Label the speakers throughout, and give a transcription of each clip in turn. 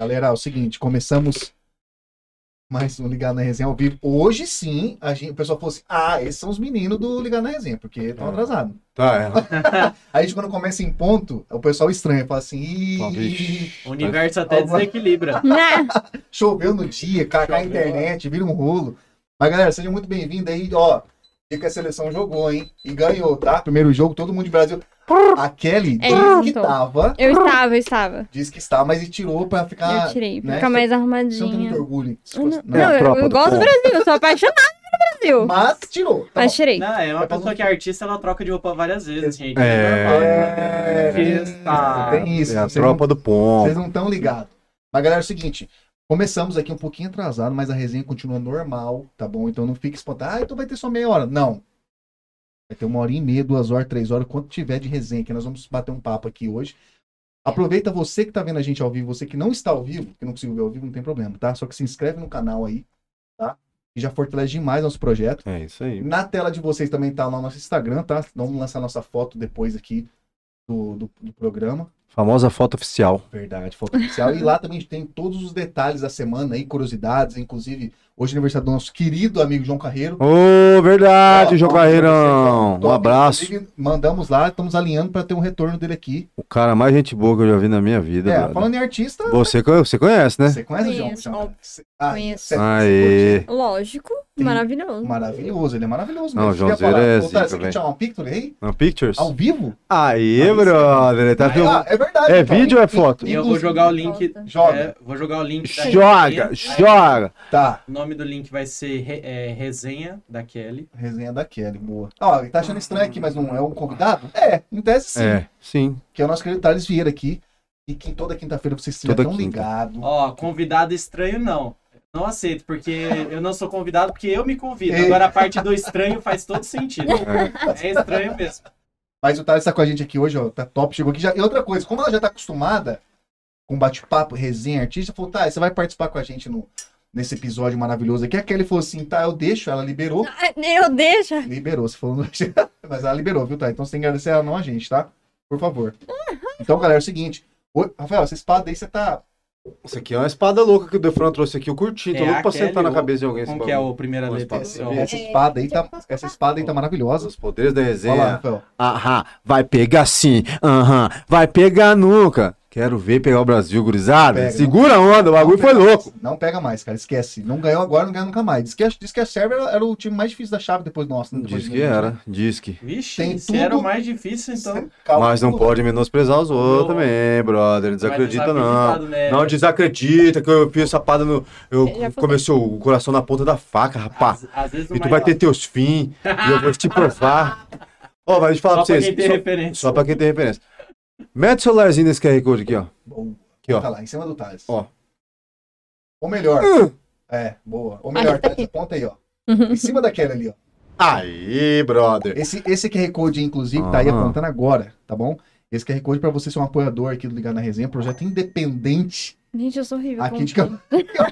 Speaker 1: Galera, é o seguinte, começamos mais um Ligado na Resenha ao vivo. Hoje sim, a gente, o pessoal falou assim: ah, esses são os meninos do Ligado na Resenha, porque estão atrasados.
Speaker 2: Tá, é.
Speaker 1: Aí a gente, quando começa em ponto, o pessoal estranha, fala assim: Ih,
Speaker 2: Talvez.
Speaker 3: O universo até
Speaker 1: Alguma-
Speaker 3: desequilibra.
Speaker 4: Né?
Speaker 1: choveu no dia, cai a
Speaker 3: Choveu,
Speaker 1: internet, vira um rolo. Mas galera, sejam muito bem-vindos aí, ó. E que a seleção jogou, hein? E ganhou, tá? Primeiro jogo, todo mundo de Brasil. A Kelly
Speaker 4: É
Speaker 1: disse que
Speaker 4: isso.
Speaker 1: tava,
Speaker 4: Eu estava, eu estava.
Speaker 1: disse que estava, mas e tirou pra ficar.
Speaker 4: eu
Speaker 1: né?
Speaker 4: tirei. Pra ficar mais
Speaker 1: Você não tem
Speaker 4: arrumadinha.
Speaker 1: muito orgulho. se
Speaker 4: Eu Não,
Speaker 1: fosse-
Speaker 4: não,
Speaker 2: É a
Speaker 4: eu-
Speaker 2: tropa
Speaker 4: eu,
Speaker 2: do
Speaker 4: gosto do
Speaker 2: povo.
Speaker 4: Brasil, eu sou apaixonada pelo Brasil. Mas,
Speaker 1: assim, né? Mas tirou. Tá bom.
Speaker 4: tirei.
Speaker 3: Não, é uma
Speaker 1: Vai pra
Speaker 3: pessoa
Speaker 1: um-
Speaker 3: que é artista, ela troca de roupa várias vezes, gente.
Speaker 2: É.
Speaker 3: normal,
Speaker 1: É.
Speaker 3: né? Fiesta.
Speaker 1: Tem isso.
Speaker 2: É a
Speaker 1: vocês não-
Speaker 2: tropa do pombo.
Speaker 1: Vocês não estão ligados. Mas, galera, é o seguinte. Começamos aqui um pouquinho atrasado, mas a resenha continua normal, tá bom? Então não fique espantado. Ah, então vai ter só meia hora. Não. Vai ter uma hora e meia, duas horas, três horas, quanto tiver de resenha, que nós vamos bater um papo aqui hoje. Aproveita você que tá vendo a gente ao vivo, você que não está ao vivo, que não conseguiu ver ao vivo, não tem problema, tá? Só que se inscreve no canal aí, tá? E já fortalece demais nosso projeto.
Speaker 2: É isso aí.
Speaker 1: Na tela de vocês também tá lá o nosso Instagram, tá? Vamos lançar nossa foto depois aqui do, do, do programa.
Speaker 2: Famosa foto oficial.
Speaker 1: Verdade, foto oficial. e lá também tem todos os detalhes da semana aí, curiosidades. Inclusive, hoje é aniversário do nosso querido amigo João Carreiro.
Speaker 2: Ô, verdade,
Speaker 1: Ó,
Speaker 2: João
Speaker 1: top,
Speaker 2: Carreirão. Um
Speaker 1: top.
Speaker 2: abraço.
Speaker 1: Inclusive, mandamos lá, estamos alinhando para ter um retorno dele aqui.
Speaker 2: O cara mais gente boa que eu já vi na minha vida.
Speaker 1: É,
Speaker 2: brother.
Speaker 1: falando em artista,
Speaker 2: Você, co- você conhece, né?
Speaker 1: você conhece o João?
Speaker 4: Conheço,
Speaker 1: João?
Speaker 4: óbvio.
Speaker 1: Você- Ah,
Speaker 4: Conheço.
Speaker 1: você- você curte?
Speaker 2: Aê.
Speaker 4: Lógico,
Speaker 1: Tem-
Speaker 4: maravilhoso.
Speaker 1: Maravilhoso, ele é maravilhoso
Speaker 2: Não,
Speaker 1: mesmo.
Speaker 2: o João
Speaker 1: Quer falar?
Speaker 2: Zereira é
Speaker 1: Ô, Tara,
Speaker 2: zica,
Speaker 1: Você quer
Speaker 2: velho.
Speaker 1: tirar um picture aí?
Speaker 2: Não, Pictures?
Speaker 1: Ao vivo?
Speaker 2: Aê,
Speaker 1: Aí,
Speaker 2: brother. Ele tá
Speaker 1: Ah,
Speaker 2: filmando.
Speaker 1: é verdade.
Speaker 2: É
Speaker 1: então.
Speaker 2: vídeo ou é foto?
Speaker 3: E eu vou jogar o link.
Speaker 4: Gosta.
Speaker 1: Joga.
Speaker 3: é, vou jogar o link. da
Speaker 2: Joga,
Speaker 3: Kelly.
Speaker 2: joga.
Speaker 1: Tá.
Speaker 3: O nome do link vai ser re- é, Resenha da Kelly.
Speaker 1: Resenha da Kelly, boa. Ó, ele tá achando estranho aqui, mas não é um convidado? É, em tese sim.
Speaker 2: É, sim.
Speaker 1: que é o nosso querido Thales Vieira aqui. E que toda quinta-feira vocês estejam
Speaker 2: Toda
Speaker 1: tão
Speaker 2: quinta.
Speaker 1: ligados.
Speaker 3: Ó, convidado estranho não. Não aceito, porque eu não sou convidado, porque eu me convido.
Speaker 1: Ei.
Speaker 3: Agora a parte do estranho faz todo sentido. É estranho mesmo.
Speaker 1: Mas o Thales tá com a gente aqui hoje, ó. Tá top, chegou aqui já. E outra coisa, como ela já tá acostumada com bate-papo, resenha, artista, falou, tá, você vai participar com a gente no, nesse episódio maravilhoso aqui. A Kelly falou assim, tá, eu deixo, ela liberou.
Speaker 4: Ah, Eu deixo.
Speaker 1: Liberou, você falou. Mas ela liberou, viu, tá? Então você tem que agradecer ela, não a gente, tá? Por favor. Então, galera, é o seguinte. Ô, Rafael, essa espada aí, você tá.
Speaker 2: Isso aqui é uma espada louca que o Defran trouxe aqui. Eu curti.
Speaker 3: É a Kelly ou-
Speaker 2: de alguém. esse
Speaker 3: Como que é
Speaker 2: bagulho.
Speaker 3: o primeira
Speaker 2: Vamos
Speaker 3: letra?
Speaker 2: passar.
Speaker 3: Ó,
Speaker 1: Essa espada aí tá. Essa espada aí tá maravilhosa.
Speaker 2: Os poderes da
Speaker 1: Olha lá,
Speaker 2: resenha.
Speaker 1: Rafael.
Speaker 2: Aham, vai pegar sim. Aham, vai pegar nunca. Quero ver pegar o Brasil, gurizada.
Speaker 1: Pega.
Speaker 2: Segura a onda, o bagulho foi louco.
Speaker 1: Tipo, Não pega mais, cara. Esquece. Não ganhou agora, não ganha nunca mais. Diz que, a- diz que a Sérvia era, era o time mais difícil da chave depois do nosso. né? Depois
Speaker 2: Diz
Speaker 1: do
Speaker 2: que era, diz que.
Speaker 3: Vixe,
Speaker 1: Tem
Speaker 3: se era
Speaker 1: tudo-
Speaker 3: o mais difícil, então.
Speaker 1: Calma.
Speaker 2: Mas não pode menosprezar os outros também, brother. Não desacredita, não.
Speaker 3: né?
Speaker 2: Não desacredita que eu fiz essa parada no. Eu
Speaker 4: Eu já falei.
Speaker 2: comecei o coração na ponta da faca, rapá.
Speaker 3: Às, às vezes o
Speaker 2: E tu
Speaker 3: mais
Speaker 2: vai ter
Speaker 3: difícil-
Speaker 2: teus fins. e eu vou te provar. Ó, mas deixa eu falar
Speaker 3: Só
Speaker 2: pra
Speaker 3: pra
Speaker 2: vocês.
Speaker 3: quem tem
Speaker 2: só-
Speaker 3: referência.
Speaker 2: Só pra quem tem referência. Mete o celularzinho nesse QR Code aqui, ó.
Speaker 1: Bom,
Speaker 2: Aqui, ó.
Speaker 1: Tá lá, em cima do Thales.
Speaker 2: Ó.
Speaker 1: Ou melhor.
Speaker 2: Hum.
Speaker 1: É, boa. Ou melhor,
Speaker 4: Ah, tá
Speaker 1: Thales, aponta aí, ó. Em cima daquela ali, ó.
Speaker 2: Aí, brother.
Speaker 1: Esse, esse QR Code, inclusive, tá aí
Speaker 2: Ah.
Speaker 1: apontando agora, tá bom? Esse QR Code pra você ser um apoiador aqui do Ligado na Resenha, projeto independente
Speaker 4: Gente, eu sou horrível.
Speaker 1: aqui tipo,
Speaker 4: com-
Speaker 1: de Cam-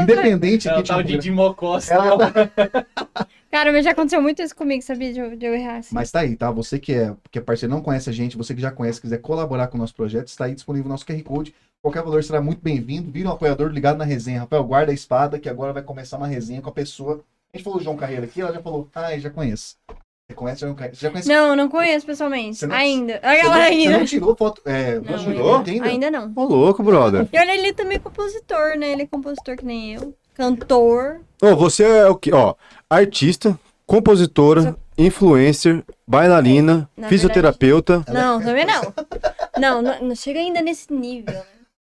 Speaker 1: Independente aqui tipo,
Speaker 3: Ela
Speaker 1: de
Speaker 3: tá o
Speaker 1: Campo
Speaker 3: Didi Mocó, só.
Speaker 1: Ela tá-
Speaker 4: Cara, mas já aconteceu muito isso comigo, sabia? De eu, de eu errar assim.
Speaker 1: Mas tá aí, tá? Você que é, que é parceiro, não conhece a gente, você que já conhece, quiser colaborar com o nosso projeto, está aí disponível o nosso QR Code. Qualquer valor será muito bem-vindo. Vira um apoiador ligado na resenha. Rafael, guarda a espada, que agora vai começar uma resenha com a pessoa. A gente falou do João Carreira aqui, ela já falou, ai, já conheço. Você conhece o João Carreira? Você já conhece?
Speaker 4: Não, não conheço pessoalmente.
Speaker 1: Você não-
Speaker 4: Ainda.
Speaker 1: você,
Speaker 4: Aquela
Speaker 1: não, você
Speaker 4: ainda.
Speaker 1: não tirou foto. É, não,
Speaker 4: Não,
Speaker 1: tirou? Ainda?
Speaker 4: Ainda não.
Speaker 2: Ô, louco, brother.
Speaker 4: E olha, ele também é compositor, né? Ele é compositor que nem eu. Cantor.
Speaker 2: Ô, você é o que? Ó, artista, compositora, influencer, bailarina,
Speaker 4: Na
Speaker 2: fisioterapeuta.
Speaker 1: Ela é-
Speaker 4: Não, também não. Não, não, não chega ainda nesse nível. né?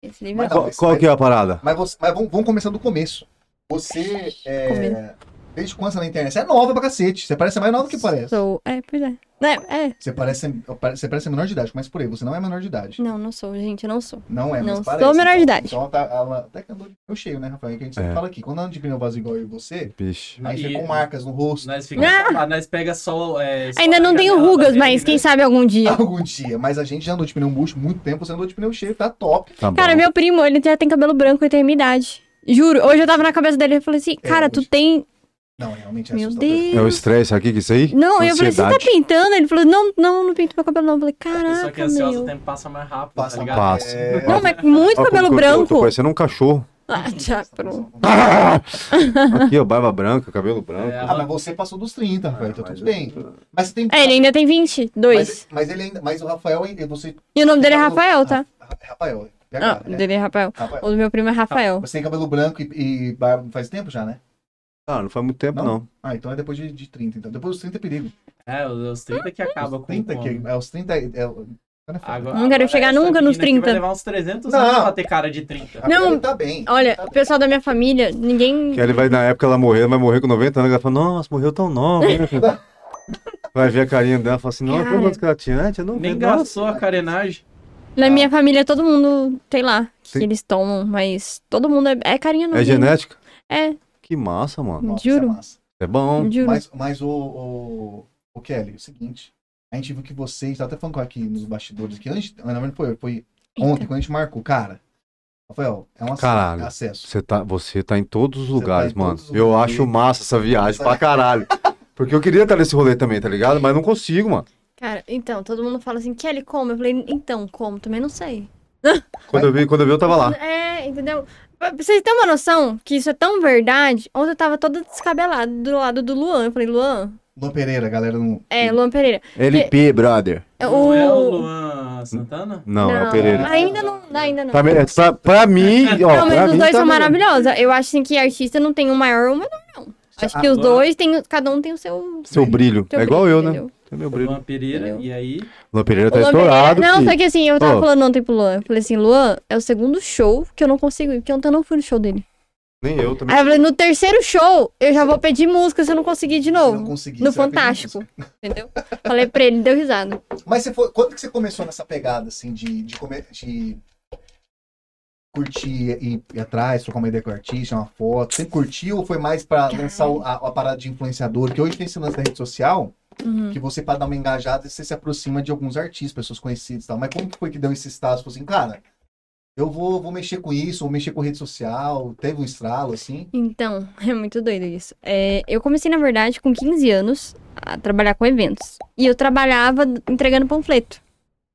Speaker 4: Esse nível
Speaker 1: Mas
Speaker 4: não.
Speaker 1: não,
Speaker 2: Qual, qual que é a parada?
Speaker 1: Mas, você, mas vamos, vamos começar do começo. Você é. Desde quando você é na internet? Você é nova pra cacete. Você parece mais nova do que parece.
Speaker 4: Sou. É, pois é. É, é.
Speaker 1: Você parece, você parece menor de idade, mas por aí, você não é menor de idade.
Speaker 4: Não, não sou, gente, eu não sou.
Speaker 1: Não é,
Speaker 4: Não
Speaker 1: mas
Speaker 4: sou
Speaker 1: parece.
Speaker 4: menor de idade.
Speaker 1: Então, tá, ela até que andou de pneu cheio, né, Rafael? Que a gente sempre
Speaker 2: É.
Speaker 1: fala aqui. Quando anda de pneu vazio igual eu e você,
Speaker 2: Bicho.
Speaker 1: aí fica
Speaker 3: E-
Speaker 1: com marcas no rosto
Speaker 3: Nós, fica, ah, nós pega só, é, só
Speaker 4: Ainda
Speaker 3: na
Speaker 4: não tenho
Speaker 3: janela
Speaker 4: rugas,
Speaker 3: da
Speaker 4: mas
Speaker 3: TV,
Speaker 4: quem
Speaker 3: né?
Speaker 4: sabe algum dia.
Speaker 1: algum dia. Mas a gente já andou de pneu murcho muito tempo, você andou de pneu cheio, tá top.
Speaker 2: Tá bom.
Speaker 4: Cara, meu primo, ele já tem cabelo branco e tem a minha idade. Juro, hoje eu tava na cabeça dele e falei assim,
Speaker 1: É,
Speaker 4: cara,
Speaker 1: hoje.
Speaker 4: tu tem
Speaker 1: Não, realmente é
Speaker 4: Meu
Speaker 1: assustador.
Speaker 4: Deus.
Speaker 2: É o estresse, sabe o que que é isso aí?
Speaker 4: Não, eu falei, você tá
Speaker 2: Ansiedade.
Speaker 4: pintando? Ele falou, não, não, não pinto meu cabelo, não. Eu falei,
Speaker 3: Pessoa que é
Speaker 4: caraca,
Speaker 3: ansiosa, o
Speaker 4: meu.
Speaker 3: tempo passa mais rápido,
Speaker 1: Passa
Speaker 3: tá
Speaker 1: um
Speaker 3: ligado?
Speaker 2: Passa.
Speaker 1: É,
Speaker 4: Não, mas muito
Speaker 2: Olha como
Speaker 4: cabelo
Speaker 2: que eu tô, eu Tô,
Speaker 4: branco.
Speaker 2: parecendo um cachorro.
Speaker 4: Ah, já, pronto.
Speaker 2: Aqui, ó, barba branca, cabelo branco.
Speaker 1: Ah, mas você passou dos 30, Rafael,
Speaker 2: Ah,
Speaker 1: então tudo bem. Mas você tem.
Speaker 4: É, ele ainda tem 20, dois.
Speaker 1: mas, mas ele ainda. Mas o Rafael, ele- você.
Speaker 4: E o nome dele é Rafael, tá?
Speaker 1: Ra- Rafael.
Speaker 4: Ah,
Speaker 1: PH,
Speaker 4: o
Speaker 1: né?
Speaker 4: dele é Rafael.
Speaker 1: Rafael.
Speaker 4: O do meu primo é
Speaker 3: Ah,
Speaker 4: Rafael.
Speaker 1: Você tem cabelo branco e, e barba faz tempo já, né?
Speaker 2: Ah, não faz muito tempo,
Speaker 1: Não?
Speaker 2: não.
Speaker 1: Ah, então é depois de, de 30, então. Depois dos 30 é perigo.
Speaker 3: É, os 30 que acaba com
Speaker 1: 30
Speaker 3: com-
Speaker 1: que é os 30. É, é, o cara é foda.
Speaker 3: Agora-
Speaker 4: Não quero
Speaker 3: agora
Speaker 4: chegar
Speaker 3: essa
Speaker 4: nunca
Speaker 3: menina
Speaker 4: nos
Speaker 3: aqui
Speaker 4: 30.
Speaker 3: Vai levar uns 300
Speaker 1: Não.
Speaker 3: anos pra ter cara de 30.
Speaker 1: Rafael,
Speaker 4: Não.
Speaker 1: ele tá bem.
Speaker 4: Olha, o pessoal da minha família, ninguém.
Speaker 2: Que ele vai, na época ela morrer, ela vai morrer com 90 anos, ela fala, nossa, morreu tão nova. né? vai ver a carinha dela, fala assim, nossa,
Speaker 4: Cara.
Speaker 2: quantos anos que ela tinha? Ah, tinha 90,
Speaker 3: Nem
Speaker 2: nossa.
Speaker 3: gastou a carenagem.
Speaker 4: Na minha família, todo mundo tem lá que
Speaker 2: Sim.
Speaker 4: eles tomam, mas todo mundo é, é carinha não.
Speaker 2: É genética?
Speaker 4: É,
Speaker 2: Que massa, mano.
Speaker 1: Nossa, isso é
Speaker 4: Juro.
Speaker 1: massa.
Speaker 2: É bom.
Speaker 4: juro.
Speaker 1: Mas, mas o, o, o Kelly, é o seguinte. A gente viu que vocês, tá até falando aqui nos bastidores, que antes, na verdade foi, foi ontem, quando a gente marcou, cara. Rafael, é um acesso.
Speaker 2: Caralho.
Speaker 1: é acesso.
Speaker 2: Você tá, você tá em todos os
Speaker 1: Você
Speaker 2: lugares,
Speaker 1: tá em
Speaker 2: mano.
Speaker 1: todos os
Speaker 2: eu
Speaker 1: lugares.
Speaker 2: acho massa essa viagem pra caralho. Porque eu queria estar nesse rolê também, tá ligado? Mas não consigo, mano.
Speaker 4: Cara, então, todo mundo fala assim, Kelly, como? Eu falei, então, como? Também não sei.
Speaker 2: Quando eu vi, quando eu, vi eu tava lá.
Speaker 4: É, entendeu? Pra vocês terem uma noção que isso é tão verdade, ontem eu tava toda descabelada do lado do Luan. Eu falei, Luan?
Speaker 1: Luan Pereira, a galera não.
Speaker 4: É, Luan Pereira.
Speaker 2: LP, brother.
Speaker 4: É,
Speaker 3: Não é o
Speaker 4: O...
Speaker 3: Luan Santana?
Speaker 2: Não, é o Pereira.
Speaker 4: Ainda não, ainda não.
Speaker 2: Pra mim, é- tá- pra mim, ó.
Speaker 4: Não,
Speaker 2: pra
Speaker 4: mas os
Speaker 2: mim
Speaker 4: dois
Speaker 2: tá
Speaker 4: são
Speaker 2: melhor.
Speaker 4: maravilhosos. Eu acho assim, que artista não tem um maior ou um menor, não. Acho que os
Speaker 3: Ah,
Speaker 4: dois tem, cada um tem o seu.
Speaker 2: Seu brilho.
Speaker 4: seu
Speaker 2: é igual
Speaker 4: brilho,
Speaker 2: eu, né?
Speaker 4: entendeu?
Speaker 2: Tem meu brilho.
Speaker 3: Luan Pereira,
Speaker 4: Entendeu?
Speaker 3: e aí...
Speaker 2: Luan Pereira tá
Speaker 4: O Luan
Speaker 2: estourado.
Speaker 4: Pereira- Não,
Speaker 2: filho.
Speaker 4: só que assim, eu tava
Speaker 2: Ó.
Speaker 4: falando ontem pro Luan. Eu falei assim, Luan, é o segundo show que eu não consigo ir, porque ontem eu não fui no show dele.
Speaker 2: Nem eu também.
Speaker 4: Aí eu falei, no terceiro show, eu já vou pedir música se eu não conseguir de
Speaker 1: Se não
Speaker 4: novo.
Speaker 1: conseguir,
Speaker 4: No
Speaker 1: você vai pedir
Speaker 4: Fantástico. Entendeu? Falei pra ele, deu risada.
Speaker 1: Mas você foi, quando que você começou nessa pegada, assim, de, de, come- de curtir e ir atrás, trocar uma ideia com o artista, uma foto? Você curtiu ou foi mais pra lançar o- a, a parada de influenciador? Que hoje tem esse lance da rede social,
Speaker 4: Uhum.
Speaker 1: que você, pra dar uma engajada, você se aproxima de alguns artistas, pessoas conhecidas e tal. Mas como que foi que deu esse status? Falou assim, cara, eu vou, vou mexer com isso, vou mexer com rede social. Teve um estralo, assim?
Speaker 4: Então, é muito doido isso. É, eu comecei, na verdade, com 15 anos a trabalhar com eventos. E eu trabalhava entregando panfleto.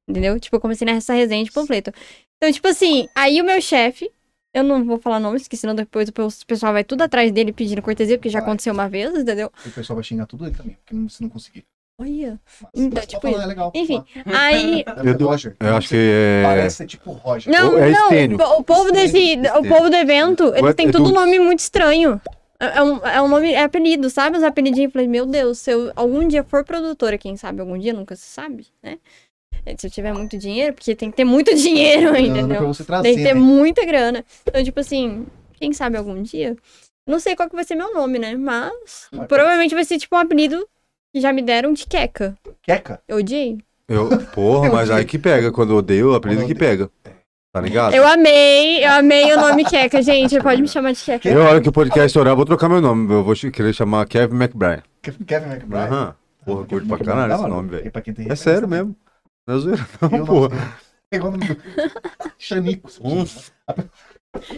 Speaker 4: Entendeu? Tipo, eu comecei nessa resenha de panfleto. Então, tipo assim, aí o meu chefe, eu não vou falar nomes, porque senão depois o pessoal vai tudo atrás dele pedindo cortesia, porque já
Speaker 1: Vai.
Speaker 4: aconteceu uma vez, entendeu?
Speaker 1: E o pessoal vai xingar tudo ele também, porque não, se não conseguir.
Speaker 4: Olha.
Speaker 1: Mas,
Speaker 4: Então,
Speaker 1: mas só
Speaker 4: tipo
Speaker 1: falando,
Speaker 4: isso.
Speaker 1: é legal.
Speaker 4: Enfim, aí.
Speaker 1: Ah, é
Speaker 2: Eu-
Speaker 1: Roger.
Speaker 2: Eu acho que é.
Speaker 1: Parece ser tipo Roger.
Speaker 4: Não,
Speaker 2: Ou é estênio.
Speaker 4: não, o povo desse.
Speaker 2: Estênio,
Speaker 4: O povo do evento,
Speaker 2: Ou é
Speaker 4: eles têm tudo um
Speaker 2: Edu.
Speaker 4: nome muito estranho. É é um, é um nome, é apelido, sabe? Os apelidinhos. Eu falei, meu Deus, se eu algum dia for produtora, quem sabe, algum dia, nunca se sabe, né? É, Se eu tiver muito dinheiro, porque tem que ter muito dinheiro,
Speaker 1: Dando pra
Speaker 4: entendeu?
Speaker 1: você trazer,
Speaker 4: Tem
Speaker 2: assim,
Speaker 4: que ter
Speaker 1: né?
Speaker 4: muita grana. Então, tipo assim, quem sabe algum dia. Não sei qual que vai ser meu nome, né? Mas
Speaker 1: Mas-
Speaker 4: provavelmente vai ser tipo um apelido que já me deram de Queca.
Speaker 1: Queca.
Speaker 4: Eu odiei.
Speaker 2: Eu, porra, mas aí que pega. Quando eu odeio, o apelido
Speaker 1: Quando
Speaker 2: que
Speaker 1: eu
Speaker 2: pega. Tá ligado?
Speaker 4: Eu amei, eu amei o nome Queca, gente. Pode me chamar de Queca.
Speaker 2: Eu, a hora que o podcast estourar, eu vou trocar meu nome. Eu vou ch- querer chamar Kevin McBride.
Speaker 1: Kevin McBride.
Speaker 2: Aham. Porra, curto pra
Speaker 1: Kevin
Speaker 2: caralho
Speaker 1: McBride, da
Speaker 2: esse
Speaker 1: hora.
Speaker 2: nome, velho.
Speaker 1: E pra quem tem
Speaker 2: É
Speaker 1: referência
Speaker 2: sério
Speaker 1: também.
Speaker 2: mesmo. Não é zoeira,
Speaker 1: Eu
Speaker 2: não,
Speaker 1: não
Speaker 2: porra. Um
Speaker 1: sei. Pegou o nome do... Xanico. né?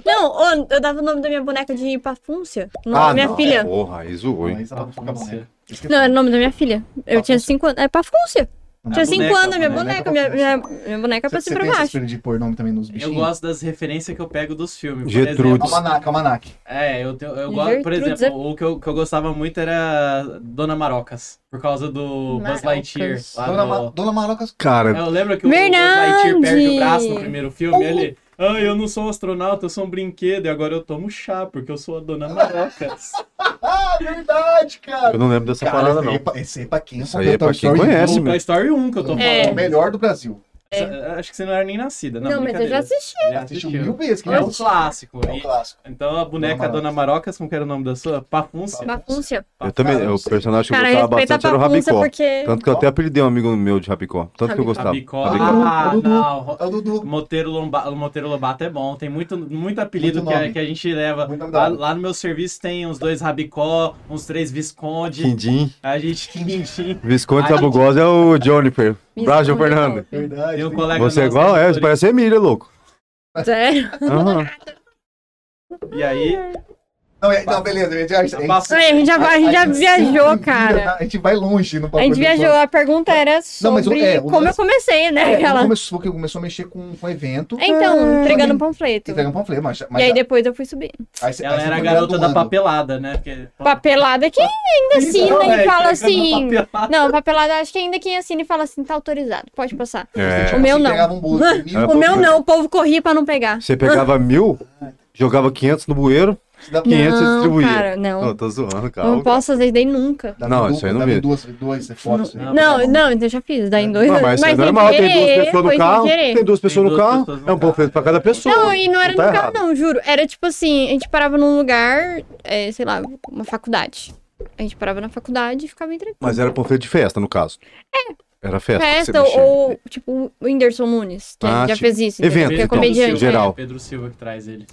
Speaker 4: Não, ô, eu dava o nome da minha boneca de Pafúncia. No,
Speaker 2: Ah,
Speaker 4: minha
Speaker 2: não,
Speaker 4: filha.
Speaker 2: Porra, aí zoou, hein?
Speaker 1: Mas ela vai ficar boneca. Esqueci.
Speaker 4: Não, era o nome da minha filha. Eu
Speaker 1: Pafúncia.
Speaker 4: tinha cinco anos. É Pafúncia.
Speaker 1: Não,
Speaker 4: tinha
Speaker 1: não.
Speaker 3: assim,
Speaker 4: cinco
Speaker 3: boneca,
Speaker 4: anos, minha
Speaker 1: boneca
Speaker 4: boneca. Minha, minha,
Speaker 1: Pafúncia.
Speaker 4: minha boneca é pra
Speaker 1: Você você tem
Speaker 4: cima e pra
Speaker 1: essa
Speaker 4: baixo.
Speaker 1: espírito de pôr nome também nos
Speaker 3: Eu
Speaker 1: bichinhos?
Speaker 3: gosto das referências que eu pego dos filmes. por
Speaker 2: Gertrudes.
Speaker 3: exemplo.
Speaker 1: Almanac, almanac.
Speaker 3: É, eu, tenho- eu gosto, por
Speaker 4: Gertrudes,
Speaker 3: exemplo, o que eu, que eu gostava muito era Dona Marocas, por causa do Buzz
Speaker 4: Marocas.
Speaker 3: Lightyear. lá
Speaker 1: Dona,
Speaker 3: no-
Speaker 1: Ma... Dona Marocas.
Speaker 2: Cara,
Speaker 3: Eu lembro que o
Speaker 4: Verdade!
Speaker 3: Buzz Lightyear perde o braço no primeiro filme,
Speaker 4: Uh!
Speaker 3: ele... Ah, eu não sou um astronauta, eu sou um brinquedo, e agora eu tomo chá, porque eu sou a Dona Marocas.
Speaker 1: Ah, verdade, cara.
Speaker 4: um
Speaker 2: eu não lembro dessa
Speaker 1: Cara,
Speaker 2: parada,
Speaker 1: esse aí é
Speaker 2: não.
Speaker 1: pra- Esse aí é pra quem?
Speaker 2: Isso aí é pra quem conhece,
Speaker 3: Do
Speaker 2: meu.
Speaker 3: Toy Story 1 que eu tô falando.
Speaker 4: É.
Speaker 1: O melhor do Brasil.
Speaker 3: Acho que você não era nem nascida. Não,
Speaker 4: Não, mas eu já assisti.
Speaker 3: assisti.
Speaker 1: Assistiu mil vezes. Que
Speaker 3: É
Speaker 1: não
Speaker 3: um clássico.
Speaker 1: É um
Speaker 3: E-
Speaker 1: clássico.
Speaker 3: Então a boneca
Speaker 1: Dona
Speaker 3: Dona Marocas, como que era o nome da sua? Pafúncia.
Speaker 4: Pafúncia.
Speaker 2: Eu também,
Speaker 1: Cara,
Speaker 2: o
Speaker 1: você-
Speaker 2: personagem que eu
Speaker 4: Cara,
Speaker 2: gostava
Speaker 4: respeita a
Speaker 2: bastante era o
Speaker 4: Pafúncia
Speaker 2: Rabicó.
Speaker 4: porque.
Speaker 2: Tanto que eu até apelidei um amigo meu de Rabicó. Tanto que eu
Speaker 4: Rabicó.
Speaker 2: gostava.
Speaker 3: Rabicó.
Speaker 2: Rabicó.
Speaker 3: Ah,
Speaker 1: Dudu.
Speaker 3: não.
Speaker 1: É o Dudu.
Speaker 3: Monteiro, Lomba... Monteiro Lobato é bom, tem muito, muito apelido
Speaker 1: Muito
Speaker 3: que, a,
Speaker 1: nome.
Speaker 3: que a gente leva.
Speaker 1: Muito nome da
Speaker 3: Lá,
Speaker 1: hora.
Speaker 3: lá no meu serviço tem uns dois Rabicó, uns três Visconde,
Speaker 2: Quindim.
Speaker 3: a gente Quindim.
Speaker 2: Visconde
Speaker 3: Ah,
Speaker 2: Sabugosa é o Jonifer.
Speaker 4: Visconde é
Speaker 2: Brasil Fernando.
Speaker 1: Verdade.
Speaker 3: Tem um
Speaker 1: tem-
Speaker 3: colega
Speaker 2: Você é
Speaker 3: nosso
Speaker 2: igual?
Speaker 3: da
Speaker 2: É, você
Speaker 3: diretoria.
Speaker 2: parece Emília, louco.
Speaker 4: Sério?
Speaker 2: Aham.
Speaker 3: E aí,
Speaker 1: Não, é- não, beleza. gente, a gente- a gente-
Speaker 3: Passa-
Speaker 4: Ai, a gente já, Ah, a gente já
Speaker 1: a gente
Speaker 4: viajou,
Speaker 1: sempre vira,
Speaker 4: cara.
Speaker 1: tá? A gente vai longe no
Speaker 4: A
Speaker 1: papo
Speaker 4: gente
Speaker 1: do-
Speaker 4: viajou. A pergunta era
Speaker 1: Não, mas o-
Speaker 4: sobre
Speaker 1: é, o
Speaker 4: como eu
Speaker 1: lance-
Speaker 4: comecei, né?
Speaker 1: É,
Speaker 4: Aquela-
Speaker 1: começou, que começou a mexer com, com evento.
Speaker 4: Então, entregando
Speaker 1: um
Speaker 4: panfleto.
Speaker 1: Entregando um panfleto, mas. mas
Speaker 4: e aí depois eu fui subir.
Speaker 1: aí cê- aí um
Speaker 3: Ela
Speaker 1: cê
Speaker 3: era a
Speaker 1: foi
Speaker 3: garota da
Speaker 1: graduando.
Speaker 3: papelada, né? Porque...
Speaker 4: Papelada que ainda assina
Speaker 3: É,
Speaker 4: e fala
Speaker 3: entregando
Speaker 4: assim.
Speaker 3: papelada.
Speaker 4: Não, papelada acho que ainda quem assina e fala assim, tá autorizado, pode passar.
Speaker 2: É.
Speaker 4: O meu
Speaker 1: Você
Speaker 4: não.
Speaker 1: pegava um bolo de
Speaker 2: É,
Speaker 4: O meu não, o povo corria pra não pegar.
Speaker 2: Você pegava mil, jogava 500 no bueiro, 500 você
Speaker 4: Não,
Speaker 2: distribuía.
Speaker 4: cara, não.
Speaker 2: é Não, tá, tô zoando, calma.
Speaker 4: Não posso fazer isso daí nunca.
Speaker 2: Não, isso aí não vi.
Speaker 1: duas, duas, né? você foto. isso aí.
Speaker 3: Não,
Speaker 4: Não, não, então eu já fiz, daí em dois
Speaker 2: Não, mas, é
Speaker 4: sem
Speaker 2: normal, tem duas
Speaker 4: querer,
Speaker 2: pessoas
Speaker 4: foi
Speaker 2: no
Speaker 4: sem
Speaker 2: carro,
Speaker 4: querer.
Speaker 2: tem duas pessoas no
Speaker 3: duas
Speaker 2: carro,
Speaker 3: pessoas no
Speaker 2: é um panfleto pra
Speaker 3: carro.
Speaker 2: cada pessoa.
Speaker 4: Não, e não era
Speaker 2: tá
Speaker 4: no carro,
Speaker 2: errado.
Speaker 4: não, juro. Era tipo assim, a gente parava num lugar, é, sei lá, uma faculdade. A gente parava na faculdade e ficava entregando.
Speaker 2: Mas era panfleto de festa, no caso. É. Era festa. que É, você
Speaker 4: festa
Speaker 2: mexia.
Speaker 4: ou, tipo, o Whindersson Nunes, que
Speaker 2: Ah,
Speaker 4: já
Speaker 2: tipo,
Speaker 4: fez isso. entendeu?
Speaker 2: evento,
Speaker 4: Que é
Speaker 2: então,
Speaker 4: comediante.
Speaker 2: geral.
Speaker 3: É, Pedro Silva que traz ele.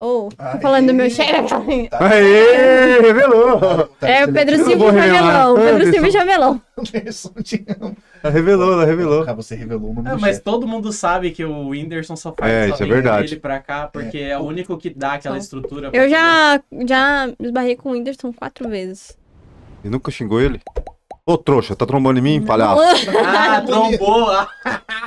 Speaker 4: Ou, tô
Speaker 1: Ai.
Speaker 4: falando do meu chefe.
Speaker 2: Aê, revelou!
Speaker 1: Tá,
Speaker 4: É
Speaker 1: você
Speaker 4: o Pedro
Speaker 2: Eu não
Speaker 4: Silva
Speaker 2: vou
Speaker 4: e
Speaker 2: revelar.
Speaker 4: Jamelão.
Speaker 2: Ah,
Speaker 4: Pedro
Speaker 2: eu
Speaker 4: Silva e
Speaker 2: sou-
Speaker 4: Jamelão.
Speaker 1: Anderson Tião.
Speaker 2: Ela revelou, ela revelou.
Speaker 1: Ah, você revelou o nome
Speaker 3: É,
Speaker 1: do
Speaker 3: mas
Speaker 1: chefe.
Speaker 3: todo mundo sabe que o Whindersson só faz
Speaker 2: É,
Speaker 3: só
Speaker 2: isso é
Speaker 3: vem
Speaker 2: verdade.
Speaker 3: ele pra cá, porque é. o único que dá aquela estrutura. pra
Speaker 4: Eu já, já me esbarrei com o Whindersson quatro vezes.
Speaker 2: E nunca xingou ele? Ô, trouxa, tá trombando em mim, palhaço?
Speaker 3: poder- Ah, trombou! Ah,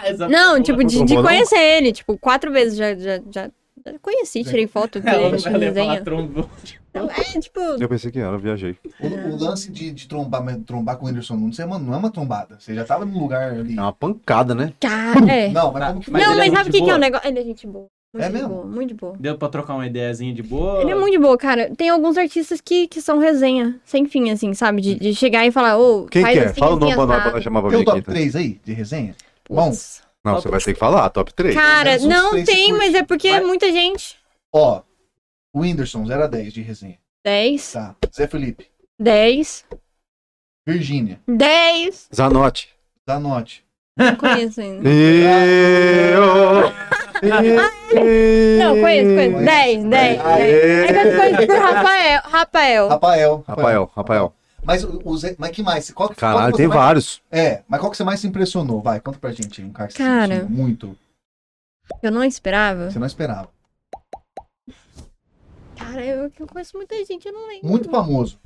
Speaker 3: essa
Speaker 4: Não,
Speaker 3: porra.
Speaker 4: tipo, de,
Speaker 2: Não
Speaker 4: de
Speaker 2: trombou, não?
Speaker 4: conhecer ele. Tipo, quatro vezes já, já, já já conheci, tirei foto
Speaker 2: É,
Speaker 3: Ela não
Speaker 4: dele,
Speaker 3: vai levar
Speaker 4: resenha.
Speaker 3: trombou.
Speaker 4: É, tipo,
Speaker 2: Eu pensei que era, eu viajei.
Speaker 3: é.
Speaker 1: O, o lance de, de trombar, mas trombar com o Anderson Nunes é, mano, não é uma trombada. Você já tava num lugar ali.
Speaker 2: É uma pancada, né?
Speaker 4: cara, é.
Speaker 1: Não, mas
Speaker 3: Tá,
Speaker 1: como que
Speaker 3: mas
Speaker 4: não,
Speaker 3: ele é
Speaker 4: mas sabe
Speaker 3: gente
Speaker 4: o que, que é
Speaker 3: boa.
Speaker 4: o negócio? Ele é gente boa. Muito
Speaker 1: É
Speaker 4: de
Speaker 1: mesmo?
Speaker 4: boa, muito de boa.
Speaker 3: Deu pra trocar uma ideiazinha de boa?
Speaker 4: Ele é muito de boa, cara. Tem alguns artistas que, que são resenha, sem fim, assim, sabe? De, de chegar e falar, ô,
Speaker 2: Quem
Speaker 4: faz
Speaker 2: que é?
Speaker 4: assim,
Speaker 2: Fala o
Speaker 4: assim,
Speaker 2: nome pra nós pra
Speaker 4: assado.
Speaker 2: nós chamar pra
Speaker 1: Tem
Speaker 2: vir
Speaker 1: o top
Speaker 2: aqui. Então.
Speaker 1: 3 aí de resenha? Bom,
Speaker 4: Putz.
Speaker 2: Não, você vai ter que falar, top 3.
Speaker 4: Cara,
Speaker 1: menos uns
Speaker 4: não
Speaker 1: três
Speaker 4: tem,
Speaker 1: você
Speaker 4: mas é porque é
Speaker 1: Vai.
Speaker 4: muita gente.
Speaker 1: ó. O Whindersson, 0 a 10 de resenha.
Speaker 4: 10,
Speaker 1: Tá. Zé Felipe.
Speaker 4: 10,
Speaker 1: Virgínia.
Speaker 4: 10.
Speaker 2: Zanotti.
Speaker 1: Zanotti.
Speaker 4: Não conheço ainda. Não,
Speaker 2: Não,
Speaker 4: conheço, conheço. 10, 10.
Speaker 1: Ah, é.
Speaker 4: É que eu conheço por Rafael. Rafael.
Speaker 1: Rafael.
Speaker 2: Rafael, Rafael.
Speaker 1: Mas o o Zé. Mas que mais? Qual, qual que
Speaker 2: Caralho,
Speaker 1: você
Speaker 2: tem
Speaker 1: mais-
Speaker 2: vários.
Speaker 1: É, mas qual que você mais se impressionou? Vai, conta pra gente aí, um cara que
Speaker 4: Cara.
Speaker 1: se impressionou muito.
Speaker 4: Eu não esperava.
Speaker 1: Você não esperava.
Speaker 4: Cara, eu, eu conheço muita gente, eu não lembro.
Speaker 1: Muito famoso.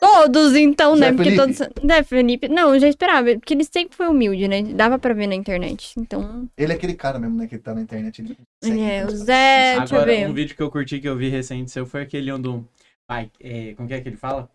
Speaker 4: Todos, então, né?
Speaker 1: Zé
Speaker 4: Porque
Speaker 1: Felipe?
Speaker 4: todos. Né, Felipe? Não, eu já esperava. Porque ele sempre foi humilde, né? Dava pra ver na internet. Então.
Speaker 1: Ele é aquele cara mesmo, né? Que tá na internet. Ele
Speaker 4: Ele
Speaker 1: consegue
Speaker 4: é o
Speaker 1: mostrar.
Speaker 4: Zé. deixa eu
Speaker 3: Agora,
Speaker 4: ver.
Speaker 3: um vídeo que eu curti, que eu vi recente seu, foi aquele onde... um- Ai, é, como que é que ele fala?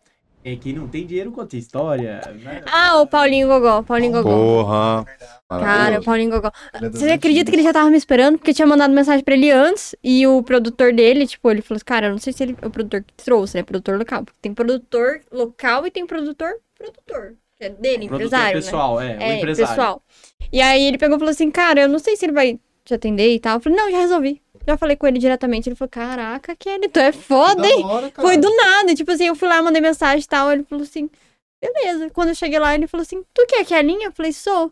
Speaker 3: É que não tem dinheiro conta história. né?
Speaker 4: Ah, o Paulinho Gogó. Paulinho Gogó.
Speaker 2: Porra.
Speaker 4: Cara, o
Speaker 2: Maravilhoso.
Speaker 4: Paulinho Gogó.
Speaker 1: Ele é das
Speaker 4: Você acredita
Speaker 1: antigas.
Speaker 4: que ele já tava me esperando? Porque eu tinha mandado mensagem pra ele antes. E o produtor dele, tipo, ele falou assim: Cara, eu não sei se ele é o produtor que trouxe, né? Produtor local. Porque tem produtor local e tem produtor, produtor. Que é
Speaker 3: O
Speaker 4: dele,
Speaker 3: produtor
Speaker 4: empresário. né?
Speaker 3: pessoal, é, o
Speaker 4: É,
Speaker 3: empresário.
Speaker 4: pessoal. E aí ele pegou e falou assim: Cara, eu não sei se ele vai te atender e tal. Eu falei: Não, já resolvi. Já falei com ele diretamente. Ele falou: Caraca, Kelly, tu é foda, hein?
Speaker 1: Da hora, cara.
Speaker 4: Foi do nada. Tipo assim, eu fui lá, mandei mensagem e tal. Ele falou assim: beleza. Quando eu cheguei lá, ele falou assim: tu quer que a linha? Eu falei: sou.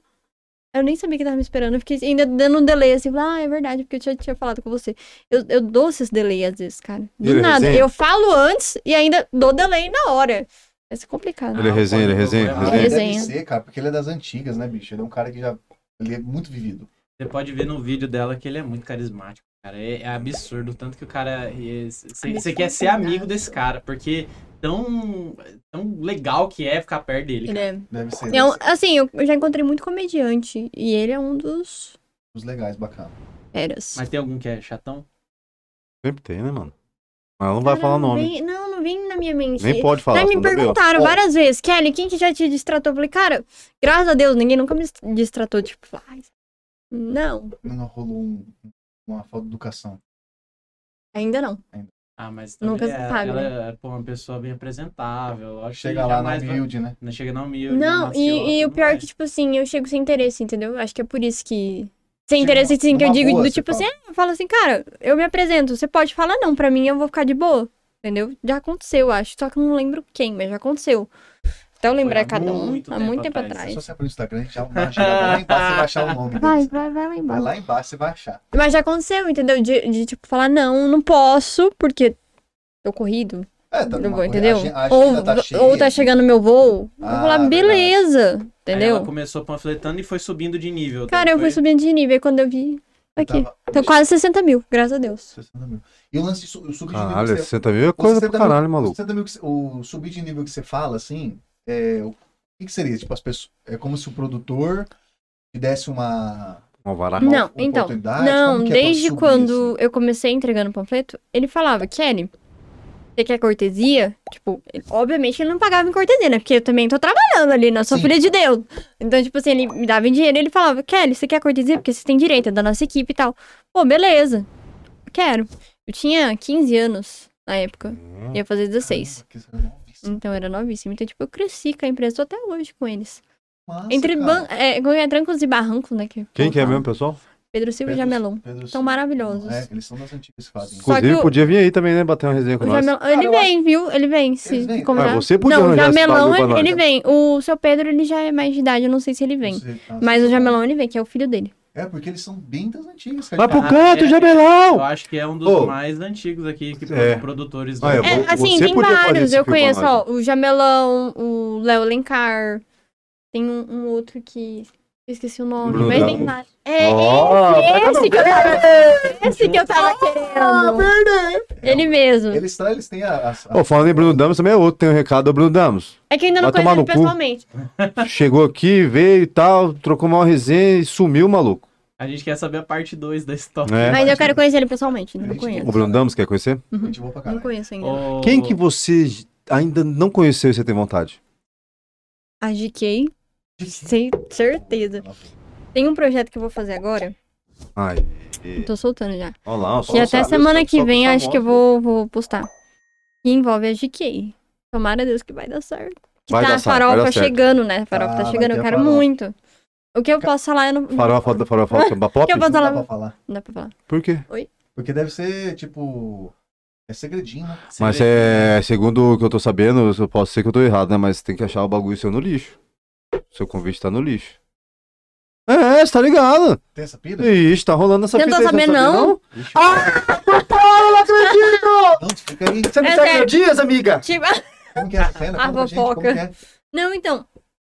Speaker 4: Eu nem sabia que tava me esperando. Eu fiquei ainda dando um delay assim. falei, Ah, é verdade, porque eu tinha, tinha falado com você. Eu, eu dou esses delay às vezes, cara. Do
Speaker 2: Ele é
Speaker 4: nada.
Speaker 2: resenha?
Speaker 4: Eu falo antes e ainda dou delay na hora. Vai ser complicado.
Speaker 2: Ele é
Speaker 3: Ah,
Speaker 2: resenha, ele é
Speaker 3: pode
Speaker 2: resenha,
Speaker 1: Ah,
Speaker 3: procurar.
Speaker 1: ele
Speaker 2: resenha.
Speaker 1: deve
Speaker 4: Resenha.
Speaker 1: ser, cara, porque ele é das antigas, né, bicho? Ele é um cara que já. Ele é muito vivido.
Speaker 3: Você pode ver no vídeo dela que ele é muito carismático, cara. É, é absurdo o tanto que o cara. Você quer ser amigo desse cara, porque tão, tão legal que é ficar perto dele.
Speaker 4: Ele
Speaker 3: cara.
Speaker 4: é...
Speaker 1: Deve ser.
Speaker 4: É um-
Speaker 1: deve ser
Speaker 4: assim, eu eu já encontrei muito comediante. E ele é um dos
Speaker 1: Os legais, bacana.
Speaker 4: eras.
Speaker 3: Mas tem algum que é chatão?
Speaker 2: Sempre tem, né, mano? Mas ela não vai falar
Speaker 4: não
Speaker 2: nome.
Speaker 4: vem- não, não vem na minha mente.
Speaker 2: Nem pode falar.
Speaker 4: Aí me
Speaker 2: senão dá B.O.
Speaker 4: perguntaram
Speaker 1: Ó.
Speaker 4: várias vezes, Kelly, quem que já te distratou? Eu falei, cara, graças a Deus, ninguém nunca me distratou. Tipo, ai, não,
Speaker 1: Não rolou um- uma falta de educação.
Speaker 4: ainda não.
Speaker 3: Ah, mas
Speaker 4: Nunca se
Speaker 3: é-
Speaker 4: sabe, né?
Speaker 3: ela é pô, uma pessoa bem apresentável. eu Acho
Speaker 1: Chega
Speaker 3: que
Speaker 1: lá na
Speaker 3: jamais vai-
Speaker 1: build, né?
Speaker 3: Não chega na humilde. na
Speaker 4: Não,
Speaker 3: maciota,
Speaker 4: e, e o
Speaker 3: tudo
Speaker 4: pior é
Speaker 3: mais.
Speaker 4: que, tipo assim, eu chego sem interesse, entendeu? Acho que é por isso que. Sem
Speaker 1: Sim,
Speaker 4: interesse, assim, que eu
Speaker 1: numa
Speaker 4: digo
Speaker 1: boa,
Speaker 4: do
Speaker 1: você
Speaker 4: tipo assim,
Speaker 1: fala.
Speaker 4: ah, eu falo assim, cara, eu me apresento, você pode falar não pra mim, eu vou ficar de boa. Entendeu? Já aconteceu, acho. Só que eu não lembro quem, mas já aconteceu. Então
Speaker 3: há
Speaker 4: lembrar cada um
Speaker 3: muito
Speaker 4: há
Speaker 3: tempo
Speaker 4: muito tempo
Speaker 3: atrás.
Speaker 1: É
Speaker 4: atrás.
Speaker 1: só você abrir o Instagram, já vai chegar lá embaixo, você vai achar o nome
Speaker 4: Vai,
Speaker 1: deles.
Speaker 4: vai, vai lá
Speaker 1: Vai
Speaker 4: embaixo.
Speaker 1: lá embaixo, você vai achar.
Speaker 4: Mas já aconteceu, entendeu? De, de, tipo, falar, não, não posso, porque tô corrido,
Speaker 1: É, tá
Speaker 4: não
Speaker 1: numa
Speaker 4: vou,
Speaker 1: corre-
Speaker 4: entendeu?
Speaker 1: a gen- a
Speaker 4: ou,
Speaker 1: agenda tá cheia.
Speaker 4: ou tá chegando meu voo. eu
Speaker 1: Ah,
Speaker 4: vou falar,
Speaker 1: verdade.
Speaker 4: beleza,
Speaker 3: Aí
Speaker 4: entendeu?
Speaker 3: Ela começou panfletando e foi subindo de nível.
Speaker 4: Cara, eu
Speaker 3: daí foi-
Speaker 4: fui subindo de nível, e quando eu vi, Aqui.
Speaker 1: Tava-
Speaker 4: Então, quase 60 mil, graças a Deus.
Speaker 1: 60 mil. E o lance de su- o subir de nível.
Speaker 2: Caralho,
Speaker 1: que você-
Speaker 2: 60 mil é
Speaker 1: o
Speaker 2: coisa
Speaker 1: 60
Speaker 2: pra
Speaker 1: mil-
Speaker 2: caralho,
Speaker 1: o
Speaker 2: maluco.
Speaker 1: 60 mil que você- o subir de nível que você fala, assim, é, o que, que seria? Tipo, as pessoas. É como se o produtor te desse uma.
Speaker 2: Ó, vará.
Speaker 1: uma
Speaker 4: Não, então,
Speaker 1: oportunidade?
Speaker 4: Não,
Speaker 1: Como que é pra
Speaker 4: desde
Speaker 1: subir,
Speaker 4: quando eu comecei entregando panfleto, ele falava, Kelly, você quer cortesia? Tipo, ele- obviamente ele não pagava em cortesia, né? Porque eu também tô trabalhando ali, não sou
Speaker 1: Sim.
Speaker 4: filha de Deus. Então, tipo assim, ele me dava em dinheiro e ele falava, Kelly, você quer cortesia? Porque você tem direito, é da nossa equipe e tal. Pô, beleza. Quero. Eu tinha 15 anos na época. Ia fazer 16.
Speaker 1: Caramba, que isso é novíssimo.
Speaker 4: Então era novíssimo. Então, tipo, eu cresci com a empresa, tô até hoje com eles.
Speaker 1: Massa,
Speaker 4: Entre
Speaker 1: cara.
Speaker 4: ban é, com- é, trancos e barrancos, né? Que
Speaker 2: Quem que é
Speaker 4: fala.
Speaker 2: mesmo, pessoal?
Speaker 4: Pedro Silva e
Speaker 1: Pedro-
Speaker 4: Jamelão.
Speaker 1: Pedro
Speaker 4: São
Speaker 1: Silva.
Speaker 4: maravilhosos.
Speaker 1: É, eles são das antigas que fazem.
Speaker 4: Só que
Speaker 2: Inclusive,
Speaker 4: o-
Speaker 2: podia vir aí também, né? Bater uma resenha com
Speaker 4: O
Speaker 2: nós.
Speaker 4: Jamelão, ele
Speaker 1: eu
Speaker 4: vem, viu? Ele vem, se
Speaker 1: vêm.
Speaker 4: convidar.
Speaker 2: Ah, você podia
Speaker 4: não, o
Speaker 2: arranjar esse
Speaker 4: Jamelão,
Speaker 2: bagulho pra
Speaker 4: ele,
Speaker 2: nós,
Speaker 4: ele
Speaker 2: né?
Speaker 4: vem. O seu Pedro, ele já é mais de idade, eu não sei se ele vem.
Speaker 1: Você- ah,
Speaker 4: Mas o
Speaker 1: sim.
Speaker 4: Jamelão, ele vem, que é o filho dele.
Speaker 1: É, porque eles são bem das antigas, cara.
Speaker 2: Vai pro
Speaker 3: Ah,
Speaker 2: canto,
Speaker 3: é. Eu
Speaker 2: Jamelão!
Speaker 3: acho que é um dos
Speaker 2: Ô.
Speaker 3: mais antigos aqui, que
Speaker 2: É.
Speaker 3: produtores
Speaker 2: Ah, eu
Speaker 3: do-
Speaker 2: vou-
Speaker 4: É, assim,
Speaker 2: você
Speaker 4: tem
Speaker 2: podia fazer
Speaker 4: vários.
Speaker 2: esse
Speaker 4: Eu
Speaker 2: filme pra
Speaker 4: conheço,
Speaker 2: nós,
Speaker 4: ó, o Jamelão, o Léo Lencar. Tem um, um outro que. eu Esqueci o nome,
Speaker 2: Bruno
Speaker 4: mas
Speaker 2: Dalmo.
Speaker 4: tem vários. É,
Speaker 2: Ó, vai
Speaker 4: esse, esse que eu tava, esse que eu tava querendo. Ele mesmo.
Speaker 1: Eles, tra- eles têm a. a- a-
Speaker 2: Ô, falando em Bruno Damos, também é outro. Tem um recado do Bruno Damos.
Speaker 4: É que eu ainda não
Speaker 2: Vai
Speaker 4: conheço
Speaker 2: tomar
Speaker 4: ele
Speaker 2: no cu.
Speaker 4: pessoalmente.
Speaker 2: Chegou aqui, veio e tal, trocou uma resenha e sumiu, maluco.
Speaker 3: A gente quer saber a parte 2 da história.
Speaker 2: É.
Speaker 4: Mas eu quero conhecer ele pessoalmente, ainda não
Speaker 1: Gente,
Speaker 4: conheço.
Speaker 2: O Bruno Damos quer conhecer?
Speaker 1: Gente boa pra
Speaker 4: Não
Speaker 1: caralho.
Speaker 4: conheço ainda.
Speaker 3: Ô,
Speaker 2: Quem que você ainda não conheceu e você tem vontade?
Speaker 4: A GK, sem certeza. Tem um projeto que eu vou fazer agora.
Speaker 2: Ai.
Speaker 4: eu Tô soltando já.
Speaker 2: Olha lá, ó, só
Speaker 4: e até
Speaker 2: sabe,
Speaker 4: semana
Speaker 2: só-
Speaker 4: que
Speaker 2: só
Speaker 4: vem
Speaker 2: com
Speaker 4: acho que eu
Speaker 2: famoso.
Speaker 4: vou, vou postar. Que envolve a GK. Tomara a Deus que vai dar certo. Que
Speaker 2: Vai
Speaker 4: tá
Speaker 2: dar
Speaker 4: a
Speaker 2: certo, vai
Speaker 4: farofa
Speaker 2: dar certo.
Speaker 4: chegando, né? A farofa
Speaker 1: Ah,
Speaker 4: tá
Speaker 1: vai
Speaker 4: chegando,
Speaker 1: ter
Speaker 4: eu
Speaker 1: a
Speaker 4: quero
Speaker 1: farofa.
Speaker 4: muito. O que eu posso falar, eu não.
Speaker 2: Farofa, da- farofa, farofa, pop?
Speaker 4: Que eu vou-
Speaker 1: Não dá
Speaker 4: Fala-
Speaker 1: pra falar.
Speaker 4: Não dá pra falar.
Speaker 2: Por quê?
Speaker 1: Porque deve ser, tipo. É segredinho, né?
Speaker 3: você
Speaker 2: Mas
Speaker 3: vê-
Speaker 2: é, segundo o que eu tô sabendo, eu posso ser que eu tô errado, né? Mas tem que achar o bagulho seu no lixo. Seu convite tá no lixo. É, você tá ligado?
Speaker 1: Tem essa pira?
Speaker 2: Ixi, tá rolando essa
Speaker 4: Você não
Speaker 2: fita
Speaker 4: tá
Speaker 2: aí, você
Speaker 4: sabendo,
Speaker 2: sabia,
Speaker 4: não?
Speaker 1: Ixi,
Speaker 2: Ah, eu não acredito!
Speaker 1: Não, explica aí.
Speaker 2: Você não
Speaker 4: É
Speaker 2: sabe
Speaker 4: sério.
Speaker 2: meu dias, amiga?
Speaker 4: Tipo,
Speaker 1: Como que é a cena?
Speaker 4: A
Speaker 1: Conta pra gente como
Speaker 4: fofoca.
Speaker 1: que é.
Speaker 4: não, então.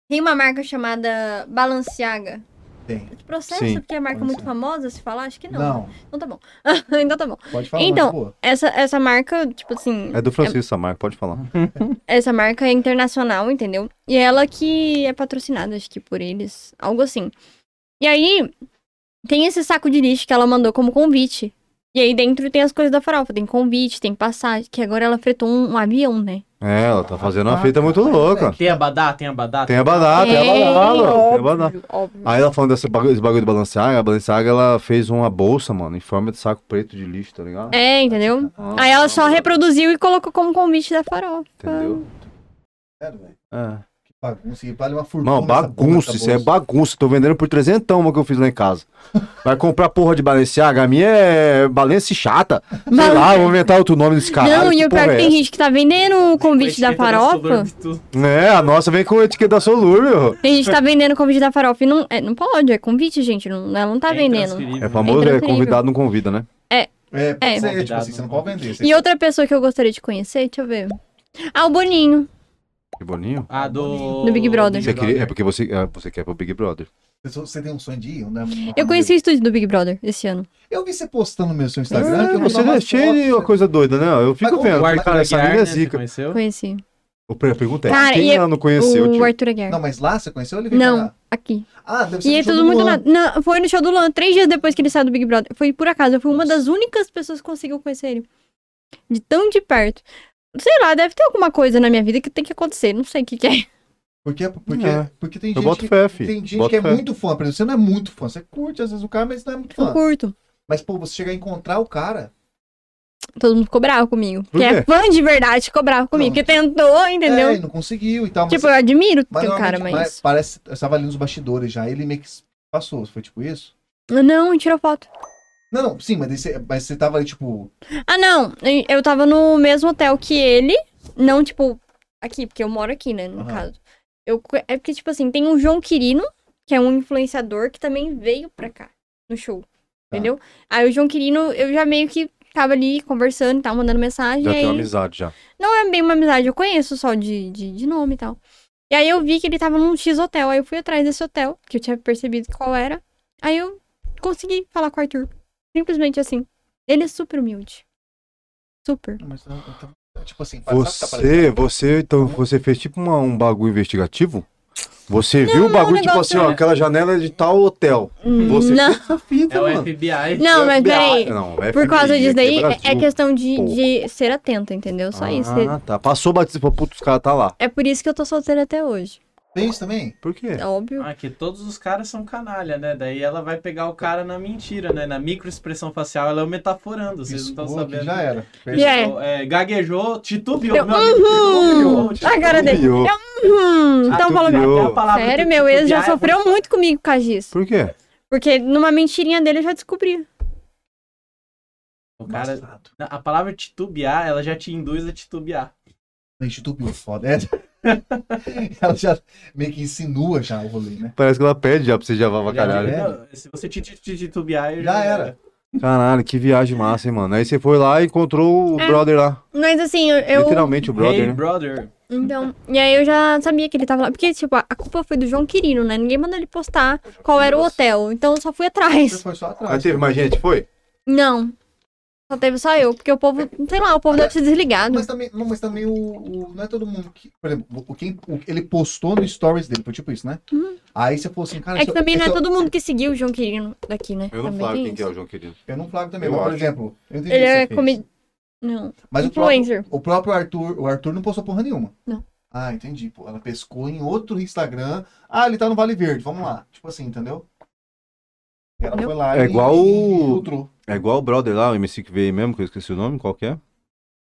Speaker 4: Tem uma marca chamada Balenciaga.
Speaker 1: Tem.
Speaker 4: Processo,
Speaker 2: Sim.
Speaker 4: porque é marca muito
Speaker 1: Balenciaga.
Speaker 4: famosa, se falar, acho que não.
Speaker 1: Não,
Speaker 4: Então tá bom. então tá bom.
Speaker 1: pode falar.
Speaker 4: Então,
Speaker 1: mas, pô,
Speaker 4: Essa, essa marca, tipo assim.
Speaker 2: É do Francisco Samar, pode falar.
Speaker 4: Hum. essa marca é internacional, entendeu? E ela que é patrocinada, acho que por eles, algo assim. E aí, tem esse saco de lixo que ela mandou como convite. E aí dentro tem as coisas da farofa, tem convite, tem passagem, que agora ela fretou um, um avião, né?
Speaker 2: É, ela tá fazendo uma
Speaker 1: Ah,
Speaker 2: fita muito
Speaker 1: caralho,
Speaker 2: louca.
Speaker 3: Tem abadá, tem abadá.
Speaker 2: Tem a banana, tem a banana, tem a banana.
Speaker 4: óbvio, óbvio.
Speaker 2: Aí ela falando desse bagulho, desse bagulho do Balenciaga, a Balenciaga ela fez uma bolsa, mano, em forma de saco preto de lixo, tá ligado?
Speaker 4: É, entendeu?
Speaker 2: Ah,
Speaker 4: Aí ela
Speaker 2: ah,
Speaker 4: só
Speaker 2: mano,
Speaker 4: reproduziu e colocou como convite da farofa.
Speaker 2: Entendeu?
Speaker 1: sério, velho.
Speaker 2: É.
Speaker 1: Que bagunça. E vale uma fortuna.
Speaker 2: Não,
Speaker 1: essa porra
Speaker 2: bagunça,
Speaker 1: dessa
Speaker 2: isso é
Speaker 1: bolsa.
Speaker 2: bagunça. Tô vendendo por trezentão uma que eu fiz lá em casa. Vai comprar porra de Balenciaga? A minha é Balance chata. Sei lá, vou inventar outro nome desse caralho.
Speaker 4: Não, e
Speaker 2: que
Speaker 4: o
Speaker 2: porra
Speaker 4: pior que
Speaker 2: é
Speaker 4: tem
Speaker 2: essa?
Speaker 4: gente que tá vendendo o convite da farofa.
Speaker 2: É, a nossa vem com etiqueta solúvel. meu.
Speaker 4: Tem gente que tá vendendo convite da farofa e não, é, não pode, é convite, gente, não, ela não tá
Speaker 3: então, assim,
Speaker 4: vendendo.
Speaker 3: né?
Speaker 2: É famoso, é
Speaker 4: intransferível.
Speaker 2: convidado, não convida, né?
Speaker 1: É, pode
Speaker 4: É.
Speaker 1: ser, tipo assim, você não pode vender. você-
Speaker 4: E outra pessoa que eu gostaria de conhecer, deixa eu ver. Ah, o Boninho.
Speaker 2: Que boninho.
Speaker 3: Ah, do...
Speaker 4: Do Big Brother.
Speaker 2: Você queria- é porque você, é, você quer pro Big Brother.
Speaker 1: Você tem um sonho de ir? Não é uma-
Speaker 4: Eu conheci o estúdio do Big Brother esse ano.
Speaker 1: Eu vi você postando no seu
Speaker 3: Tá
Speaker 4: Ah,
Speaker 1: Instagram. que
Speaker 2: É,
Speaker 1: eu vou
Speaker 2: você
Speaker 1: dar
Speaker 2: é
Speaker 1: umas
Speaker 2: cheio de uma
Speaker 1: fotos.
Speaker 2: coisa doida, né? Eu fico
Speaker 1: Mas
Speaker 2: vendo.
Speaker 3: O Arthur
Speaker 2: Cara, essa
Speaker 3: Aguiar,
Speaker 2: mina
Speaker 3: né,
Speaker 2: é
Speaker 3: você
Speaker 2: zica.
Speaker 3: conheceu?
Speaker 4: Conheci.
Speaker 2: Eu per- pergunto é,
Speaker 4: Cara, e
Speaker 2: quem ela não conheceu,
Speaker 4: o
Speaker 2: tio?
Speaker 4: Arthur Aguiar.
Speaker 1: tipo, Não, mas lá você conheceu ou ele veio
Speaker 4: Não,
Speaker 1: pra cá?
Speaker 4: aqui.
Speaker 1: Ah, deve ser
Speaker 4: E
Speaker 1: no
Speaker 4: é
Speaker 1: show
Speaker 4: tudo
Speaker 1: do
Speaker 4: muito
Speaker 1: Luan.
Speaker 4: nada. Não, foi no show do Luan, três dias depois que ele saiu do Big Brother. Foi por acaso, eu fui uma das únicas pessoas que conseguiu conhecer ele. De tão de perto. Sei lá, deve ter alguma coisa na minha vida que tem que acontecer, não sei o que que é.
Speaker 1: Porque, porque,
Speaker 2: É.
Speaker 1: porque tem
Speaker 2: Eu
Speaker 1: gente
Speaker 2: boto
Speaker 1: que,
Speaker 2: fé, filho.
Speaker 1: tem gente
Speaker 2: Boto
Speaker 1: que é
Speaker 2: fé.
Speaker 1: muito fã. Por exemplo, você não é muito fã. Você curte às vezes o cara, mas não é muito
Speaker 4: Eu
Speaker 1: fã.
Speaker 4: curto.
Speaker 1: Mas, pô, você chegar a encontrar o cara.
Speaker 4: Todo mundo ficou bravo comigo. Porque
Speaker 2: quê?
Speaker 4: é fã de verdade, ficou bravo
Speaker 1: Não.
Speaker 4: comigo. Porque tentou, entendeu?
Speaker 1: É, e não conseguiu e tal. Mas,
Speaker 4: tipo, eu admiro
Speaker 1: mas
Speaker 4: o cara,
Speaker 1: normalmente-
Speaker 4: mas.
Speaker 1: Parece. Eu estava ali nos bastidores já. Ele meio que passou. Foi tipo isso?
Speaker 4: Não, tirou foto.
Speaker 1: Não, não, sim, mas, daí você, mas você tava ali, tipo.
Speaker 4: Ah, não. Eu tava no mesmo hotel que ele. Não, tipo, aqui, porque eu moro aqui, né? No
Speaker 1: Aham.
Speaker 4: caso. Eu, co- é porque, tipo assim, tem o João Quirino, que é um influenciador que também veio pra cá no show.
Speaker 1: Tá.
Speaker 4: Entendeu? Aí o João Quirino, eu já meio que tava ali conversando e tal, mandando mensagem.
Speaker 2: Já
Speaker 4: aí...
Speaker 2: tem uma amizade já.
Speaker 4: Não é bem uma amizade, eu conheço só de, de, de nome e tal. E aí eu vi que ele tava num X hotel, aí eu fui atrás desse hotel, que eu tinha percebido qual era. Aí eu consegui falar com o Arthur. Simplesmente assim. Ele é super humilde. Super.
Speaker 1: Mas, então, tipo assim, sabe o que tá parecendo?
Speaker 2: Você, você, então, você fez tipo uma- um bagulho investigativo? Você viu o bagulho,
Speaker 4: um
Speaker 2: tipo assim,
Speaker 4: negócio-
Speaker 2: ó, aquela janela de tal hotel. Você
Speaker 4: não,
Speaker 2: fez essa fita,
Speaker 3: É o
Speaker 2: mano.
Speaker 3: FBI.
Speaker 4: não, mas
Speaker 2: FBI.
Speaker 4: peraí.
Speaker 2: Não,
Speaker 4: Por
Speaker 2: FBI,
Speaker 4: causa disso
Speaker 2: aqui
Speaker 4: daí, é-
Speaker 2: Brasil.
Speaker 4: é questão de,
Speaker 2: Porra.
Speaker 4: de ser atento, entendeu? Só isso.
Speaker 2: Ah, tá. Passou batido, falou, putz, os caras tá lá.
Speaker 4: É por isso que eu tô solteira até hoje.
Speaker 1: Tem isso também?
Speaker 2: Por quê?
Speaker 4: É óbvio.
Speaker 3: Ah, que todos os caras são canalha, né? Daí ela vai pegar o cara na mentira, né? Na microexpressão facial, ela é o metaforando, vocês não estão
Speaker 1: Piscou aqui,
Speaker 3: sabendo.
Speaker 1: Já era. Fez-
Speaker 4: E aí?
Speaker 3: É, gaguejou, titubeou.
Speaker 4: Eu-
Speaker 3: meu amigo, titubeou,
Speaker 4: Uhum.
Speaker 3: titubeou.
Speaker 4: A cara dele.
Speaker 2: Viu?
Speaker 4: Hum, então vamos
Speaker 2: viu?
Speaker 4: ver.
Speaker 3: Até a palavra
Speaker 4: Sério,
Speaker 3: tu-
Speaker 4: meu ex já
Speaker 3: titubear é
Speaker 4: sofreu muito comigo por causa disso.
Speaker 2: Por quê?
Speaker 4: Porque numa mentirinha dele eu já descobri.
Speaker 3: O cara,
Speaker 1: Embaçado.
Speaker 3: a palavra titubear, ela já te induz a titubear.
Speaker 1: Leite do Bill, foda. É. Ela já meio que insinua já o rolê, né?
Speaker 2: Parece que ela pede já pra você já vá
Speaker 3: é
Speaker 2: pra caralho.
Speaker 1: era.
Speaker 3: Não, se você ti- ti- ti- titubear, eu
Speaker 1: Já era.
Speaker 2: Caralho, que viagem massa, hein, mano. Aí você foi lá e encontrou o
Speaker 4: É.
Speaker 2: brother lá.
Speaker 4: Mas assim, eu. eu-
Speaker 2: Literalmente o brother,
Speaker 3: hey,
Speaker 2: né?
Speaker 3: brother.
Speaker 4: Então. E aí eu já sabia que ele tava lá. Porque, tipo, a a culpa foi do João Quirino, né? Ninguém mandou ele postar qual era o hotel. Então eu só fui
Speaker 1: Você
Speaker 4: atrás.
Speaker 1: foi só atrás.
Speaker 2: Aí teve mais gente, foi?
Speaker 4: Não. Só teve só eu. Porque o povo, sei lá, o povo deve ser desligado.
Speaker 1: Mas também, não, mas também o, o- Não é todo mundo que. Por exemplo, o, quem, o- ele postou no stories dele, foi tipo isso, né? Aí você falou assim, cara.
Speaker 4: Uhum. É
Speaker 1: se
Speaker 4: que
Speaker 1: eu-
Speaker 4: também não é
Speaker 1: se eu-
Speaker 4: todo mundo que seguiu o João Quirino daqui, né?
Speaker 2: Eu não
Speaker 4: também
Speaker 2: falo
Speaker 4: tem
Speaker 2: quem que é
Speaker 4: isso.
Speaker 2: o João querido.
Speaker 1: Eu não flago também,
Speaker 2: Eu
Speaker 1: mas, por
Speaker 2: acho.
Speaker 1: exemplo. Eu entendi
Speaker 4: Ele
Speaker 1: o que você
Speaker 4: é
Speaker 1: fez.
Speaker 4: comediante. Não.
Speaker 1: Mas o próprio,
Speaker 4: Influencer.
Speaker 1: o próprio Arthur, o Arthur não postou porra nenhuma.
Speaker 4: Não.
Speaker 1: Ah, entendi. Pô, ela pescou em outro Instagram. Ah, ele tá no Vale Verde, vamos lá. Tipo assim, entendeu? Ela
Speaker 4: Entendeu?
Speaker 1: foi lá
Speaker 2: É
Speaker 1: e-
Speaker 2: igual
Speaker 1: e
Speaker 2: o-
Speaker 1: filtrou.
Speaker 2: É igual o brother lá, o MC que veio aí mesmo, que eu esqueci o nome, qual que é?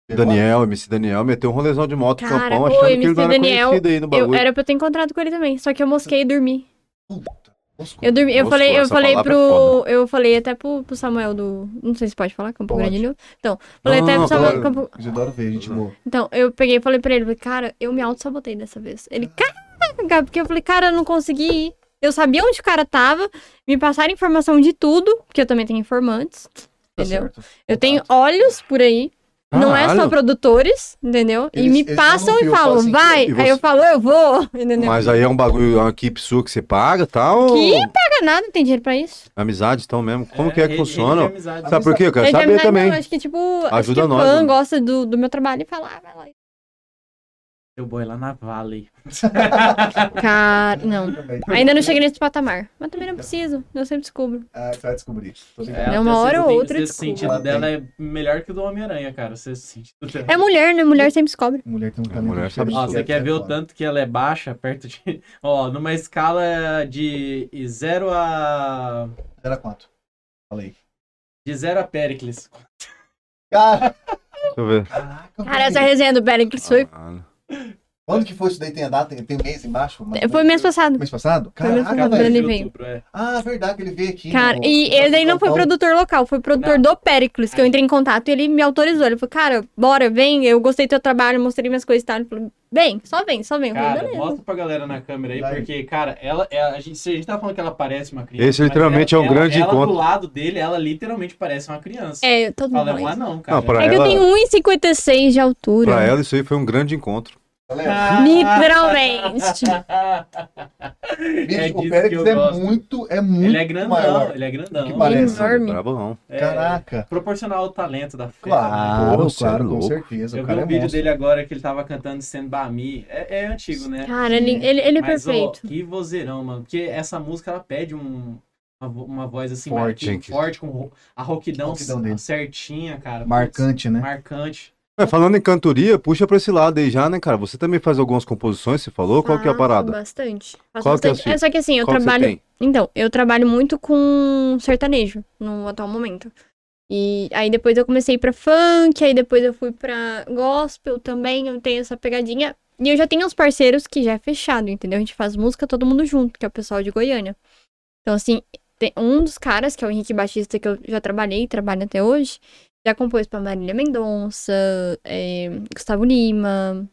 Speaker 2: Daniel, MC Daniel, meteu um rolezão de moto no
Speaker 4: Cara,
Speaker 2: campão,
Speaker 4: ô,
Speaker 2: achando que ele
Speaker 4: MC
Speaker 2: não era
Speaker 4: Daniel,
Speaker 2: conhecido aí no
Speaker 4: Eu,
Speaker 2: bagulho.
Speaker 4: era pra eu ter encontrado com ele também. Só que eu mosquei e dormi.
Speaker 1: Puta, moscou.
Speaker 4: Eu dormi, eu
Speaker 2: Nossa,
Speaker 4: falei, eu
Speaker 2: essa
Speaker 4: falei
Speaker 2: palavra é
Speaker 4: pro, eu falei até pro, pro Samuel do, não sei se pode falar, Campo
Speaker 1: Pode.
Speaker 4: Grande News. Então, falei até
Speaker 2: não,
Speaker 4: pro Samuel do
Speaker 2: claro.
Speaker 4: Campo,
Speaker 1: Eu adoro ver, gente boa.
Speaker 4: então, eu peguei e falei pra ele, falei, cara, eu me auto sabotei dessa vez. Ele, caraca, porque eu falei, cara, eu não consegui ir. Eu sabia onde o cara tava, me passaram informação de tudo, porque eu também tenho informantes,
Speaker 1: Tá
Speaker 4: entendeu?
Speaker 1: certo. Tá
Speaker 4: Eu tenho olhos por aí. Não é só
Speaker 2: Caralho.
Speaker 4: produtores, entendeu? e
Speaker 1: Eles-
Speaker 4: me
Speaker 1: eles
Speaker 4: passam
Speaker 1: mandam
Speaker 4: e
Speaker 1: fio,
Speaker 4: falam,
Speaker 1: fazem-
Speaker 4: vai.
Speaker 2: E
Speaker 4: Aí eu
Speaker 2: você-
Speaker 4: falo, eu vou, entendeu?
Speaker 2: Mas aí é um bagulho, é uma equipe sua que você paga e tal?
Speaker 4: Que paga nada, não tem dinheiro pra isso.
Speaker 2: Amizade então mesmo. Como que é que
Speaker 3: rede-
Speaker 2: funciona?
Speaker 3: rede de amizade.
Speaker 2: Sabe por quê? Eu quero
Speaker 4: Mas de
Speaker 2: saber
Speaker 4: amizade,
Speaker 2: também.
Speaker 4: não, acho É que, tipo, acho
Speaker 2: Ajuda
Speaker 4: que
Speaker 2: nós,
Speaker 4: fã
Speaker 2: mano.
Speaker 4: gosta do, do meu trabalho e fala, ah, vai lá.
Speaker 3: Seu boy lá na Vale.
Speaker 4: Cara, Ah, não.
Speaker 1: Também.
Speaker 4: Ainda não cheguei nesse patamar. Mas também não preciso. Eu sempre descubro.
Speaker 1: Ah, você vai descobrir. Tô ligado.
Speaker 4: É uma
Speaker 3: até
Speaker 4: hora
Speaker 3: sexta-
Speaker 4: ou outra,
Speaker 3: Esse sentido
Speaker 1: desculpa.
Speaker 3: dela é melhor que o do Homem-Aranha, cara. Esse sentido dela.
Speaker 4: É mulher, né? Mulher sempre descobre.
Speaker 1: Mulher tem um
Speaker 2: É,
Speaker 1: talento.
Speaker 2: mulher sabe
Speaker 1: diferente.
Speaker 3: Ó,
Speaker 2: tudo.
Speaker 3: você quer ver o
Speaker 1: foda.
Speaker 3: tanto que ela é baixa perto de. Ó, numa escala de 0 a.
Speaker 1: Era quanto? Falei.
Speaker 3: De 0 a Pericles.
Speaker 1: Cara,
Speaker 2: Deixa eu ver. Ah, né?
Speaker 1: caraca,
Speaker 4: Cara, essa
Speaker 1: velho.
Speaker 4: resenha do Pericles foi,
Speaker 2: Caralho.
Speaker 1: Quando que foi isso daí? Tem a data? Tem um mês embaixo? Mais ou
Speaker 4: foi
Speaker 1: menos?
Speaker 4: mês passado.
Speaker 1: Mês passado?
Speaker 4: Foi mês
Speaker 1: Caraca,
Speaker 4: passado,
Speaker 1: velho.
Speaker 4: ele
Speaker 3: de
Speaker 4: veio.
Speaker 3: outubro, é.
Speaker 1: Ah, verdade, que ele veio aqui.
Speaker 4: Cara,
Speaker 2: um
Speaker 1: no-
Speaker 4: e ele aí não foi
Speaker 1: São Paulo.
Speaker 4: produtor local, foi produtor do Pericles, que eu entrei em contato e ele me autorizou. Ele falou, cara, bora, vem, eu gostei do teu trabalho, mostrei minhas coisas e tal. Ele falou, vem, só vem, só vem. Eu falei,
Speaker 3: Cara,
Speaker 4: beleza.
Speaker 3: mostra pra galera na câmera aí,
Speaker 1: Vai.
Speaker 3: porque, cara, ela, ela- a, gente, se a gente tá falando que ela parece uma criança.
Speaker 2: Esse
Speaker 3: mas
Speaker 2: literalmente
Speaker 3: ela-
Speaker 2: é um
Speaker 3: ela-
Speaker 2: grande
Speaker 3: ela,
Speaker 2: encontro.
Speaker 3: do lado dele, ela literalmente parece uma criança.
Speaker 4: É, todo mundo
Speaker 3: Fala, é
Speaker 4: fala
Speaker 3: um
Speaker 4: isso.
Speaker 3: anão, cara.
Speaker 2: Não, pra
Speaker 4: É que eu
Speaker 2: ela-
Speaker 4: tenho 1,56 de altura.
Speaker 2: Pra ela isso aí foi um grande encontro.
Speaker 3: Ah,
Speaker 1: Galera,
Speaker 2: Ah, é?
Speaker 4: Literalmente.
Speaker 1: bicho,
Speaker 3: é disso
Speaker 1: o
Speaker 3: que
Speaker 1: Pérez
Speaker 3: eu
Speaker 1: é
Speaker 3: gosto.
Speaker 1: muito, é muito
Speaker 3: Ele é grandão,
Speaker 1: maior.
Speaker 3: ele é grandão.
Speaker 1: do que parece.
Speaker 4: Enorme.
Speaker 2: né? Brabo não.
Speaker 3: É, Ah,
Speaker 1: Caraca.
Speaker 3: proporcional ao talento da fé.
Speaker 1: Claro,
Speaker 2: Nossa,
Speaker 1: claro,
Speaker 2: é
Speaker 1: com
Speaker 2: louco.
Speaker 1: certeza. O
Speaker 3: Eu vi
Speaker 1: cara
Speaker 3: um
Speaker 1: é
Speaker 3: vídeo
Speaker 1: monstro.
Speaker 3: dele agora que ele tava cantando Sendo Bami. É, é antigo, né?
Speaker 4: Cara, ele, ele, ele é
Speaker 3: Mas, ó,
Speaker 4: perfeito.
Speaker 3: que vozeirão, mano. Porque essa música, ela pede um, uma, vo- uma voz assim,
Speaker 1: Forte,
Speaker 3: marquinha,
Speaker 2: hein, que-
Speaker 3: forte com ro- a rouquidão,
Speaker 1: Rouquidão dele.
Speaker 3: certinha, cara.
Speaker 1: Marcante, né?
Speaker 3: Marcante.
Speaker 2: Mas É, falando em cantoria, puxa pra esse lado aí já, né, cara? Você também faz algumas composições, você falou? Qual que é a
Speaker 4: Faço
Speaker 2: parada?
Speaker 4: Bastante. Faço
Speaker 2: Qual que é o
Speaker 4: bastante.
Speaker 2: seu?
Speaker 4: é só que assim, Ah, eu
Speaker 2: Qual que você
Speaker 4: trabalho.
Speaker 2: tem?
Speaker 4: Então, eu trabalho muito com sertanejo no atual momento. E aí depois eu comecei pra funk, aí depois eu fui pra gospel também, eu tenho essa pegadinha. E eu já tenho uns parceiros que já é fechado, entendeu? A gente faz música todo mundo junto, que é o pessoal de Goiânia. Então, assim, tem um dos caras, que é o Henrique Batista, que eu já trabalhei e trabalho até hoje, já compôs pra Marília Mendonça, eh, Gustavo Lima,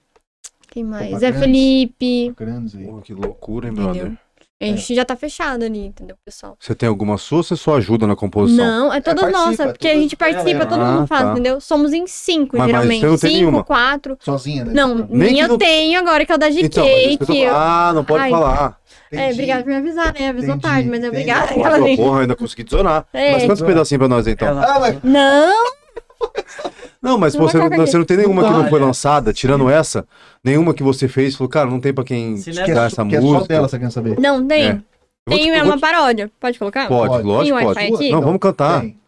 Speaker 4: quem mais? Zé
Speaker 1: Propagandas.
Speaker 4: Felipe.
Speaker 1: Grandes aí.
Speaker 2: Porra, que loucura, hein,
Speaker 4: Entendeu?
Speaker 2: brother?
Speaker 4: A gente já tá fechado ali, entendeu, pessoal?
Speaker 2: Você tem alguma sua ou você só ajuda na composição?
Speaker 4: Não, é
Speaker 1: É,
Speaker 4: toda
Speaker 1: participa,
Speaker 4: nossa, porque a
Speaker 1: todas-
Speaker 4: gente participa,
Speaker 1: é,
Speaker 4: todo
Speaker 2: né?
Speaker 4: mundo
Speaker 2: Ah,
Speaker 4: faz,
Speaker 2: tá.
Speaker 4: entendeu? Somos em cinco,
Speaker 2: Mas- mas
Speaker 4: geralmente.
Speaker 2: você não tem
Speaker 4: cinco,
Speaker 2: nenhuma?
Speaker 4: quatro.
Speaker 1: Sozinha, né?
Speaker 4: Não,
Speaker 2: Nem que
Speaker 4: minha eu
Speaker 2: não-
Speaker 4: tenho agora, que é o da GK.
Speaker 2: Então, mas isso que eu tô-
Speaker 4: que eu-
Speaker 2: Ah, não pode
Speaker 4: Ai.
Speaker 2: falar.
Speaker 4: É, obrigada por me avisar, né? Avisou
Speaker 1: Entendi,
Speaker 4: tarde, mas é
Speaker 1: entendi.
Speaker 4: obrigada.
Speaker 2: Pô,
Speaker 4: Aquela ali.
Speaker 2: porra, ainda consegui desonar.
Speaker 4: É.
Speaker 2: Mas quantos pedacinhos pra nós então?
Speaker 1: Ah, mas-
Speaker 4: Não!
Speaker 2: Não, mas
Speaker 4: Não
Speaker 2: pô, você,
Speaker 4: vai
Speaker 2: não,
Speaker 4: cagar
Speaker 2: você não tem nenhuma que não foi
Speaker 3: Olha.
Speaker 2: lançada, tirando essa, nenhuma que você fez, falou, cara, não tem pra quem
Speaker 3: Se
Speaker 1: que
Speaker 2: escutar
Speaker 1: é,
Speaker 3: dá
Speaker 1: só-
Speaker 2: Tá, essa
Speaker 1: que é
Speaker 2: música.
Speaker 1: só dela, você quer saber?
Speaker 4: Não, tem.
Speaker 2: É. Eu vou
Speaker 4: Tem
Speaker 2: te- eu
Speaker 4: é
Speaker 2: vou
Speaker 4: uma paródia. Pode colocar?
Speaker 2: Pode,
Speaker 1: Pode.
Speaker 2: lógico,
Speaker 4: Tem
Speaker 2: pode.
Speaker 4: Wi-Fi aqui?
Speaker 2: Não, vamos cantar.
Speaker 1: Tem.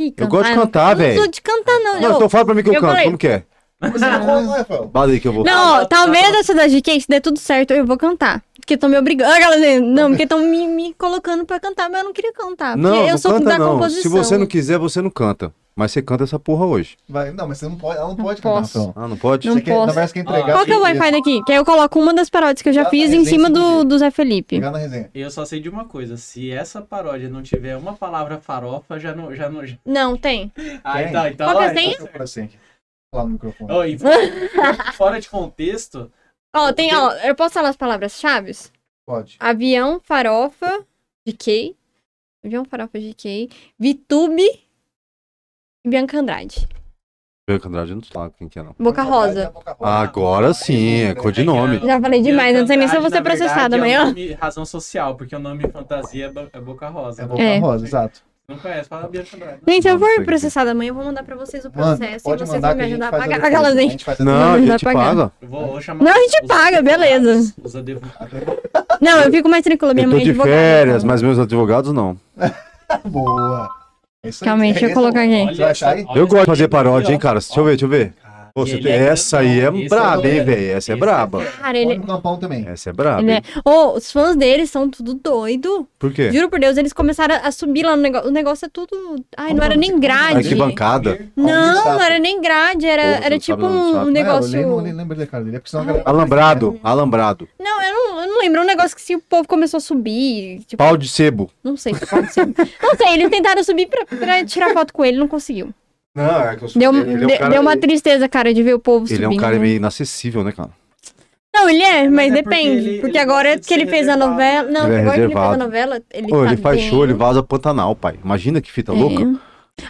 Speaker 4: Ih,
Speaker 2: Eu gosto de
Speaker 4: não-
Speaker 2: cantar,
Speaker 4: Ah, Eu
Speaker 2: velho.
Speaker 4: não sou de cantar, não.
Speaker 2: Não,
Speaker 4: eu-
Speaker 2: então fala pra mim que eu,
Speaker 4: Eu
Speaker 2: canto.
Speaker 4: falei-
Speaker 2: Como que é?
Speaker 1: Mas
Speaker 4: Ah.
Speaker 1: é bom, né, Rafael?
Speaker 2: Bala aí que eu vou.
Speaker 4: Não,
Speaker 3: Ah,
Speaker 4: talvez
Speaker 3: tá.
Speaker 4: essa da GK, se der tudo certo, eu vou cantar. Porque estão me obrigando. Ah, galera, Não, porque estão me, me colocando pra cantar, mas eu não queria cantar. Porque
Speaker 2: não,
Speaker 4: eu
Speaker 2: não
Speaker 4: sou
Speaker 2: canta
Speaker 4: da
Speaker 2: não.
Speaker 4: composição.
Speaker 2: Se você não quiser, você não canta. Mas você canta essa porra hoje.
Speaker 1: Vai, não, mas você não pode, ela não pode cantar,
Speaker 4: posso.
Speaker 1: Rafael.
Speaker 2: Ah, não pode?
Speaker 4: Não
Speaker 1: Você quer, na
Speaker 4: posso.
Speaker 1: verdade, você quer entregar.
Speaker 4: Qual que é o
Speaker 1: você quer
Speaker 4: Wi-Fi daqui? Que aí eu coloco uma das paródias que eu já
Speaker 1: Ah,
Speaker 4: fiz
Speaker 1: tá,
Speaker 4: em
Speaker 1: bem
Speaker 4: cima do,
Speaker 1: entendido.
Speaker 4: do Zé Felipe.
Speaker 1: Pegar na resenha.
Speaker 3: Eu só sei de uma coisa, se essa paródia não tiver uma palavra farofa, já não... Já não já...
Speaker 4: Não, tem.
Speaker 3: Ah,
Speaker 1: Tem.
Speaker 3: então, então...
Speaker 4: Qual que é
Speaker 3: ó,
Speaker 4: a senha?
Speaker 3: então-
Speaker 1: Procura assim aqui. Lá no microfone.
Speaker 3: Ó, e fora- fora de contexto,
Speaker 4: Ó, tem, ó, eu posso falar as palavras-chave?
Speaker 1: Pode.
Speaker 4: Avião, farofa, GK. Avião, farofa, GK. Vitube e Bianca Andrade.
Speaker 2: Bianca Andrade, eu não sabe quem que é, não.
Speaker 4: Boca Rosa.
Speaker 2: Agora sim, é cor de nome.
Speaker 4: Já falei demais, eu não sei nem se eu vou ser
Speaker 3: Na verdade,
Speaker 4: processada
Speaker 3: é um
Speaker 4: amanhã.
Speaker 3: nome- razão social, porque o nome fantasia é Bo- é Boca Rosa.
Speaker 1: É Boca
Speaker 4: É.
Speaker 1: Rosa, exato.
Speaker 3: Não conhece, fala Bianca Andrade.
Speaker 4: Gente, eu
Speaker 2: Não, sei
Speaker 4: vou
Speaker 2: que-
Speaker 4: processar amanhã, eu vou mandar pra vocês o
Speaker 1: Manda,
Speaker 4: processo
Speaker 1: pode
Speaker 4: e assim, vocês
Speaker 1: mandar
Speaker 4: vão
Speaker 1: que
Speaker 4: me
Speaker 1: a gente
Speaker 4: ajudar a
Speaker 1: faz a
Speaker 4: pagar
Speaker 1: defesa,
Speaker 4: aquelas,
Speaker 1: a
Speaker 4: hein?
Speaker 1: gente faz a
Speaker 2: Não, tipo, ah, a
Speaker 4: Não,
Speaker 2: gente
Speaker 4: Tá vai pagar.
Speaker 2: paga.
Speaker 3: Eu vou, vou chamar
Speaker 4: Não, a gente
Speaker 3: os
Speaker 4: paga,
Speaker 3: advogados,
Speaker 4: beleza.
Speaker 3: Os advogados.
Speaker 1: né?
Speaker 4: Não, eu fico mais tranquila, minha
Speaker 2: Eu tô
Speaker 4: mãe é
Speaker 2: de
Speaker 4: advogada.
Speaker 2: férias,
Speaker 4: então.
Speaker 2: mas meus advogados não.
Speaker 1: Boa. É isso aí.
Speaker 4: Calma aí,
Speaker 1: É
Speaker 4: deixa eu
Speaker 1: isso.
Speaker 4: colocar aqui.
Speaker 3: Olha
Speaker 1: Você vai achar
Speaker 3: essa-
Speaker 1: aí?
Speaker 3: olha
Speaker 2: Eu
Speaker 3: essa
Speaker 2: gosto de fazer
Speaker 3: aqui, ó.
Speaker 2: paródia, hein, cara? Deixa eu ver, deixa eu ver. Pô, você
Speaker 3: Ele
Speaker 2: tem-
Speaker 3: é
Speaker 2: Essa aí é
Speaker 3: grandão. Esse é
Speaker 2: braba, hein,
Speaker 3: doido.
Speaker 2: velho? Essa é
Speaker 3: Esse é
Speaker 2: braba.
Speaker 4: Cara,
Speaker 1: Pode
Speaker 4: ele,
Speaker 1: no Campão também.
Speaker 2: Essa é braba.
Speaker 4: ele é...
Speaker 2: hein?
Speaker 4: Ô, os fãs dele são tudo doido.
Speaker 2: Por quê?
Speaker 4: Juro por Deus, eles começaram a subir lá no negócio. O negócio é tudo... Ai, não era nem
Speaker 2: Ai,
Speaker 4: grade.
Speaker 2: que bancada.
Speaker 4: Não,
Speaker 1: Olha o
Speaker 4: não era
Speaker 1: sapo.
Speaker 4: nem grade,
Speaker 2: Pô,
Speaker 4: era,
Speaker 2: você
Speaker 4: era
Speaker 2: não
Speaker 4: tipo
Speaker 2: sabe onde o
Speaker 4: um
Speaker 2: sapo-
Speaker 1: É, eu
Speaker 4: negócio...
Speaker 1: lembro, eu lembro da cara dele. É porque senão a
Speaker 4: Ah,
Speaker 1: galera-
Speaker 2: Alambrado, alambrado.
Speaker 4: Não, eu não, eu não lembro, um negócio que se o povo começou a subir, tipo,
Speaker 2: Pau de sebo.
Speaker 4: não sei se pode ser. não sei, eles tentaram subir pra, pra tirar foto com ele, não conseguiu.
Speaker 2: Não, é que eu sou.
Speaker 4: Deu,
Speaker 2: ele é um
Speaker 4: de-
Speaker 2: cara-
Speaker 4: deu uma tristeza, cara, de ver o povo
Speaker 2: Ele
Speaker 4: subindo.
Speaker 2: é um cara
Speaker 4: né?
Speaker 2: meio inacessível, né, cara?
Speaker 4: Não, ele é, mas,
Speaker 3: Mas é porque
Speaker 4: depende. Porque,
Speaker 3: ele- ele
Speaker 4: agora
Speaker 3: gosta de
Speaker 4: que ele
Speaker 3: ser
Speaker 4: fez a
Speaker 3: reservado.
Speaker 4: novela. Não,
Speaker 2: Ele é
Speaker 4: agora que ele fez a
Speaker 2: reservado.
Speaker 4: novela, ele.
Speaker 2: Pô,
Speaker 4: tá
Speaker 2: ele faz
Speaker 4: bem-
Speaker 2: show, ele vaza Pantanal, pai. Imagina que fita
Speaker 4: É.
Speaker 2: louca.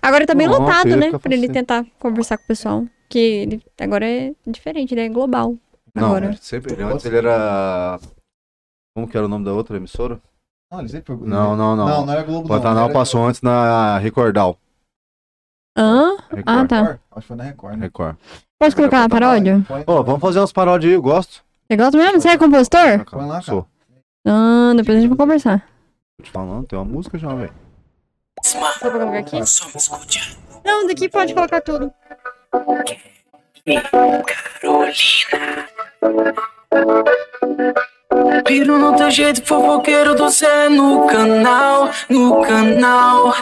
Speaker 4: Agora tá bem
Speaker 2: Tá Nossa,
Speaker 4: lotado,
Speaker 2: ele
Speaker 4: né?
Speaker 2: fica
Speaker 4: Pra ele
Speaker 2: fazendo-
Speaker 4: tentar conversar com o pessoal. Que ele agora é diferente, ele é global.
Speaker 2: Não,
Speaker 4: Agora.
Speaker 2: ele sempre. Ele, antes ele era. Como que era o nome da outra emissora?
Speaker 1: Não, ele sempre assim, foi-
Speaker 2: Não, não, não.
Speaker 1: Não, não era Globo. não,
Speaker 2: Pantanal
Speaker 1: era-
Speaker 2: passou antes na Recordal.
Speaker 4: Hã?
Speaker 2: Record.
Speaker 4: Ah, tá.
Speaker 1: Record? Acho que foi na Record. né?
Speaker 2: Record.
Speaker 4: Pode colocar uma paródia?
Speaker 1: Põe-
Speaker 2: Ó, vamos fazer umas paródias aí, eu gosto.
Speaker 4: Você gosta mesmo? Você é compositor?
Speaker 1: Põe lá, cara.
Speaker 2: Sou.
Speaker 4: Ah, depois a gente vai conversar.
Speaker 2: Tô te falando, tem uma música já, velho.
Speaker 4: Só pra colocar aqui? Não, daqui pode colocar tudo.
Speaker 5: Piro no teu jeito fofoqueiro do Zé no canal, no canal.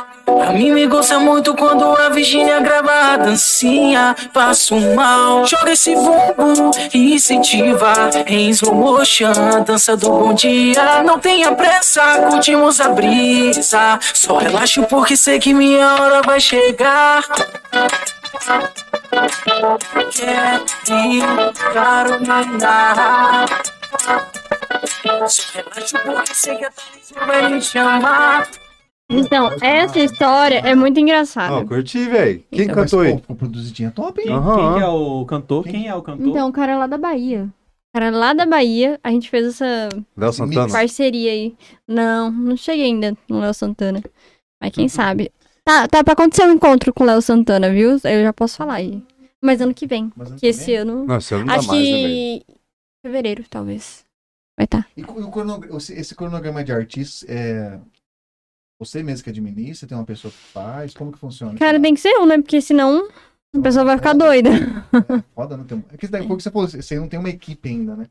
Speaker 5: A mim me gosta muito quando a Virgínia grava a dancinha, passo mal. Joga esse bumbum e incentiva em slow motion, dança do bom dia. Não tenha pressa, curtimos a brisa. Só relaxo porque sei que minha hora vai chegar. Quer ir para o Maná. Só relaxa porque sei que a Thalys vai me chamar.
Speaker 4: Então, essa história é muito
Speaker 2: Ó,
Speaker 1: Ah,
Speaker 4: engraçada.
Speaker 2: curti, velho. Quem
Speaker 4: Então,
Speaker 1: Mas,
Speaker 2: cantou aí?
Speaker 1: pô, produzidinha top, hein?
Speaker 3: Quem,
Speaker 2: Aham.
Speaker 3: quem que é o cantor? Quem é o cantor?
Speaker 4: Então, o cara é lá da Bahia. O cara é lá da Bahia, a gente fez essa
Speaker 2: Léo
Speaker 1: Esse
Speaker 2: Santana.
Speaker 1: mix.
Speaker 4: parceria aí. Não, não cheguei ainda no Léo Santana. Mas
Speaker 2: Uhum.
Speaker 4: quem sabe. Tá, tá pra acontecer um encontro com o Léo Santana, viu? Eu já posso falar aí. Mas ano que vem.
Speaker 1: Mas eu
Speaker 4: Que esse
Speaker 1: também-
Speaker 4: ano.
Speaker 2: Não, esse ano não dá
Speaker 4: acho
Speaker 2: mais, né, velho?
Speaker 4: que. Fevereiro, talvez. Vai tá.
Speaker 1: E co- e o cronogra- esse- esse cronograma de artistas é. Você mesmo que administra, tem uma pessoa que faz, como que funciona?
Speaker 4: Cara, tem que ser um, né? Porque senão a pessoa vai ficar doida.
Speaker 1: É foda, não tem. É que daí, foi o que você falou, você não tem uma equipe ainda, né?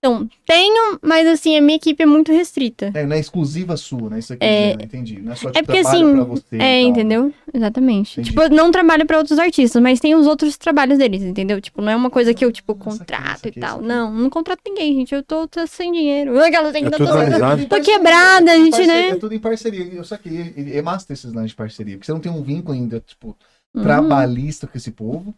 Speaker 4: Então, tenho, mas assim, a minha equipe é muito restrita.
Speaker 1: É, não é exclusiva sua, né? Isso aqui,
Speaker 4: É.
Speaker 1: né? entendi. Não é só
Speaker 4: É porque,
Speaker 1: trabalho
Speaker 4: assim,
Speaker 1: pra você. então. e
Speaker 4: É,
Speaker 1: tal.
Speaker 2: então.
Speaker 4: entendeu? Exatamente.
Speaker 1: Entendi.
Speaker 4: Tipo, eu não trabalho pra outros artistas, mas tem os outros trabalhos deles, entendeu? Tipo, não é uma coisa que eu, tipo,
Speaker 1: Ah, saquei,
Speaker 4: contrato
Speaker 1: saquei,
Speaker 4: e tal.
Speaker 1: saquei.
Speaker 4: Não, não contrato ninguém, gente. Eu tô, tô sem dinheiro. Aquela tem
Speaker 2: É
Speaker 4: que
Speaker 2: tudo
Speaker 4: tô-
Speaker 2: organizado.
Speaker 1: em
Speaker 4: Tô
Speaker 1: parceria,
Speaker 4: quebrada,
Speaker 1: é tudo
Speaker 4: a
Speaker 1: em
Speaker 4: gente,
Speaker 1: parceria,
Speaker 4: né?
Speaker 1: É tudo em parceria. Eu só que é massa esses lances de parceria, porque você não tem um vínculo ainda, tipo,
Speaker 4: Uhum.
Speaker 1: trabalhista com esse povo.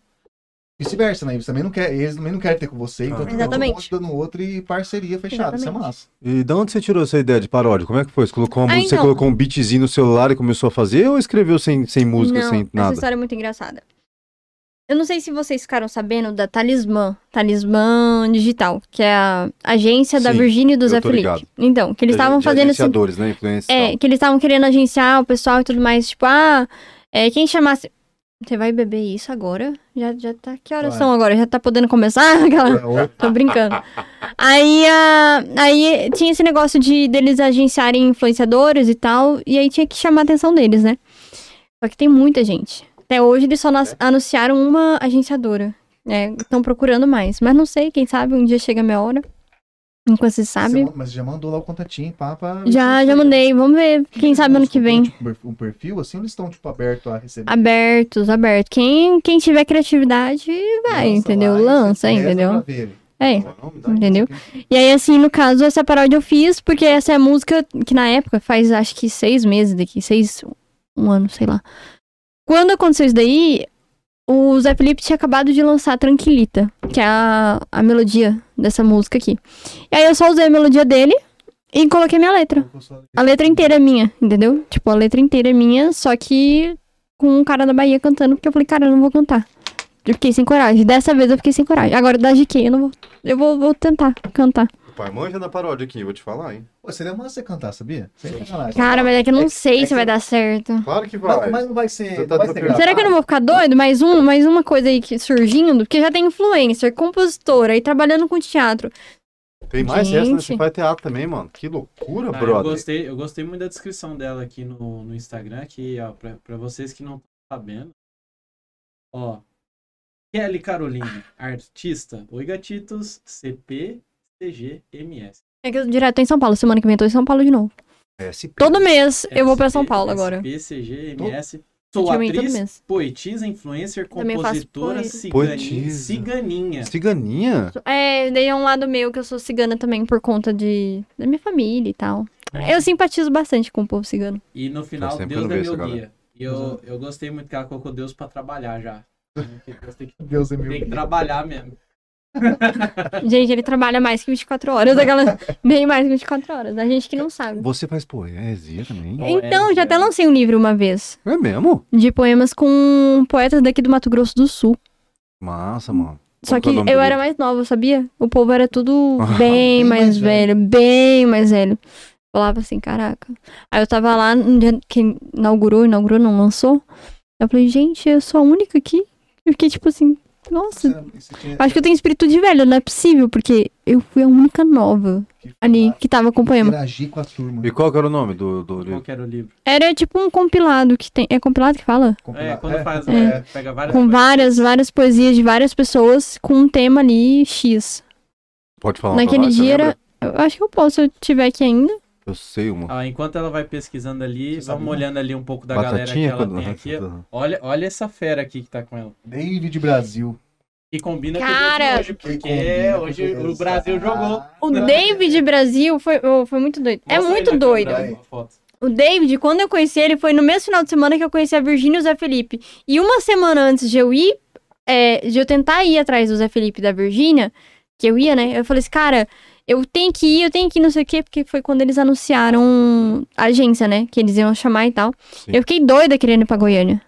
Speaker 1: Vice-versa, né? Eles também não querem, eles também não querem ter com você, então
Speaker 2: Ah.
Speaker 1: fica todo mundo
Speaker 4: Exatamente.
Speaker 1: dando outro e parceria fechada. Isso é
Speaker 4: Exatamente.
Speaker 1: massa.
Speaker 2: E de onde você tirou essa ideia de paródia? Como é que foi? Você colocou uma
Speaker 4: Ah,
Speaker 2: música, você
Speaker 4: então.
Speaker 2: colocou um beatzinho no celular e começou a fazer ou escreveu sem, sem música,
Speaker 4: não,
Speaker 2: sem
Speaker 4: Essa
Speaker 2: nada?
Speaker 4: história é muito engraçada. Eu não sei se vocês ficaram sabendo da Talismã, Talismã Digital, que é a agência da
Speaker 2: Sim,
Speaker 4: Virgínia e do
Speaker 2: eu
Speaker 4: Zé
Speaker 2: tô
Speaker 4: Felipe.
Speaker 2: ligado.
Speaker 4: Então, que eles estavam fazendo esse
Speaker 2: Influenciadores, né? Influência
Speaker 4: é, que eles estavam querendo agenciar o pessoal e tudo mais. Tipo, ah, é, quem chamasse. Você vai beber isso agora? Já, já tá. Que horas
Speaker 1: Vai.
Speaker 4: são agora? Já tá podendo começar?
Speaker 1: É,
Speaker 4: Aquela... Tô brincando. Aí, a- aí tinha esse negócio de deles agenciarem influenciadores e tal. E aí tinha que chamar a atenção deles, né? Só que tem muita gente. Até hoje eles só nas- anunciaram uma agenciadora. Estão procurando mais. Mas não sei, quem sabe um dia chega a minha hora. Enquanto se sabe.
Speaker 1: Você- mas já mandou lá o contatinho, pá, pra-
Speaker 4: Já, já mandei. Vamos ver. Quem sabe ano que vem.
Speaker 1: Tem, tipo, um perfil- um perfil assim, ou eles estão, tipo, aberto a receber?
Speaker 4: Abertos, abertos. Quem, quem tiver criatividade, vai,
Speaker 1: Lança
Speaker 4: entendeu?
Speaker 1: lá, aí
Speaker 4: Lança,
Speaker 1: você testa pra
Speaker 4: entendeu?
Speaker 1: ver.
Speaker 4: É.
Speaker 1: Qual é o nome da-
Speaker 4: Entendeu? E aí, assim, no caso, essa paródia eu fiz, porque essa é a música que na época faz acho que seis meses daqui, seis, um ano, sei lá. Quando aconteceu isso daí, o Zé Felipe tinha acabado de lançar Tranquilita, que é a, a melodia dessa música aqui. E aí eu só usei a melodia dele e coloquei minha letra. A letra inteira é minha, entendeu? Tipo, a letra inteira é minha, só que com um cara da Bahia cantando, porque eu falei, cara, eu não vou cantar. Eu fiquei sem coragem. Dessa vez eu fiquei sem coragem. Agora, da GK, eu não vou. Eu vou, vou tentar cantar.
Speaker 2: O pai manja na paródia aqui, vou te falar, hein?
Speaker 1: Pô, seria massa você cantar, sabia? Sem sacanagem.
Speaker 4: Cara, mas é que eu não sei
Speaker 1: é
Speaker 4: se vai dar certo.
Speaker 2: Claro que
Speaker 1: Mas-
Speaker 2: vai.
Speaker 1: Mas não vai ser.
Speaker 2: Você tá
Speaker 1: não vai ser
Speaker 2: tranquilo.
Speaker 4: Será que eu não vou ficar doido? Mais, um, mais uma coisa aí que surgindo, porque já tem influencer, compositora e trabalhando com teatro.
Speaker 2: Tem mais essa, né?
Speaker 4: Gente.
Speaker 2: Você faz teatro também, mano. Que loucura,
Speaker 3: Ah, eu,
Speaker 2: brother.
Speaker 3: gostei, eu gostei muito da descrição dela aqui no, no Instagram, que, ó, pra, pra vocês que não estão sabendo, ó, Kelly Carolina, artista, Oi Gatitos, CP, CG, MS.
Speaker 4: É que eu direto tô em São Paulo, semana que vem eu tô em São Paulo de novo.
Speaker 2: SP.
Speaker 4: Todo mês eu vou pra São
Speaker 3: SP,
Speaker 4: Paulo agora.
Speaker 3: SP, CG,
Speaker 1: Todo-
Speaker 3: MS. Sou
Speaker 4: Praticamente
Speaker 3: é
Speaker 4: todo
Speaker 3: atriz,
Speaker 4: mês.
Speaker 3: poetisa, influencer,
Speaker 4: Também faço
Speaker 3: compositora,
Speaker 4: poesia.
Speaker 3: ciganinha,
Speaker 2: Poetisa.
Speaker 3: ciganinha.
Speaker 2: Ciganinha?
Speaker 4: É, daí é um lado meu que eu sou cigana também por conta de da minha família e tal. Eu simpatizo bastante com o povo cigano.
Speaker 3: E no final,
Speaker 2: sempre
Speaker 3: Deus é
Speaker 2: quando vejo
Speaker 3: meu
Speaker 2: essa
Speaker 3: guia. E eu, eu gostei muito que ela colocou Deus pra trabalhar já. Deus tem que,
Speaker 1: Deus é meu.
Speaker 3: tem que
Speaker 1: guia.
Speaker 3: trabalhar mesmo.
Speaker 4: Gente, ele trabalha mais que 24 horas, aquela bem mais que 24 horas. A gente que não sabe.
Speaker 2: Você faz poesia também?
Speaker 3: Poesia.
Speaker 4: Então, já até lancei um livro uma vez
Speaker 2: É mesmo?
Speaker 4: de poemas com poetas daqui do Mato Grosso do Sul.
Speaker 2: Massa, mano.
Speaker 4: Só
Speaker 2: Qual que
Speaker 4: que
Speaker 2: é o nome
Speaker 4: eu
Speaker 2: do Ah,
Speaker 4: era mais nova, sabia? O povo era tudo bem
Speaker 1: Bem
Speaker 4: mais
Speaker 1: mais
Speaker 4: velho, bem mais velho. Falava assim, caraca. Aí eu tava lá no dia que inaugurou, inaugurou, não lançou. Eu falei, gente, eu sou a única aqui. Eu fiquei tipo assim, nossa,
Speaker 1: Isso é- isso tinha-
Speaker 4: acho que eu tenho espírito de velho, não é possível, porque eu fui a única nova
Speaker 1: que-
Speaker 4: ali que tava com o poema.
Speaker 1: Interagir com a turma.
Speaker 2: E qual que era o nome do, do
Speaker 3: Qual
Speaker 2: livro?
Speaker 3: que era o livro?
Speaker 4: Era tipo um compilado que tem. É compilado que fala?
Speaker 3: É,
Speaker 1: Compilar-
Speaker 3: quando faz, um-
Speaker 1: é.
Speaker 3: pega várias
Speaker 4: Com várias,
Speaker 2: assim.
Speaker 4: várias poesias de várias pessoas com um tema ali X.
Speaker 2: Pode falar.
Speaker 4: Naquele
Speaker 2: pra nós,
Speaker 4: dia
Speaker 2: você
Speaker 4: era.
Speaker 2: lembra?
Speaker 4: Eu acho que eu posso, se eu tiver aqui ainda.
Speaker 2: Eu sei uma.
Speaker 3: Ah, enquanto ela vai pesquisando ali,
Speaker 1: Você sabe,
Speaker 3: vamos
Speaker 1: né?
Speaker 3: olhando ali um pouco da galera
Speaker 2: Batatinha.
Speaker 3: que ela tem aqui. ó. Olha, olha essa fera aqui que tá com ela.
Speaker 1: David Brasil.
Speaker 3: Que combina
Speaker 4: Cara!
Speaker 3: com o dia de hoje,
Speaker 1: Que
Speaker 3: porque é,
Speaker 1: combina com
Speaker 3: hoje
Speaker 1: Deus. Ah.
Speaker 3: o Brasil jogou.
Speaker 4: O
Speaker 1: Não.
Speaker 4: David Brasil foi, oh, foi muito doido. é
Speaker 3: Mostra aí
Speaker 4: muito
Speaker 3: na
Speaker 4: doido.
Speaker 3: câmera uma foto.
Speaker 4: O David, quando eu conheci ele, foi no mesmo final de semana que eu conheci a Virgínia e o Zé Felipe. E uma semana antes de eu ir, é, de eu tentar ir atrás do Zé Felipe e da Virgínia, que eu ia, né? Eu falei assim, cara, eu tenho que ir, eu tenho que ir, não sei o quê, porque foi quando eles anunciaram a agência, né? Que eles iam chamar e tal.
Speaker 2: Sim.
Speaker 4: Eu fiquei doida querendo ir pra Goiânia.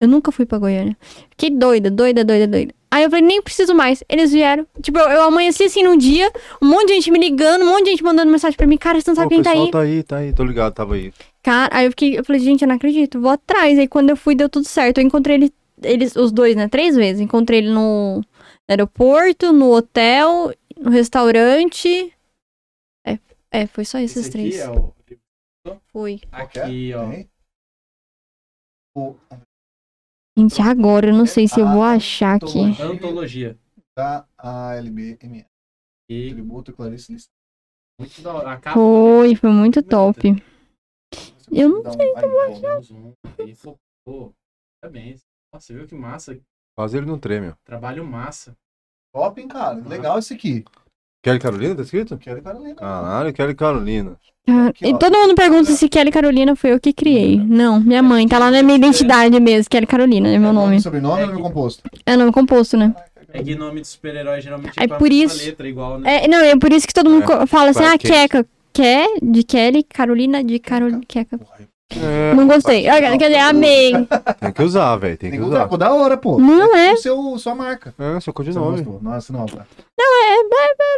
Speaker 4: Eu nunca fui pra Goiânia. Fiquei doida, doida, doida, doida. Aí eu falei, nem preciso mais. Eles vieram. Tipo, eu, eu amanheci assim num dia, um monte de gente me ligando, um monte de gente mandando mensagem pra mim. Cara, você não sabe
Speaker 2: Pô,
Speaker 4: quem
Speaker 2: o
Speaker 4: tá aí.
Speaker 2: pessoal tá aí, tá aí. Tô ligado, tava aí.
Speaker 4: Cara, aí eu fiquei, eu falei, gente, eu não acredito, vou atrás. Aí quando eu fui, deu tudo certo. Eu encontrei ele, eles, os dois, né? Três vezes. Encontrei ele no aeroporto, no hotel, no restaurante. É, é foi só esses
Speaker 3: Esse
Speaker 4: três.
Speaker 3: aqui é o...
Speaker 4: Foi.
Speaker 3: Aqui, ó.
Speaker 1: Hein? O-
Speaker 4: Gente, agora eu não sei se eu
Speaker 3: Ah,
Speaker 4: vou achar aqui.
Speaker 1: Antologia
Speaker 3: Antologia.
Speaker 1: Da ALBM.
Speaker 3: E
Speaker 1: Tributo Clarice Lispector.
Speaker 3: muito da hora. A capa
Speaker 4: Foi,
Speaker 3: é
Speaker 4: foi muito top. Eu não
Speaker 1: Dá um vai e volta.
Speaker 3: Deu um zoom aí, focou. Parabéns. Nossa, viu que massa?
Speaker 2: Quase ele não treme. ó.
Speaker 3: Trabalho massa.
Speaker 1: Top, hein, cara? Legal esse aqui.
Speaker 2: Kelly Carolina, tá escrito?
Speaker 1: Quero cara lembrar.
Speaker 4: Ah.
Speaker 2: Caralho, Kelly Carolina.
Speaker 4: Cara,
Speaker 1: Aqui, ó.
Speaker 4: Ah, E todo mundo
Speaker 3: tá.
Speaker 4: pergunta se Kelly Carolina foi eu que criei. Não, minha mãe, tá lá na minha identidade mesmo, Kelly Carolina, é meu nome.
Speaker 1: Sobrenome
Speaker 3: É
Speaker 1: ou nome
Speaker 3: que-
Speaker 1: composto?
Speaker 4: É nome composto, né?
Speaker 3: É que nome de super-herói geralmente
Speaker 4: É
Speaker 3: com a
Speaker 4: por
Speaker 3: mesma
Speaker 4: isso.
Speaker 3: letra igual, né?
Speaker 4: É, não, é por isso que todo mundo
Speaker 2: É.
Speaker 4: co- fala assim,
Speaker 2: Vai,
Speaker 4: ah,
Speaker 2: Kate.
Speaker 4: Queca. Quer de Kelly, Carolina de Carol... Queca.
Speaker 1: Porra,
Speaker 2: É,
Speaker 4: Não gostei. Ah, Quer dizer, amei.
Speaker 2: tem que usar, velho. Tem
Speaker 1: Tem
Speaker 2: que
Speaker 1: que
Speaker 2: usar.
Speaker 1: usar. Da hora, pô.
Speaker 4: Não é.
Speaker 1: O seu, sua marca.
Speaker 2: É, seu
Speaker 1: Você não
Speaker 2: codinome.
Speaker 1: gostou. Nossa, não. tá.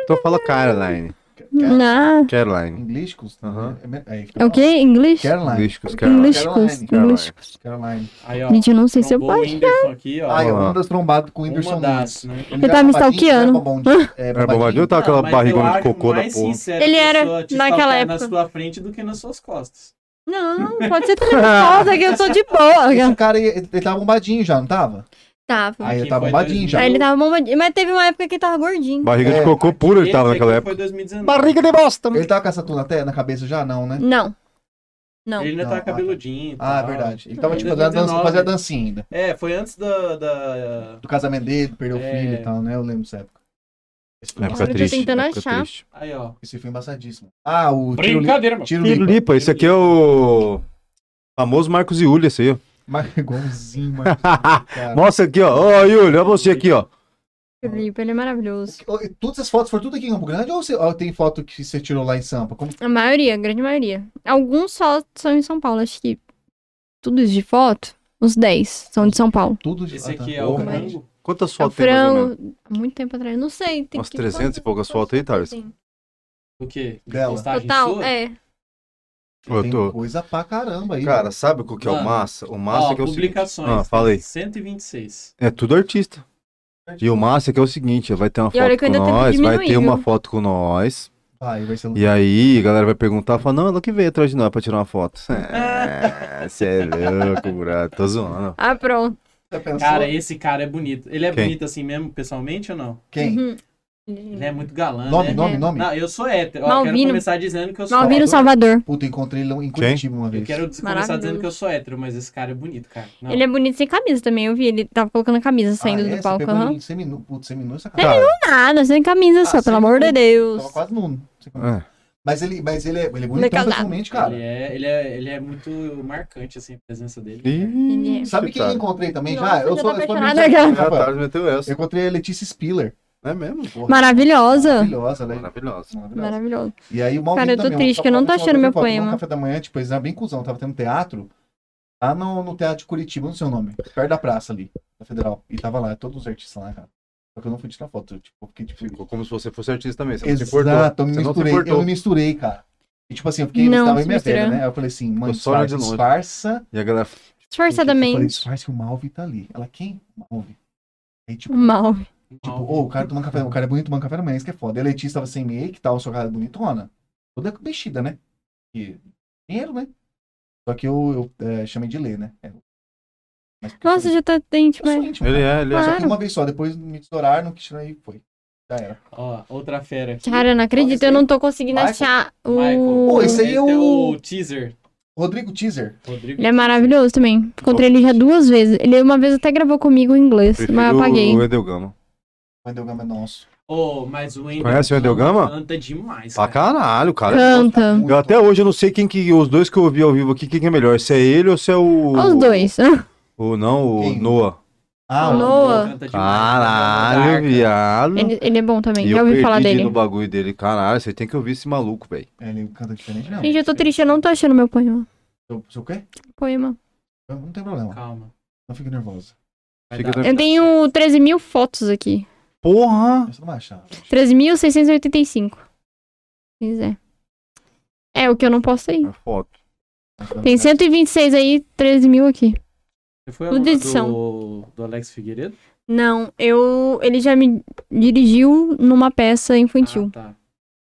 Speaker 2: Então fala Caroline.
Speaker 4: É, Não.
Speaker 2: Caroline.
Speaker 1: Inglês? custa?
Speaker 2: Aham.
Speaker 1: É, é, fica
Speaker 4: É o quê? Inglês?
Speaker 1: Caroline.
Speaker 2: Lixos, Caroline.
Speaker 4: Inglês.
Speaker 1: Caroline.
Speaker 4: Inglês.
Speaker 1: Caroline.
Speaker 3: Aí, ó.
Speaker 4: Gente, eu não sei se eu
Speaker 3: trombou o
Speaker 4: posso.
Speaker 3: Whindersson aqui, ó.
Speaker 1: Ah, eu
Speaker 2: Ó.
Speaker 1: ando trombado com o Whindersson
Speaker 3: Tá, Uma
Speaker 1: Nunes.
Speaker 3: das, né?
Speaker 1: Ele
Speaker 4: tá
Speaker 1: era
Speaker 4: me
Speaker 1: bombadinho,
Speaker 4: stalkeando.
Speaker 1: era bombadinho, É,
Speaker 2: Era bombadinho ou tá aquela
Speaker 3: Não, mas eu
Speaker 2: barrigona de
Speaker 3: acho
Speaker 2: cocô da
Speaker 3: mais
Speaker 2: porra?
Speaker 3: sincero
Speaker 4: Ele
Speaker 3: a
Speaker 4: era
Speaker 3: pessoa te
Speaker 4: naquela
Speaker 3: stalkear
Speaker 4: época.
Speaker 3: na sua frente do que nas suas costas.
Speaker 4: Não, pode ser tudo falsa, que eu sou de boa.
Speaker 1: Esse cara, ele, ele tava bombadinho já, não tava?
Speaker 4: Tava.
Speaker 1: Aí ele
Speaker 3: Quem
Speaker 1: tava
Speaker 3: foi
Speaker 1: bombadinho já.
Speaker 4: Aí ele tava bombadinho. Mas teve uma época que ele tava gordinho.
Speaker 2: Barriga
Speaker 1: É.
Speaker 2: de cocô pura ele tava
Speaker 3: Esse
Speaker 2: naquela
Speaker 3: aqui
Speaker 2: época.
Speaker 3: Foi 2019.
Speaker 2: de bosta.
Speaker 1: Ele tava com essa tudo na, te- na cabeça já? Não, né?
Speaker 4: Não. Não.
Speaker 3: Ele ainda
Speaker 1: Não,
Speaker 3: tava
Speaker 1: ah, tá.
Speaker 3: cabeludinho. e
Speaker 1: Ah, é
Speaker 3: tal.
Speaker 1: verdade. Ele tava,
Speaker 4: Em
Speaker 1: tipo, fazendo a dança-
Speaker 3: 2019.
Speaker 1: fazia a dancinha ainda.
Speaker 3: É, foi antes da. da...
Speaker 1: Do casamento dele, perdeu o
Speaker 3: É.
Speaker 1: filho e tal, né? Eu lembro dessa época. Esse filme, é
Speaker 2: Época
Speaker 4: Agora eu tô
Speaker 2: triste.
Speaker 4: tentando
Speaker 2: época
Speaker 4: achar.
Speaker 2: triste.
Speaker 3: Aí, ó.
Speaker 1: esse filme embaçadíssimo. Ah, o Tiro Limpa.
Speaker 3: Brincadeira, mano.
Speaker 1: Tiro
Speaker 2: Tiro
Speaker 1: Limpa.
Speaker 2: Lipa, esse aqui é o famoso Marcos Iulli, esse aí, ó.
Speaker 1: Mas igualzinho, mano. cara.
Speaker 2: Mostra aqui, ó. Ó, Iulli, olha você aqui, ó.
Speaker 4: Felipe, ele é maravilhoso.
Speaker 1: Ô, e Todas essas fotos foram tudo aqui em Campo Grande ou, você, ou tem foto que você tirou lá em Sampa? Como
Speaker 4: A maioria, a grande maioria. Alguns só são em São Paulo. Acho que tudo isso de foto, uns 10 são de São Paulo.
Speaker 1: tudo de
Speaker 3: Esse
Speaker 1: Ah, tá.
Speaker 3: aqui é o
Speaker 1: Porra,
Speaker 4: Mas-
Speaker 3: rango.
Speaker 2: Quantas
Speaker 4: É o
Speaker 2: fotos tem, né? mais ou menos?
Speaker 4: frango, há muito tempo atrás. Não sei. Tem
Speaker 2: Umas
Speaker 4: que-
Speaker 2: 300 e poucas fotos aí, Thales?
Speaker 4: Sim.
Speaker 3: O quê? De
Speaker 1: Dela.
Speaker 3: postagem
Speaker 4: Total,
Speaker 3: sua?
Speaker 4: é.
Speaker 2: Eu
Speaker 1: Tem
Speaker 2: tô...
Speaker 1: coisa pra caramba aí. né?
Speaker 2: Cara, sabe o que é o
Speaker 3: Mano,
Speaker 2: massa? O massa
Speaker 3: Ó,
Speaker 2: que é o seguinte.
Speaker 3: publicações.
Speaker 2: Ah, fala aí.
Speaker 3: 126.
Speaker 2: É tudo artista. E o massa que é o seguinte, vai ter uma
Speaker 4: E olha
Speaker 2: foto
Speaker 4: que eu
Speaker 2: com
Speaker 4: ainda tento
Speaker 2: nós, vai
Speaker 4: diminuir,
Speaker 2: ter uma
Speaker 4: viu?
Speaker 2: foto com nós.
Speaker 1: Vai, vai ser
Speaker 2: E aí, a galera vai perguntar, fala, não, ela que veio atrás de nós pra tirar uma foto. É, Você é louco, buraco. Tô zoando.
Speaker 4: Ah, pronto.
Speaker 1: Você pensou?
Speaker 3: Cara, esse cara é bonito. Ele é
Speaker 2: Quem?
Speaker 3: bonito assim mesmo, pessoalmente ou não?
Speaker 1: Quem?
Speaker 4: Uhum.
Speaker 3: Ele é muito galã,
Speaker 1: Nome,
Speaker 3: né?
Speaker 1: nome,
Speaker 4: É.
Speaker 1: nome?
Speaker 3: Não, eu sou hétero. Ó, quero
Speaker 4: Malvino.
Speaker 3: começar dizendo que eu sou
Speaker 4: Malvino
Speaker 3: hétero.
Speaker 4: Salvador.
Speaker 1: Puta, encontrei ele em Curitiba uma
Speaker 3: Eu
Speaker 1: vez.
Speaker 3: quero des- começar
Speaker 4: Maravilhoso.
Speaker 3: dizendo que eu sou hétero, mas esse cara é bonito, cara. Não.
Speaker 4: Ele é bonito sem camisa também, eu vi. Ele tava colocando a camisa saindo
Speaker 1: Ah, é?
Speaker 4: do
Speaker 1: Você
Speaker 4: palco.
Speaker 1: pegou
Speaker 4: aham. Tá.
Speaker 1: ele seminu... Putz, seminu essa cara.
Speaker 2: Cara,
Speaker 4: Nada, sem camisa só,
Speaker 1: Ah,
Speaker 4: pelo amor de
Speaker 1: sem-
Speaker 4: Deus.
Speaker 1: é Tava quase nuno. Você-
Speaker 2: é.
Speaker 1: Mas ele, mas ele é, ele é
Speaker 4: Ele é
Speaker 1: bonitão
Speaker 4: casado.
Speaker 1: pessoalmente, cara.
Speaker 3: Ele é, ele é, ele é muito marcante, assim, a presença dele.
Speaker 4: Ele é.
Speaker 1: Sabe
Speaker 2: tá-
Speaker 1: quem eu encontrei também já?
Speaker 4: Nossa,
Speaker 1: Eu sou,
Speaker 4: já tá
Speaker 1: eu sou
Speaker 4: apaixonada,
Speaker 1: amigo-
Speaker 4: cara.
Speaker 2: Ah,
Speaker 1: Rafael,
Speaker 2: Thales meteu
Speaker 1: Eu
Speaker 2: essa.
Speaker 1: encontrei a Letícia Spiller.
Speaker 2: É mesmo? Porra.
Speaker 4: Maravilhosa.
Speaker 1: Maravilhosa, né?
Speaker 2: Maravilhosa.
Speaker 1: Maravilhosa.
Speaker 4: Maravilhosa.
Speaker 1: E aí o Malvino
Speaker 4: Cara, eu tô
Speaker 1: também,
Speaker 4: triste
Speaker 1: tava
Speaker 4: que eu não tô
Speaker 1: falando,
Speaker 4: achando meu
Speaker 1: tava tomando
Speaker 4: poema.
Speaker 1: café da manhã, tipo, eles eram bem cuzão, tava tendo teatro. Lá no, no teatro de Curitiba, não sei o nome. Perto da praça ali, da Federal. E tava lá, todos os artistas lá, cara. Só que eu não fui tirar foto, eu, tipo, fiquei tipo.
Speaker 2: Ficou como se você fosse artista também. Você não se importou.
Speaker 1: Exato, eu me
Speaker 2: Você não se
Speaker 1: misturei, eu
Speaker 2: importou.
Speaker 1: me misturei, cara. E tipo assim, eu fiquei,
Speaker 4: Não,
Speaker 1: eu tava em
Speaker 4: se
Speaker 1: minha velha,
Speaker 4: misturando.
Speaker 1: né? Aí eu falei assim, mãe,
Speaker 2: Eu só olho
Speaker 1: disfarça,
Speaker 2: de longe.
Speaker 1: disfarça.
Speaker 2: E a galera.
Speaker 1: Eu falei,
Speaker 4: Disfarçadamente.
Speaker 1: disfarça que o Malvi tá ali. Ela, quem? Malvi. Aí tipo,
Speaker 4: um Mal.
Speaker 1: Tipo, ô, o cara toma café, o cara é bonito tomando café da manhã, isso que é foda. E a Letícia tava sem make, tal, sua cara é bonitona. Toda mexida, né? E dinheiro, né? Só que eu, eu é, chamei de Lê, né? É. Mas porque
Speaker 4: Nossa,
Speaker 1: eu
Speaker 4: já tá dente,
Speaker 1: sou, eu sou
Speaker 4: mas.
Speaker 1: íntimo.
Speaker 2: Ele é, ele é.
Speaker 1: Só que
Speaker 4: Claro.
Speaker 1: uma vez só, depois me tesouraram, não quis aí, foi. Já era.
Speaker 3: Ó, outra fera aqui.
Speaker 4: Cara, eu não acredito, eu não tô conseguindo
Speaker 1: Michael.
Speaker 4: achar
Speaker 3: Michael.
Speaker 4: o.
Speaker 1: Pô, esse aí é
Speaker 3: é
Speaker 1: o-
Speaker 3: o teaser.
Speaker 1: Rodrigo Teaser.
Speaker 3: Rodrigo
Speaker 4: Ele é maravilhoso também. Encontrei ele já duas vezes. Ele uma vez até gravou comigo em inglês, mas
Speaker 2: Prefiro
Speaker 4: eu apaguei.
Speaker 2: o Edel Gama.
Speaker 1: Mas deu gama é nosso.
Speaker 3: Ô, mas o Wendel
Speaker 2: Conhece o Wendel Gama?
Speaker 3: Canta demais,
Speaker 2: Pra
Speaker 3: cara.
Speaker 2: caralho, cara.
Speaker 4: Canta.
Speaker 2: Eu até hoje eu não sei quem que. Os dois que eu ouvi ao vivo aqui, quem que é melhor? Se é ele ou se é o.
Speaker 4: Olha Ah, os dois.
Speaker 2: O não, o
Speaker 1: Quem?
Speaker 2: Noah.
Speaker 1: Ah,
Speaker 3: O
Speaker 1: o-
Speaker 4: Nossa.
Speaker 3: Wendel
Speaker 4: Noah.
Speaker 3: canta demais,
Speaker 2: Ah
Speaker 3: cara.
Speaker 2: Caralho, viado.
Speaker 4: Ele, ele é bom também.
Speaker 2: E
Speaker 4: Já
Speaker 2: eu
Speaker 4: ouvi
Speaker 2: perdi de
Speaker 4: falar
Speaker 2: ir
Speaker 4: dele.
Speaker 2: no bagulho dele. Caralho, você tem que ouvir esse maluco, velho.
Speaker 1: ele canta diferente, não.
Speaker 4: Gente, eu tô triste, eu não tô achando meu poema.
Speaker 1: Seu, seu quê?
Speaker 4: Poema.
Speaker 1: Eu- Não tem problema,
Speaker 3: Calma.
Speaker 1: não fique nervosa.
Speaker 3: Vai
Speaker 2: Fica
Speaker 3: dar.
Speaker 2: tranquilo.
Speaker 4: Eu tenho 13 mil fotos aqui.
Speaker 2: Porra!
Speaker 1: Você não vai achar.
Speaker 4: 13.685. Se quiser. É, o que eu não posso aí.
Speaker 2: É foto.
Speaker 4: Tem 126 aí, 13 mil aqui.
Speaker 3: Você foi
Speaker 4: Tudo
Speaker 3: aluna
Speaker 4: edição.
Speaker 3: do, do Alex Figueiredo?
Speaker 4: Não, eu. Ele já me dirigiu numa peça infantil.
Speaker 3: Ah, tá.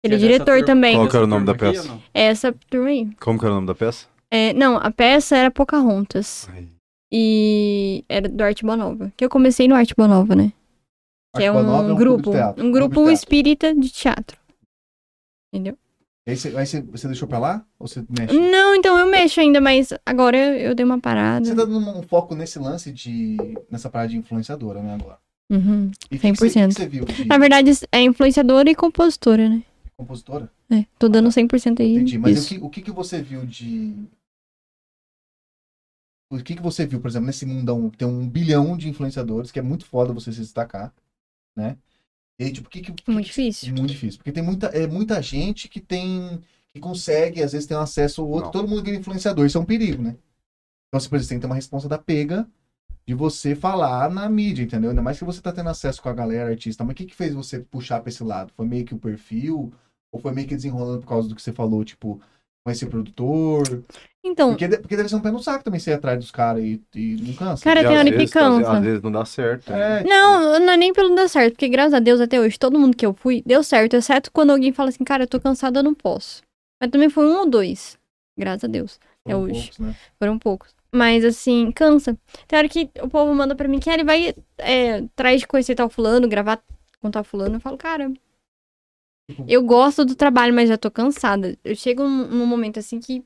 Speaker 4: ele é
Speaker 3: Você dessa
Speaker 4: diretor
Speaker 3: turma-
Speaker 4: também.
Speaker 2: Qual
Speaker 3: dessa
Speaker 2: que era o nome
Speaker 3: turma
Speaker 2: da
Speaker 3: aqui
Speaker 2: peça?
Speaker 3: ou não?
Speaker 4: É essa turma aí.
Speaker 2: Como que era o nome da peça?
Speaker 4: É, não, a peça era Pocahontas.
Speaker 2: Ai.
Speaker 4: E era do Arte Bonova. Que eu comecei no Arte Bonova, né? Que é um, grupo. um grupo espírita de teatro.
Speaker 1: Aí você, aí você, você deixou pra lá? Ou você mexe?
Speaker 4: Não, então eu mexo ainda, mas agora eu, eu dei uma parada.
Speaker 1: Você tá dando um foco nesse lance de. nessa parada de influenciadora, né, agora.
Speaker 4: Uhum.
Speaker 1: E o que que você- o que
Speaker 4: 100%.
Speaker 1: que você viu de
Speaker 4: Na verdade, é influenciadora e compositora, né?
Speaker 1: compositora?
Speaker 4: É, tô dando 100% aí.
Speaker 1: Tá. Entendi. Mas o
Speaker 4: disso.
Speaker 1: que, o que que você viu de. O que que você viu, por exemplo, nesse mundão que tem um bilhão de influenciadores, que é muito foda você se destacar, né? E aí, tipo, o que que. o que
Speaker 4: Muito
Speaker 1: que-
Speaker 4: difícil.
Speaker 1: Muito difícil. Porque tem muita, é, muita gente que tem. que consegue, às vezes tem um acesso ao outro.
Speaker 2: Não.
Speaker 1: Todo mundo vira influenciador, isso é um perigo, né? Então, assim, por exemplo, tem que ter uma resposta da pega de você falar na mídia, entendeu? Ainda mais que você tá tendo acesso com a galera artista. Mas o que, que fez você puxar pra esse lado? Foi meio que o perfil? Ou foi meio que desenrolando por causa do que você falou, tipo, com esse produtor?
Speaker 4: Então,
Speaker 1: Porque, de- porque deve ser um pé no saco também você ir atrás dos caras e, e não cansa.
Speaker 4: Cara,
Speaker 2: E
Speaker 4: tem
Speaker 2: às
Speaker 4: hora que
Speaker 2: vezes, às-
Speaker 4: cansa.
Speaker 2: Às vezes não dá certo. né?
Speaker 1: É,
Speaker 4: não, não é nem pelo dar certo, porque graças a Deus até hoje, todo mundo que eu fui, deu certo, exceto quando alguém fala assim, cara, eu tô cansada, eu não posso. Mas também foi um ou dois, graças a Deus.
Speaker 1: foram
Speaker 4: é hoje.
Speaker 1: poucos, né?
Speaker 4: Foram poucos. Mas, assim, cansa. Tem hora que o povo manda pra mim que "Ah, ele vai é, atrás de conhecer tal fulano, gravar com tal fulano. Eu falo, cara, eu gosto do trabalho, mas já tô cansada. Eu chego num, num momento assim que.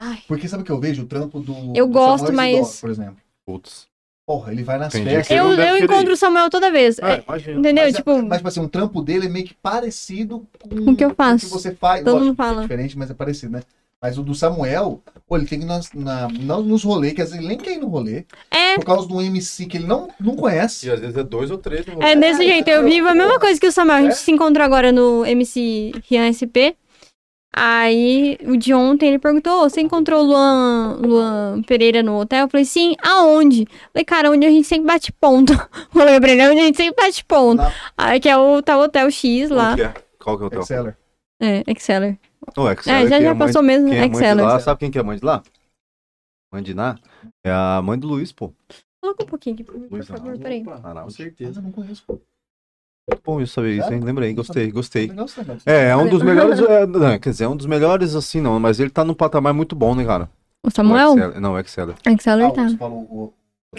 Speaker 4: Ai,
Speaker 1: Porque sabe o que eu vejo? O trampo do.
Speaker 4: Eu
Speaker 1: do
Speaker 4: gosto,
Speaker 1: Samuel
Speaker 4: mas-
Speaker 1: Isidoro, por exemplo.
Speaker 2: Putz.
Speaker 1: Porra, ele vai nas
Speaker 2: Entendi.
Speaker 1: festas. é-
Speaker 2: Você não
Speaker 4: eu,
Speaker 2: deve
Speaker 4: eu
Speaker 2: querer ir.
Speaker 4: encontro o Samuel toda vez.
Speaker 2: É,
Speaker 4: É,
Speaker 2: imagina.
Speaker 4: entendeu?
Speaker 1: Mas,
Speaker 4: tipo,
Speaker 1: Mas, tipo assim, um trampo dele é meio que parecido com,
Speaker 4: Com o que eu faço.
Speaker 1: O que você faz.
Speaker 4: Todo
Speaker 1: Lógico,
Speaker 4: mundo fala.
Speaker 1: É diferente, mas é parecido, né? Mas o do Samuel, pô, ele tem que ir nas, na, não- nos rolês, que às vezes ele nem quer ir no rolê,
Speaker 4: é,
Speaker 1: por causa de um MC que ele não, não
Speaker 2: E
Speaker 1: conhece.
Speaker 2: às vezes é dois ou três. no
Speaker 4: é
Speaker 2: lugar.
Speaker 4: desse jeito. Eu vivo a mesma coisa que o Samuel. A
Speaker 2: É?
Speaker 4: gente se encontrou agora no MC Rian SP. Aí, o de ontem, ele perguntou, "Ô, você encontrou o Luan, Luan Pereira no hotel? Eu falei, sim, aonde? Eu falei, cara, onde a gente sempre bate ponto. Eu Falei pra ele, onde a gente sempre bate ponto.
Speaker 1: Na-
Speaker 4: Aí, que é o tal Hotel X lá.
Speaker 2: Qual que é? Qual que é o teu?
Speaker 1: Exceller.
Speaker 4: É, Exceler.
Speaker 2: Ô,
Speaker 4: É,
Speaker 2: Exceller,
Speaker 4: já,
Speaker 2: quem
Speaker 4: já
Speaker 2: é mãe-
Speaker 4: passou mesmo,
Speaker 2: Quem é mãe de
Speaker 4: Exceler.
Speaker 2: lá, sabe quem que é mãe de lá? Mãe de Ná? É a mãe do Luiz, pô.
Speaker 4: Coloca um pouquinho aqui pra mim, por
Speaker 2: Luiz, Ah, não.
Speaker 4: favor, peraí.
Speaker 3: Opa,
Speaker 2: Manaus.
Speaker 3: com
Speaker 1: Mas
Speaker 3: certeza.
Speaker 1: Ah, eu não conheço.
Speaker 2: Muito bom eu saber isso,
Speaker 1: Sério?
Speaker 2: hein? Lembrei, gostei, gostei.
Speaker 1: Legal esse negócio.
Speaker 2: É, é um dos melhores. é, não, quer dizer, é um dos melhores assim, não, mas ele tá num patamar muito bom, né, cara?
Speaker 4: é O
Speaker 2: O
Speaker 4: Samuel?
Speaker 2: Exceller- Não, o Exceller.
Speaker 4: Exceler
Speaker 1: Ah,
Speaker 4: tá.
Speaker 1: você falou o-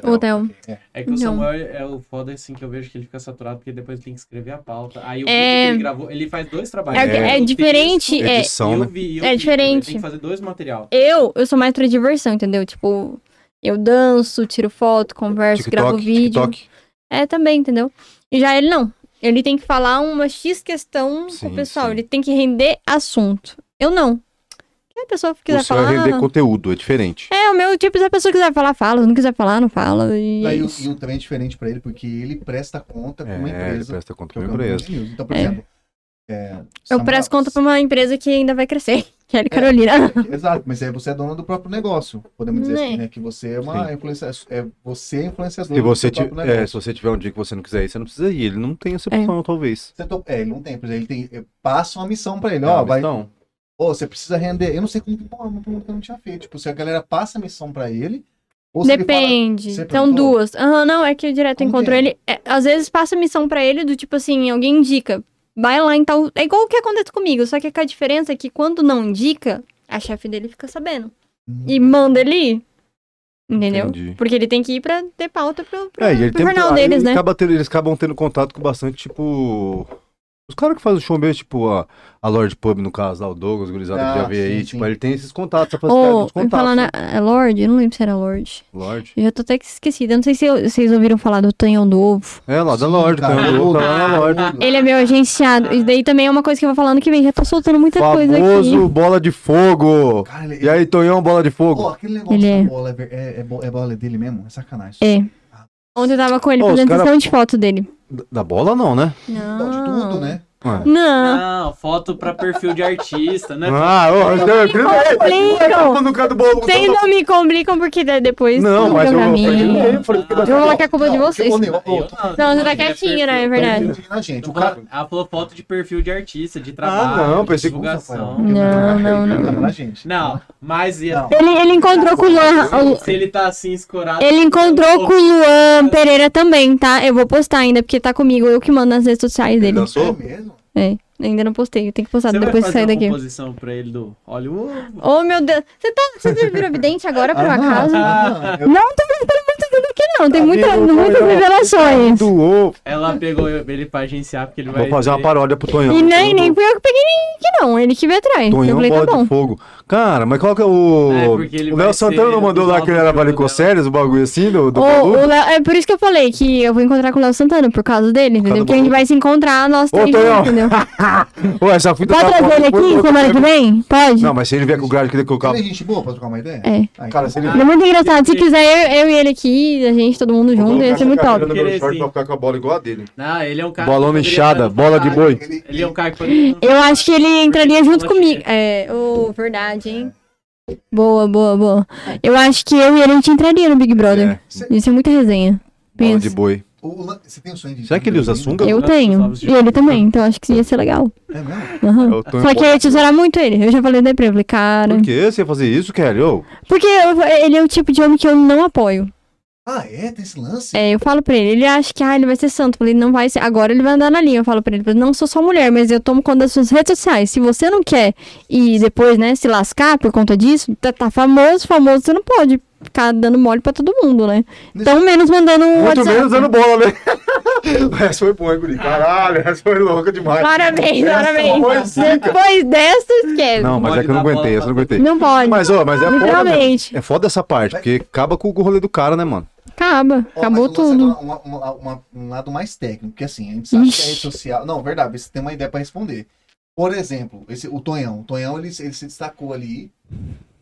Speaker 4: O hotel.
Speaker 3: É que o
Speaker 4: Não.
Speaker 3: Samuel é o foda assim que eu vejo que ele fica saturado porque depois ele tem que escrever a pauta. Aí o
Speaker 4: É.
Speaker 3: vídeo que ele gravou, ele faz dois trabalhos.
Speaker 4: É,
Speaker 2: É.
Speaker 4: é
Speaker 3: Um
Speaker 4: diferente,
Speaker 3: texto
Speaker 4: é,
Speaker 2: Edição,
Speaker 3: e o
Speaker 2: né?
Speaker 3: vi- e o
Speaker 4: É
Speaker 3: vídeo.
Speaker 4: diferente.
Speaker 3: Ele tem que fazer dois material.
Speaker 4: Eu, eu sou mais pra diversão, entendeu? Tipo, eu danço, tiro foto, converso, gravo
Speaker 2: TikTok,
Speaker 4: vídeo.
Speaker 2: TikTok.
Speaker 4: É, também, entendeu? E já ele não. Ele tem que falar uma X questão com
Speaker 2: Sim,
Speaker 4: o pessoal.
Speaker 2: sim.
Speaker 4: Ele tem que render assunto. Eu não. Se a pessoa quiser
Speaker 2: O seu é
Speaker 4: falar.
Speaker 2: render conteúdo, é diferente.
Speaker 4: É, o meu tipo, se a pessoa quiser falar, fala. Se não quiser falar, não fala. E é
Speaker 1: Aí, o,
Speaker 4: isso.
Speaker 1: e o também é diferente pra ele, porque ele presta conta com uma
Speaker 2: É, ele
Speaker 1: empresa.
Speaker 2: presta conta
Speaker 1: que é
Speaker 2: pra
Speaker 1: o
Speaker 2: uma
Speaker 1: Campo
Speaker 2: empresa.
Speaker 1: de News. Então, por
Speaker 4: É.
Speaker 1: exemplo. é,
Speaker 4: Eu
Speaker 1: Samuel-
Speaker 4: presto conta pra uma empresa que ainda vai crescer, que é a Carolina.
Speaker 1: Exato, mas aí você é dona do próprio negócio. Podemos dizer
Speaker 4: Né?
Speaker 1: assim, né? Que você é uma
Speaker 2: Sim.
Speaker 1: influência. É, você é influenciador.
Speaker 2: Se você,
Speaker 1: do seu
Speaker 2: ti-
Speaker 1: próprio
Speaker 2: é,
Speaker 1: negócio.
Speaker 2: se você tiver um dia que você não quiser ir, você não precisa ir. Ele não tem essa opção, talvez.
Speaker 1: Você to- É, ele não tem, por exemplo, ele tem. é, Passa uma missão pra ele,
Speaker 2: É
Speaker 1: ó,
Speaker 2: uma
Speaker 1: vai. Ô,
Speaker 2: opção.
Speaker 1: você precisa render. Eu não sei como que pô, é uma pergunta que eu não tinha feito. Tipo, se a galera passa a missão pra ele. Ou se ele fala-
Speaker 4: Depende.
Speaker 1: Você
Speaker 4: São
Speaker 1: perguntou?
Speaker 4: duas. Aham, não, é que eu direto
Speaker 1: Como
Speaker 4: encontro
Speaker 1: que é?
Speaker 4: ele. é, às vezes passa missão pra ele do tipo assim, alguém indica. Vai lá então. É igual o que acontece comigo, só que a diferença é que quando não indica, a chefe dele fica sabendo.
Speaker 1: Hum.
Speaker 4: E manda ele ir. Entendeu?
Speaker 2: Entendi.
Speaker 4: Porque ele tem que ir pra ter pauta pro, pro,
Speaker 2: É, e ele
Speaker 4: pro
Speaker 2: tem
Speaker 4: jornal
Speaker 2: aí
Speaker 4: deles,
Speaker 2: ele
Speaker 4: né?
Speaker 2: acaba tendo- eles acabam tendo contato com bastante, tipo. Os caras que fazem o show mesmo, tipo a, a Lord Pub, no caso, lá, o Douglas, o gurizada
Speaker 1: Ah,
Speaker 2: que já veio
Speaker 1: sim,
Speaker 2: aí.
Speaker 1: sim.
Speaker 2: Tipo, ele tem esses contatos, essa
Speaker 4: Ou,
Speaker 2: facilidade dos contatos.
Speaker 4: falando,
Speaker 2: né?
Speaker 4: é Lorde? Eu não lembro se era Lorde.
Speaker 2: Lorde.
Speaker 4: Eu já tô até que esquecida. Eu não sei se eu- vocês ouviram falar do Tanhão do Ovo.
Speaker 2: É, lá da
Speaker 1: Sim,
Speaker 2: Lorde,
Speaker 1: cara,
Speaker 2: cara.
Speaker 1: é
Speaker 2: Tá
Speaker 1: louco.
Speaker 2: lá na Lorde.
Speaker 4: Ele é meu
Speaker 1: Ah.
Speaker 4: agenciado. E daí também é uma coisa que eu vou falar ano que vem. Já tô soltando muita coisa aqui.
Speaker 2: Famoso bola de fogo.
Speaker 1: Cara, ele-
Speaker 2: E aí, Tonhão, bola de
Speaker 1: Pô,
Speaker 2: fogo.
Speaker 1: aquele negócio
Speaker 4: Ele é-
Speaker 1: da bola é, ver- é, é, bo- é bola dele mesmo? É sacanagem.
Speaker 4: É. Ontem eu tava com ele
Speaker 2: Ô, os
Speaker 4: fazendo
Speaker 2: cara-
Speaker 4: sessão de foto dele.
Speaker 2: Da- Da bola, não, né?
Speaker 1: Dá de tudo, né?
Speaker 2: Ah,
Speaker 4: Não.
Speaker 3: Não, foto pra perfil de artista, né?
Speaker 2: ah ô, eu é
Speaker 4: complicam.
Speaker 2: no cara do bolo.
Speaker 4: Vocês não me complicam porque daí depois
Speaker 2: então Não,
Speaker 4: não
Speaker 2: mas eu um
Speaker 4: pra mim.
Speaker 2: eu- eu falei que
Speaker 4: Eu vou
Speaker 2: bastante-
Speaker 4: colocar a é culpa de vocês.
Speaker 1: Ô, Ney,
Speaker 2: Ah,
Speaker 1: ô,
Speaker 3: Eu
Speaker 1: tô-
Speaker 4: Não, você tá
Speaker 3: eu queria
Speaker 4: quietinho, né? É
Speaker 3: perfil.
Speaker 4: verdade.
Speaker 2: Tá
Speaker 1: tô indigna, gente.
Speaker 3: Tô
Speaker 1: O cara.
Speaker 3: falando- Ela falou foto de perfil de artista, de trabalho,
Speaker 2: Ah, não,
Speaker 3: de
Speaker 2: pensei que-
Speaker 3: divulgação.
Speaker 1: Porque
Speaker 4: Não, não, não.
Speaker 1: Tá na gente.
Speaker 3: Não, mas ia-
Speaker 1: Não.
Speaker 4: Ele, ele encontrou com o Luan.
Speaker 3: se ele tá assim escorado.
Speaker 4: Ele encontrou com o Luan Pereira também, tá? Eu vou postar ainda, porque tá comigo. Eu que mando nas redes sociais
Speaker 2: Ele
Speaker 4: dele.
Speaker 1: É
Speaker 2: dançou?
Speaker 1: mesmo?
Speaker 4: É, ainda não postei. Eu tenho que postar
Speaker 3: Você vai
Speaker 4: depois que
Speaker 3: fazer um
Speaker 4: sair
Speaker 3: uma
Speaker 4: daqui.
Speaker 3: composição pra ele do Olha o ovo.
Speaker 4: Oh, meu Deus. Você tá, você virou vidente agora, por um acaso?
Speaker 1: Ah, eu-
Speaker 4: Não tô vendo muito tudo aqui, não. Tem
Speaker 2: Tá
Speaker 4: muita,
Speaker 2: vendo?
Speaker 4: muitas revelações.
Speaker 2: Do ovo.
Speaker 3: Ela pegou ele pra agenciar, porque ele vai.
Speaker 2: Vou fazer uma paródia pro Tonhão.
Speaker 4: E nem, nem fui eu que peguei aqui, não. Ele que veio atrás. eu
Speaker 2: Tonhão
Speaker 4: falei, tá
Speaker 2: é um bola
Speaker 4: bom.
Speaker 2: de fogo. Cara, mas qual que é o.
Speaker 3: É, porque ele
Speaker 2: o
Speaker 3: vai
Speaker 2: Léo Santana
Speaker 3: ser
Speaker 2: não mandou lá que ele era
Speaker 3: responsável pelo
Speaker 2: valicocérios, o bagulho assim, do, do
Speaker 4: Ô,
Speaker 2: Balu?
Speaker 4: o Léo- é por isso que eu falei que eu vou encontrar com o Léo Santana, por causa dele, entendeu?
Speaker 2: causa do
Speaker 4: Porque a gente
Speaker 2: Balu.
Speaker 4: vai se encontrar, nós
Speaker 2: Ô,
Speaker 4: três,
Speaker 2: Tonhão.
Speaker 4: entendeu?
Speaker 2: Ô, essa fita tá
Speaker 4: Pode trazer ele aqui semana que vem? Pode?
Speaker 2: Não, mas se ele vier com o grade que ele
Speaker 1: Ele
Speaker 2: colocar.
Speaker 1: é gente boa pra trocar uma ideia?
Speaker 4: É.
Speaker 1: Aí,
Speaker 2: Cara, se ele
Speaker 4: Ele é muito engraçado. Se quiser, eu, eu e ele aqui, a gente gente, todo mundo junto, ia ser muito top.
Speaker 3: no meu short pra
Speaker 2: ficar com a bola igual a dele.
Speaker 3: Não, ele é um cara. que
Speaker 2: Bolão
Speaker 3: poderia
Speaker 2: inchada,
Speaker 3: estar no
Speaker 2: bola de
Speaker 3: Fantástico.
Speaker 2: boi.
Speaker 3: Ele é um cara que poderia.
Speaker 4: Eu acho que ele entraria junto comigo. É, ô, verdade, hein? Boa, boa, boa. Eu acho que eu e ele a gente entraria no Big Brother.
Speaker 1: Cê-
Speaker 4: Isso é muita resenha.
Speaker 2: Bola
Speaker 4: Pensa.
Speaker 2: de boi.
Speaker 1: o lan- Você tem o sonho de.
Speaker 2: Será que ele usa sunga?
Speaker 4: Eu
Speaker 3: gosto
Speaker 4: tenho.
Speaker 3: dos ovos de
Speaker 4: E ele também, então acho que ia ser legal.
Speaker 1: É mesmo?
Speaker 4: Aham.
Speaker 2: Eu tô
Speaker 4: Só que é, né?
Speaker 2: empolgado.
Speaker 4: ia tesourar muito ele. Eu já falei daí pra ele, falei, cara.
Speaker 2: Por que você ia fazer isso, Kelly? Ô,
Speaker 4: Porque eu- ele é o tipo de homem que eu não apoio.
Speaker 1: Ah, é? Tem esse lance?
Speaker 4: É, eu falo pra ele, ele acha que ah, ele vai ser santo. Eu falei, não vai ser. Agora ele vai andar na linha. Eu falo pra ele, não sou só mulher, mas eu tomo conta das suas redes sociais. Se você não quer e depois, né, se lascar por conta disso, tá, tá famoso, famoso, você não pode ficar dando mole pra todo mundo, né? Tão menos mandando um
Speaker 2: Muito
Speaker 4: WhatsApp.
Speaker 2: menos dando bola, né? essa foi boa, hein, Guri? Caralho, essa foi louca demais.
Speaker 4: Parabéns,
Speaker 2: Essa
Speaker 4: parabéns.
Speaker 2: foi zica.
Speaker 4: Depois dessa, esquece.
Speaker 2: Não,
Speaker 4: Não,
Speaker 2: mas é que eu não aguentei, essa eu não aguentei.
Speaker 4: pode.
Speaker 2: Mas, ó, mas é foda, mesmo.
Speaker 4: Literalmente.
Speaker 2: É foda essa parte, porque acaba com o rolê do cara, né, mano?
Speaker 4: Acaba.
Speaker 1: Ó,
Speaker 4: Acabou
Speaker 1: mas o lance
Speaker 4: tudo.
Speaker 1: agora, uma- uma- uma- um lado mais técnico, porque assim, a gente sabe que a
Speaker 4: Ixi.
Speaker 1: rede social. Não, verdade, você tem uma ideia pra responder. Por exemplo, esse, o Tonhão. O Tonhão ele, se- ele se destacou ali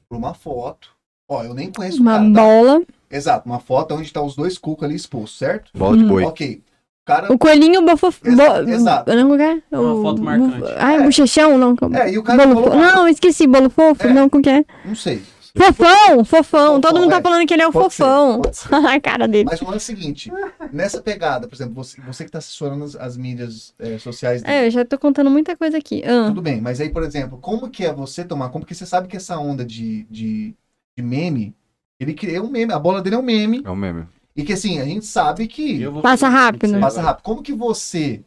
Speaker 1: por uma foto. Ó, eu nem conheço
Speaker 4: Uma
Speaker 1: o cara. tá?
Speaker 4: bola.
Speaker 1: Exato, uma foto onde tá os dois cucos ali expostos, certo?
Speaker 2: Bola
Speaker 4: Hum.
Speaker 2: de boi.
Speaker 1: Ok. O cara.
Speaker 4: O coelhinho bofo...
Speaker 1: Exa-
Speaker 4: bo-
Speaker 1: exato.
Speaker 4: Não, como que é?
Speaker 3: Uma
Speaker 4: O-
Speaker 3: foto marcante.
Speaker 4: Ah, é. bochechão? Não, como...
Speaker 1: É, e o cara
Speaker 4: bolo fo...
Speaker 1: colocou-
Speaker 4: Não, esqueci, bolo fofo.
Speaker 1: É.
Speaker 4: Não, como que é?
Speaker 1: Não sei.
Speaker 4: Fofão, fofão. Todo
Speaker 1: Fofão,
Speaker 4: mundo
Speaker 1: é.
Speaker 4: tá falando que ele é o
Speaker 1: Pode ser,
Speaker 4: fofão.
Speaker 1: pode ser.
Speaker 4: A cara dele.
Speaker 1: Mas o lance é o seguinte: nessa pegada, por exemplo, você, você que tá assessorando as, as mídias eh, sociais dele,
Speaker 4: É, eu já tô contando muita coisa aqui. Ah,
Speaker 1: tudo bem. Mas aí, por exemplo, como que é você tomar? Como que você sabe que essa onda de, de, de meme. Ele criou um meme, a bola dele é um meme.
Speaker 2: É o meme.
Speaker 1: E que assim, a gente sabe que
Speaker 3: Eu vou- um
Speaker 4: Passa rápido. né?
Speaker 1: passa rápido. Como que você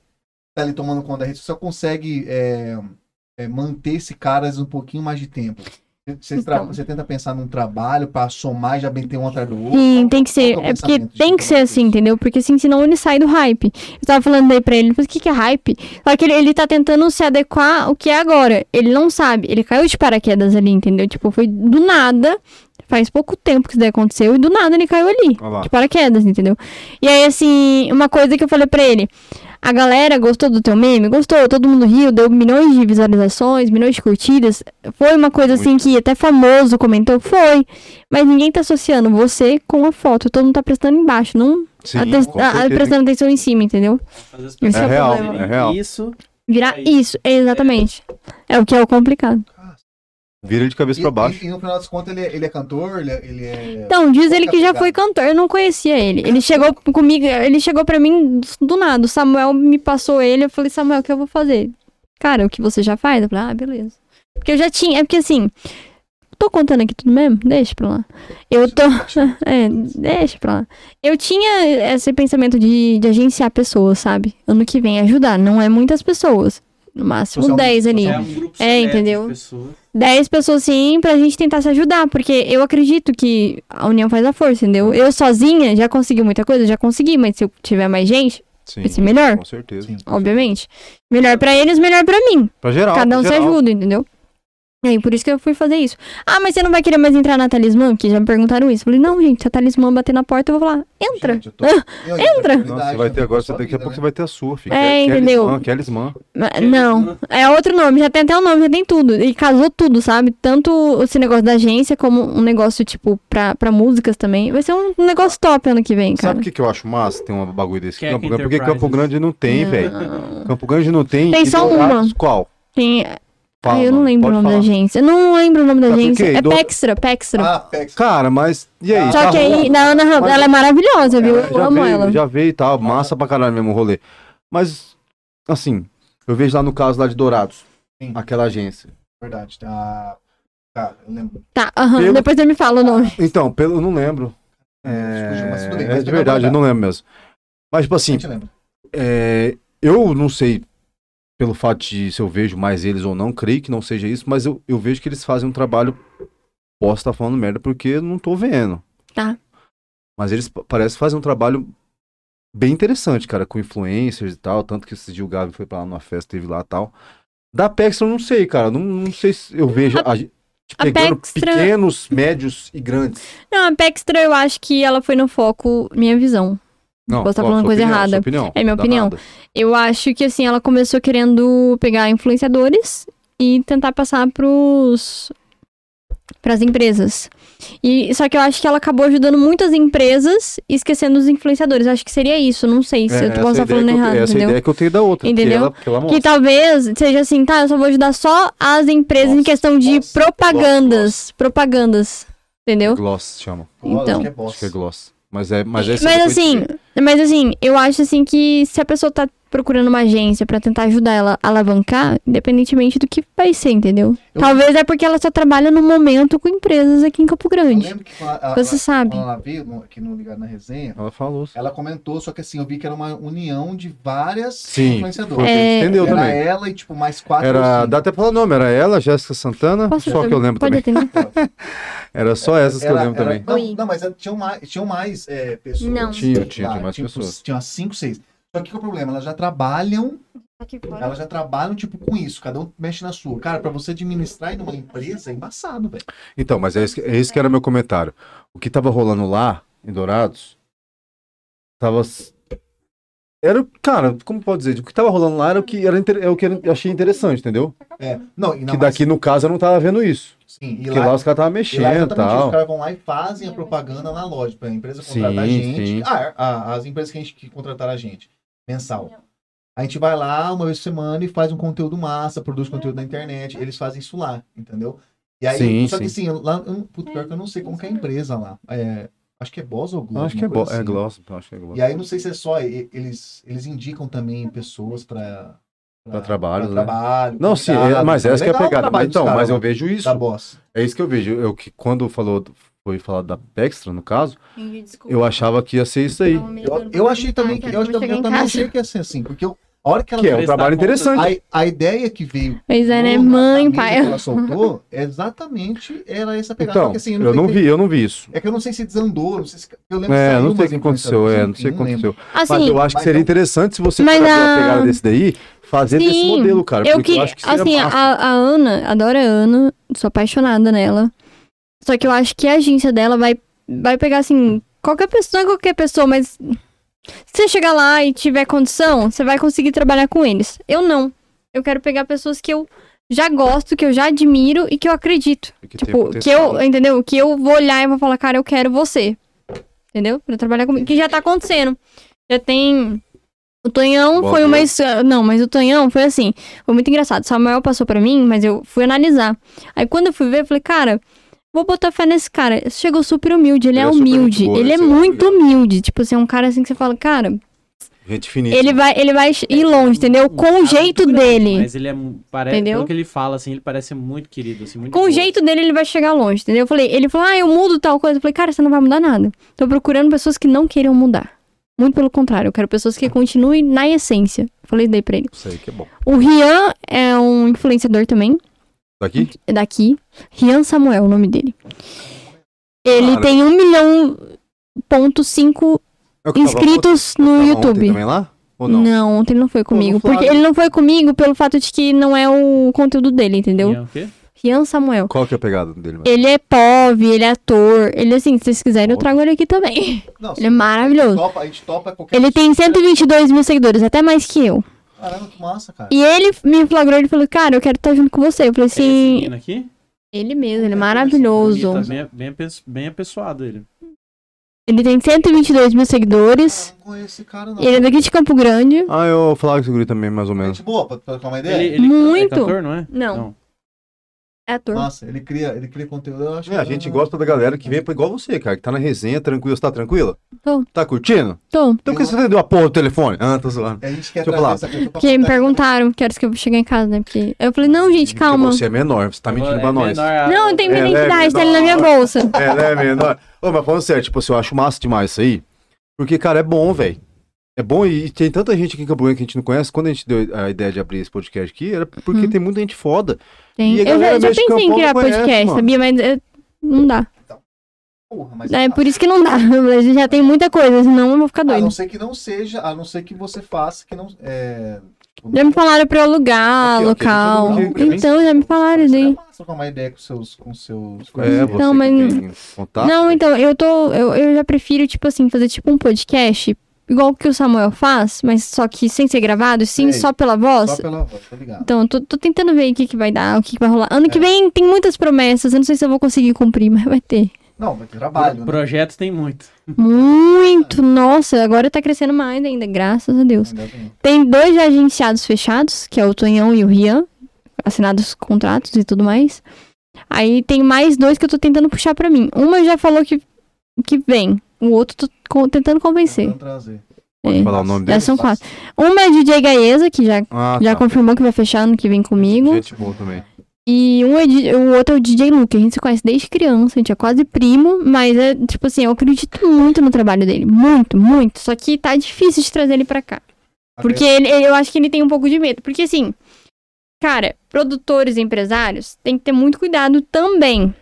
Speaker 1: tá ali tomando conta da rede social consegue é, é, manter esse caras um pouquinho mais de tempo? Você, você tra-
Speaker 4: Então.
Speaker 1: você tenta pensar num trabalho pra somar e já bem ter um atrás do outro.
Speaker 4: Sim, tem que ser.
Speaker 1: Qual que é o
Speaker 4: É porque
Speaker 1: pensamento de
Speaker 4: tem que
Speaker 1: como
Speaker 4: ser
Speaker 1: é
Speaker 4: assim,
Speaker 1: isso?
Speaker 4: entendeu? Porque assim, senão ele sai do hype. Eu tava falando daí pra ele, ele falou, o que, que é hype? Só que ele, ele tá tentando se adequar ao que é agora. Ele não sabe. Ele caiu de paraquedas ali, entendeu? Tipo, foi do nada. Faz pouco tempo que isso daí aconteceu e do nada ele caiu ali.
Speaker 2: Olha lá.
Speaker 4: De paraquedas, entendeu? E aí, assim, uma coisa que eu falei pra ele. A galera gostou do teu meme? Gostou, todo mundo riu, deu milhões de visualizações, milhões de curtidas. Foi uma coisa assim que até famoso comentou, foi. Mas ninguém tá associando você com a foto. Todo mundo tá prestando embaixo, não
Speaker 2: Sim,
Speaker 4: aten-
Speaker 2: com
Speaker 4: a- a-
Speaker 2: certeza.
Speaker 4: prestando atenção em cima, entendeu?
Speaker 3: Fazer as
Speaker 4: Isso
Speaker 3: pessoas
Speaker 4: é real,
Speaker 3: fazerem
Speaker 2: é real.
Speaker 3: Isso.
Speaker 4: Virar
Speaker 3: É
Speaker 4: isso, é exatamente. É o que é o complicado.
Speaker 2: Vira de cabeça
Speaker 1: E,
Speaker 2: pra baixo.
Speaker 1: e- e no final das contas, ele é, ele é cantor, ele é. ele é-
Speaker 4: Então, diz
Speaker 1: Qual que
Speaker 4: ele
Speaker 1: é
Speaker 4: que
Speaker 1: a
Speaker 4: já
Speaker 1: pegada?
Speaker 4: foi cantor, eu não conhecia ele. Ele chegou comigo, ele chegou pra mim do- do nada. O Samuel me passou ele, eu falei, Samuel, o que eu vou fazer? Cara, o que você já faz? Eu falei, ah, beleza. Porque eu já tinha, é porque assim, tô contando aqui tudo mesmo, deixa pra lá. Eu tô, é, deixa pra lá. Eu tinha esse pensamento de, de agenciar pessoas, sabe? Ano que vem ajudar, não é muitas pessoas. No máximo
Speaker 1: Social-
Speaker 4: 10 ali.
Speaker 1: social
Speaker 3: É um grupo
Speaker 4: É,
Speaker 3: seleto
Speaker 4: entendeu?
Speaker 3: De pessoas.
Speaker 4: 10 pessoas sim, pra gente tentar se ajudar, porque eu acredito que a união faz a força, entendeu? Eu sozinha já consegui muita coisa, já consegui, mas se eu tiver mais gente,
Speaker 2: Sim.
Speaker 4: vai ser melhor,
Speaker 2: Com certeza.
Speaker 1: Sim.
Speaker 4: obviamente. Melhor pra eles, melhor pra mim.
Speaker 2: Pra geral.
Speaker 4: Cada
Speaker 2: pra
Speaker 4: um se
Speaker 2: geral.
Speaker 4: ajuda, entendeu? E aí, por isso que eu fui fazer isso. Ah, mas você não vai querer mais entrar na talismã? Porque já me perguntaram isso. Eu falei, não, gente, se a talismã bater na porta, eu vou falar, entra.
Speaker 1: Gente, eu tô- eu- eu-
Speaker 4: Entra.
Speaker 1: eu-
Speaker 2: Nossa, você vai ter agora, você daqui a pouco você vai ter a sua, filho.
Speaker 4: É,
Speaker 2: Kelly-
Speaker 4: entendeu?
Speaker 2: Kelly Sman, Kelly Sman.
Speaker 4: Mas,
Speaker 2: né?
Speaker 4: Não, é outro nome, já tem até o nome, já tem tudo. E casou tudo, sabe? Tanto esse negócio da agência, como um negócio, tipo, pra, pra músicas também. Vai ser um negócio top ano que vem, cara.
Speaker 2: Sabe o que, que eu acho massa? Tem um bagulho desse.
Speaker 3: Quer
Speaker 2: Campo
Speaker 3: é que
Speaker 2: Grande, porque Campo
Speaker 3: Enterprises?
Speaker 2: Grande não tem, velho.
Speaker 4: Não.
Speaker 2: Campo Grande não tem.
Speaker 4: Ah. Tem
Speaker 2: e
Speaker 4: só
Speaker 2: Dourados,
Speaker 4: uma.
Speaker 2: Qual?
Speaker 4: Tem...
Speaker 2: Fala,
Speaker 4: ah, eu não
Speaker 2: mano,
Speaker 4: lembro o
Speaker 2: pode
Speaker 4: nome da
Speaker 2: falar.
Speaker 4: agência. Eu não lembro o nome da
Speaker 2: Sabe por
Speaker 4: agência.
Speaker 2: quê?
Speaker 4: É
Speaker 2: Do-
Speaker 4: Pextra, Pextra.
Speaker 1: Ah, Pex.
Speaker 2: Cara, mas e aí?
Speaker 4: Só
Speaker 2: Tá
Speaker 4: que
Speaker 2: rolando?
Speaker 4: aí, não, não,
Speaker 2: Mas-
Speaker 4: ela é maravilhosa, viu?
Speaker 2: É,
Speaker 4: Eu
Speaker 2: já
Speaker 4: amo
Speaker 2: veio,
Speaker 4: ela.
Speaker 2: Já veio e tal, massa pra caralho mesmo o rolê. Mas, assim, eu vejo lá no caso lá de Dourados,
Speaker 1: Sim.
Speaker 2: aquela agência.
Speaker 1: Verdade. Tá. Tá, eu lembro.
Speaker 4: Tá, aham,
Speaker 2: Pelo-
Speaker 4: depois você me fala o nome.
Speaker 2: Então, pelo, eu não lembro.
Speaker 1: Fugiu, mas tudo bem,
Speaker 2: É,
Speaker 1: mas
Speaker 2: é de verdade, eu não lembro mesmo. Mas, tipo
Speaker 1: A
Speaker 2: assim,
Speaker 1: gente lembra.
Speaker 2: é, eu não sei pelo fato de se eu vejo mais eles ou não, creio que não seja isso, mas eu, eu vejo que eles fazem um trabalho. Posso estar falando merda porque eu não tô vendo.
Speaker 4: Tá.
Speaker 2: Mas eles pa- parece que fazem um trabalho bem interessante, cara, com influencers e tal. Tanto que esse dia o Gabi foi pra lá numa festa, teve lá e tal. Da Pex eu não sei, cara. Não, não sei se eu vejo. A, gente
Speaker 4: a
Speaker 2: pegando
Speaker 4: Pextra-
Speaker 2: pequenos, médios e grandes.
Speaker 4: Não, a Pextra, eu acho que ela foi no foco, minha visão.
Speaker 2: Não,
Speaker 4: Posso estar
Speaker 2: ó,
Speaker 4: falando
Speaker 2: sua
Speaker 4: coisa
Speaker 2: opinião, sua
Speaker 4: errada.
Speaker 2: opinião,
Speaker 4: É minha opinião.
Speaker 2: danada.
Speaker 4: Eu acho que assim, ela começou querendo pegar influenciadores e tentar passar pros para as empresas. E só que eu acho que ela acabou ajudando muitas empresas e esquecendo os influenciadores. Eu acho que seria isso, não sei se
Speaker 2: É,
Speaker 4: eu
Speaker 2: essa
Speaker 4: posso
Speaker 2: é a
Speaker 4: estar
Speaker 2: ideia
Speaker 4: falando
Speaker 2: que eu-
Speaker 4: errado,
Speaker 2: Essa é a
Speaker 4: entendeu?
Speaker 2: ideia que eu tenho da outra. que
Speaker 4: Entendeu?
Speaker 2: ela- Que é ela
Speaker 4: Que
Speaker 2: mostra.
Speaker 4: talvez seja assim, tá, eu só vou ajudar só as empresas em
Speaker 1: Nossa,
Speaker 4: questão de
Speaker 1: nossa,
Speaker 4: propagandas, propagandas, entendeu?
Speaker 2: Gloss chama.
Speaker 4: Então.
Speaker 1: que é
Speaker 2: Acho que é
Speaker 1: boss.
Speaker 2: gloss. Mas é, mas é
Speaker 4: Mas assim, mas assim, eu acho assim que se a pessoa tá procurando uma agência pra tentar ajudar ela a alavancar, independentemente do que vai ser, entendeu?
Speaker 1: Eu-
Speaker 4: Talvez é porque ela só trabalha no momento com empresas aqui em Campo
Speaker 1: Eu
Speaker 4: Grande.
Speaker 1: lembro que quando ela,
Speaker 4: Você
Speaker 1: ela,
Speaker 4: sabe.
Speaker 1: quando ela veio no- aqui no Ligado na Resenha,
Speaker 2: Ela falou.
Speaker 4: é,
Speaker 1: ela comentou, só que assim, eu vi que era uma união de várias
Speaker 2: Sim,
Speaker 1: influenciadoras.
Speaker 2: Foi o que
Speaker 4: É,
Speaker 2: entendeu
Speaker 1: Era
Speaker 2: também.
Speaker 1: ela e tipo mais quatro
Speaker 2: Era,
Speaker 1: ou
Speaker 2: dá até pra falar o nome, era ela, Jéssica Santana,
Speaker 4: Posso-
Speaker 2: só que eu lembro
Speaker 4: Pode
Speaker 2: também.
Speaker 4: atender?
Speaker 2: Era só essas que eu lembro também.
Speaker 1: não,
Speaker 4: Oi.
Speaker 1: Não, mas era- tinham mais, tinham mais é, pessoas.
Speaker 4: Não.
Speaker 2: Tinha, tinha, tinha mais
Speaker 1: tipo,
Speaker 2: pessoas.
Speaker 1: Tinha umas cinco, seis. Só que qual é o problema? Elas já trabalham, elas já trabalham, tipo, com isso. Cada um mexe na sua. Cara, pra você administrar em uma empresa é embaçado, velho.
Speaker 2: Então, mas é esse, é esse que era meu comentário. O que tava rolando lá, em Dourados, tava. s- Era, cara, como pode dizer? O que tava rolando lá era o que, era, inter- é o que era- eu achei interessante, entendeu?
Speaker 1: É. Não, e na
Speaker 2: que daqui, no caso, eu não tava vendo isso.
Speaker 1: Sim, e
Speaker 2: Porque lá,
Speaker 1: lá,
Speaker 2: os caras estavam
Speaker 1: e lá é
Speaker 2: mexendo e
Speaker 1: exatamente isso. Os
Speaker 2: tal.
Speaker 1: caras vão lá e fazem a propaganda na loja. Pra empresa contratar a
Speaker 2: Sim,
Speaker 1: gente.
Speaker 2: sim.
Speaker 1: Ah, a- as empresas que, a gente, que contrataram a gente. Mensal. A gente vai lá uma vez por semana e faz um conteúdo massa, produz conteúdo na internet. Eles fazem isso lá, entendeu? E aí,
Speaker 2: Sim,
Speaker 1: só que
Speaker 2: sim.
Speaker 1: assim, lá, eu, não- putz, pior que eu não sei como que é a empresa lá. É, acho que é Boss ou Globo.
Speaker 2: Acho que é,
Speaker 1: uma coisa
Speaker 2: bo- é
Speaker 1: assim.
Speaker 2: gloss, acho que é gloss.
Speaker 1: E aí, não sei se é só, e- eles, eles indicam também pessoas pra...
Speaker 2: Pra trabalho, né?
Speaker 1: trabalho.
Speaker 2: Não, sim,
Speaker 1: contato.
Speaker 2: é- mas essa que é a
Speaker 1: ah, tá Legal o
Speaker 2: pegada.
Speaker 1: trabalho
Speaker 2: Mas,
Speaker 1: dos
Speaker 2: então,
Speaker 1: caras né? Tá
Speaker 2: mas
Speaker 1: lá,
Speaker 2: eu vejo isso.
Speaker 1: Da Boss.
Speaker 2: É isso que eu vejo. Eu que quando falou, foi falado da Pextra, no caso, eu achava que ia ser isso
Speaker 4: Então,
Speaker 2: aí.
Speaker 1: Eu, eu achei também que... Tá, Eu, acho que eu também achei que ia ser assim, porque eu, a hora que ela...
Speaker 2: Que é um
Speaker 3: prestar
Speaker 2: trabalho
Speaker 3: contas-
Speaker 2: interessante.
Speaker 1: A, a ideia que veio
Speaker 4: Pois é, né?
Speaker 1: Não, na- na
Speaker 4: Mãe,
Speaker 1: mídia
Speaker 4: pai.
Speaker 1: que Ela soltou, é exatamente era essa pegada. Só
Speaker 2: Então,
Speaker 1: que, assim,
Speaker 2: eu não
Speaker 1: sei se-
Speaker 2: vi, eu não vi isso.
Speaker 1: É que eu não sei se desandou, não sei se. Eu lembro que
Speaker 2: É,
Speaker 1: saiu
Speaker 2: não sei o
Speaker 1: umas assim,
Speaker 2: que aconteceu,
Speaker 1: influenciadoras,
Speaker 2: é, não sei o
Speaker 1: enfim,
Speaker 2: que aconteceu. Mas
Speaker 4: Assim,
Speaker 2: eu acho que
Speaker 1: Mas
Speaker 2: seria
Speaker 1: não.
Speaker 2: interessante se você
Speaker 4: Mas
Speaker 2: pegar
Speaker 4: a-
Speaker 2: uma pegada desse daí, fazer desse
Speaker 4: Sim,
Speaker 2: modelo, cara.
Speaker 4: eu
Speaker 2: porque
Speaker 4: queria,
Speaker 2: acho que seria
Speaker 4: assim, a,
Speaker 2: massa.
Speaker 4: a Ana, adoro a Ana, sou apaixonada nela. Só que eu acho que a agência dela vai, vai pegar, assim, qualquer pessoa, não é qualquer pessoa, mas se você chegar lá e tiver condição, você vai conseguir trabalhar com eles. Eu não. Eu quero pegar pessoas que eu já gosto, que eu já admiro e que eu acredito.
Speaker 2: Que tem
Speaker 4: tipo, que
Speaker 2: potencial. né?
Speaker 4: eu, entendeu? Que eu vou olhar e vou falar, cara, eu quero você. Entendeu? Pra trabalhar comigo. Que já tá acontecendo. Já tem. O Tonhão
Speaker 2: Boa
Speaker 4: foi uma.
Speaker 2: ideia.
Speaker 4: es- Não, mas o Tonhão foi assim. Foi muito engraçado. Samuel passou pra mim, mas eu fui analisar. Aí quando eu fui ver, eu falei, cara, vou botar fé nesse cara. Chegou super humilde. Ele,
Speaker 2: Ele
Speaker 4: é
Speaker 2: é super
Speaker 4: humilde.
Speaker 2: gente boa,
Speaker 4: ele
Speaker 2: né?
Speaker 4: é
Speaker 2: Sei lá,
Speaker 4: muito humilde. Tipo, você é um cara assim que você fala, cara,
Speaker 2: Gente finita.
Speaker 4: ele vai, ele
Speaker 2: É,
Speaker 4: vai ir longe, entendeu? Com o
Speaker 3: cara é
Speaker 2: né?
Speaker 3: muito
Speaker 4: jeito
Speaker 3: grande,
Speaker 4: dele.
Speaker 3: Mas ele é. mu- Pare...
Speaker 4: Entendeu?
Speaker 3: Pelo que ele fala, assim, ele parece ser muito querido. Assim, muito
Speaker 4: Com o
Speaker 3: boa.
Speaker 4: jeito dele, ele vai chegar longe, entendeu? Eu falei, ele falou, ah, eu mudo tal coisa. Eu falei, cara, você não vai mudar nada. Tô procurando pessoas que não queiram mudar. Muito pelo contrário, eu quero pessoas que continuem na essência. Eu Falei daí pra ele.
Speaker 2: Isso aí que é bom.
Speaker 4: O Rian é um influenciador também,
Speaker 2: Daqui?
Speaker 4: é daqui. Rian Samuel, é o nome dele. Ele
Speaker 2: Cara.
Speaker 4: tem 1 milhão ponto cinco
Speaker 2: É o que tava
Speaker 4: inscritos
Speaker 2: ontem-
Speaker 4: no
Speaker 2: tava ontem
Speaker 4: YouTube.
Speaker 2: também lá? Ou não?
Speaker 4: ontem ele não foi comigo.
Speaker 2: não
Speaker 4: porque
Speaker 2: falaram.
Speaker 4: ele não foi comigo pelo fato de que não é o conteúdo dele, entendeu?
Speaker 3: E é o quê?
Speaker 4: Rian Samuel.
Speaker 2: Qual que é a pegada dele? mano?
Speaker 4: Ele é POV, ele é ator. Ele, assim, se vocês quiserem, eu trago ele aqui também.
Speaker 1: Não,
Speaker 4: Ele é maravilhoso.
Speaker 1: Topa, a gente topa qualquer
Speaker 4: Ele tem 122 mil seguidores, até mais que eu.
Speaker 1: Caramba, que massa, cara.
Speaker 4: E ele me flagrou, ele falou, cara, eu quero estar junto com você. Eu
Speaker 3: Ele
Speaker 4: falei
Speaker 3: é esse
Speaker 4: assim,
Speaker 3: menino aqui?
Speaker 4: ele mesmo, ele é maravilhoso.
Speaker 3: Ele tá bem, bem, apes- bem apessoado ele.
Speaker 4: Ele tem 122 mil seguidores.
Speaker 1: Cara, não conheço esse cara, não.
Speaker 4: Ele é daqui de Campo Grande.
Speaker 2: Ah, eu falava que segurei também, mais ou menos.
Speaker 1: Gente boa, pra, pra tomar uma ideia.
Speaker 3: Ele, ele
Speaker 4: Muito.
Speaker 3: é cantor, não é?
Speaker 4: Não. É ator.
Speaker 1: Massa, ele cria, ele cria conteúdo. Eu acho
Speaker 2: É, a
Speaker 1: que-
Speaker 2: gente gosta da galera que vem pra igual você, cara, que tá na resenha, tranquilo. Você tá tranquila?
Speaker 4: Tô.
Speaker 2: Tá curtindo?
Speaker 4: Tô.
Speaker 2: Então por que você atendeu a porra do telefone? Ah, tô zoando.
Speaker 1: A gente quer
Speaker 2: Deixa eu
Speaker 1: trazer
Speaker 2: falar.
Speaker 1: essa pessoa pra
Speaker 4: Porque me
Speaker 1: contar.
Speaker 4: perguntaram que horas que eu vou chegar em casa, né? Porque eu falei, não, gente,
Speaker 2: Porque
Speaker 4: calma.
Speaker 2: Você é menor, você tá mentindo pra nós.
Speaker 4: Não, eu tenho
Speaker 2: É,
Speaker 4: minha
Speaker 2: né,
Speaker 4: identidade, tá ali na minha
Speaker 2: menor.
Speaker 4: bolsa.
Speaker 2: É, né, menor? Ô, mas falando sério, tipo assim, eu acho massa demais isso aí. Porque, cara, é bom, velho. É bom e tem tanta gente aqui em Campo Grande que a gente não conhece. Quando a gente deu a ideia de abrir esse podcast aqui, era porque
Speaker 4: Uhum.
Speaker 2: tem muita gente foda.
Speaker 4: Tem.
Speaker 2: E a
Speaker 4: Eu já,
Speaker 2: galera
Speaker 4: já
Speaker 2: mexe com o
Speaker 4: pensei em
Speaker 2: povo
Speaker 4: criar
Speaker 2: conhece,
Speaker 4: podcast,
Speaker 2: mano.
Speaker 4: sabia? Mas eh, não dá.
Speaker 1: Porra, mas
Speaker 4: É
Speaker 2: tá.
Speaker 1: ah,
Speaker 4: por isso que não dá. A gente já tem muita coisa, senão eu vou ficar
Speaker 1: A
Speaker 4: doido.
Speaker 1: não ser que não seja, a não ser que você faça, que não. É...
Speaker 4: Já me falaram pra eu alugar
Speaker 2: Aqui, ó, tem
Speaker 4: local.
Speaker 2: todo mundo
Speaker 1: um
Speaker 2: aqui,
Speaker 4: então, já me falaram
Speaker 1: Seria
Speaker 4: daí.
Speaker 1: massa trocar uma ideia com seus. Com seus
Speaker 2: É, você
Speaker 1: conhecidos.
Speaker 4: Então,
Speaker 2: que
Speaker 4: mas-
Speaker 1: Tá.
Speaker 2: tem contato.
Speaker 4: Não, então, eu tô. Eu, eu já prefiro, tipo assim, fazer tipo um podcast igual que o Samuel faz, mas só que sem ser gravado, sim,
Speaker 1: Sei.
Speaker 4: só pela voz.
Speaker 1: Só pela voz, tá ligado?
Speaker 4: Então, eu tô, tô tentando ver o que, que vai dar, o que, que vai rolar.
Speaker 1: É.
Speaker 4: Ano que vem tem muitas promessas, eu não sei se eu vou conseguir cumprir, mas vai ter.
Speaker 1: Não, mas trabalho, né?
Speaker 3: Projeto tem muito.
Speaker 4: Muito! Nossa, agora tá crescendo mais ainda, graças a Deus.
Speaker 1: Ainda bem.
Speaker 4: Tem dois já agenciados fechados, que é o Tonhão e o Rian, assinados os contratos e tudo mais. Aí tem mais dois que eu tô tentando puxar pra mim. Uma já falou que, que vem, o outro tô con- tentando convencer.
Speaker 1: Tentando trazer.
Speaker 4: É.
Speaker 2: Falar o nome
Speaker 4: Já
Speaker 2: dele?
Speaker 4: são quatro. Uma é o DJ Gaeza, que já,
Speaker 2: Ah,
Speaker 4: já
Speaker 2: tá.
Speaker 4: confirmou que vai fechar ano que vem comigo.
Speaker 2: Gente boa também.
Speaker 4: E um é di- o outro é o DJ Luke, a gente se conhece desde criança, a gente é quase primo, mas é tipo assim, eu acredito muito no trabalho dele, muito, muito, só que tá difícil de trazer ele pra cá. Porque ele- ele- eu acho que ele tem um pouco de medo, porque assim, cara, produtores e empresários tem que ter muito cuidado também.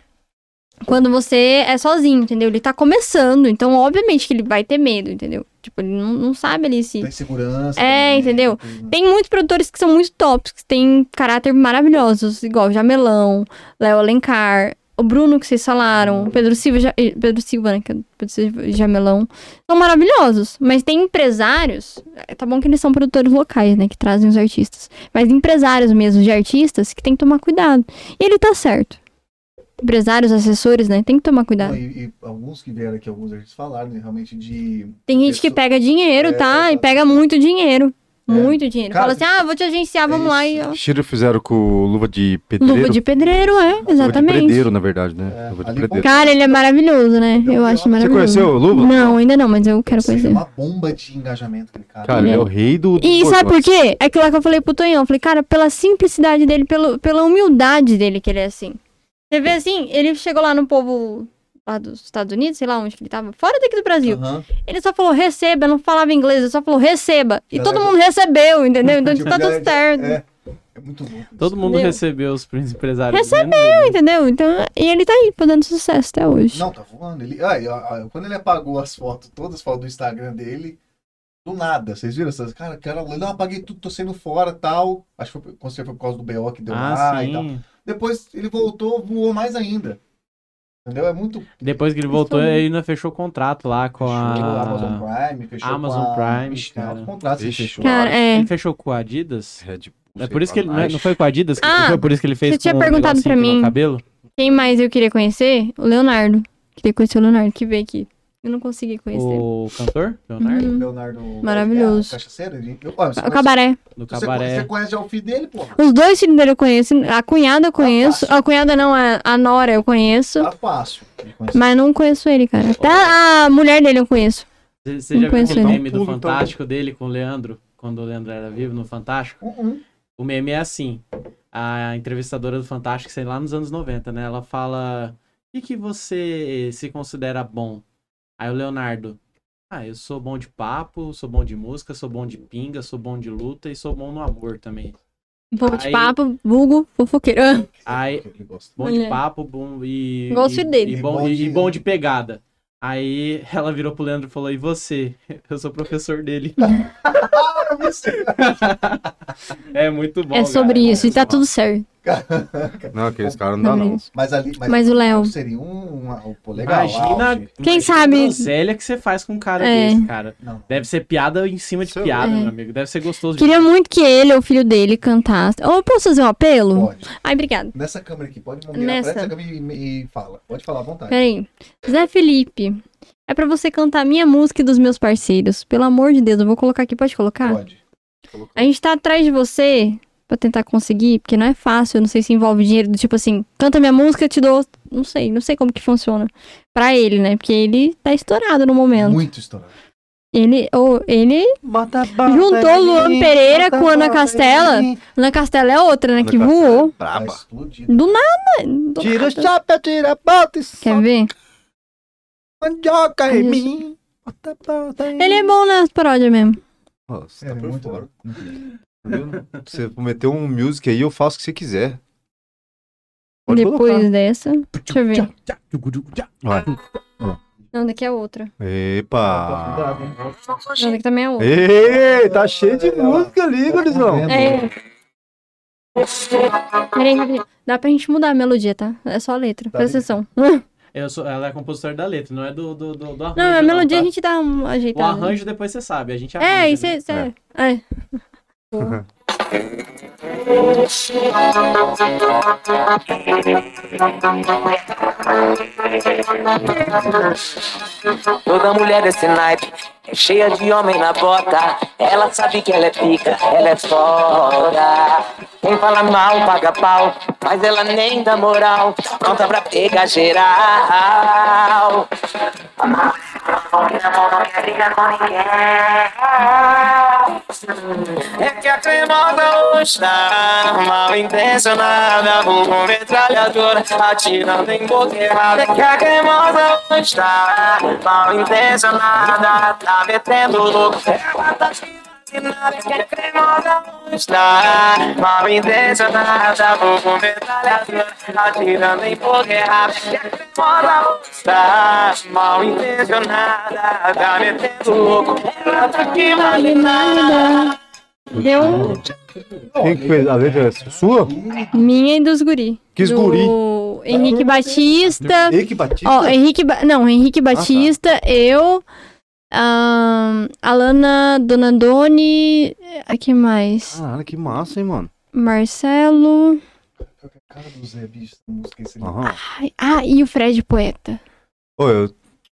Speaker 4: Quando você é sozinho, entendeu? Ele tá começando, então obviamente que ele vai ter medo, entendeu? Tipo, ele não, não sabe ali se...
Speaker 1: Tem segurança.
Speaker 4: É,
Speaker 1: também,
Speaker 4: entendeu?
Speaker 1: tudo, né?
Speaker 4: Tem muitos produtores que são muito tops, que têm caráter maravilhosos, igual Jamelão, Léo Alencar, o Bruno que vocês falaram, o Pedro Silva, Ja- eh, Pedro Silva, né, que é o Pedro Silva Jamelão, são maravilhosos, mas tem empresários, eh, tá bom que eles são produtores locais, né, que trazem os artistas, mas empresários mesmo de artistas que tem que tomar cuidado. E ele tá certo. Empresários, assessores, né, tem que tomar cuidado.
Speaker 1: E, e alguns que vieram aqui, alguns artistas falaram né, realmente de.
Speaker 4: Tem gente que
Speaker 1: Pessoa-
Speaker 4: pega dinheiro,
Speaker 1: É,
Speaker 4: tá? E
Speaker 1: exato.
Speaker 4: pega muito dinheiro.
Speaker 1: É.
Speaker 4: Muito dinheiro.
Speaker 1: Cara, é
Speaker 4: Fala assim, ah, vou te agenciar, vamos lá. E,
Speaker 1: isso.
Speaker 4: ó,
Speaker 2: Shiro fizeram com luva de pedreiro.
Speaker 4: Luva de pedreiro, é,
Speaker 2: Luva de
Speaker 4: exatamente.
Speaker 2: predeiro, na verdade, né?
Speaker 1: É,
Speaker 2: luva de
Speaker 1: ali
Speaker 2: predeiro.
Speaker 4: Cara, ele é maravilhoso, né? Eu acho
Speaker 1: Você
Speaker 2: Você
Speaker 4: maravilhoso.
Speaker 2: conheceu o Luva?
Speaker 4: Não, ainda não, mas eu quero
Speaker 1: Sei,
Speaker 4: conhecer.
Speaker 1: uma bomba de engajamento, aquele cara.
Speaker 2: Cara, ele é o rei do.
Speaker 1: um
Speaker 2: do
Speaker 4: E sabe por
Speaker 2: negócio.
Speaker 4: quê? É aquilo lá que eu falei pro Tonhão. Eu falei, cara, pela simplicidade dele, pelo, pela humildade dele que ele é assim. Você vê assim, ele chegou lá no povo lá dos Estados Unidos, sei lá onde que ele tava, fora daqui do Brasil.
Speaker 1: Aham.
Speaker 4: Ele só falou receba, não falava inglês, ele só falou receba. E
Speaker 1: Galera-
Speaker 4: todo mundo recebeu, entendeu? Então tá tudo
Speaker 1: Galera-
Speaker 4: certo.
Speaker 1: É, é muito louco.
Speaker 3: Todo mundo
Speaker 4: Meu.
Speaker 3: recebeu os empresários.
Speaker 4: Recebeu,
Speaker 3: menos ele.
Speaker 4: Entendeu? Então, e ele tá aí fazendo sucesso até hoje.
Speaker 1: Não, tá voando. Ele... Ah, e, ah, ah, quando ele apagou as fotos, todas as fotos do Instagram dele, do nada. Vocês viram essas? Cara, cara, não, apaguei tudo, tô saindo fora tal. Acho que foi, com certeza foi por causa do BO
Speaker 4: então.
Speaker 1: que deu
Speaker 3: Ah,
Speaker 1: lá e tal.
Speaker 3: sim.
Speaker 1: Depois ele voltou, voou mais ainda. Entendeu? É muito.
Speaker 3: Depois que ele voltou,
Speaker 4: Estou-
Speaker 3: ele ainda fechou o contrato lá com
Speaker 1: Fechou
Speaker 3: a.
Speaker 1: Tipo, Amazon Prime, fechou
Speaker 3: Amazon
Speaker 1: com a...
Speaker 3: Prime,
Speaker 1: Ixi, tem
Speaker 3: cara.
Speaker 1: alto contrato, você
Speaker 2: Ixi,
Speaker 1: fechou.
Speaker 4: Cara, é.
Speaker 3: Ele fechou com a Adidas?
Speaker 2: Red Bull,
Speaker 3: É
Speaker 2: sei
Speaker 3: por isso
Speaker 2: lá,
Speaker 3: que ele. Não, é-
Speaker 2: Nike.
Speaker 3: não foi com a Adidas? que-
Speaker 4: Ah,
Speaker 3: foi por isso que ele fez
Speaker 4: você tinha
Speaker 3: com um
Speaker 4: perguntado
Speaker 3: negocinho
Speaker 4: pra
Speaker 3: aqui no
Speaker 4: mim.
Speaker 3: cabelo?
Speaker 4: Quem mais eu queria conhecer? O Leonardo. Queria conhecer o Leonardo, que veio aqui. Eu não consegui conhecer.
Speaker 3: O cantor? Leonardo?
Speaker 4: Uhum.
Speaker 1: Leonardo.
Speaker 4: Maravilhoso.
Speaker 1: Ah, cachaceiro? Ele... Eu, ó, você
Speaker 4: O
Speaker 1: conhece-
Speaker 4: Cabaré.
Speaker 3: Do
Speaker 1: Você, conhece-
Speaker 3: cabaré.
Speaker 1: você conhece já o filho dele, porra?
Speaker 4: Os dois filhos dele eu conheço. A cunhada eu conheço. A cunhada não, a, a Nora eu conheço.
Speaker 1: Tá fácil. Ele conhece.
Speaker 4: Mas não conheço ele, cara. Até a mulher dele eu conheço.
Speaker 3: Você, você
Speaker 4: Não
Speaker 3: já viu
Speaker 4: conheço
Speaker 3: aquele
Speaker 4: ele.
Speaker 3: meme do
Speaker 2: Pulo, então.
Speaker 3: Fantástico dele com o Leandro? Quando o Leandro era vivo no Fantástico?
Speaker 1: Um, um.
Speaker 3: O meme é assim. A entrevistadora do Fantástico, sei lá, nos anos 90, né? Ela fala: O que, que você se considera bom? Aí o Leonardo. Ah, eu sou bom de papo, sou bom de música, sou bom de pinga, sou bom de luta e sou bom no amor também.
Speaker 4: Um pouco de
Speaker 3: Aí-
Speaker 4: papo, vulgo, fofoqueiro. Ah,
Speaker 3: Aí,
Speaker 1: Ele é gosta.
Speaker 3: bom
Speaker 4: Olha.
Speaker 3: de papo, bom e.
Speaker 4: Gosto
Speaker 3: e,
Speaker 4: dele.
Speaker 3: E
Speaker 1: E
Speaker 3: bom,
Speaker 1: bom
Speaker 3: e-
Speaker 1: de-
Speaker 3: e bom de pegada. Aí ela virou pro Leandro e falou: E você? Eu sou professor dele. é muito bom.
Speaker 4: é sobre
Speaker 3: cara.
Speaker 4: isso. E tá tudo certo.
Speaker 2: Não, é aqueles caras não dá,
Speaker 4: Sobre
Speaker 2: não.
Speaker 4: isso.
Speaker 1: Mas ali. Mas,
Speaker 4: Mas é o Léo.
Speaker 1: Seria um. um, um pô, legal.
Speaker 3: Imagina,
Speaker 1: auge.
Speaker 3: imagina
Speaker 4: sabe-
Speaker 3: a groselha que você faz com um cara
Speaker 4: É.
Speaker 3: desse, cara.
Speaker 1: Não.
Speaker 3: Deve ser piada em cima de
Speaker 2: Isso é
Speaker 3: piada,
Speaker 4: verdade.
Speaker 3: meu amigo. Deve ser gostoso.
Speaker 4: Queria muito que ele ou o filho dele cantasse. Ou eu posso fazer um apelo?
Speaker 1: Pode.
Speaker 4: Ai, obrigada.
Speaker 1: Nessa câmera aqui, pode mover
Speaker 4: Nessa.
Speaker 1: Nessa. câmera e, e fala. Pode falar à vontade.
Speaker 4: Peraí. Zé Felipe, é pra você cantar minha música e dos meus parceiros. Pelo amor de Deus, eu vou colocar aqui. Pode colocar?
Speaker 1: Pode.
Speaker 4: A gente tá atrás de você pra tentar conseguir, porque não é fácil, eu não sei se envolve dinheiro do tipo assim, canta minha música, eu te dou. Não sei, não sei como que funciona. Pra ele, né? Porque ele tá estourado no momento.
Speaker 1: Muito estourado.
Speaker 4: Ele, ou ele juntou Luan Pereira com Ana Castela. Ana Castela é outra, né? Que
Speaker 2: Ana Castela
Speaker 4: voou.
Speaker 2: é
Speaker 1: Tá
Speaker 2: Braba.
Speaker 1: explodido.
Speaker 4: Do nada. do
Speaker 2: Tira o
Speaker 4: nada.
Speaker 2: chapéu, tira a bota e
Speaker 4: Quer
Speaker 2: só
Speaker 4: ver?
Speaker 2: mandioca em
Speaker 4: Isso.
Speaker 2: mim. Bota a bota em
Speaker 4: Ele é bom nas paródias mesmo.
Speaker 2: Ó, você
Speaker 1: É,
Speaker 2: tá por
Speaker 1: muito
Speaker 2: fora.
Speaker 1: bom.
Speaker 2: Viu? Você meteu um music aí, eu faço o que você quiser. Pode
Speaker 4: Depois
Speaker 2: colocar.
Speaker 4: dessa. Deixa eu ver.
Speaker 2: Vai.
Speaker 4: Não, daqui é outra.
Speaker 1: Tá
Speaker 2: Ah. Epa!
Speaker 4: Não, daqui também é outra.
Speaker 2: Ei, tá cheio de música ali, gurizão.
Speaker 4: É. Peraí, rapidinho. Dá pra gente mudar a melodia, tá? É só a letra.
Speaker 1: Tá bem.
Speaker 4: Presta atenção.
Speaker 3: Eu sou- ela é compositora da letra, não é do, do, do, do arranjo.
Speaker 4: Não, a melodia
Speaker 3: tá?
Speaker 4: a gente dá uma
Speaker 3: O
Speaker 4: ajeitada.
Speaker 3: arranjo depois você sabe, a gente
Speaker 4: É,
Speaker 3: arranja,
Speaker 4: isso
Speaker 3: né?
Speaker 4: é. isso é- é.
Speaker 5: Toda mulher desse naipe é cheia de homem na bota. Ela sabe que ela é pica, ela é foda. Quem fala mal paga pau, mas ela nem dá moral. Pronta pra pegar geral. É que a cremosa hoje tá mal intencionada Uma metralhadora atirando em boca errada É que a cremosa hoje tá mal intencionada Tá metendo louco, ela tá te vacinada É que a cremosa hoje tá mal intencionada Uma metralhadora atirando em boca errada É que a cremosa hoje tá mal intencionada Tá metendo louco, ela tá te vacinada
Speaker 4: Deu um-
Speaker 2: Quem que fez a letra? é Sua?
Speaker 4: minha e dos guri.
Speaker 2: Que
Speaker 4: do
Speaker 2: guri?
Speaker 4: Henrique Batista.
Speaker 2: E que batista?
Speaker 4: Ó, Henrique. Ba- Não, Henrique Batista, eu. ahn, Alana Donandoni. A que mais?
Speaker 2: Caralho, que massa, hein, mano.
Speaker 4: Marcelo.
Speaker 1: Cara do Zé, bicho, essa música esse
Speaker 2: Aham.
Speaker 4: Ai, ah, e o Fred Poeta.
Speaker 2: Ô, eu...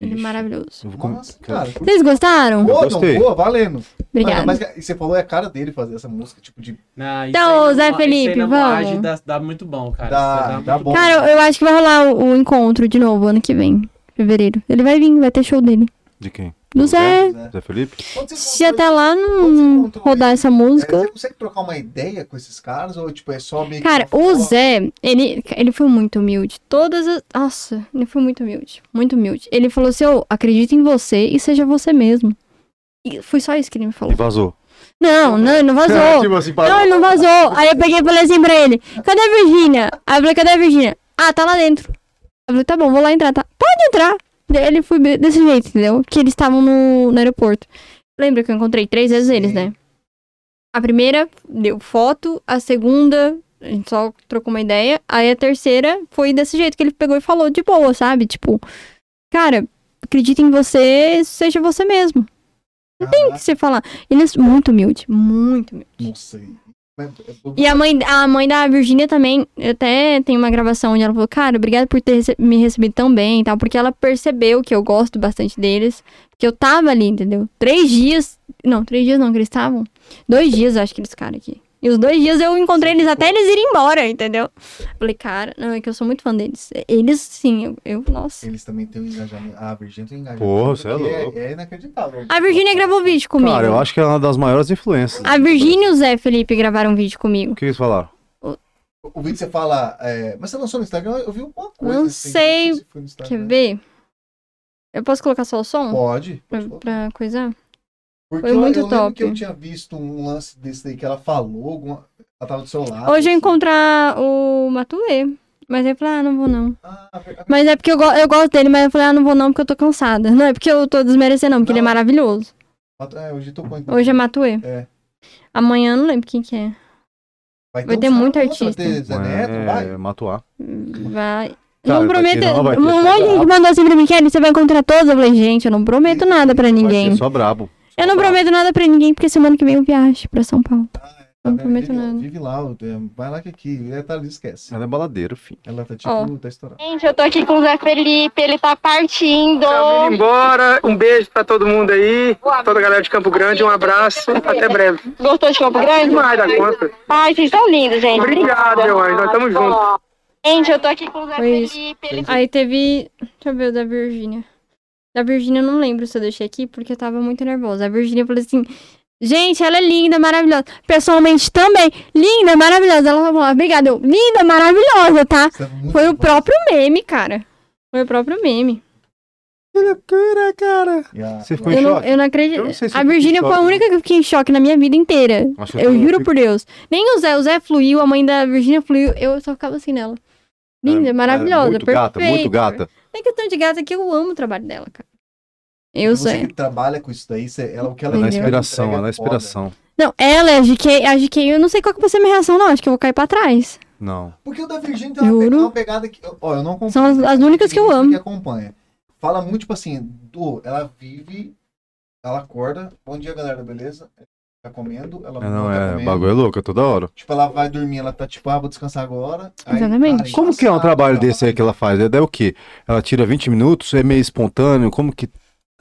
Speaker 4: Ele é
Speaker 2: Ixi,
Speaker 4: maravilhoso.
Speaker 2: eu vou com-
Speaker 1: Nossa, cara.
Speaker 4: Vocês gostaram?
Speaker 1: Boa, não,
Speaker 2: gostei.
Speaker 1: boa, valendo.
Speaker 4: Obrigada.
Speaker 1: Mano, mas e você falou é a cara dele fazer essa música, tipo de.
Speaker 3: Não, isso
Speaker 4: Então,
Speaker 3: aí
Speaker 4: Zé
Speaker 3: Ah, não- isso aí
Speaker 4: Felipe,
Speaker 3: não
Speaker 4: vamos.
Speaker 3: age, Dá, dá muito bom, cara.
Speaker 1: Dá-
Speaker 3: Isso aí
Speaker 1: dá
Speaker 3: muito
Speaker 1: bom.
Speaker 4: Cara, eu- eu acho que vai rolar o, o encontro de novo ano que vem. Fevereiro. Ele vai vir, vai ter show dele.
Speaker 2: De quem?
Speaker 4: Do Zé.
Speaker 1: Né?
Speaker 2: Zé Felipe?
Speaker 1: Quando você
Speaker 4: Se
Speaker 1: encontrou
Speaker 4: até lá não
Speaker 1: encontrou
Speaker 4: rodar
Speaker 1: ele?
Speaker 4: essa
Speaker 1: isso, é,
Speaker 4: música.
Speaker 1: Você consegue trocar uma ideia com esses caras? Ou tipo, é só meio que
Speaker 4: Cara,
Speaker 1: só
Speaker 4: o
Speaker 1: falar?
Speaker 4: Zé, ele, ele foi muito humilde. Todas as. Nossa, ele foi muito humilde. Muito humilde. Ele falou assim: eu acredito em você e seja você mesmo. E foi só isso que ele me
Speaker 2: E
Speaker 4: falou.
Speaker 2: vazou.
Speaker 4: Não, não, ele não vazou.
Speaker 2: tipo assim,
Speaker 4: Não,
Speaker 2: parou.
Speaker 4: ele não vazou. Aí eu peguei e falei assim pra ele: cadê a Virgínia? Aí eu falei: cadê a Virgínia? Ah, tá lá dentro. Eu falei: tá bom, vou lá entrar, tá? Pode entrar. Daí Ele foi be- desse jeito, entendeu? Que eles estavam no, no aeroporto. Lembra que eu encontrei três vezes eles,
Speaker 1: Sim.
Speaker 4: né? A primeira deu foto, a segunda a gente só trocou uma ideia, aí a terceira foi desse jeito que ele pegou e falou de boa, sabe? Tipo, cara, acredita em você, seja você mesmo. Não tem o que você falar. Ele é muito humilde, muito humilde.
Speaker 1: Não sei. Mas- é- eu-
Speaker 4: E a mãe, a mãe da Virgínia também, até tem uma gravação onde ela falou, cara, obrigada por ter rece- me recebido tão bem e tal, porque ela percebeu que eu gosto bastante deles, que eu tava ali, entendeu? Três dias, não, três dias não, que eles estavam, dois dias eu acho que eles ficaram aqui. E os dois dias eu encontrei eles até eles irem embora, entendeu? Falei, cara, não, é que eu sou muito fã deles. Eles, sim, eu, eu- nossa.
Speaker 1: Eles também têm um engajamento. Ah, a Virgínia tem um engajamento.
Speaker 2: Porra, você é
Speaker 1: que
Speaker 2: louco.
Speaker 1: É, inacreditável.
Speaker 4: A Virgínia gravou vídeo comigo.
Speaker 2: Cara, eu acho que é uma das maiores influências.
Speaker 4: A Virgínia e o Zé Felipe gravaram vídeo comigo.
Speaker 2: O que eles falaram?
Speaker 1: O vídeo você fala. é, Mas você lançou no Instagram? Eu vi alguma coisa.
Speaker 4: Não
Speaker 1: assim,
Speaker 4: sei.
Speaker 1: não se foi no Instagram.
Speaker 4: Quer ver? Eu posso colocar só o som?
Speaker 1: Pode.
Speaker 4: Pra,
Speaker 1: pode falar.
Speaker 4: pra coisar?
Speaker 1: Porque
Speaker 4: Foi muito
Speaker 1: eu, eu lembro
Speaker 4: top.
Speaker 1: que eu tinha visto um lance desse daí que ela falou, alguma... ela tava do seu lado.
Speaker 4: Hoje eu
Speaker 1: assim.
Speaker 4: encontrar o Matue. Mas aí eu falei, ah, não vou não.
Speaker 1: Ah, a Vir- a
Speaker 4: Mas é porque eu, go- eu gosto dele, mas eu falei, ah, não vou não porque eu tô cansada. Não é porque eu tô desmerecendo, não, porque ele é
Speaker 1: Não.
Speaker 4: maravilhoso.
Speaker 1: Vir- é, hoje eu tô com
Speaker 4: Hoje é Matue.
Speaker 1: É.
Speaker 4: Amanhã eu não lembro quem que é. vai ter
Speaker 1: uns
Speaker 4: muito
Speaker 1: caras, nossa,
Speaker 4: artista.
Speaker 1: Vai ter Zé Neto, né? vai.
Speaker 2: É, Matuá.
Speaker 4: Vai.
Speaker 2: Cara,
Speaker 4: não
Speaker 2: daqui
Speaker 4: prometo.
Speaker 2: não vai ter
Speaker 4: um monte de gente mandou assim pra mim, Kelly, você vai encontrar todos? Eu falei, gente, eu não prometo nada pra
Speaker 2: Vai
Speaker 4: ninguém.
Speaker 2: ser só brabo.
Speaker 4: Eu não prometo nada pra ninguém, porque semana que vem eu viajo pra São Paulo.
Speaker 2: Ah, é, tá
Speaker 4: Eu não prometo
Speaker 1: vive,
Speaker 4: nada.
Speaker 1: Vive lá, é, vai lá que aqui. É, tá ali, esquece.
Speaker 2: Ela é baladeira, filho.
Speaker 1: Ela tá tipo,
Speaker 4: Ó.
Speaker 1: tá estourada.
Speaker 6: Gente, eu tô aqui com o Zé Felipe, ele tá partindo.
Speaker 7: Estamos indo embora. Um beijo pra todo mundo aí, toda a galera de Campo Grande. Um abraço. Até breve.
Speaker 6: Gostou de Campo Grande?
Speaker 7: Demais da conta.
Speaker 6: Ai, vocês são lindos, gente.
Speaker 7: Obrigado, meu anjo. Nós tamo junto.
Speaker 6: Gente, eu tô aqui com o Zé
Speaker 4: Foi isso.
Speaker 6: Felipe, ele
Speaker 4: Aí teve. Deixa eu ver o da Virgínia. Da Virgínia eu não lembro se eu deixei aqui, porque eu tava muito nervosa. A Virgínia falou assim: Gente, ela é linda, maravilhosa. Pessoalmente também, linda, maravilhosa. Ela falou: Obrigada, eu, linda, maravilhosa, tá?
Speaker 1: Você é muito
Speaker 4: Foi o
Speaker 1: bom.
Speaker 4: próprio meme, cara. Foi o próprio meme.
Speaker 2: Que loucura, cara.
Speaker 1: E a-
Speaker 2: Você ficou
Speaker 1: ela-
Speaker 2: em
Speaker 4: Eu não,
Speaker 2: choque?
Speaker 4: eu não
Speaker 2: Eu
Speaker 4: acredito.
Speaker 2: não sei se
Speaker 4: a
Speaker 2: eu fiquei em
Speaker 4: Virgínia foi a
Speaker 2: choque,
Speaker 4: única que eu fiquei em choque na minha vida inteira.
Speaker 2: Acho que
Speaker 4: Eu
Speaker 2: tô-
Speaker 4: juro por Deus. Nem o Zé, o Zé fluiu, a mãe da Virgínia fluiu. Eu só ficava assim nela. Linda,
Speaker 2: É,
Speaker 4: maravilhosa,
Speaker 2: Muito
Speaker 4: perfeita.
Speaker 2: gata, muito gata. É
Speaker 4: Tem questão de gata que eu amo o trabalho dela, cara. Eu
Speaker 1: você
Speaker 4: sei.
Speaker 1: que trabalha com isso daí, você, ela, o que ela
Speaker 2: Ela é
Speaker 4: Entendeu?
Speaker 2: inspiração,
Speaker 1: entrega
Speaker 2: ela é
Speaker 1: foda.
Speaker 2: inspiração.
Speaker 4: Não, ela é a GK, a GK, eu não sei qual que vai ser a minha reação, não. Acho que eu vou cair pra trás.
Speaker 2: Não.
Speaker 1: Porque o da Virgínia tem uma,
Speaker 4: Juro?
Speaker 1: pe- uma pegada que. Ó, eu não acompanho.
Speaker 4: São as, as únicas que eu amo.
Speaker 1: Que acompanha. Fala muito, tipo assim, do, ela vive, ela acorda, bom dia, galera, beleza? Tá comendo, ela
Speaker 2: É, não,
Speaker 1: tá
Speaker 2: é. O
Speaker 1: comendo.
Speaker 2: bagulho é louco, é toda hora.
Speaker 1: Tipo, ela vai dormir, ela tá tipo, ah, vou descansar agora. Aí,
Speaker 4: Exatamente.
Speaker 1: aí,
Speaker 2: Como que é um
Speaker 1: sabe,
Speaker 2: trabalho
Speaker 4: então.
Speaker 1: tá?
Speaker 2: desse aí que ela faz? É daí o quê? Ela tira 20 minutos, é meio espontâneo? Como que.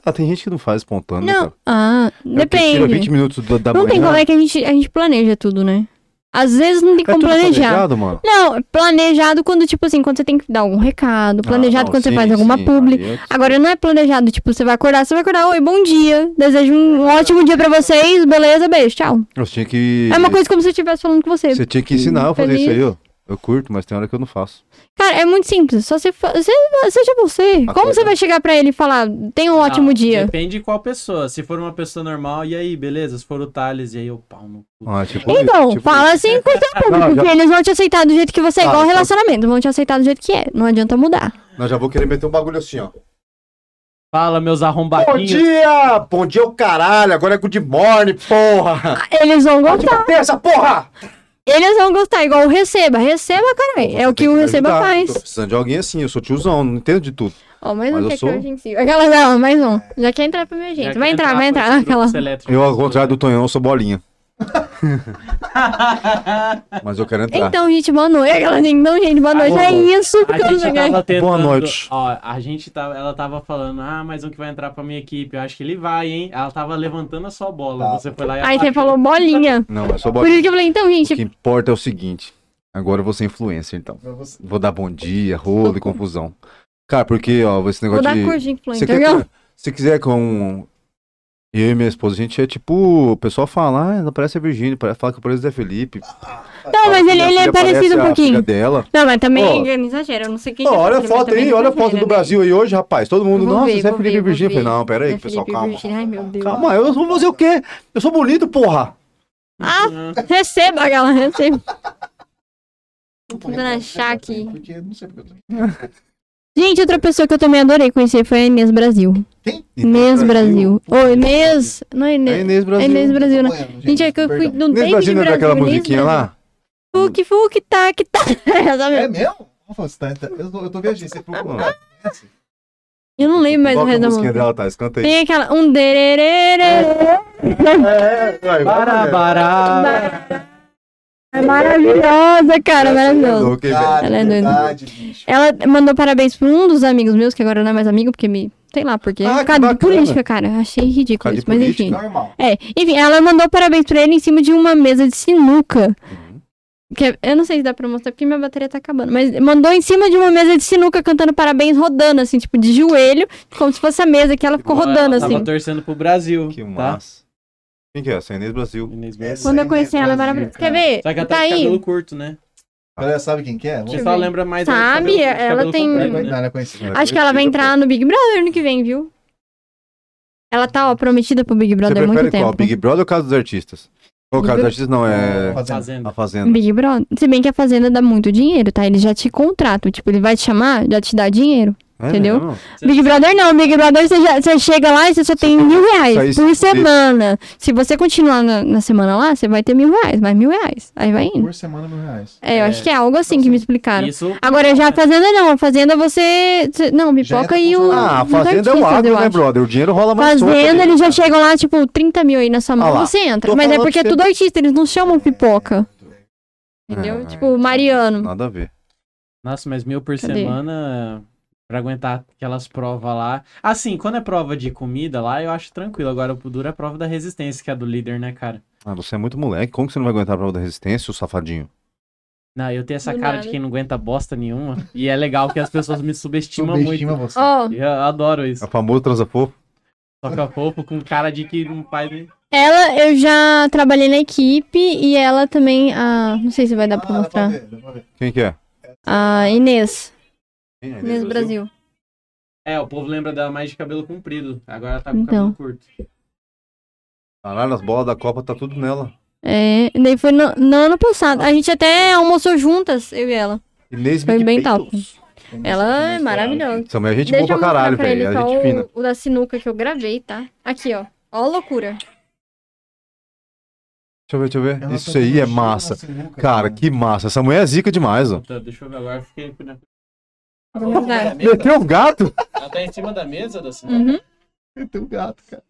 Speaker 2: Ah, tem gente que não faz espontâneo. né,
Speaker 4: Não,
Speaker 2: cara?
Speaker 4: ah,
Speaker 2: É o que Tira 20
Speaker 4: depende.
Speaker 2: minutos da, né? da
Speaker 4: Não
Speaker 2: manhã.
Speaker 4: tem como é que a gente, a gente planeja tudo, né? Às vezes não tem
Speaker 2: é
Speaker 4: como
Speaker 2: tudo
Speaker 4: planejar.
Speaker 2: planejado, mano.
Speaker 4: Não, planejado quando, tipo assim, quando você tem que dar algum recado, planejado
Speaker 2: Ah, não,
Speaker 4: quando você
Speaker 2: sim,
Speaker 4: faz alguma
Speaker 2: sim,
Speaker 4: publi.
Speaker 2: aí é-
Speaker 4: Agora não é planejado, tipo, você vai acordar, você vai acordar, oi, bom dia, desejo um ótimo dia pra vocês, beleza, beijo, tchau.
Speaker 2: Eu tinha que.
Speaker 4: É uma coisa como se eu estivesse falando com você.
Speaker 2: Você tinha que ensinar eu a fazer isso
Speaker 4: Feliz.
Speaker 2: aí, ó. Eu curto, mas tem hora que eu não faço.
Speaker 4: Cara, é muito simples, só você, fa- você seja você. Como você vai chegar pra ele e falar, tenha um ótimo
Speaker 3: Ah,
Speaker 4: dia?
Speaker 3: Depende de qual pessoa. Se for uma pessoa normal, e aí, beleza? Se for o Thales, e aí, eu pau no cu.
Speaker 2: Ah, tipo,
Speaker 4: Então,
Speaker 2: tipo-
Speaker 4: fala assim com o seu público,
Speaker 2: Não, já-
Speaker 4: que eles vão te aceitar do jeito que você é,
Speaker 2: Ah,
Speaker 4: igual
Speaker 2: eu-
Speaker 4: relacionamento, vão te aceitar do jeito que é, não adianta mudar.
Speaker 2: Nós já vou querer meter um bagulho assim, ó.
Speaker 3: Fala, meus
Speaker 2: Bom
Speaker 3: arrombadinhos.
Speaker 2: dia! Bom dia, o caralho! Agora é good morning, porra!
Speaker 4: Eles vão gostar,
Speaker 2: Essa porra!
Speaker 4: eles vão gostar, igual o receba, receba, caralho, é o que o receba faz.
Speaker 2: Tá, Tô precisando de alguém assim, eu sou tiozão, não entendo de tudo.
Speaker 4: Ó, mais
Speaker 2: Mas
Speaker 4: um
Speaker 2: eu
Speaker 4: que é
Speaker 2: sou-
Speaker 4: que eu gente Aquela não, mais um, já quer entrar pro meu
Speaker 3: Já
Speaker 4: jeito,
Speaker 3: que
Speaker 4: vai entrar, vai
Speaker 3: com
Speaker 4: entrar,
Speaker 3: esses
Speaker 4: aquela...
Speaker 3: grupos elétricos.
Speaker 2: Eu, ao contrário do Tonhão, eu sou bolinha. Mas eu quero entrar.
Speaker 4: Então, gente, boa noite. Aquela gente, não, gente, boa noite.
Speaker 2: Ah, boa
Speaker 4: é
Speaker 2: noite.
Speaker 4: isso, porque
Speaker 3: A
Speaker 4: eu não
Speaker 3: gente
Speaker 4: joguei.
Speaker 3: tava tentando,
Speaker 2: Boa noite.
Speaker 3: Ó, a gente tava, ela tava falando, ah, mais um que vai entrar pra minha equipe. Eu acho que ele vai, hein? Ela tava levantando a sua bola.
Speaker 1: Tá.
Speaker 3: Você foi lá e
Speaker 4: Aí você
Speaker 3: abaixou.
Speaker 4: falou bolinha.
Speaker 2: Não, eu sou
Speaker 4: Por isso
Speaker 2: bolinha.
Speaker 4: que eu falei, então,
Speaker 2: O
Speaker 4: gente,
Speaker 2: que importa é o seguinte. Agora eu vou ser influencer, então.
Speaker 1: Pra você. tá
Speaker 2: Vou dar bom dia, rolo e confusão. Cara, porque, ó, esse
Speaker 4: vou
Speaker 2: negócio
Speaker 4: dar
Speaker 2: de...
Speaker 4: curso de influencer,
Speaker 2: Se quer-
Speaker 4: entendeu?
Speaker 2: se quiser com. Eu e minha esposa, a gente é tipo. O pessoal fala, ah, não parece a Virgínia, parece- fala que parece o Zé Felipe. Tá,
Speaker 4: Não, mas ele, ele é parecido
Speaker 2: assim,
Speaker 4: um pouquinho.
Speaker 2: dela.
Speaker 4: Não, mas também
Speaker 2: Ó.
Speaker 4: eu não exagero, eu não sei quem
Speaker 2: Ó,
Speaker 4: que é
Speaker 2: olha a
Speaker 4: Felipe, mas
Speaker 2: foto
Speaker 4: também
Speaker 2: aí,
Speaker 4: não
Speaker 2: olha a
Speaker 4: sei,
Speaker 2: foto
Speaker 4: né,
Speaker 2: do
Speaker 4: bem?
Speaker 2: Brasil aí hoje, rapaz. Todo mundo,
Speaker 4: Vou
Speaker 2: nossa,
Speaker 4: ver,
Speaker 2: Zé
Speaker 4: vou
Speaker 2: Felipe
Speaker 4: ver,
Speaker 2: e
Speaker 4: vou
Speaker 2: Virgínia. Falei,
Speaker 4: ver.
Speaker 2: não, pera aí,
Speaker 4: Zé
Speaker 2: pessoal,
Speaker 4: Felipe e
Speaker 2: calma.
Speaker 4: Virgínia, ai, meu Deus.
Speaker 2: Calma, eu vou fazer o quê? Eu sou bonito, porra.
Speaker 4: Ah, receba, galera, receba. Dona
Speaker 1: tá
Speaker 4: Shaki.
Speaker 1: Porque eu não sei porque eu tô-
Speaker 4: Gente, outra pessoa que eu também adorei conhecer foi a Inês Brasil. Inês Brasil. Ô, Inês. Não é
Speaker 2: Então, É
Speaker 4: Inês.
Speaker 2: Inês
Speaker 4: É
Speaker 2: Brasil.
Speaker 4: Inês Brasil, né?
Speaker 1: Bueno,
Speaker 4: Gente, é que eu fui
Speaker 1: perdão.
Speaker 4: no
Speaker 2: Inês
Speaker 4: David
Speaker 2: Brasil não é
Speaker 4: Brasil.
Speaker 2: daquela
Speaker 4: Inês
Speaker 2: musiquinha
Speaker 4: Brasil.
Speaker 2: lá?
Speaker 4: Fuque, fuque, tá, que tá. Sabe?
Speaker 1: É mesmo? Vamos falar, você tá entra- Eu tô, eu tô viajando, é você procurou.
Speaker 2: Ah,
Speaker 4: Eu não lembro mais o
Speaker 2: Qual que é
Speaker 4: resto
Speaker 2: a
Speaker 4: da
Speaker 2: musiquinha
Speaker 4: música.
Speaker 2: dela, Thais? Canta aí.
Speaker 4: Tem aquela. Um dererê.
Speaker 2: É, vai, vai,
Speaker 3: Bará,
Speaker 2: vai.
Speaker 3: bará.
Speaker 4: É maravilhosa,
Speaker 2: é
Speaker 4: cara, maravilhosa.
Speaker 2: Ok, velho.
Speaker 1: Cara,
Speaker 4: Ela é doida.
Speaker 1: verdade, bicho.
Speaker 4: Ela mandou parabéns pra um dos amigos meus, que agora não é mais amigo, porque me. Sei lá, porque.
Speaker 2: Ah, que
Speaker 4: por causa de
Speaker 2: bacana.
Speaker 4: política, cara. Achei ridículo
Speaker 2: Por causa de
Speaker 4: isso, mas
Speaker 2: política.
Speaker 4: enfim.
Speaker 1: Normal.
Speaker 4: É, enfim, ela mandou parabéns pra ele em cima de uma mesa de sinuca.
Speaker 2: Hum,
Speaker 4: Que é- eu não sei se dá pra mostrar porque minha bateria tá acabando. Mas mandou em cima de uma mesa de sinuca cantando parabéns rodando, assim, tipo, de joelho, como se fosse a mesa que ela ficou
Speaker 3: Ela
Speaker 4: rodando,
Speaker 3: tava
Speaker 4: assim.
Speaker 3: torcendo pro Brasil.
Speaker 2: Que
Speaker 3: tá?
Speaker 2: massa. Quem que é essa? Inês Brasil.
Speaker 3: Inês
Speaker 1: Essa
Speaker 3: Brasil.
Speaker 4: Quando
Speaker 1: aí
Speaker 4: eu conheci
Speaker 1: é
Speaker 4: ela, é
Speaker 1: Brasil,
Speaker 4: maravilhosa.
Speaker 1: cara.
Speaker 4: Quer ver?
Speaker 3: Só né? que ela tá,
Speaker 4: Tá
Speaker 3: de cabelo
Speaker 4: aí.
Speaker 3: curto, né?
Speaker 1: Galera, sabe quem que é?
Speaker 3: O
Speaker 1: Vamos-
Speaker 4: Deixa eu
Speaker 3: pessoal
Speaker 4: ver.
Speaker 3: lembra mais
Speaker 4: Sabe,
Speaker 3: do cabelo- do
Speaker 4: ela
Speaker 3: cabelo
Speaker 4: tem-
Speaker 3: comprido,
Speaker 1: Não,
Speaker 3: né?
Speaker 1: ela é conhecida.
Speaker 4: Acho que ela vai entrar no Big Brother ano que vem, viu? Ela tá, ó, prometida pro Big
Speaker 2: Você
Speaker 4: Brother há muito
Speaker 2: prefere qual?
Speaker 4: tempo.
Speaker 2: Big Brother ou Casa dos Artistas? Ou
Speaker 4: Big
Speaker 2: Casa dos
Speaker 4: Bro-
Speaker 2: Artistas não,
Speaker 1: Fazendo.
Speaker 2: é A
Speaker 3: Fazenda.
Speaker 2: Fazenda.
Speaker 4: Big Brother. Se bem que a Fazenda dá muito dinheiro, tá? Ele já te contratam. Tipo, ele vai te chamar, já te dá dinheiro.
Speaker 2: É
Speaker 4: Entendeu?
Speaker 2: mesmo?
Speaker 3: Você-
Speaker 4: Big Brother não. Big Brother você, já- você chega lá e você só tem
Speaker 2: tá
Speaker 4: mil reais
Speaker 2: sair se fuder.
Speaker 4: por semana. Se você continuar na, na semana lá, você vai ter mil reais, mais mil reais. Aí vai indo.
Speaker 1: Por semana, mil reais.
Speaker 4: É, eu
Speaker 3: É,
Speaker 4: acho que é algo assim que me explicaram.
Speaker 3: Isso.
Speaker 4: Agora já a Fazenda não. A Fazenda você. você- Não,
Speaker 1: Já entra
Speaker 4: pipoca e o.
Speaker 1: funcionário.
Speaker 2: Ah, a
Speaker 4: os
Speaker 2: Fazenda é o
Speaker 4: artistas, eu
Speaker 2: agro, né,
Speaker 4: acho.
Speaker 2: brother? O dinheiro rola mais solto né?
Speaker 4: Fazenda,
Speaker 2: ali.
Speaker 4: eles já chegam lá, tipo, 30 mil aí na sua mão,
Speaker 2: Ah lá,
Speaker 4: você entra.
Speaker 2: tô
Speaker 4: Mas é
Speaker 2: falando
Speaker 4: porque é
Speaker 2: pra
Speaker 4: tudo artista, eles não chamam pipoca. Entendeu?
Speaker 2: É,
Speaker 4: tipo, Mariano.
Speaker 2: Nada a ver.
Speaker 3: Nossa, mas mil por
Speaker 4: Cadê?
Speaker 3: semana pra aguentar aquelas provas lá. Assim, quando é prova de comida lá, eu acho tranquilo. Agora, o duro é a prova da resistência, que é a do líder, né, cara?
Speaker 2: Ah, você é muito moleque. Como que você não vai aguentar a prova da resistência, o safadinho?
Speaker 3: Não, eu tenho essa
Speaker 4: Do
Speaker 3: cara
Speaker 4: nada.
Speaker 3: de quem não aguenta bosta nenhuma. E é legal que as pessoas me subestimam
Speaker 1: Subestima
Speaker 3: muito.
Speaker 1: Um você.
Speaker 4: Ó,
Speaker 3: Eu adoro isso.
Speaker 2: É o famoso transafofo.
Speaker 3: Toca pouco com cara de que não faz nem.
Speaker 4: ela, eu já trabalhei na equipe e ela também. A, não sei se vai dar pra
Speaker 1: Ah, dá pra
Speaker 2: tá
Speaker 4: mostrar.
Speaker 1: ver, dá pra ver.
Speaker 2: Quem que é?
Speaker 4: A Inês,
Speaker 2: Quem é?
Speaker 4: Inês Brasil.
Speaker 3: É, o povo lembra dela mais de cabelo comprido. Agora ela tá com
Speaker 4: Então.
Speaker 3: cabelo curto.
Speaker 2: Caralho, as bolas da Copa tá tudo nela.
Speaker 4: É, daí foi no, no ano passado. A gente
Speaker 2: Ah.
Speaker 4: até almoçou juntas, eu e ela.
Speaker 2: Inês
Speaker 4: Foi
Speaker 2: Big
Speaker 4: bem
Speaker 2: Beatles.
Speaker 1: Tem
Speaker 4: Ela
Speaker 1: mais-
Speaker 4: é
Speaker 1: tem mais cara
Speaker 4: maravilhosa.
Speaker 1: aqui.
Speaker 2: Essa mulher é gente
Speaker 4: Deixa
Speaker 2: boa
Speaker 4: eu
Speaker 2: pra
Speaker 4: mostrar
Speaker 2: caralho,
Speaker 4: pra
Speaker 2: velho.
Speaker 4: ele
Speaker 2: É
Speaker 4: só
Speaker 2: gente
Speaker 4: o,
Speaker 2: fina.
Speaker 4: o da sinuca que eu gravei, tá? Aqui, ó. Ó a loucura.
Speaker 2: eu ver, deixa eu ver.
Speaker 1: Ela
Speaker 2: Isso
Speaker 1: tocando
Speaker 2: aí é
Speaker 1: Sheila
Speaker 2: massa.
Speaker 1: Sinuca,
Speaker 2: Cara, que massa. Essa mulher é zica demais, ó.
Speaker 3: Puta, Então, deixa eu ver agora. Fiquei... tá
Speaker 4: Verdade.
Speaker 2: Meteu um gato?
Speaker 3: Ela tá em cima da mesa da senhora.
Speaker 4: Uhum.
Speaker 1: Tem um gato, cara.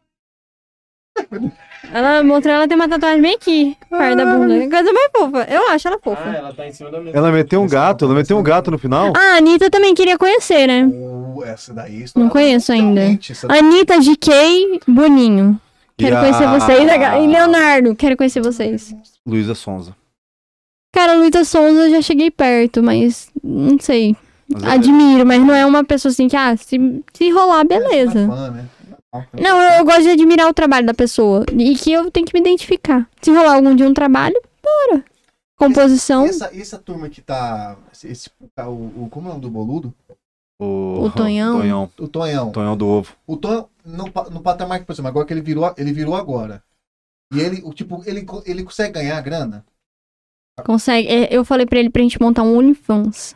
Speaker 4: Ela mostrou ela tem uma tatuagem bem aqui, perto da bunda. Ah. Coisa mais fofa. Eu acho ela
Speaker 3: Ah,
Speaker 4: fofa.
Speaker 3: ela tá em cima da mesa.
Speaker 2: Ela meteu um gato, ela meteu um gato no final.
Speaker 4: Ah, A Anitta também queria conhecer, né?
Speaker 1: Oh, essa daí.
Speaker 4: Não conheço ainda. Ah,
Speaker 1: Realmente, essa-
Speaker 4: Anitta, GK, Boninho. Quero
Speaker 2: E a-
Speaker 4: conhecer vocês. aga- E Leonardo, quero conhecer vocês.
Speaker 2: Luísa Sonza.
Speaker 4: Cara, Luísa Sonza eu já cheguei perto, mas não sei.
Speaker 2: Mas ela-
Speaker 4: Admiro, mas não é uma pessoa assim que, ah, se, se rolar, beleza.
Speaker 1: Ela é fã, né?
Speaker 4: Não, eu, eu gosto de admirar o trabalho da pessoa. E que eu tenho que me identificar. Se rolar algum dia um trabalho, bora. Composição,
Speaker 1: Essa, essa turma que tá. Esse, esse- tá o, o- como é o nome do boludo?
Speaker 2: O...
Speaker 4: O Tonhão.
Speaker 2: Tonhão.
Speaker 1: O Tonhão.
Speaker 2: Tonhão do ovo.
Speaker 1: O Tonhão, no, pa- no patamar que, por exemplo, agora que ele virou, ele virou agora. E ele, o tipo, ele, co- ele consegue ganhar grana?
Speaker 4: consegue. É, Eu falei pra ele pra gente montar um OnlyFans.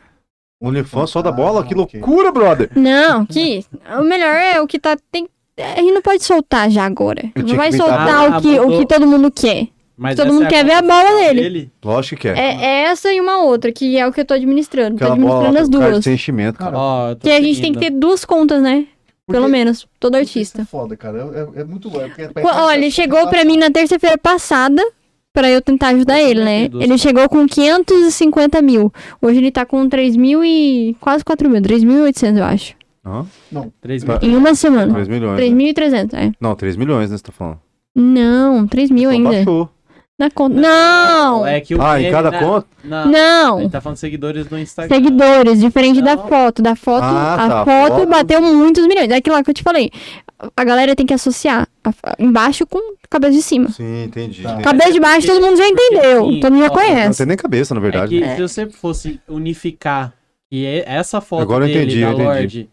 Speaker 2: OnlyFans só da bola? Que
Speaker 1: Ah, ok.
Speaker 2: loucura, brother.
Speaker 4: Não, que. O melhor é o que tá. Tem, a gente não pode soltar já agora.
Speaker 2: Eu
Speaker 4: Não
Speaker 2: tinha
Speaker 4: vai
Speaker 2: que inventar-
Speaker 4: soltar
Speaker 3: Ah,
Speaker 4: o, que, o
Speaker 3: mudou.
Speaker 4: que todo mundo quer.
Speaker 3: Mas
Speaker 4: Todo
Speaker 3: essa
Speaker 4: mundo
Speaker 3: é
Speaker 4: quer ver a
Speaker 3: composição
Speaker 4: bola dele.
Speaker 2: Lógico que é.
Speaker 4: É, é essa e uma outra, que é o que eu tô administrando.
Speaker 2: Aquela
Speaker 4: tô administrando
Speaker 2: bola
Speaker 4: as
Speaker 2: cara,
Speaker 4: duas.
Speaker 2: sem enchimento, cara.
Speaker 3: Ó, eu tô
Speaker 4: Que a gente tem
Speaker 3: seguindo.
Speaker 4: que ter duas contas, né?
Speaker 1: Porque-
Speaker 4: Pelo menos, todo
Speaker 1: porque isso
Speaker 4: artista.
Speaker 1: É foda, cara. É, é- é muito louco. porque
Speaker 4: Pô,
Speaker 1: parece- é
Speaker 4: Olha, ele chegou pra mim né? na terça-feira passada pra eu tentar ajudar
Speaker 3: Eu
Speaker 4: ele, né?
Speaker 3: também tenho
Speaker 4: Ele chegou com 550 mil. Hoje ele tá com 3 mil e... Quase 4 mil. 3.800, eu acho.
Speaker 2: Hã?
Speaker 3: Três mil.
Speaker 4: Em uma semana.
Speaker 2: 3 milhões. né?
Speaker 4: 3.300, é.
Speaker 2: Não, 3 milhões, né? Você tá falando.
Speaker 4: Não, 3 mil
Speaker 2: Então
Speaker 4: ainda.
Speaker 2: Baixou.
Speaker 4: Na conta... Não!
Speaker 3: É que o
Speaker 2: Ah, em
Speaker 3: meme
Speaker 2: cada
Speaker 3: na-
Speaker 2: conta?
Speaker 3: na- Ele
Speaker 2: é.
Speaker 4: Não!
Speaker 3: tá falando seguidores no Instagram.
Speaker 4: Seguidores, diferente da
Speaker 3: Não.
Speaker 4: foto. Da foto,
Speaker 2: Ah,
Speaker 4: a
Speaker 2: tá,
Speaker 4: foto,
Speaker 2: foto.
Speaker 4: bateu muitos milhões. É aquilo lá que eu te falei. A galera tem que associar a- embaixo com a cabeça de cima.
Speaker 2: Sim, entendi.
Speaker 1: Tá.
Speaker 3: É,
Speaker 2: entendi.
Speaker 4: Cabeça de baixo, todo mundo já entendeu.
Speaker 3: assim,
Speaker 4: Todo mundo já
Speaker 3: ó,
Speaker 2: Não
Speaker 4: conhece.
Speaker 2: tem nem cabeça, na
Speaker 3: É
Speaker 2: verdade.
Speaker 3: que
Speaker 4: né?
Speaker 3: se você fosse unificar e é- essa foto
Speaker 2: Agora eu
Speaker 3: dele
Speaker 2: entendi,
Speaker 3: da
Speaker 2: eu entendi.
Speaker 3: Lorde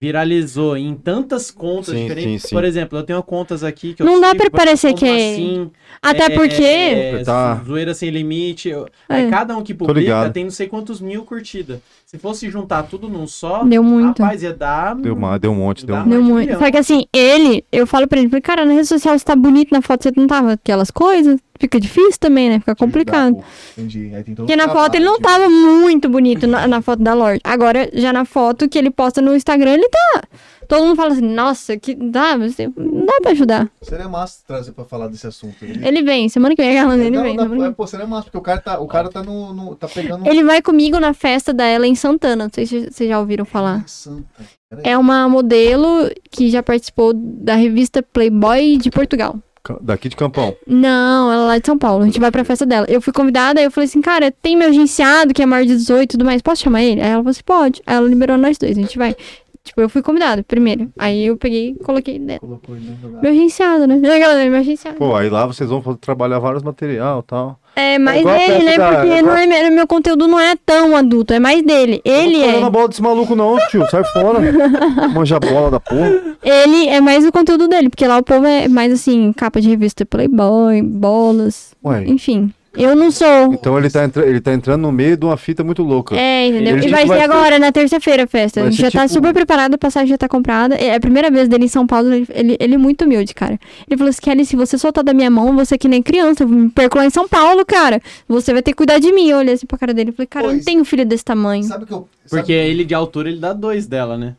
Speaker 3: viralizou em tantas contas
Speaker 2: Sim,
Speaker 3: diferentes.
Speaker 2: sim, sim.
Speaker 3: Por exemplo, eu tenho contas aqui que eu
Speaker 4: Não dá
Speaker 3: sigo,
Speaker 4: pra parecer
Speaker 3: como
Speaker 4: que é-
Speaker 3: assim,
Speaker 4: Até
Speaker 3: é,
Speaker 4: porque.
Speaker 3: é,
Speaker 2: Tá.
Speaker 3: zoeira sem limite. eu- Aí
Speaker 4: É.
Speaker 3: cada um que publica
Speaker 2: ligado.
Speaker 3: tem não sei quantos mil curtidas. Se fosse juntar tudo num só,
Speaker 4: Deu muito.
Speaker 3: rapaz, ia dar.
Speaker 2: Deu, uma, deu um monte, deu um
Speaker 3: Dá.
Speaker 2: monte.
Speaker 4: Deu
Speaker 3: mais de
Speaker 4: muito.
Speaker 3: milhão.
Speaker 4: Só que assim, ele, eu falo pra ele, falei, cara, na rede social você tá bonito, na foto você não tava aquelas coisas. Fica difícil também, né? Fica complicado.
Speaker 1: Entendi. Aí tem todo
Speaker 4: Porque na
Speaker 1: um
Speaker 4: foto ele não
Speaker 1: trabalho,
Speaker 4: tava muito bonito na, na foto da Lorde. Agora, já na foto que ele posta no Instagram, ele tá. Todo mundo fala assim, nossa, que dá, você, não dá pra ajudar.
Speaker 1: tipo, Seria massa trazer pra falar desse assunto.
Speaker 4: Ele vem, semana que vem, a Galana, ele
Speaker 1: Não,
Speaker 4: vem.
Speaker 1: na-
Speaker 4: semana que
Speaker 1: é, pô, seria massa, porque o cara tá, o cara tá, no, no- tá pegando
Speaker 4: vem. Ele vai comigo na festa da Ellen Santana, não sei se vocês já ouviram falar.
Speaker 1: Santa.
Speaker 4: É uma modelo que já participou da revista Playboy de Portugal.
Speaker 2: Ca- Daqui de Campão.
Speaker 4: Não, ela é lá de São Paulo. A gente vai pra festa dela. Eu fui convidada, aí eu falei assim, cara, tem meu agenciado que é maior de 18 e tudo mais. Posso chamar ele? Aí ela falou assim, pode. Aí ela liberou nós dois, a gente vai. Tipo, eu fui convidada primeiro. Aí eu peguei e coloquei dentro.
Speaker 1: Colocou ele no lugar.
Speaker 4: Meu agenciado, né? Não, galera, meu agenciado.
Speaker 2: Pô, aí lá vocês vão fa- trabalhar vários material e tal.
Speaker 4: É mais
Speaker 2: igual a
Speaker 4: dele,
Speaker 2: festa
Speaker 4: né?
Speaker 2: da-
Speaker 4: Porque
Speaker 2: é
Speaker 4: não
Speaker 2: igual-
Speaker 4: é, meu- meu conteúdo não é tão adulto, é mais dele. Ele
Speaker 2: não tô na
Speaker 4: é.
Speaker 2: bola desse maluco não, tio. Sai fora. Manja bola da porra.
Speaker 4: Ele é mais o conteúdo dele, porque lá o povo é mais assim, capa de revista Playboy, bolas,
Speaker 2: Ué.
Speaker 4: enfim. Eu não sou.
Speaker 2: Então ele tá, entra- ele tá entrando no meio de uma fita muito louca.
Speaker 4: É, entendeu?
Speaker 2: Ele
Speaker 4: e vai
Speaker 2: tipo
Speaker 4: ser
Speaker 2: vai ser-
Speaker 4: agora, na terça-feira, a festa.
Speaker 2: vai
Speaker 4: A gente já
Speaker 2: ser
Speaker 4: tá
Speaker 2: tipo-
Speaker 4: super preparado, a passagem já tá comprada. É a primeira vez dele em São Paulo, ele, ele, ele é muito humilde, cara. Ele falou assim, Kelly, se você soltar da minha mão, você é que nem criança, eu me perco lá em São Paulo, cara. Você vai ter que cuidar de mim. Eu olhei assim pra cara dele e falei, cara, eu não
Speaker 1: Pois.
Speaker 4: tenho filho desse tamanho.
Speaker 1: Sabe o que eu. sabe-
Speaker 3: Porque ele de altura ele dá dois dela, né?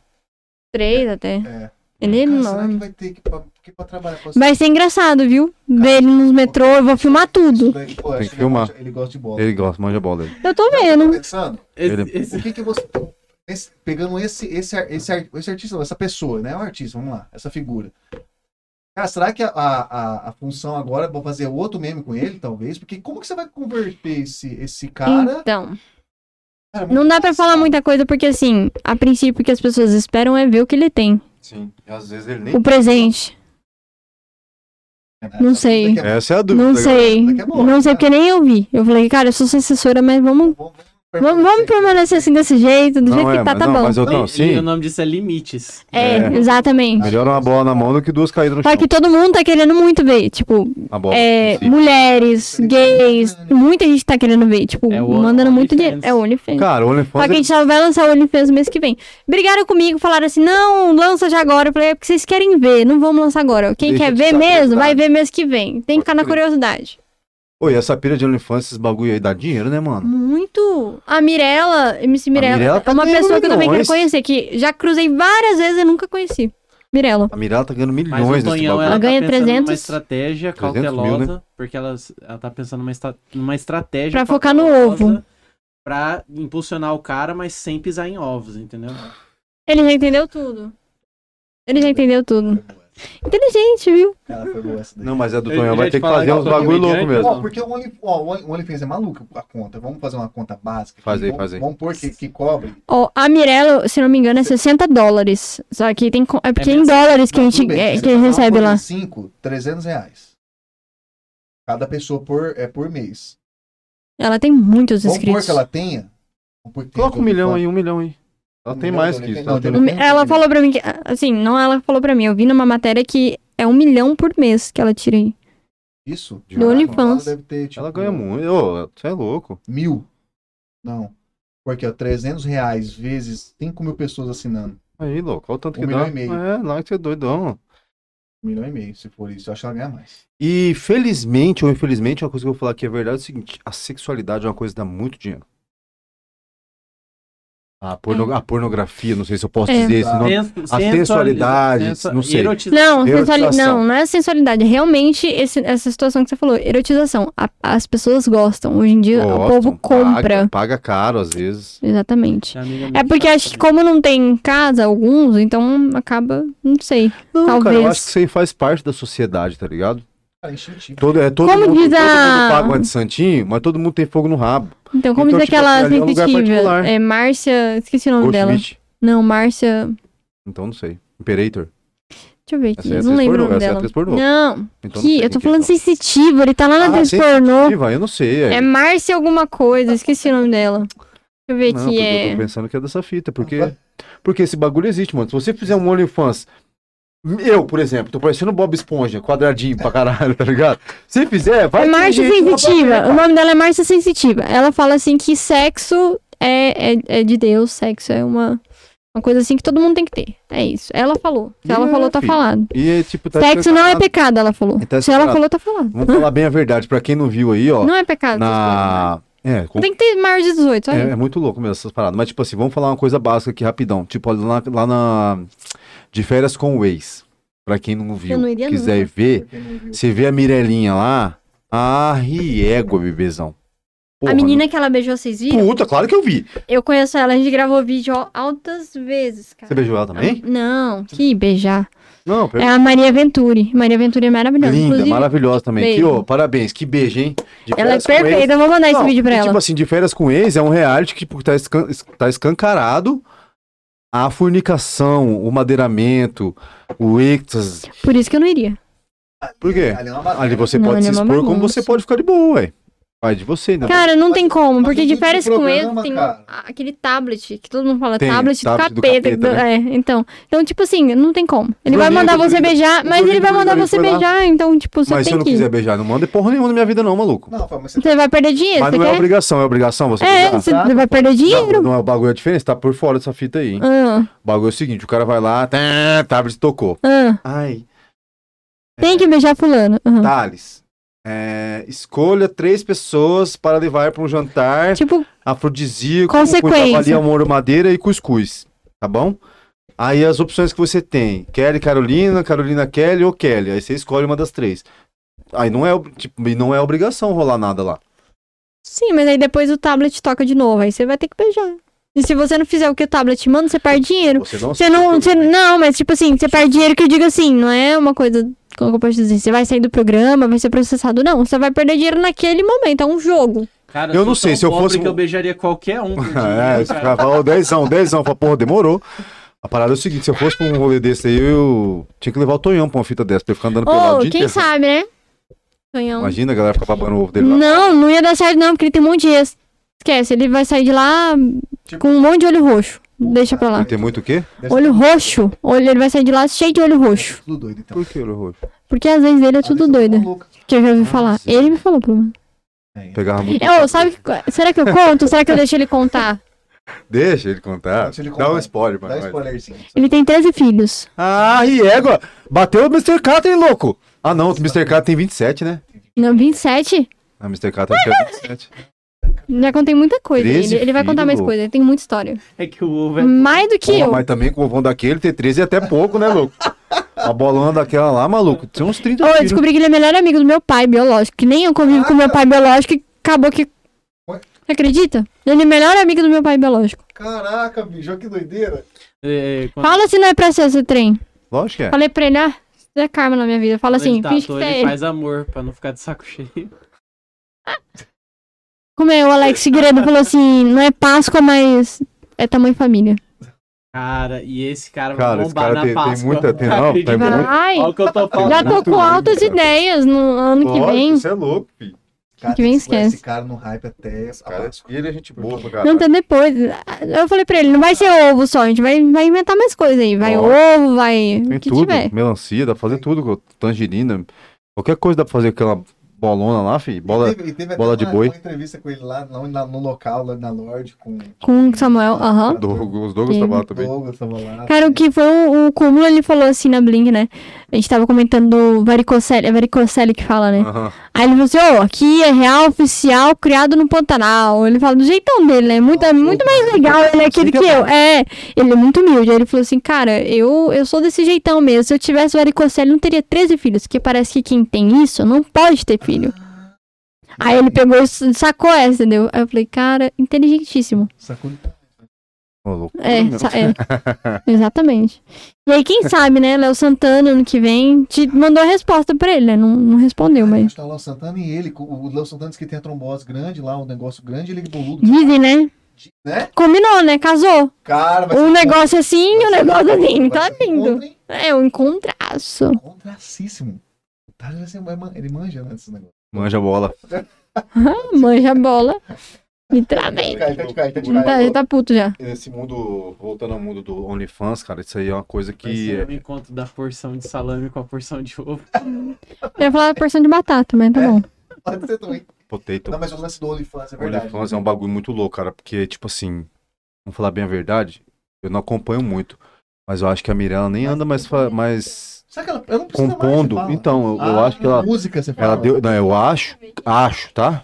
Speaker 4: Três até.
Speaker 1: É.
Speaker 4: Ele é
Speaker 1: Cara, será que
Speaker 4: enorme.
Speaker 1: vai ter que pra, que é pra trabalhar com
Speaker 4: Vai ser engraçado, viu? Ver ele nos metrô, eu vou filmar tudo.
Speaker 1: Daí, pô,
Speaker 2: Tem
Speaker 1: acho
Speaker 2: que
Speaker 1: ele
Speaker 2: filmar.
Speaker 1: gosta- Ele gosta de bola.
Speaker 2: Ele gosta, manja bola dele.
Speaker 4: É, Eu tô
Speaker 1: Eu tô
Speaker 4: vendo.
Speaker 1: pensando,
Speaker 3: Esse-
Speaker 2: Ele-
Speaker 3: esse-
Speaker 1: o que que você. esse- pegando esse, esse, ar- esse, ar- esse artista, não, essa pessoa, né? O artista, vamos lá, essa figura. Cara, será que a, a, a função agora é fazer outro meme com ele, talvez? Porque como que você vai converter esse, esse cara?
Speaker 4: Então,
Speaker 1: Cara, muito
Speaker 4: não dá pra falar
Speaker 1: engraçado.
Speaker 4: muita coisa, porque assim, a princípio o que as pessoas esperam é ver o que ele tem.
Speaker 2: Sim. às vezes ele nem.
Speaker 4: O presente.
Speaker 1: né?
Speaker 4: não sei.
Speaker 1: Daqui a
Speaker 2: Essa é a dúvida.
Speaker 4: Não
Speaker 2: galera.
Speaker 4: sei.
Speaker 1: daqui é bom,
Speaker 4: Não sei
Speaker 1: né?
Speaker 4: porque nem eu vi. Eu falei, cara, eu sou sua assessora, mas vamos,
Speaker 1: pouco vamos-
Speaker 4: vamos, vamos permanecer assim desse jeito, do jeito
Speaker 2: Não, é,
Speaker 4: que tá,
Speaker 2: mas
Speaker 4: tá
Speaker 2: não,
Speaker 4: bom.
Speaker 2: mas eu
Speaker 3: Ele-
Speaker 2: não,
Speaker 3: ele- o
Speaker 2: sim.
Speaker 3: nome disso é limites.
Speaker 4: É,
Speaker 2: É.
Speaker 4: exatamente.
Speaker 2: Melhor uma bola na mão do que duas caídas no
Speaker 4: Só
Speaker 2: chão.
Speaker 4: que todo mundo tá querendo muito ver, tipo,
Speaker 2: A bola.
Speaker 4: é,
Speaker 2: Sim.
Speaker 4: mulheres, gays, muita gente tá querendo ver, tipo,
Speaker 3: É o
Speaker 4: mandando muito dinheiro.
Speaker 3: OnlyFans.
Speaker 4: É o OnlyFans.
Speaker 2: Cara, o OnlyFans é
Speaker 4: Só que a
Speaker 2: ele-
Speaker 4: gente só vai lançar o OnlyFans no mês que vem. Brigaram comigo, falaram assim, não, lança já agora. Eu falei, é porque vocês querem ver, não vamos lançar agora. Quem
Speaker 2: Deixa
Speaker 4: quer
Speaker 2: de
Speaker 4: ver
Speaker 2: estar
Speaker 4: mesmo, vai
Speaker 2: curiosidade.
Speaker 4: ver mês que vem. Tem que
Speaker 2: Pode
Speaker 4: ficar na
Speaker 2: crer.
Speaker 4: curiosidade.
Speaker 2: Oi, essa pira de OnlyFans, esses bagulho aí dá dinheiro, né, mano?
Speaker 4: Muito. A Mirella, MC Mirella,
Speaker 2: Mirella tá
Speaker 4: é uma
Speaker 2: ganhando
Speaker 4: pessoa que eu também quero
Speaker 2: milhões.
Speaker 4: conhecer, que já cruzei várias vezes e nunca conheci. Mirella.
Speaker 2: A Mirella tá ganhando
Speaker 3: Mas o
Speaker 2: milhões nesse
Speaker 3: Tonhão,
Speaker 2: bagulho.
Speaker 3: ela,
Speaker 4: Ela
Speaker 3: ganha
Speaker 4: ganha
Speaker 3: tá pensando 300, numa
Speaker 4: 300.
Speaker 3: estratégia
Speaker 2: 300 mil, né?
Speaker 3: cautelosa, porque ela, ela tá pensando numa, estra- numa estratégia
Speaker 4: Pra focar no
Speaker 3: cautelosa
Speaker 4: ovo.
Speaker 3: Pra impulsionar o cara, mas sem pisar em ovos, entendeu?
Speaker 4: Ele já entendeu tudo. Ele já entendeu tudo. Inteligente, viu?
Speaker 1: Ela pegou essa daí.
Speaker 2: Não, mas é do
Speaker 8: Eu
Speaker 2: Tonhão,
Speaker 8: ia
Speaker 2: vai
Speaker 8: te
Speaker 2: ter que
Speaker 8: falar
Speaker 2: fazer
Speaker 8: que eu
Speaker 2: uns
Speaker 8: sou
Speaker 2: bagulho louco
Speaker 8: comediante,
Speaker 2: mesmo.
Speaker 1: Ó, porque o Only- ó, o Only- o OnlyFans é maluco a conta. Vamos fazer uma conta básica. aqui.
Speaker 2: Faz aí,
Speaker 1: vamos,
Speaker 2: faz aí.
Speaker 1: Vamos pôr que, que cobre.
Speaker 4: Ó, a Mirella, se não me engano, é 60 dólares. Só que tem. co- É porque é em
Speaker 3: mesmo?
Speaker 4: dólares que a
Speaker 1: Mas
Speaker 4: gente
Speaker 1: tudo bem,
Speaker 4: é,
Speaker 1: se
Speaker 4: que
Speaker 1: você
Speaker 4: recebe
Speaker 1: for
Speaker 4: lá.
Speaker 1: 25, 300 reais. Cada pessoa por, é por mês.
Speaker 4: Ela tem muitos
Speaker 1: Vamos pôr
Speaker 4: inscritos.
Speaker 1: que ela tenha. Vamos pôr que tenha
Speaker 2: Coloca um
Speaker 1: todo
Speaker 2: milhão
Speaker 1: mundo.
Speaker 2: aí, um milhão aí. Ela
Speaker 1: Um
Speaker 2: tem
Speaker 1: milhão
Speaker 2: mais
Speaker 1: de
Speaker 2: que isso.
Speaker 1: OnlyFans,
Speaker 2: Ela tem
Speaker 1: não,
Speaker 4: Um
Speaker 2: mais.
Speaker 4: mi- Ela falou pra mim que. Assim, não ela que falou pra mim. Eu vi numa matéria que é um milhão por mês que ela tira aí.
Speaker 1: Isso?
Speaker 2: Do
Speaker 4: OnlyFans.
Speaker 1: Ela deve ter, tipo,
Speaker 2: Ela ganha muito. Ô, você é louco.
Speaker 1: Mil. Não. Porque, ó, 300 reais vezes 5 mil pessoas assinando.
Speaker 2: Aí, louco, olha o tanto
Speaker 1: Um
Speaker 2: que
Speaker 1: milhão
Speaker 2: dá.
Speaker 1: e meio.
Speaker 2: É, lá que você é doidão.
Speaker 1: Um milhão e meio, se for isso. Eu acho que ela ganha mais.
Speaker 2: E felizmente ou infelizmente, uma coisa que eu vou falar que é verdade é o seguinte: a sexualidade é uma coisa que dá muito dinheiro. A, porno- a pornografia, não sei se eu posso
Speaker 4: É.
Speaker 2: dizer esse nome.
Speaker 3: A
Speaker 2: sensualidade, não sei.
Speaker 4: Não, sensuali...
Speaker 2: Erotização.
Speaker 4: não, não é sensualidade. é Realmente, esse- essa situação que você falou, erotização. A- as pessoas gostam. Hoje em dia, o
Speaker 2: Gostam, tá,
Speaker 4: povo compra.
Speaker 2: Paga, paga caro às vezes.
Speaker 4: Exatamente. É porque
Speaker 3: tá
Speaker 4: acho que como não tem em casa alguns, então acaba, não sei.
Speaker 2: Não, cara, eu
Speaker 4: Talvez.
Speaker 2: acho que isso aí faz parte da sociedade, tá ligado?
Speaker 1: Cara, instintivo.
Speaker 2: Todo, é, todo,
Speaker 4: Como
Speaker 2: mundo,
Speaker 4: diz
Speaker 2: todo
Speaker 4: a-
Speaker 2: mundo paga uma de santinho, mas todo mundo tem fogo no rabo.
Speaker 4: Então, como
Speaker 2: Então,
Speaker 4: diz
Speaker 2: tipo,
Speaker 4: aquela
Speaker 2: ali é um lugar
Speaker 4: sensitiva?
Speaker 2: particular.
Speaker 4: É Márcia, esqueci o nome dela.
Speaker 2: Goldschmidt.
Speaker 4: Não, Márcia,
Speaker 2: Então não sei. Imperator.
Speaker 4: deixa eu ver
Speaker 2: Essa
Speaker 4: aqui,
Speaker 2: é
Speaker 4: eu
Speaker 2: atriz
Speaker 4: não lembro
Speaker 2: pornô,
Speaker 4: o nome
Speaker 2: essa é
Speaker 4: dela.
Speaker 2: atriz pornô.
Speaker 4: Não,
Speaker 2: Então, não
Speaker 4: que
Speaker 2: sei quem
Speaker 4: eu tô
Speaker 2: que é,
Speaker 4: falando
Speaker 2: então.
Speaker 4: sensitiva, ele tá lá na
Speaker 2: Ah,
Speaker 4: atriz
Speaker 2: sensitiva.
Speaker 4: pornô.
Speaker 2: Diva, Eu não sei.
Speaker 4: É Márcia alguma coisa, esqueci o nome dela. Deixa eu ver
Speaker 2: Não,
Speaker 4: aqui,
Speaker 2: porque eu
Speaker 4: é...
Speaker 2: tô pensando que é dessa fita, porque,
Speaker 1: vai.
Speaker 2: porque esse bagulho existe, mano. Se você fizer um OnlyFans, eu, por exemplo, tô parecendo Bob Esponja, quadradinho pra caralho, tá ligado? Se fizer, vai
Speaker 4: É
Speaker 2: ter
Speaker 4: Márcia
Speaker 2: gente pra
Speaker 4: Sensitiva.
Speaker 2: bater,
Speaker 4: O nome dela é Márcia Sensitiva. Ela fala assim que sexo é, é, é de Deus, sexo é uma, uma coisa assim que todo mundo tem que ter. É isso. Ela falou. Se ela
Speaker 2: É,
Speaker 4: falou, tá
Speaker 2: filho.
Speaker 4: falado.
Speaker 2: E é tipo, tá
Speaker 4: Sexo não é
Speaker 2: descartado.
Speaker 4: pecado, ela falou.
Speaker 2: Então é
Speaker 4: Se ela
Speaker 2: separado.
Speaker 4: falou, tá falado.
Speaker 2: Vamos falar bem a verdade, pra quem não viu aí, ó.
Speaker 4: Não é pecado. essas coisas, né?
Speaker 2: na. É, com-
Speaker 4: Tem que ter maior de 18, só
Speaker 2: é,
Speaker 4: isso.
Speaker 2: é muito louco mesmo essas paradas. Mas, tipo assim, vamos falar uma coisa básica aqui rapidão. Tipo, lá, lá na. De férias com o ex. Pra quem não viu,
Speaker 4: Eu não né? iria
Speaker 2: quiser ver, você vê a Mirelinha lá. Ah, riégua, bebezão. Porra,
Speaker 4: A menina que ela beijou, vocês viram?
Speaker 2: Puta, claro que eu vi.
Speaker 4: Eu conheço ela, a gente gravou vídeo ó, altas vezes, cara.
Speaker 2: Você beijou ela
Speaker 4: É.
Speaker 2: também?
Speaker 4: Não, que beijar.
Speaker 2: Não, per...
Speaker 4: É a Maria Venturi. Maria Venturi é maravilhosa.
Speaker 2: linda,
Speaker 4: Inclusive,
Speaker 2: maravilhosa também. Que,
Speaker 4: beijo.
Speaker 2: ó, parabéns, que beijo, hein? De
Speaker 4: ela é
Speaker 2: férias com ex.
Speaker 4: perfeita. Eu vou mandar esse
Speaker 2: Não,
Speaker 4: vídeo pra
Speaker 2: e,
Speaker 4: ela.
Speaker 2: Tipo assim, de férias com ex é um reality que tipo, tá, escan- es- tá escancarado a fornicação, o madeiramento, o êxtase.
Speaker 4: Por isso que eu não iria.
Speaker 2: tá Por quê?
Speaker 1: Ali é uma
Speaker 2: Ali
Speaker 1: bagunça.
Speaker 2: você
Speaker 4: Não,
Speaker 2: pode
Speaker 4: ele
Speaker 2: se
Speaker 4: é uma
Speaker 2: expor como
Speaker 4: bagunça.
Speaker 2: você pode ficar de boa, ué. Vai de você, né?
Speaker 4: Cara, não tem como,
Speaker 1: mas
Speaker 4: porque
Speaker 1: o
Speaker 4: de
Speaker 1: vídeo do
Speaker 4: férias com eles
Speaker 1: programa,
Speaker 4: tem
Speaker 1: cara.
Speaker 4: a- aquele tablet, que todo mundo fala
Speaker 2: Tem,
Speaker 4: tablet,
Speaker 2: tablet
Speaker 4: do
Speaker 2: do
Speaker 4: capeta.
Speaker 2: capeta, né?
Speaker 4: do- É, então. Então, tipo assim, não tem como. Ele vai
Speaker 2: Bruninho,
Speaker 4: mandar
Speaker 2: Bruninho,
Speaker 4: você beijar, mas ele
Speaker 2: Bruninho,
Speaker 4: vai mandar
Speaker 2: Bruninho
Speaker 4: você
Speaker 2: foi lá.
Speaker 4: beijar, então, tipo, você
Speaker 2: Mas se eu
Speaker 4: tem
Speaker 2: não
Speaker 4: que.
Speaker 2: quiser beijar, não manda porra nenhuma na minha vida, não, maluco.
Speaker 1: Não, Rafa, mas você
Speaker 4: Você vai perder dinheiro,
Speaker 2: Mas
Speaker 4: você
Speaker 2: não é
Speaker 4: quer?
Speaker 2: obrigação, é obrigação você
Speaker 4: É,
Speaker 2: beijar.
Speaker 4: você
Speaker 1: Exato.
Speaker 4: vai perder
Speaker 2: Não,
Speaker 4: dinheiro.
Speaker 2: não é o bagulho é diferente, tá por fora dessa fita aí, hein?
Speaker 4: Ah,
Speaker 2: O bagulho é o seguinte, o cara vai lá, tá, Tablet tocou.
Speaker 1: tá
Speaker 4: ah.
Speaker 2: Ai,
Speaker 4: Tem que beijar fulano. Aham.
Speaker 2: Tá Thales, é, escolha três pessoas para levar para um jantar
Speaker 4: Tipo,
Speaker 2: afrodisíaco,
Speaker 4: Consequência.
Speaker 2: com javali, amor, madeira e cuscuz, tá bom? Aí as opções que você tem, Kelly, Carolina, Carolina, Kelly ou Kelly, aí você escolhe uma das três. Aí não é, ob- tipo, e não é obrigação rolar nada lá.
Speaker 4: sim, mas aí depois o tablet toca de novo, aí você vai ter que beijar. E se você não fizer o que o tablet manda, você perde dinheiro.
Speaker 2: Você não...
Speaker 4: Você não, você- não, mas tipo assim, você perde dinheiro que eu digo assim, não é uma coisa, como que eu posso dizer, você vai sair do programa, vai ser processado, não, você vai perder dinheiro naquele momento, é um jogo.
Speaker 3: Cara,
Speaker 2: Eu
Speaker 3: sou
Speaker 2: não sei,
Speaker 3: tão
Speaker 2: se eu
Speaker 3: pobre
Speaker 2: fosse
Speaker 3: que eu
Speaker 2: um-
Speaker 3: beijaria qualquer um. por
Speaker 2: É,
Speaker 3: dinheiro,
Speaker 2: você
Speaker 3: cara.
Speaker 2: vai falar, ó, dezão, dezão, fala, porra, demorou. A parada é o seguinte, se eu fosse pra um rolê desse aí, eu tinha que levar o Tonhão pra uma fita dessa, pra ele ficar andando
Speaker 4: Ô,
Speaker 2: pelado o dia
Speaker 4: quem
Speaker 2: inteiro.
Speaker 4: sabe, né? Sonhão.
Speaker 2: Imagina a galera ficar babando o ovo dele lá.
Speaker 4: Não, não ia dar certo não, porque ele tem um monte de ex. Esquece, ele vai sair de lá com um monte de olho roxo. Deixa pra lá.
Speaker 2: Ele tem muito o quê?
Speaker 1: deve
Speaker 4: Olho roxo, olho, ele vai sair de lá cheio de olho roxo.
Speaker 1: ser tudo doido, então.
Speaker 2: Por que, olho roxo?
Speaker 4: Porque às vezes ele é
Speaker 1: Às vezes
Speaker 4: tudo
Speaker 1: eu tô
Speaker 4: doido,
Speaker 1: maluco.
Speaker 4: que eu já ouvi falar.
Speaker 2: sim.
Speaker 4: Ele me falou, pelo menos.
Speaker 2: Pegava muito.
Speaker 4: Eu, sabe, que- será que eu conto? Será que eu deixo ele contar?
Speaker 2: Deixa ele contar.
Speaker 1: Deixa ele
Speaker 2: Dá
Speaker 1: contar.
Speaker 2: um spoiler, mano.
Speaker 1: Dá spoilerzinho.
Speaker 4: Ele tem 13 filhos.
Speaker 2: Ah, Riego! Bateu o Mr. Catra, hein, louco? Ah, não, o Mr. Catra tem 27, né?
Speaker 4: Não, 27?
Speaker 2: A Mr. K tá no dia 27.
Speaker 4: Já contei muita coisa. Ele,
Speaker 2: 13
Speaker 4: ele vai contar mais
Speaker 2: filhos,
Speaker 4: coisa, ele tem muita história.
Speaker 3: É que o ovo é.
Speaker 4: Mais do que
Speaker 2: Porra,
Speaker 4: eu.
Speaker 2: mas também com o vovão daquele, ter 13 é até pouco, né, louco? A bolona daquela lá, maluco, tem uns 30
Speaker 4: Ô, eu
Speaker 2: filhos.
Speaker 4: descobri que ele é melhor amigo do meu pai biológico, que nem eu convivo com meu pai biológico e acabou que.
Speaker 1: Ué?
Speaker 4: Você acredita? Ele é melhor amigo do meu pai biológico.
Speaker 1: Caraca, bicho, olha que doideira.
Speaker 3: é, quando
Speaker 4: Fala se não é pra ser esse trem.
Speaker 2: Lógico que é.
Speaker 4: Falei pra ele, ah, isso é karma na minha vida. Fala
Speaker 3: ele
Speaker 4: assim,
Speaker 3: tá
Speaker 4: finge que
Speaker 3: ator,
Speaker 4: você é
Speaker 3: ele
Speaker 4: ele.
Speaker 3: faz amor pra não ficar de saco cheio.
Speaker 4: Como é, o Alex Segredo falou assim, não é Páscoa, mas é tamanho família.
Speaker 3: Cara, e esse cara
Speaker 2: Cara,
Speaker 3: vai
Speaker 2: esse
Speaker 3: bombar
Speaker 2: cara
Speaker 3: na
Speaker 2: tem, tem
Speaker 3: Páscoa.
Speaker 2: muita. tá Tem, não, tem
Speaker 3: Acredito.
Speaker 2: muito.
Speaker 4: Vai,
Speaker 3: Olha o que eu tô falando.
Speaker 4: já tô
Speaker 2: muito
Speaker 4: com
Speaker 2: grande,
Speaker 4: altas
Speaker 2: cara.
Speaker 4: ideias no ano que
Speaker 2: Lógico,
Speaker 4: vem.
Speaker 2: Você é louco, filho.
Speaker 1: Cara,
Speaker 4: Que vem
Speaker 1: esse-
Speaker 4: esquece.
Speaker 1: Esse cara no hype até.
Speaker 2: Esse Cara, e ele é gente boa, pra
Speaker 4: Não,
Speaker 2: caralho.
Speaker 4: tem depois. Eu falei pra ele, não vai ser ovo só, a gente vai, vai inventar mais coisa aí. Vai
Speaker 2: Ó.
Speaker 4: ovo, vai.
Speaker 2: Tem
Speaker 4: O que
Speaker 2: tudo.
Speaker 4: tiver.
Speaker 2: Melancia, dá pra fazer tudo. com Tangerina. Qualquer coisa dá pra fazer com aquela bolona lá, filho. Bola.
Speaker 1: E teve- e teve até
Speaker 2: bola de
Speaker 1: uma,
Speaker 2: boi.
Speaker 1: uma entrevista com ele lá, lá no- no local, lá na Lorde, com
Speaker 4: Com o Samuel, aham.
Speaker 2: Douglas, os Douglas
Speaker 4: Sim.
Speaker 2: trabalham
Speaker 1: o
Speaker 2: também.
Speaker 1: Douglas, tava lá.
Speaker 4: Cara, o que foi o, o cúmulo, ele falou assim na Blink, né? A gente tava comentando do varicocele, é varicocele que fala, né?
Speaker 2: Aham.
Speaker 4: Aí ele falou assim, ô, aqui é real oficial criado no Pantanal. Ele fala do jeitão dele, né? Muito, é muito mais legal
Speaker 1: Assim
Speaker 4: ele aquele que eu. É, ele é muito humilde. Aí ele falou assim, cara, eu, eu sou desse jeitão mesmo. Se eu tivesse varicocele, eu não teria 13 filhos. Porque parece que quem tem isso não pode ter filho.
Speaker 1: Ah.
Speaker 4: Aí ele pegou e sacou essa, entendeu? Aí eu falei, cara, inteligentíssimo.
Speaker 1: Sacou?
Speaker 2: Ô, louco.
Speaker 4: É, sa- é. exatamente. E aí, quem sabe, né? Léo Santana, ano que vem, te mandou a resposta pra ele, né? Não, não respondeu, mas.
Speaker 1: Tá o Léo Santana e ele. com- O Léo Santana disse que tem a trombose grande lá, um negócio grande, ele é boludo.
Speaker 4: Dizem, né?
Speaker 1: Né?
Speaker 4: Combinou, né? Casou.
Speaker 1: Cara, vai
Speaker 4: Um
Speaker 1: ser-
Speaker 4: negócio assim, um
Speaker 1: vai ser-
Speaker 4: negócio
Speaker 1: vai
Speaker 4: assim. Tá
Speaker 1: ser
Speaker 4: lindo.
Speaker 1: contra, hein?
Speaker 4: É, um encontraço.
Speaker 1: Contracíssimo. O Tales vai ser- vai man- Ele manja, né, desses negócios.
Speaker 2: Manja a bola.
Speaker 4: Ah, Manja a bola. Literalmente.
Speaker 1: Tá de cá, tá de cá, tá de
Speaker 4: Ele
Speaker 1: cá.
Speaker 4: Tá, ele tá puto já.
Speaker 2: Esse mundo, voltando ao mundo do OnlyFans, cara, isso aí é uma coisa
Speaker 3: Vai ser
Speaker 2: que.
Speaker 3: um encontro da porção de salame com a porção de ovo.
Speaker 4: Eu ia falar porção de batata, mas
Speaker 2: É.
Speaker 4: tá bom.
Speaker 1: Pode ser também.
Speaker 2: Potato.
Speaker 1: Não, mas o lance do OnlyFans é
Speaker 2: O
Speaker 1: verdade.
Speaker 2: OnlyFans é um bagulho muito louco, cara, porque, tipo assim, vamos falar bem a verdade, eu não acompanho muito, mas eu acho que a Mirella nem anda mais, fa- mais
Speaker 1: Sabe que ela, ela não precisa
Speaker 2: um compondo.
Speaker 1: mais, você fala.
Speaker 2: Então, eu, eu
Speaker 1: Ah,
Speaker 2: acho que ela,
Speaker 1: Música, você fala.
Speaker 2: ela deu, não, eu acho, acho, tá?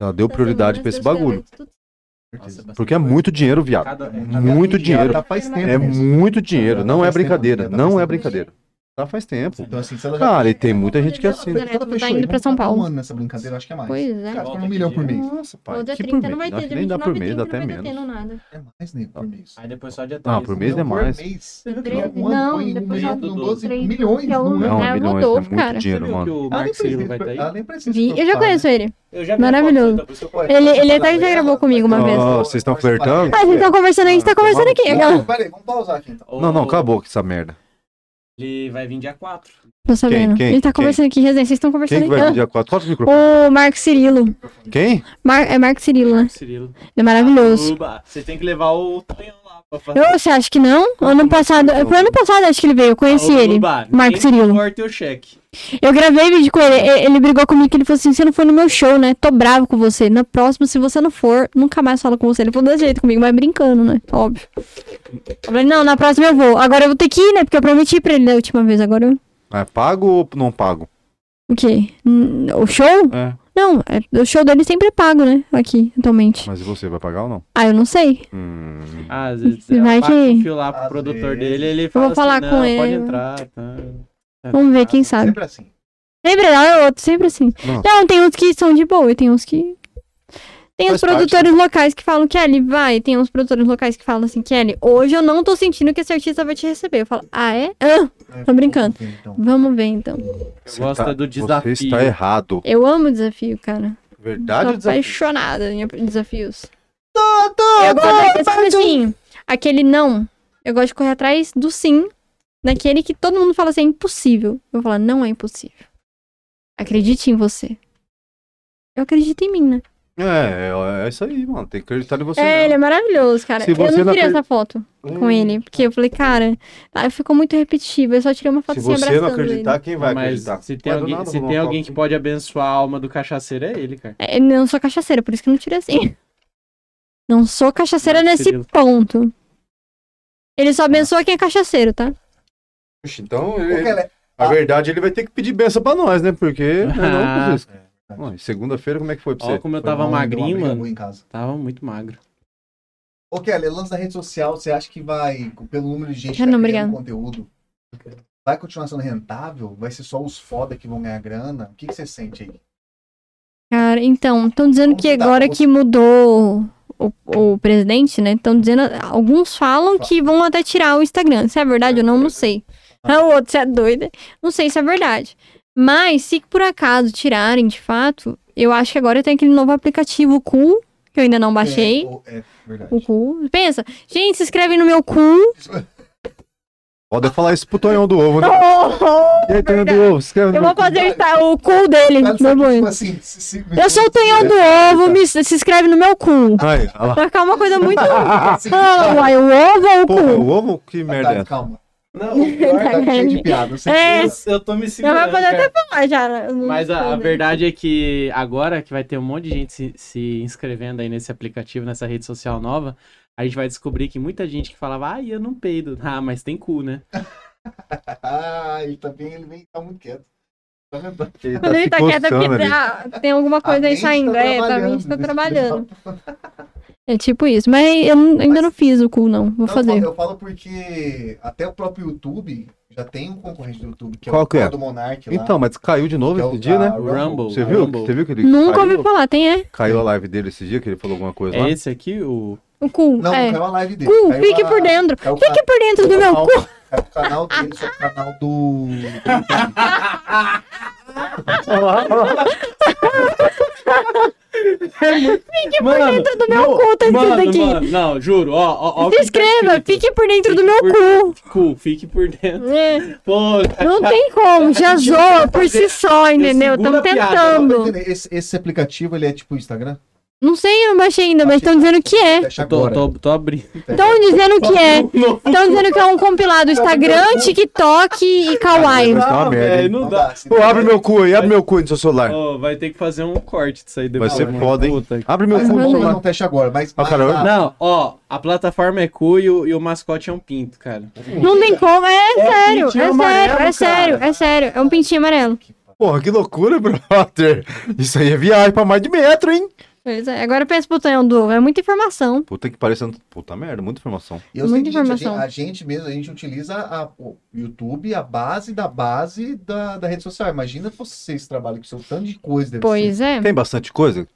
Speaker 2: Ela deu prioridade pra esse bagulho, porque é muito dinheiro, viado.
Speaker 3: Cada- é, cada-
Speaker 2: Muito dinheiro,
Speaker 1: Ela tá faz tempo.
Speaker 2: é
Speaker 1: nisso.
Speaker 2: muito dinheiro, não é
Speaker 1: Faz tempo,
Speaker 2: brincadeira,
Speaker 1: né?
Speaker 2: não
Speaker 1: Faz
Speaker 2: é
Speaker 1: tempo.
Speaker 2: brincadeira. Tá faz tempo.
Speaker 1: Então, assim, se ela já
Speaker 2: Cara, e tem muita gente que é assim. assina.
Speaker 4: Neto,
Speaker 1: Ela
Speaker 4: tá
Speaker 1: fechou
Speaker 4: indo
Speaker 1: aí,
Speaker 4: pra São
Speaker 1: vamos botar
Speaker 4: Paulo.
Speaker 1: Um ano nessa brincadeira, eu acho que é mais.
Speaker 4: Pois é.
Speaker 1: Cara,
Speaker 3: Volta
Speaker 1: falou um
Speaker 3: que
Speaker 1: milhão por
Speaker 3: dia.
Speaker 1: mês.
Speaker 2: Nossa, pai,
Speaker 4: Ou dia
Speaker 2: que
Speaker 4: 30 não
Speaker 2: por
Speaker 4: vai
Speaker 2: mês,
Speaker 4: ter,
Speaker 2: acho que
Speaker 4: dia
Speaker 2: nem dá
Speaker 4: 29
Speaker 2: por
Speaker 4: e 30
Speaker 2: mês,
Speaker 4: não
Speaker 2: dá até
Speaker 4: vai tá tendo
Speaker 2: menos.
Speaker 4: nada.
Speaker 1: É mais, né? Por mês.
Speaker 3: Aí depois só dia
Speaker 2: Não,
Speaker 3: 13.
Speaker 2: Ah, por mês é
Speaker 1: Por
Speaker 2: mais.
Speaker 1: mês.
Speaker 4: Por
Speaker 1: Por
Speaker 4: três-
Speaker 1: um ano,
Speaker 4: não,
Speaker 1: põe um
Speaker 4: depois
Speaker 1: mês,
Speaker 3: só
Speaker 1: são
Speaker 3: do
Speaker 1: 12
Speaker 4: três-
Speaker 1: milhões.
Speaker 4: que é o-
Speaker 1: não é?
Speaker 2: Não,
Speaker 4: É,
Speaker 2: milhões, é
Speaker 4: Rodolfo,
Speaker 2: muito
Speaker 4: cara.
Speaker 3: Você
Speaker 2: dinheiro,
Speaker 3: viu que
Speaker 2: mano.
Speaker 3: o
Speaker 1: Ela nem
Speaker 3: Marcos Cirilo vai
Speaker 1: precisa-
Speaker 3: estar aí?
Speaker 1: ela nem precisa se
Speaker 4: Vi, eu já
Speaker 1: preocupar,
Speaker 4: conheço ele.
Speaker 3: tá Eu já
Speaker 4: Maravilhoso.
Speaker 3: então,
Speaker 1: né?
Speaker 4: Ele- ele até já gravou comigo
Speaker 1: tá
Speaker 4: uma vez.
Speaker 2: Ó, vocês estão flertando?
Speaker 4: Ah, vocês estão conversando aí, a gente tá
Speaker 2: Ah,
Speaker 4: conversando
Speaker 2: tomara
Speaker 4: aqui.
Speaker 2: que-
Speaker 4: Aquela...
Speaker 1: Peraí, vamos pausar aqui então.
Speaker 2: Não, não, acabou com essa merda.
Speaker 3: Ele vai vir dia 4.
Speaker 4: Tô sabendo.
Speaker 2: quem,
Speaker 4: a gente tá
Speaker 2: quem?
Speaker 4: conversando aqui, resenha. Vocês estão
Speaker 2: Quem
Speaker 4: conversando
Speaker 2: que vai vir
Speaker 4: aqui.
Speaker 2: dia 4? Corta o microfone.
Speaker 4: Ah, O Marco Cirilo.
Speaker 2: Quem?
Speaker 4: Mar... É Marco Cirilo, né?
Speaker 3: Cirilo.
Speaker 4: Ele é maravilhoso.
Speaker 3: Uba, você tem que levar o Tonhão lá
Speaker 2: Ah,
Speaker 3: pra fazer.
Speaker 4: Eu, você acha que não? Ano passado. Foi ano passado, acho que ele veio. Eu conheci
Speaker 3: Ô,
Speaker 4: ele.
Speaker 3: Uba,
Speaker 4: Marco
Speaker 3: ninguém
Speaker 4: Cirilo.
Speaker 3: Corta o cheque.
Speaker 4: Eu gravei vídeo com ele. e- Ele brigou comigo que ele falou assim: você não foi no meu show, né? Tô bravo com você. Na próxima, se você não for, nunca mais falo com você. Ele falou desse jeito comigo, mas brincando, né? Óbvio. Eu falei, não, na próxima eu vou. Agora eu vou ter que ir, né? Porque eu prometi pra ele da última vez. Agora eu.
Speaker 2: É pago ou não pago?
Speaker 4: O quê? Hum, O show?
Speaker 2: É.
Speaker 4: Não, é- o show dele sempre é pago, né? Aqui, atualmente.
Speaker 2: Mas e você, vai pagar ou não?
Speaker 4: Ah, eu não sei.
Speaker 2: Hum,
Speaker 3: Ah, às vezes
Speaker 4: Vai
Speaker 3: ela
Speaker 4: que-
Speaker 3: passa um fio lá pro
Speaker 1: Às
Speaker 3: produtor
Speaker 1: vezes.
Speaker 3: dele, ele fala
Speaker 4: falar
Speaker 3: assim,
Speaker 4: com
Speaker 3: não, pode
Speaker 4: ele.
Speaker 3: entrar, tá.
Speaker 2: é
Speaker 4: Vamos ver,
Speaker 2: né?
Speaker 4: quem sabe.
Speaker 1: Sempre assim.
Speaker 4: Sempre não, é outro, sempre assim.
Speaker 2: Nossa.
Speaker 4: Não, tem uns que são de boa, e tem uns que. Tem
Speaker 2: Faz né?
Speaker 4: os produtores locais que falam, Kelly, vai. Tem uns produtores locais que falam assim, Kelly, hoje eu não tô sentindo que esse artista vai te receber. Eu falo, ah, é? Ah,
Speaker 1: né?
Speaker 4: Tô brincando.
Speaker 1: Vamos ver, então.
Speaker 4: vamos ver então.
Speaker 2: você
Speaker 3: gosto
Speaker 2: tá-
Speaker 3: é do desafio.
Speaker 2: Você está errado.
Speaker 4: Eu amo desafio, cara.
Speaker 2: Verdade ou
Speaker 4: Tô
Speaker 2: desafio?
Speaker 4: apaixonada em desafios. eu gosto daqueles, sabe
Speaker 2: um
Speaker 4: assim, aquele não. Eu gosto de correr atrás do sim, naquele que todo mundo fala assim, é impossível. Eu falo, não é impossível. Acredite em você. Eu acredito em mim, né?
Speaker 2: É, é, é isso aí, mano. Tem que acreditar em você
Speaker 4: É, ele
Speaker 2: mesmo.
Speaker 4: é maravilhoso, cara.
Speaker 2: Se
Speaker 4: Eu não
Speaker 2: você
Speaker 4: tirei
Speaker 2: não acre- Hum.
Speaker 4: essa foto com ele, porque eu falei, cara, ah, ficou muito repetitivo. Eu só tirei uma
Speaker 2: Se
Speaker 4: foto assim
Speaker 2: você
Speaker 4: abraçando
Speaker 2: não acreditar,
Speaker 4: ele.
Speaker 2: quem vai
Speaker 3: Mas
Speaker 2: acreditar?
Speaker 3: se tem,
Speaker 2: Vai do
Speaker 3: alguém,
Speaker 2: nada
Speaker 3: se
Speaker 2: rolar
Speaker 3: tem
Speaker 2: um
Speaker 3: alguém que
Speaker 2: copo.
Speaker 3: pode abençoar a alma do cachaceiro, é ele, cara.
Speaker 4: É, não sou cachaceira, por isso que eu não tirei assim. Não sou cachaceira
Speaker 3: Ah,
Speaker 4: nesse
Speaker 3: Cirilo.
Speaker 4: ponto. Ele só abençoa quem é cachaceiro, tá?
Speaker 2: Puxa, Então,
Speaker 1: Ô,
Speaker 2: ele-
Speaker 1: Kelé,
Speaker 2: a verdade, ele vai ter que pedir benção pra nós, né? Porque. né, não,
Speaker 3: Ah.
Speaker 2: Francisco? Bom, e Segunda-feira, como é que foi pra
Speaker 3: Ó,
Speaker 2: você?
Speaker 3: como eu
Speaker 2: Foi
Speaker 3: tava
Speaker 2: bom?
Speaker 3: magrinho,
Speaker 1: briga
Speaker 3: mano.
Speaker 1: boa em casa.
Speaker 3: Tava muito magro.
Speaker 1: Ô, Kelly, lance da rede social, você acha que vai, pelo número de gente que
Speaker 4: Ah,
Speaker 1: tá
Speaker 4: não,
Speaker 1: criando
Speaker 4: obrigada.
Speaker 1: conteúdo, vai continuar sendo rentável? Vai ser só os foda que vão ganhar grana? O que, que você sente aí?
Speaker 4: Cara, então, estão dizendo
Speaker 1: Como
Speaker 4: que
Speaker 1: que tá
Speaker 4: agora
Speaker 1: com
Speaker 4: que mudou o, o presidente, né? Estão dizendo. Alguns falam que vão até tirar o Instagram. Se é verdade ou não, não sei. Ah, o outro, você é doida. Não sei se é verdade. Mas, se por acaso tirarem de fato, eu acho que agora tem aquele novo aplicativo Cool, que eu ainda não baixei.
Speaker 1: É, o- é verdade.
Speaker 4: O Cool. Pensa, gente, se inscreve no meu Cool.
Speaker 2: Pode falar isso pro Tonhão do Ovo, né? E aí, Tonhão do Ovo, se inscreve
Speaker 4: Eu
Speaker 2: no-
Speaker 4: vou fazer o Insta- o Cool dele.
Speaker 1: Cara,
Speaker 4: meu
Speaker 1: sabe,
Speaker 4: boi.
Speaker 1: tipo assim, se- se-
Speaker 4: Eu sou o Tonhão do Ovo, me, se inscreve no meu Cool.
Speaker 2: Aí, olha lá.
Speaker 4: Vai ficar uma coisa muito.
Speaker 1: assim,
Speaker 4: Ah, uai, o ovo ou o
Speaker 2: Porra,
Speaker 4: cu?
Speaker 2: o ovo? Que merda é
Speaker 1: tá,
Speaker 2: essa?
Speaker 1: calma.
Speaker 3: Não, o pior
Speaker 1: Tá cheio de piada. Eu sei que-
Speaker 4: É.
Speaker 3: Eu- Eu tô me
Speaker 4: Não
Speaker 3: segurando.
Speaker 4: vai poder
Speaker 3: cara.
Speaker 4: até falar já. não
Speaker 3: Mas a, a
Speaker 4: sei, né?
Speaker 3: verdade é que agora que vai ter um monte de gente se, se inscrevendo aí nesse aplicativo, nessa rede social nova, a gente vai descobrir que muita gente que falava, ai, eu não peido. Ah, mas tem cu, né?
Speaker 1: Ah, ele também, ele vem, tá muito quieto. Tá vendo?
Speaker 2: Ele
Speaker 4: Quando ele
Speaker 2: se
Speaker 4: tá quieto, é
Speaker 2: coçando
Speaker 4: porque
Speaker 2: ali.
Speaker 4: tá- tem alguma
Speaker 1: A
Speaker 4: coisa aí
Speaker 1: mente tá
Speaker 4: saindo. É, tá, a
Speaker 1: trabalhando,
Speaker 4: mente tá
Speaker 1: né?
Speaker 4: trabalhando. É tipo isso. Mas eu não- ainda não fiz o cu, não. Vou
Speaker 1: Não, eu falo-
Speaker 4: fazer.
Speaker 1: Eu falo porque até o próprio YouTube já tem um concorrente do YouTube, que é
Speaker 2: Qual
Speaker 1: o
Speaker 2: que é?
Speaker 1: tal do Monark lá.
Speaker 2: Então, mas caiu de novo
Speaker 1: que é o
Speaker 2: esse dia,
Speaker 1: da
Speaker 2: né?
Speaker 3: O Rumble.
Speaker 2: Você
Speaker 3: o
Speaker 2: viu?
Speaker 3: Rumble.
Speaker 2: Você viu que ele
Speaker 4: Nunca
Speaker 2: caiu?
Speaker 4: ouvi falar. Tem, é?
Speaker 2: Caiu a live dele esse dia, que ele falou alguma coisa lá.
Speaker 3: É esse aqui, o.
Speaker 4: O cu.
Speaker 1: Não,
Speaker 4: é.
Speaker 1: caiu a live dele.
Speaker 4: Cu,
Speaker 1: caiu
Speaker 4: fique
Speaker 1: a-
Speaker 4: por dentro.
Speaker 1: caiu o
Speaker 4: Fique por dentro do meu
Speaker 1: canal-
Speaker 4: cu.
Speaker 1: caiu o canal dele, só o canal do...
Speaker 3: Mano,
Speaker 4: do meu cu, tá
Speaker 3: mano,
Speaker 4: escrito aqui.
Speaker 3: mano, não, juro, ó, ó, ó. o
Speaker 4: Se
Speaker 3: que tá
Speaker 4: inscreva,
Speaker 3: escrito.
Speaker 4: fique por dentro do
Speaker 3: Fique
Speaker 4: meu cu.
Speaker 3: Cu, fique por dentro.
Speaker 4: É,
Speaker 3: Pô,
Speaker 4: não tem como, já zoa por si só, entendeu?
Speaker 3: seguro
Speaker 4: Estamos
Speaker 3: a piada,
Speaker 1: Não,
Speaker 4: tentando.
Speaker 1: mas Esse, esse aplicativo, ele é tipo o Instagram?
Speaker 4: Não sei, eu não baixei ainda, mas estão dizendo que é.
Speaker 1: Fecha
Speaker 3: tô,
Speaker 1: agora.
Speaker 3: tô, tô abrindo.
Speaker 4: Estão dizendo que é.
Speaker 3: Não,
Speaker 4: Estão dizendo que é um compilado Instagram, TikTok e Kawaii.
Speaker 2: Mas tá uma merda,
Speaker 3: velho,
Speaker 2: hein? assim,
Speaker 3: não
Speaker 1: Não
Speaker 3: dá.
Speaker 1: dá, se-
Speaker 2: Pô, abre meu cu aí, abre meu cu aí no seu celular.
Speaker 3: Ó, vai ter que fazer um corte disso aí
Speaker 2: Vai
Speaker 3: depois.
Speaker 2: ser
Speaker 3: mano.
Speaker 2: foda, hein?
Speaker 3: Puta que-
Speaker 2: Abre meu
Speaker 1: Mas
Speaker 2: cu no
Speaker 1: não,
Speaker 4: mano.
Speaker 2: celular.
Speaker 1: Ah, então não fecha agora, mas...
Speaker 2: Ah, cara,
Speaker 1: mas-
Speaker 3: Não, ó, a plataforma é cu e o, e o mascote é um pinto, cara.
Speaker 4: Não tem como, é sério, é
Speaker 3: pintinho
Speaker 4: sério,
Speaker 3: amarelo,
Speaker 4: é
Speaker 3: cara.
Speaker 4: sério, é sério. É um pintinho amarelo.
Speaker 2: Porra, que loucura, brother. Isso aí é viagem pra mais de metro, hein?
Speaker 4: Pois é, agora pensa pro Tonhão do ovo, é muita informação.
Speaker 2: Puta que parecendo. tá- Puta merda, muita informação.
Speaker 1: Eu sei
Speaker 4: Muita
Speaker 1: que, gente, a gente-
Speaker 4: informação.
Speaker 1: a gente mesmo, a gente utiliza a- o YouTube, a base da base da, da rede social. Imagina vocês trabalham com seu tanto de coisa. deve ser.
Speaker 4: Pois é.
Speaker 2: Tem bastante coisa?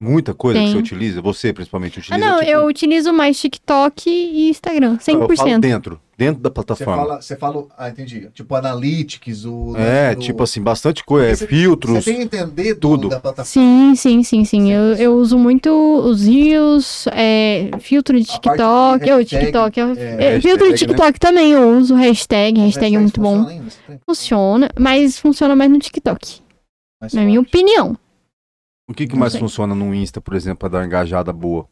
Speaker 2: Muita coisa que
Speaker 4: Tem.
Speaker 2: você utiliza? Você, principalmente,
Speaker 4: Ah,
Speaker 2: utiliza?
Speaker 4: não,
Speaker 2: tipo,
Speaker 4: eu utilizo mais TikTok e Instagram,
Speaker 2: eu falo
Speaker 4: 100%.
Speaker 2: dentro. Dentro da
Speaker 1: Você
Speaker 2: plataforma.
Speaker 1: fala, você fala, ah, entendi. Tipo, analytics, o.
Speaker 2: É,
Speaker 1: do-
Speaker 2: tipo assim, bastante coisa.
Speaker 1: Porque
Speaker 2: É,
Speaker 1: você-
Speaker 2: filtros.
Speaker 1: Você tem que entender do-
Speaker 2: tudo.
Speaker 1: da plataforma.
Speaker 4: Sim, sim, sim, sim. Eu, eu uso muito os Reels, é, filtro de
Speaker 1: A parte de
Speaker 4: TikTok. Eu,
Speaker 1: hashtag,
Speaker 4: TikTok.
Speaker 1: é,
Speaker 4: eu- é,
Speaker 2: hashtag,
Speaker 4: filtro
Speaker 2: né?
Speaker 4: de TikTok também eu uso, hashtag, hashtag é
Speaker 1: Mas
Speaker 4: muito bom.
Speaker 1: funciona ainda, você tem-
Speaker 4: Funciona, mas funciona mais no TikTok,
Speaker 1: mas
Speaker 4: na minha
Speaker 1: forte.
Speaker 4: opinião.
Speaker 2: O que, que
Speaker 4: Não
Speaker 2: mais
Speaker 4: sei.
Speaker 2: funciona no Insta, por exemplo, pra dar uma engajada boa?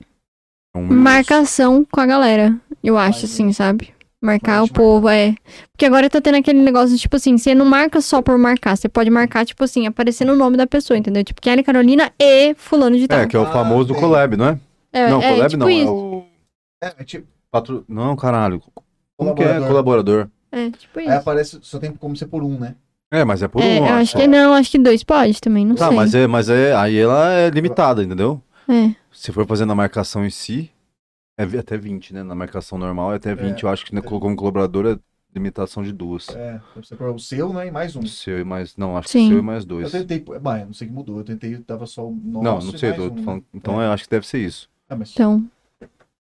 Speaker 2: Um Reels.
Speaker 4: marcação com a galera, eu acho,
Speaker 1: Mas,
Speaker 4: assim, sabe? Marcar
Speaker 1: mas
Speaker 4: o povo, é. Porque agora tá tendo aquele negócio, tipo assim, você não marca só por marcar, você pode marcar, tipo assim, aparecendo o nome da pessoa, entendeu? Tipo, Kelly Carolina e fulano de tal.
Speaker 2: É, que é o
Speaker 1: Ah,
Speaker 2: famoso
Speaker 1: tem.
Speaker 2: collab, não é?
Speaker 4: um É,
Speaker 2: não,
Speaker 4: é,
Speaker 2: collab
Speaker 4: tipo
Speaker 2: não. É
Speaker 4: isso.
Speaker 2: o.
Speaker 1: É, é tipo,
Speaker 2: patro- Não, caralho. Como que é?
Speaker 1: colaborador.
Speaker 2: Colaborador.
Speaker 4: É, tipo isso.
Speaker 1: Aí aparece, só tem como ser por um, né?
Speaker 2: É, mas é por
Speaker 4: É,
Speaker 2: um.
Speaker 4: eu
Speaker 2: ó.
Speaker 4: acho que não, acho que dois pode também, não
Speaker 2: Tá,
Speaker 4: sei.
Speaker 2: mas é, mas é. Aí ela é limitada, entendeu?
Speaker 4: É.
Speaker 2: Se for fazendo a marcação em si, é vi- até 20, né? Na marcação normal é até 20. Eu acho que né, colocou como colaborador é limitação de duas.
Speaker 1: É, você pôr o seu, né? E mais um.
Speaker 2: O seu e mais. Não, acho que
Speaker 4: Sim.
Speaker 2: o seu e mais
Speaker 1: Eu
Speaker 2: dois.
Speaker 1: tentei, é, bah, eu não sei o que mudou, eu tentei, tava só o nosso
Speaker 2: Não, não
Speaker 1: e
Speaker 2: sei,
Speaker 1: mais
Speaker 2: tô
Speaker 1: um, né?
Speaker 2: falando- Então eu acho que deve ser isso.
Speaker 1: Ah, mas
Speaker 4: Então,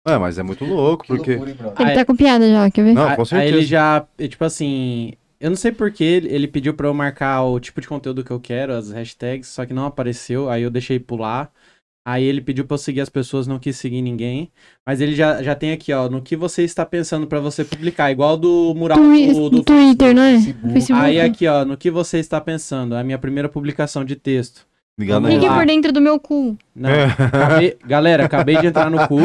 Speaker 2: É, mas é muito louco,
Speaker 1: que
Speaker 2: porque.
Speaker 1: loucura, hein, brother?
Speaker 4: ele
Speaker 3: Ah, é.
Speaker 4: tá com piada já, quer ver?
Speaker 2: Não,
Speaker 3: A-
Speaker 2: com
Speaker 3: Aí
Speaker 2: certeza.
Speaker 3: ele já, é, tipo assim, eu não sei porque ele, ele pediu pra eu marcar o tipo de conteúdo que eu quero, as hashtags, só que não apareceu, aí eu deixei pular. Aí ele pediu pra eu seguir as pessoas, não quis seguir ninguém. Mas ele já, já tem aqui, ó, no que você está pensando pra você publicar, igual do mural
Speaker 4: Twi-
Speaker 3: do, do
Speaker 4: Twitter, não é?
Speaker 1: Facebook.
Speaker 4: Facebook.
Speaker 3: Aí aqui, ó, no que você está pensando, é a minha primeira publicação de texto.
Speaker 2: Ligado aí.
Speaker 4: Fique
Speaker 3: Vamos lá.
Speaker 4: por dentro do meu cu.
Speaker 3: Não,
Speaker 2: É.
Speaker 3: acabei- galera, acabei de entrar no cu.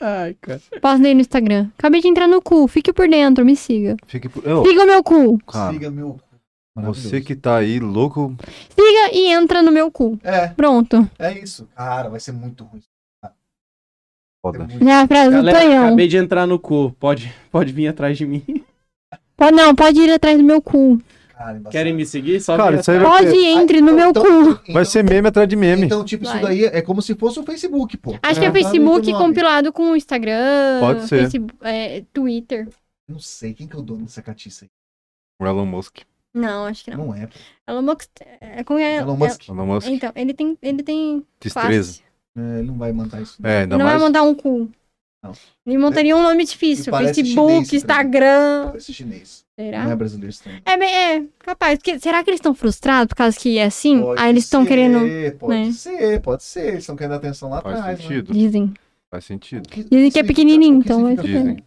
Speaker 3: Ai, cara.
Speaker 4: Posso ir no Instagram. Acabei de entrar no cu, fique por dentro, me siga.
Speaker 2: Fique por... Ô,
Speaker 4: Siga o meu cu.
Speaker 2: cara,
Speaker 1: Siga meu.
Speaker 2: você que tá aí louco.
Speaker 4: Siga e entra no meu cu.
Speaker 1: É,
Speaker 4: Pronto.
Speaker 1: é isso. Cara, vai ser muito ruim. Vai ser
Speaker 2: Foda.
Speaker 1: muito-
Speaker 4: Já é a frase do
Speaker 3: Galera,
Speaker 4: Tonhão.
Speaker 3: acabei de entrar no cu. Pode, pode vir atrás de mim.
Speaker 4: Pode, não, pode ir atrás do meu cu.
Speaker 1: Cara, embaçado.
Speaker 3: Querem me seguir? Só
Speaker 2: Cara,
Speaker 3: me-
Speaker 2: isso aí vai,
Speaker 4: Pode
Speaker 2: ter-
Speaker 4: e entre no meu
Speaker 1: Então-
Speaker 4: cu.
Speaker 1: então-
Speaker 2: vai ser meme atrás de meme.
Speaker 1: Então, tipo, isso
Speaker 4: Vai.
Speaker 1: daí é como se fosse o Facebook, pô.
Speaker 4: Acho que é
Speaker 1: Exatamente
Speaker 4: Facebook
Speaker 1: tá o nome.
Speaker 4: compilado com o Instagram,
Speaker 2: Pode ser.
Speaker 4: Facebook, é, Twitter.
Speaker 1: Não sei quem que é o dono dessa catiça aí.
Speaker 2: O Elon Musk.
Speaker 4: Não, acho que não.
Speaker 1: Não é. pô.
Speaker 4: Elon Musk. É, como é,
Speaker 1: Elon Musk.
Speaker 2: Elon Musk.
Speaker 4: é- então, ele tem, ele tem
Speaker 2: Destreza.
Speaker 4: classe.
Speaker 1: É, ele não vai mandar isso.
Speaker 2: É, ainda
Speaker 4: Não vai
Speaker 2: mais.
Speaker 4: montar um cu.
Speaker 1: Não.
Speaker 4: Ele montaria um nome
Speaker 1: E
Speaker 4: difícil.
Speaker 1: parece
Speaker 4: Facebook,
Speaker 1: chinês, né?
Speaker 4: Instagram.
Speaker 1: Esse chinês.
Speaker 4: Será?
Speaker 1: Não é brasileiro isso também.
Speaker 4: É, bem- é, capaz. Porque, será que eles estão frustrados por causa que é assim?
Speaker 1: Pode
Speaker 4: Aí eles estão
Speaker 1: ser,
Speaker 4: querendo.
Speaker 1: Pode
Speaker 4: né?
Speaker 1: ser, pode ser. Eles estão querendo atenção lá
Speaker 2: Faz
Speaker 1: atrás. né?
Speaker 2: sentido.
Speaker 4: Dizem.
Speaker 2: Faz sentido.
Speaker 1: O que-
Speaker 4: Dizem que é
Speaker 1: significa-
Speaker 4: pequenininho,
Speaker 1: o que
Speaker 4: então vai
Speaker 1: significa
Speaker 2: Dizem.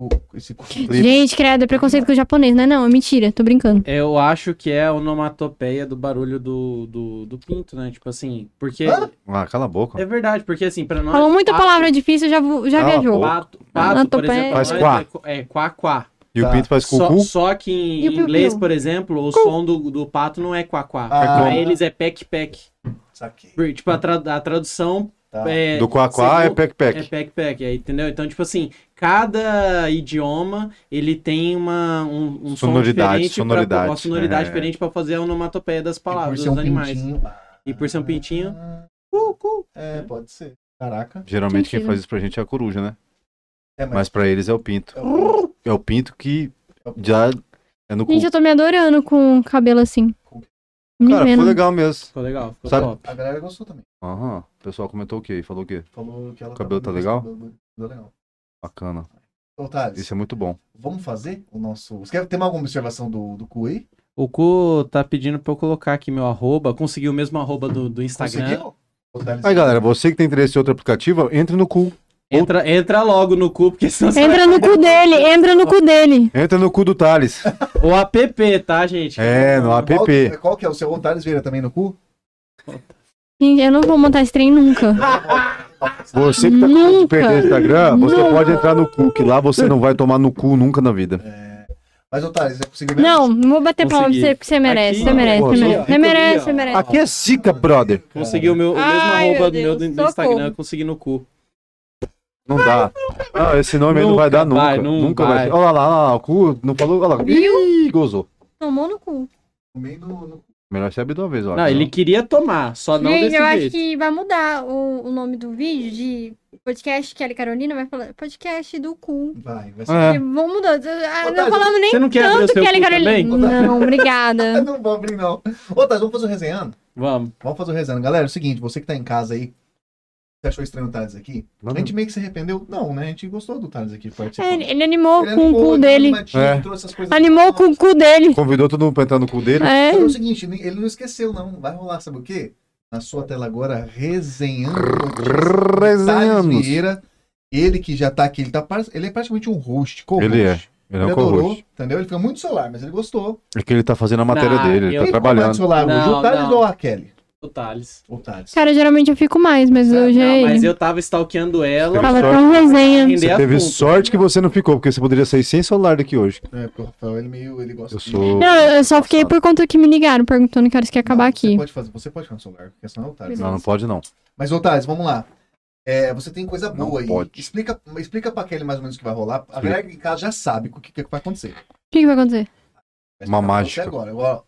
Speaker 1: o- esse cu?
Speaker 2: Flip.
Speaker 4: Gente, credo, é preconceito com o japonês, não é? Não, é mentira, tô brincando.
Speaker 3: Eu acho que é a onomatopeia do barulho do, do, do pinto, né? Tipo assim, porque.
Speaker 1: Hã?
Speaker 2: Ah, cala a boca.
Speaker 3: É verdade, porque assim, pra nós.
Speaker 4: Falou
Speaker 2: é
Speaker 4: muita
Speaker 3: pato-
Speaker 4: palavra difícil, já, vo- já
Speaker 2: Cala a
Speaker 4: viajou.
Speaker 2: boca.
Speaker 3: Pato, pato por
Speaker 4: Onomatopeia.
Speaker 3: exemplo.
Speaker 2: Faz
Speaker 3: nós
Speaker 2: quá.
Speaker 3: é co- É quá, quá.
Speaker 2: E o
Speaker 1: Tá.
Speaker 2: Pinto faz
Speaker 3: Só,
Speaker 2: cucu?
Speaker 3: só que
Speaker 4: E
Speaker 3: em
Speaker 4: o piu-piu?
Speaker 3: inglês, por exemplo, o som do, do pato não é quá, quá.
Speaker 1: Ah.
Speaker 3: Pra eles é peck, peck.
Speaker 1: Saquei.
Speaker 3: Tipo, a, tra- a tradução
Speaker 1: Tá.
Speaker 3: é.
Speaker 2: Do Quaquá é
Speaker 3: segundo- É
Speaker 2: pec-pec.
Speaker 3: pack-pack, é, entendeu? Então, tipo assim, cada idioma ele tem uma um, um som
Speaker 2: Sonoridade,
Speaker 3: diferente pra-
Speaker 2: sonoridade,
Speaker 3: uma sonoridade
Speaker 2: é.
Speaker 3: diferente pra fazer a onomatopeia das
Speaker 1: E
Speaker 3: palavras,
Speaker 1: por ser
Speaker 3: dos
Speaker 1: um
Speaker 3: animais.
Speaker 1: pintinho. ah,
Speaker 3: E por ser um pintinho,
Speaker 1: ah,
Speaker 3: cu, cu.
Speaker 1: É, pode ser. Caraca.
Speaker 2: Geralmente quem
Speaker 4: Sentido.
Speaker 2: faz isso pra gente é a coruja, né?
Speaker 1: É,
Speaker 2: Mas pra eles é o Pinto.
Speaker 1: É o-
Speaker 2: É o Pinto que
Speaker 1: é o-
Speaker 2: já é no cu.
Speaker 4: Gente, eu tô me adorando com o cabelo assim. Me
Speaker 2: Cara,
Speaker 4: vendo.
Speaker 2: ficou legal mesmo.
Speaker 3: Ficou legal, ficou
Speaker 2: Sabe-
Speaker 3: top.
Speaker 1: A galera gostou também.
Speaker 2: Aham. O pessoal comentou o quê? Falou o quê?
Speaker 1: Falou que ela
Speaker 2: O cabelo tá
Speaker 1: tava-
Speaker 2: legal?
Speaker 1: Tá legal.
Speaker 2: Bacana.
Speaker 1: Ô, Thales,
Speaker 2: Isso é muito bom.
Speaker 1: vamos fazer o nosso. Você quer ter alguma observação do, do cu aí?
Speaker 3: O cu tá pedindo pra eu colocar aqui meu arroba, consegui o mesmo arroba do, do Instagram.
Speaker 1: Conseguiu? Ô, Thales,
Speaker 2: Aí, galera, você que tem interesse em outro aplicativo, entre no cu.
Speaker 3: Entra, entra logo no cu, porque senão você
Speaker 4: Entra no cu dele, entra no cu dele.
Speaker 2: Entra no cu do Thales.
Speaker 3: vai... O app, tá, gente?
Speaker 2: É, no app.
Speaker 1: Qual,
Speaker 2: PP.
Speaker 1: qual que é o seu? O Thales vira também no cu?
Speaker 4: Gente, eu não vou montar esse trem nunca.
Speaker 2: Você que tá com medo de perder o Instagram, você
Speaker 4: Nunca.
Speaker 2: pode entrar no cu, que lá você não vai tomar no cu nunca na vida.
Speaker 1: Mas, ô, Thales, você conseguiu mesmo?
Speaker 4: Não, não vou bater palma pra
Speaker 3: Consegui.
Speaker 4: você, porque você merece,
Speaker 3: Aqui,
Speaker 4: você
Speaker 3: ó.
Speaker 4: merece,
Speaker 2: né? Pô,
Speaker 4: você
Speaker 2: só
Speaker 4: merece.
Speaker 3: fica
Speaker 4: Você merece,
Speaker 3: ali,
Speaker 4: você
Speaker 3: ó.
Speaker 4: merece.
Speaker 2: Aqui é zica, brother.
Speaker 3: Consegui o meu, o mesmo
Speaker 4: Ai, meu
Speaker 3: arroba do
Speaker 4: Deus,
Speaker 3: meu do, do
Speaker 4: socorro.
Speaker 3: Instagram, consegui no cu.
Speaker 2: Não dá. Ah, esse nome aí não
Speaker 3: Nunca
Speaker 2: vai dar nunca.
Speaker 3: vai, não
Speaker 2: nunca vai.
Speaker 3: vai.
Speaker 2: Olha lá, olha lá, olha lá, o cu não falou. Olha lá. Ih, gozou.
Speaker 4: Tomou no cu.
Speaker 1: Tomei no- no
Speaker 2: Melhor você abrir de uma vez, ó.
Speaker 3: Não, ele queria tomar, só Tá não
Speaker 4: Gente,
Speaker 3: desse
Speaker 4: eu acho
Speaker 3: jeito.
Speaker 4: que vai mudar o, o nome do vídeo de podcast Kelly Carolina, vai falar podcast do cu.
Speaker 1: Vai, vai ser.
Speaker 2: É.
Speaker 4: Vão mudar. Ah,
Speaker 1: Ô, Tati,
Speaker 4: Não falando nem
Speaker 3: Você não quer abrir o
Speaker 4: tanto
Speaker 3: seu
Speaker 4: Kelly
Speaker 3: cu também?
Speaker 4: Carolina. Não, obrigada.
Speaker 1: Não vou abrir, não. Ô, Thales, vamos fazer o resenhando?
Speaker 3: Vamos.
Speaker 1: Vamos fazer o resenhando. Galera, é o seguinte, você que tá em casa aí, você achou estranho o Thales aqui? A
Speaker 2: Manda-
Speaker 1: gente meio que se arrependeu. Não, né? A gente gostou do Thales aqui
Speaker 2: Tipo,
Speaker 4: É,
Speaker 1: participando.
Speaker 4: Ele, ele animou
Speaker 1: Ele
Speaker 4: com o
Speaker 1: animou,
Speaker 4: cu
Speaker 1: ele
Speaker 4: dele.
Speaker 1: animadinho,
Speaker 2: É.
Speaker 1: trouxe essas coisas
Speaker 4: Animou com o cu dele.
Speaker 2: Convidou todo mundo pra entrar no cu dele.
Speaker 1: Mas
Speaker 4: É.
Speaker 1: É o seguinte, ele não esqueceu, não. Vai rolar, sabe o quê? Na sua tela agora, resenhando. notícias. Thales
Speaker 2: Resenhamos.
Speaker 1: Vieira, ele que já tá aqui, ele, tá, par- ele é praticamente um host, co
Speaker 2: Ele é. Ele é
Speaker 1: Ele
Speaker 2: um
Speaker 1: adorou,
Speaker 2: co-host.
Speaker 1: entendeu? Ele fica muito solar, mas ele gostou.
Speaker 2: É que ele tá fazendo a matéria
Speaker 3: Não,
Speaker 2: dele, ele
Speaker 3: Ah, eu-
Speaker 2: tá
Speaker 1: Quem ficou mais
Speaker 2: trabalhando.
Speaker 1: solar hoje?
Speaker 3: Não,
Speaker 1: O Thales
Speaker 3: não.
Speaker 1: ou a Kelly?
Speaker 3: O Thales.
Speaker 1: O Thales.
Speaker 4: Cara, geralmente eu fico mais, mas
Speaker 1: Sério?
Speaker 4: hoje
Speaker 3: Não,
Speaker 4: é
Speaker 3: mas
Speaker 4: ele.
Speaker 3: eu tava stalkeando ela.
Speaker 2: Teve
Speaker 4: Tava
Speaker 2: sorte.
Speaker 4: tão resenha.
Speaker 3: Entender
Speaker 2: Você
Speaker 3: a
Speaker 2: teve
Speaker 3: fundo.
Speaker 2: sorte que você não ficou, porque você poderia sair sem celular daqui hoje.
Speaker 1: É, porque o Rafael, ele meio, ele gosta
Speaker 2: Eu
Speaker 1: de-
Speaker 2: sou.
Speaker 4: Não, eu só fiquei por conta que me ligaram perguntando que horas que ia acabar
Speaker 1: Não, Você
Speaker 4: aqui.
Speaker 1: pode fazer, você pode ficar no celular, porque senão é o Thales.
Speaker 4: Beleza.
Speaker 2: Não, não pode não.
Speaker 1: Mas, ô Thales, vamos lá. É, você tem coisa
Speaker 2: Não
Speaker 1: boa aí.
Speaker 2: pode.
Speaker 1: Explica, explica pra Kelly mais ou menos o que vai rolar. A galera em casa já sabe o que, é que vai acontecer. Vai
Speaker 4: O que, que vai acontecer?
Speaker 1: explicar
Speaker 2: Uma
Speaker 1: pra
Speaker 2: mágica.
Speaker 1: você Agora. Agora,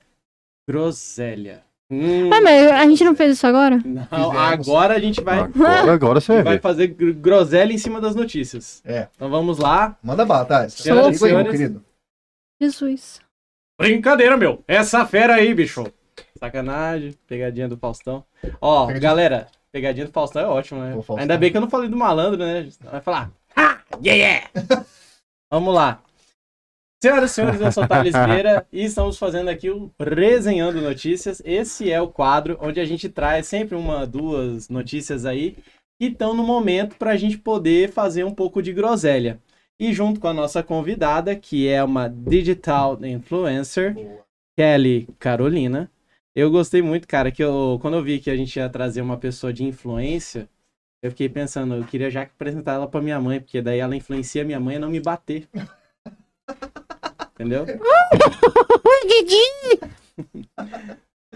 Speaker 3: Groselha. Hum,
Speaker 4: Ah, mas a gente não fez isso agora?
Speaker 3: não,
Speaker 1: Fizemos. Ah,
Speaker 3: agora a gente vai,
Speaker 2: Agora, agora você vai
Speaker 3: vai
Speaker 2: ver.
Speaker 3: fazer gr- groselha em cima das notícias.
Speaker 1: É.
Speaker 3: Então vamos lá.
Speaker 1: manda bala, Thales.
Speaker 3: Senhoras e
Speaker 1: Diga aí, meu
Speaker 3: senhores.
Speaker 1: querido.
Speaker 4: Jesus.
Speaker 3: Brincadeira, meu. Essa fera aí, bicho. Sacanagem. Pegadinha do Faustão. Ó,
Speaker 1: Pegadinha.
Speaker 3: galera. Pegadinha do Faustão é ótimo, né?
Speaker 1: Pô, Faustão.
Speaker 3: Ainda bem que eu não falei do malandro, né? Senão Vai falar. Ha! Yeah, yeah! Vamos lá. Senhoras e senhores, eu sou o Thales Vieira e estamos fazendo aqui o Resenhando Notícias. Esse é o quadro onde a gente traz sempre uma, duas notícias aí que estão no momento para a gente poder fazer um pouco de groselha. E junto com a nossa convidada, que é uma digital influencer, Kelly Carolina, eu gostei muito, cara, que eu, quando eu vi que a gente ia trazer uma pessoa de influência, eu fiquei pensando, eu queria já apresentar ela pra minha mãe, porque daí ela influencia minha mãe a não me bater. Entendeu?
Speaker 4: Didi!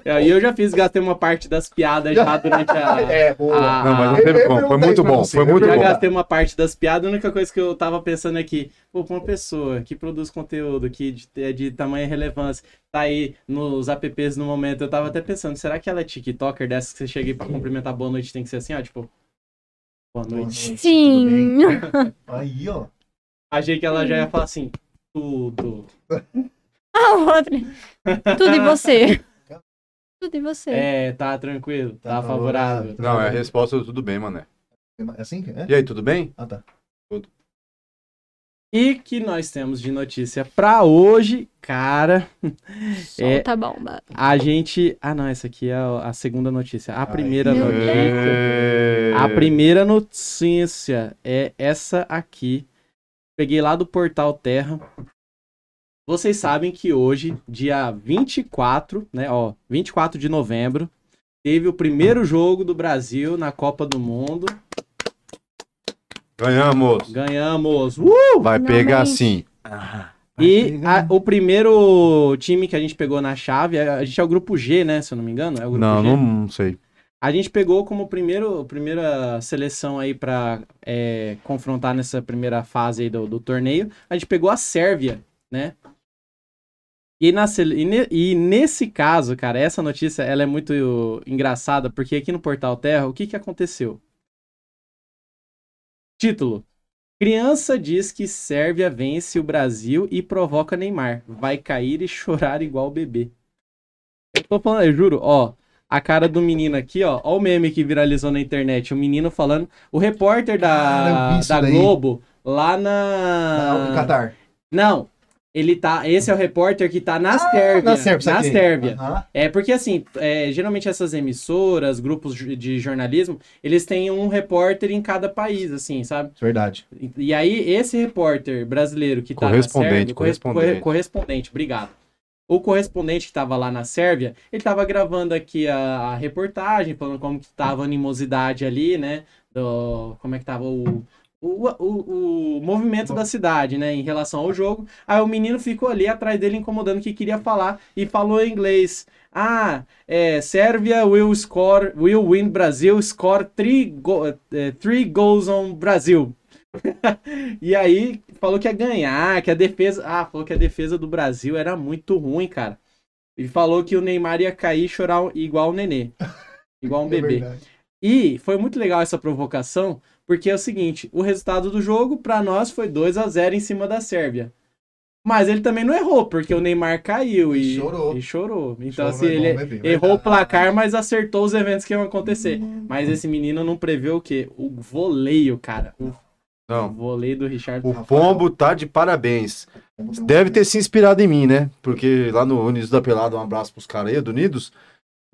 Speaker 3: É, E eu já fiz, gastei uma parte das piadas já durante a.
Speaker 1: É, boa.
Speaker 3: a-
Speaker 2: Não, mas não teve
Speaker 1: Ah. Eu
Speaker 2: como. Foi
Speaker 1: perguntei
Speaker 2: muito
Speaker 1: pra
Speaker 2: bom.
Speaker 1: você,
Speaker 2: Foi
Speaker 1: eu
Speaker 2: muito
Speaker 3: Já
Speaker 1: perguntei.
Speaker 2: bom.
Speaker 3: gastei uma parte das piadas, a única coisa que eu tava pensando aqui, pô, pra uma pessoa que produz conteúdo que de- é de tamanha relevância, tá aí nos apps no momento, eu tava até pensando, será que ela é TikToker dessa que você chega aí pra cumprimentar boa noite tem que ser assim, ó, tipo, boa
Speaker 1: Boa
Speaker 3: noite.
Speaker 1: noite, tudo bem?
Speaker 4: Sim.
Speaker 1: Aí, ó.
Speaker 3: Achei que ela já ia falar assim, tudo.
Speaker 4: A outra. Tudo em você. Tudo em você.
Speaker 3: É, tá tranquilo, tá,
Speaker 1: Tá
Speaker 3: favorável. tá
Speaker 2: Não, é a
Speaker 3: favorável.
Speaker 2: resposta do tudo bem, mané.
Speaker 1: É assim? que É?
Speaker 2: E aí, tudo bem?
Speaker 1: Ah, tá.
Speaker 3: E que nós temos de notícia pra hoje, cara. É,
Speaker 4: Solta a bomba.
Speaker 3: a gente. Ah, não, essa aqui é a a segunda notícia. A primeira
Speaker 4: Meu
Speaker 3: notícia.
Speaker 2: É...
Speaker 3: A primeira notícia é essa aqui. Peguei lá do portal Terra. Vocês sabem que hoje, dia 24, né, ó, 24 de novembro, teve o primeiro jogo do Brasil na Copa do Mundo.
Speaker 2: Ganhamos.
Speaker 3: Ganhamos. Uh!
Speaker 2: Vai
Speaker 4: Não,
Speaker 2: pegar
Speaker 4: mas-
Speaker 2: sim. Ah,
Speaker 3: E a- o primeiro time que a gente pegou na chave, a a gente é o grupo G, né, se eu não me engano, é o grupo
Speaker 2: Não,
Speaker 3: G.
Speaker 2: não, não sei.
Speaker 3: A gente pegou como primeiro, primeira seleção aí pra é, confrontar nessa primeira fase aí do, do torneio. A gente pegou a Sérvia, né? E, na, sele- e, ne- e nesse caso, cara, essa notícia ela é muito engraçada, porque aqui no Portal Terra, o que, que aconteceu? Título. Criança diz que Sérvia vence o Brasil e provoca Neymar. Vai cair e chorar igual bebê. Eu tô falando, eu juro, ó, a cara do menino aqui, ó. Ó o meme que viralizou na internet. O menino falando. O repórter
Speaker 1: Cara, eu
Speaker 3: da,
Speaker 1: vi isso
Speaker 3: da
Speaker 1: daí.
Speaker 3: Globo, lá na.
Speaker 1: Ah, o Catar.
Speaker 3: Não. Ele tá. Esse é o repórter que tá na Sérvia.
Speaker 1: Ah, Na Sérvia.
Speaker 3: na
Speaker 1: saquei.
Speaker 3: Sérvia.
Speaker 1: Aham.
Speaker 3: É porque assim, é, geralmente essas emissoras, grupos ju- de jornalismo, eles têm um repórter em cada país, assim, sabe?
Speaker 1: Verdade.
Speaker 3: E- E aí esse repórter brasileiro que tá
Speaker 2: Correspondente,
Speaker 3: na Sérvia, corres- corre-
Speaker 2: correspondente.
Speaker 3: correspondente, obrigado. O correspondente que tava lá na Sérvia, ele tava gravando aqui a, a reportagem, falando como que tava a animosidade ali, né? Do, como é que tava o, o, o, o movimento da cidade, né? Em relação ao jogo. Aí o menino ficou ali atrás dele incomodando que queria falar e falou em inglês. Ah, é, Sérvia will score, will win Brasil, score three, go- eh, three goals on Brasil. e aí falou que ia ganhar, que a defesa, ah, falou que a defesa do Brasil era muito ruim, cara. E falou que o Neymar ia cair e chorar igual o Nenê, igual um
Speaker 1: É
Speaker 3: bebê.
Speaker 1: verdade.
Speaker 3: E foi muito legal essa provocação, porque é o seguinte, o resultado do jogo pra nós foi 2 a 0 em cima da Sérvia. Mas ele também não errou, porque o Neymar caiu e
Speaker 1: Chorou.
Speaker 3: e chorou.
Speaker 1: Chorou
Speaker 3: Então assim,
Speaker 1: igual
Speaker 3: ele
Speaker 1: um bebê,
Speaker 3: errou o
Speaker 1: verdade.
Speaker 3: placar, mas acertou os eventos que iam acontecer. Mas esse menino não prevê o quê? O voleio, cara. O
Speaker 2: Não.
Speaker 3: voleio do Richard.
Speaker 2: Então, O Pombo tá de parabéns.
Speaker 1: É
Speaker 2: Deve ter se inspirado em mim, né? Porque lá no Unidos da Pelada, um abraço pros caras aí do Unidos.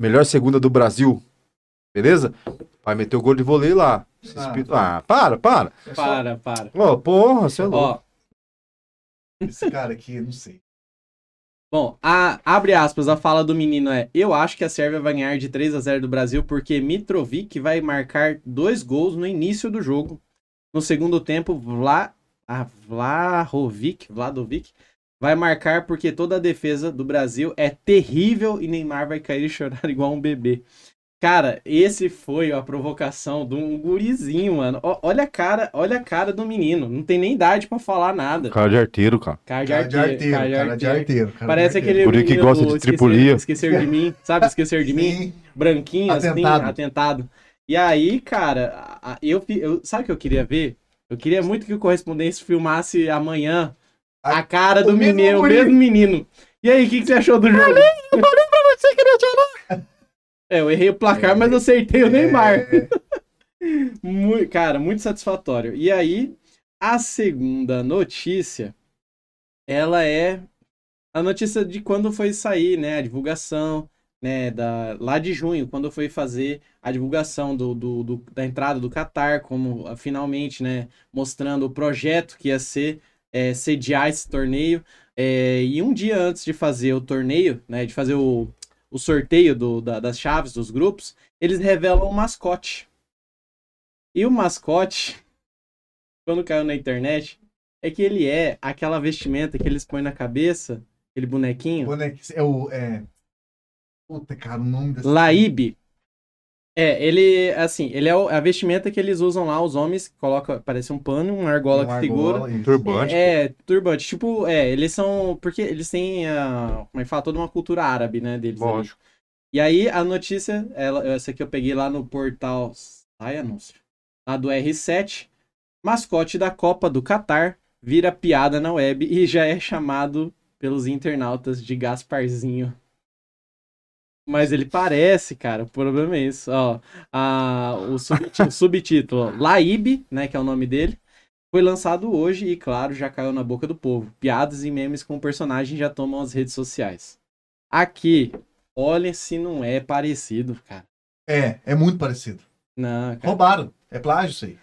Speaker 2: Melhor segunda do Brasil. Beleza? Vai meter o gol de vôlei lá. Se inspi- Ah, para, para.
Speaker 1: É só-
Speaker 3: Para, para.
Speaker 2: Ô, porra, você é louco.
Speaker 3: Ó,
Speaker 1: Esse cara aqui, não sei.
Speaker 3: bom, a, abre aspas, a fala do menino é: Eu acho que a Sérvia vai ganhar de 3 a 0 do Brasil porque Mitrovic vai marcar dois gols no início do jogo. No segundo tempo, Vla, a Vlahovic, Vladovic vai marcar porque toda a defesa do Brasil é terrível e Neymar vai cair e chorar igual um bebê. Cara, esse foi a provocação de um gurizinho, mano. Ó, olha a cara, olha a cara do menino. Não tem nem idade pra falar nada.
Speaker 2: Cara de arteiro, cara.
Speaker 3: Cara de
Speaker 1: Cara de arteiro,
Speaker 3: arteiro,
Speaker 1: cara de arteiro. cara de
Speaker 3: Parece
Speaker 1: arteiro.
Speaker 3: aquele
Speaker 2: Guri que
Speaker 3: menino
Speaker 2: gosta
Speaker 3: do
Speaker 2: de
Speaker 3: Esquecer-
Speaker 2: tripulia.
Speaker 3: Esquecer, de mim, sabe? Esquecer de mim,
Speaker 1: Sim.
Speaker 3: branquinho,
Speaker 1: Atentado.
Speaker 3: assim, atentado. E aí, cara, a- a- eu, fi- eu sabe o que eu queria ver? Eu queria muito que o correspondente filmasse amanhã a,
Speaker 1: A-
Speaker 3: cara do
Speaker 1: Ah, o mesmo
Speaker 3: menino, o
Speaker 1: guri.
Speaker 3: mesmo menino. E aí, o que, que você achou do jogo? É, eu errei o placar, mas eu acertei o Neymar.
Speaker 1: É,
Speaker 3: Mui- cara, muito satisfatório. E aí, a segunda notícia, ela é a notícia de quando foi sair, né, a divulgação, né, da, lá de junho, quando foi fazer a divulgação do, do- do- da entrada do Qatar, como ah, finalmente, né, mostrando o projeto que ia ser é, sediar esse torneio. É, e um dia antes de fazer o torneio, né, de fazer o, o sorteio do- da- das chaves dos grupos, eles revelam o mascote. E o mascote, quando caiu na internet, é que ele é
Speaker 1: é,
Speaker 3: aquela vestimenta que eles põem na cabeça, aquele bonequinho.
Speaker 1: boneco- é o. É, Puta, cara, o nome dessa.
Speaker 3: Laíbe. É, ele, assim, ele é o- a vestimenta que eles usam lá, os homens, que coloca, parece um pano, uma
Speaker 1: Um
Speaker 3: argola que figura.
Speaker 1: argola, isso.
Speaker 2: Turbante.
Speaker 3: É, turbante. Tipo, é, eles são. Porque eles têm, ah, como é que fala, toda uma cultura árabe, né, deles. ali.
Speaker 2: Lógico.
Speaker 3: E aí, a notícia, ela, essa aqui eu peguei lá no portal. Sai anúncio. Lá do R7. Mascote da Copa do Catar vira piada na web e já é chamado pelos internautas de Gasparzinho. Mas ele parece, cara. O problema é isso. Ó, a, o, subti- o subtítulo, ó, Laíbe, né, que é o nome dele, foi lançado hoje e, claro, já caiu na boca do povo. Piadas e memes com o personagem já tomam as redes sociais. Aqui, olha se não é parecido, cara.
Speaker 1: É, é muito parecido.
Speaker 3: Não, cara.
Speaker 1: Roubaram. É plágio isso aí.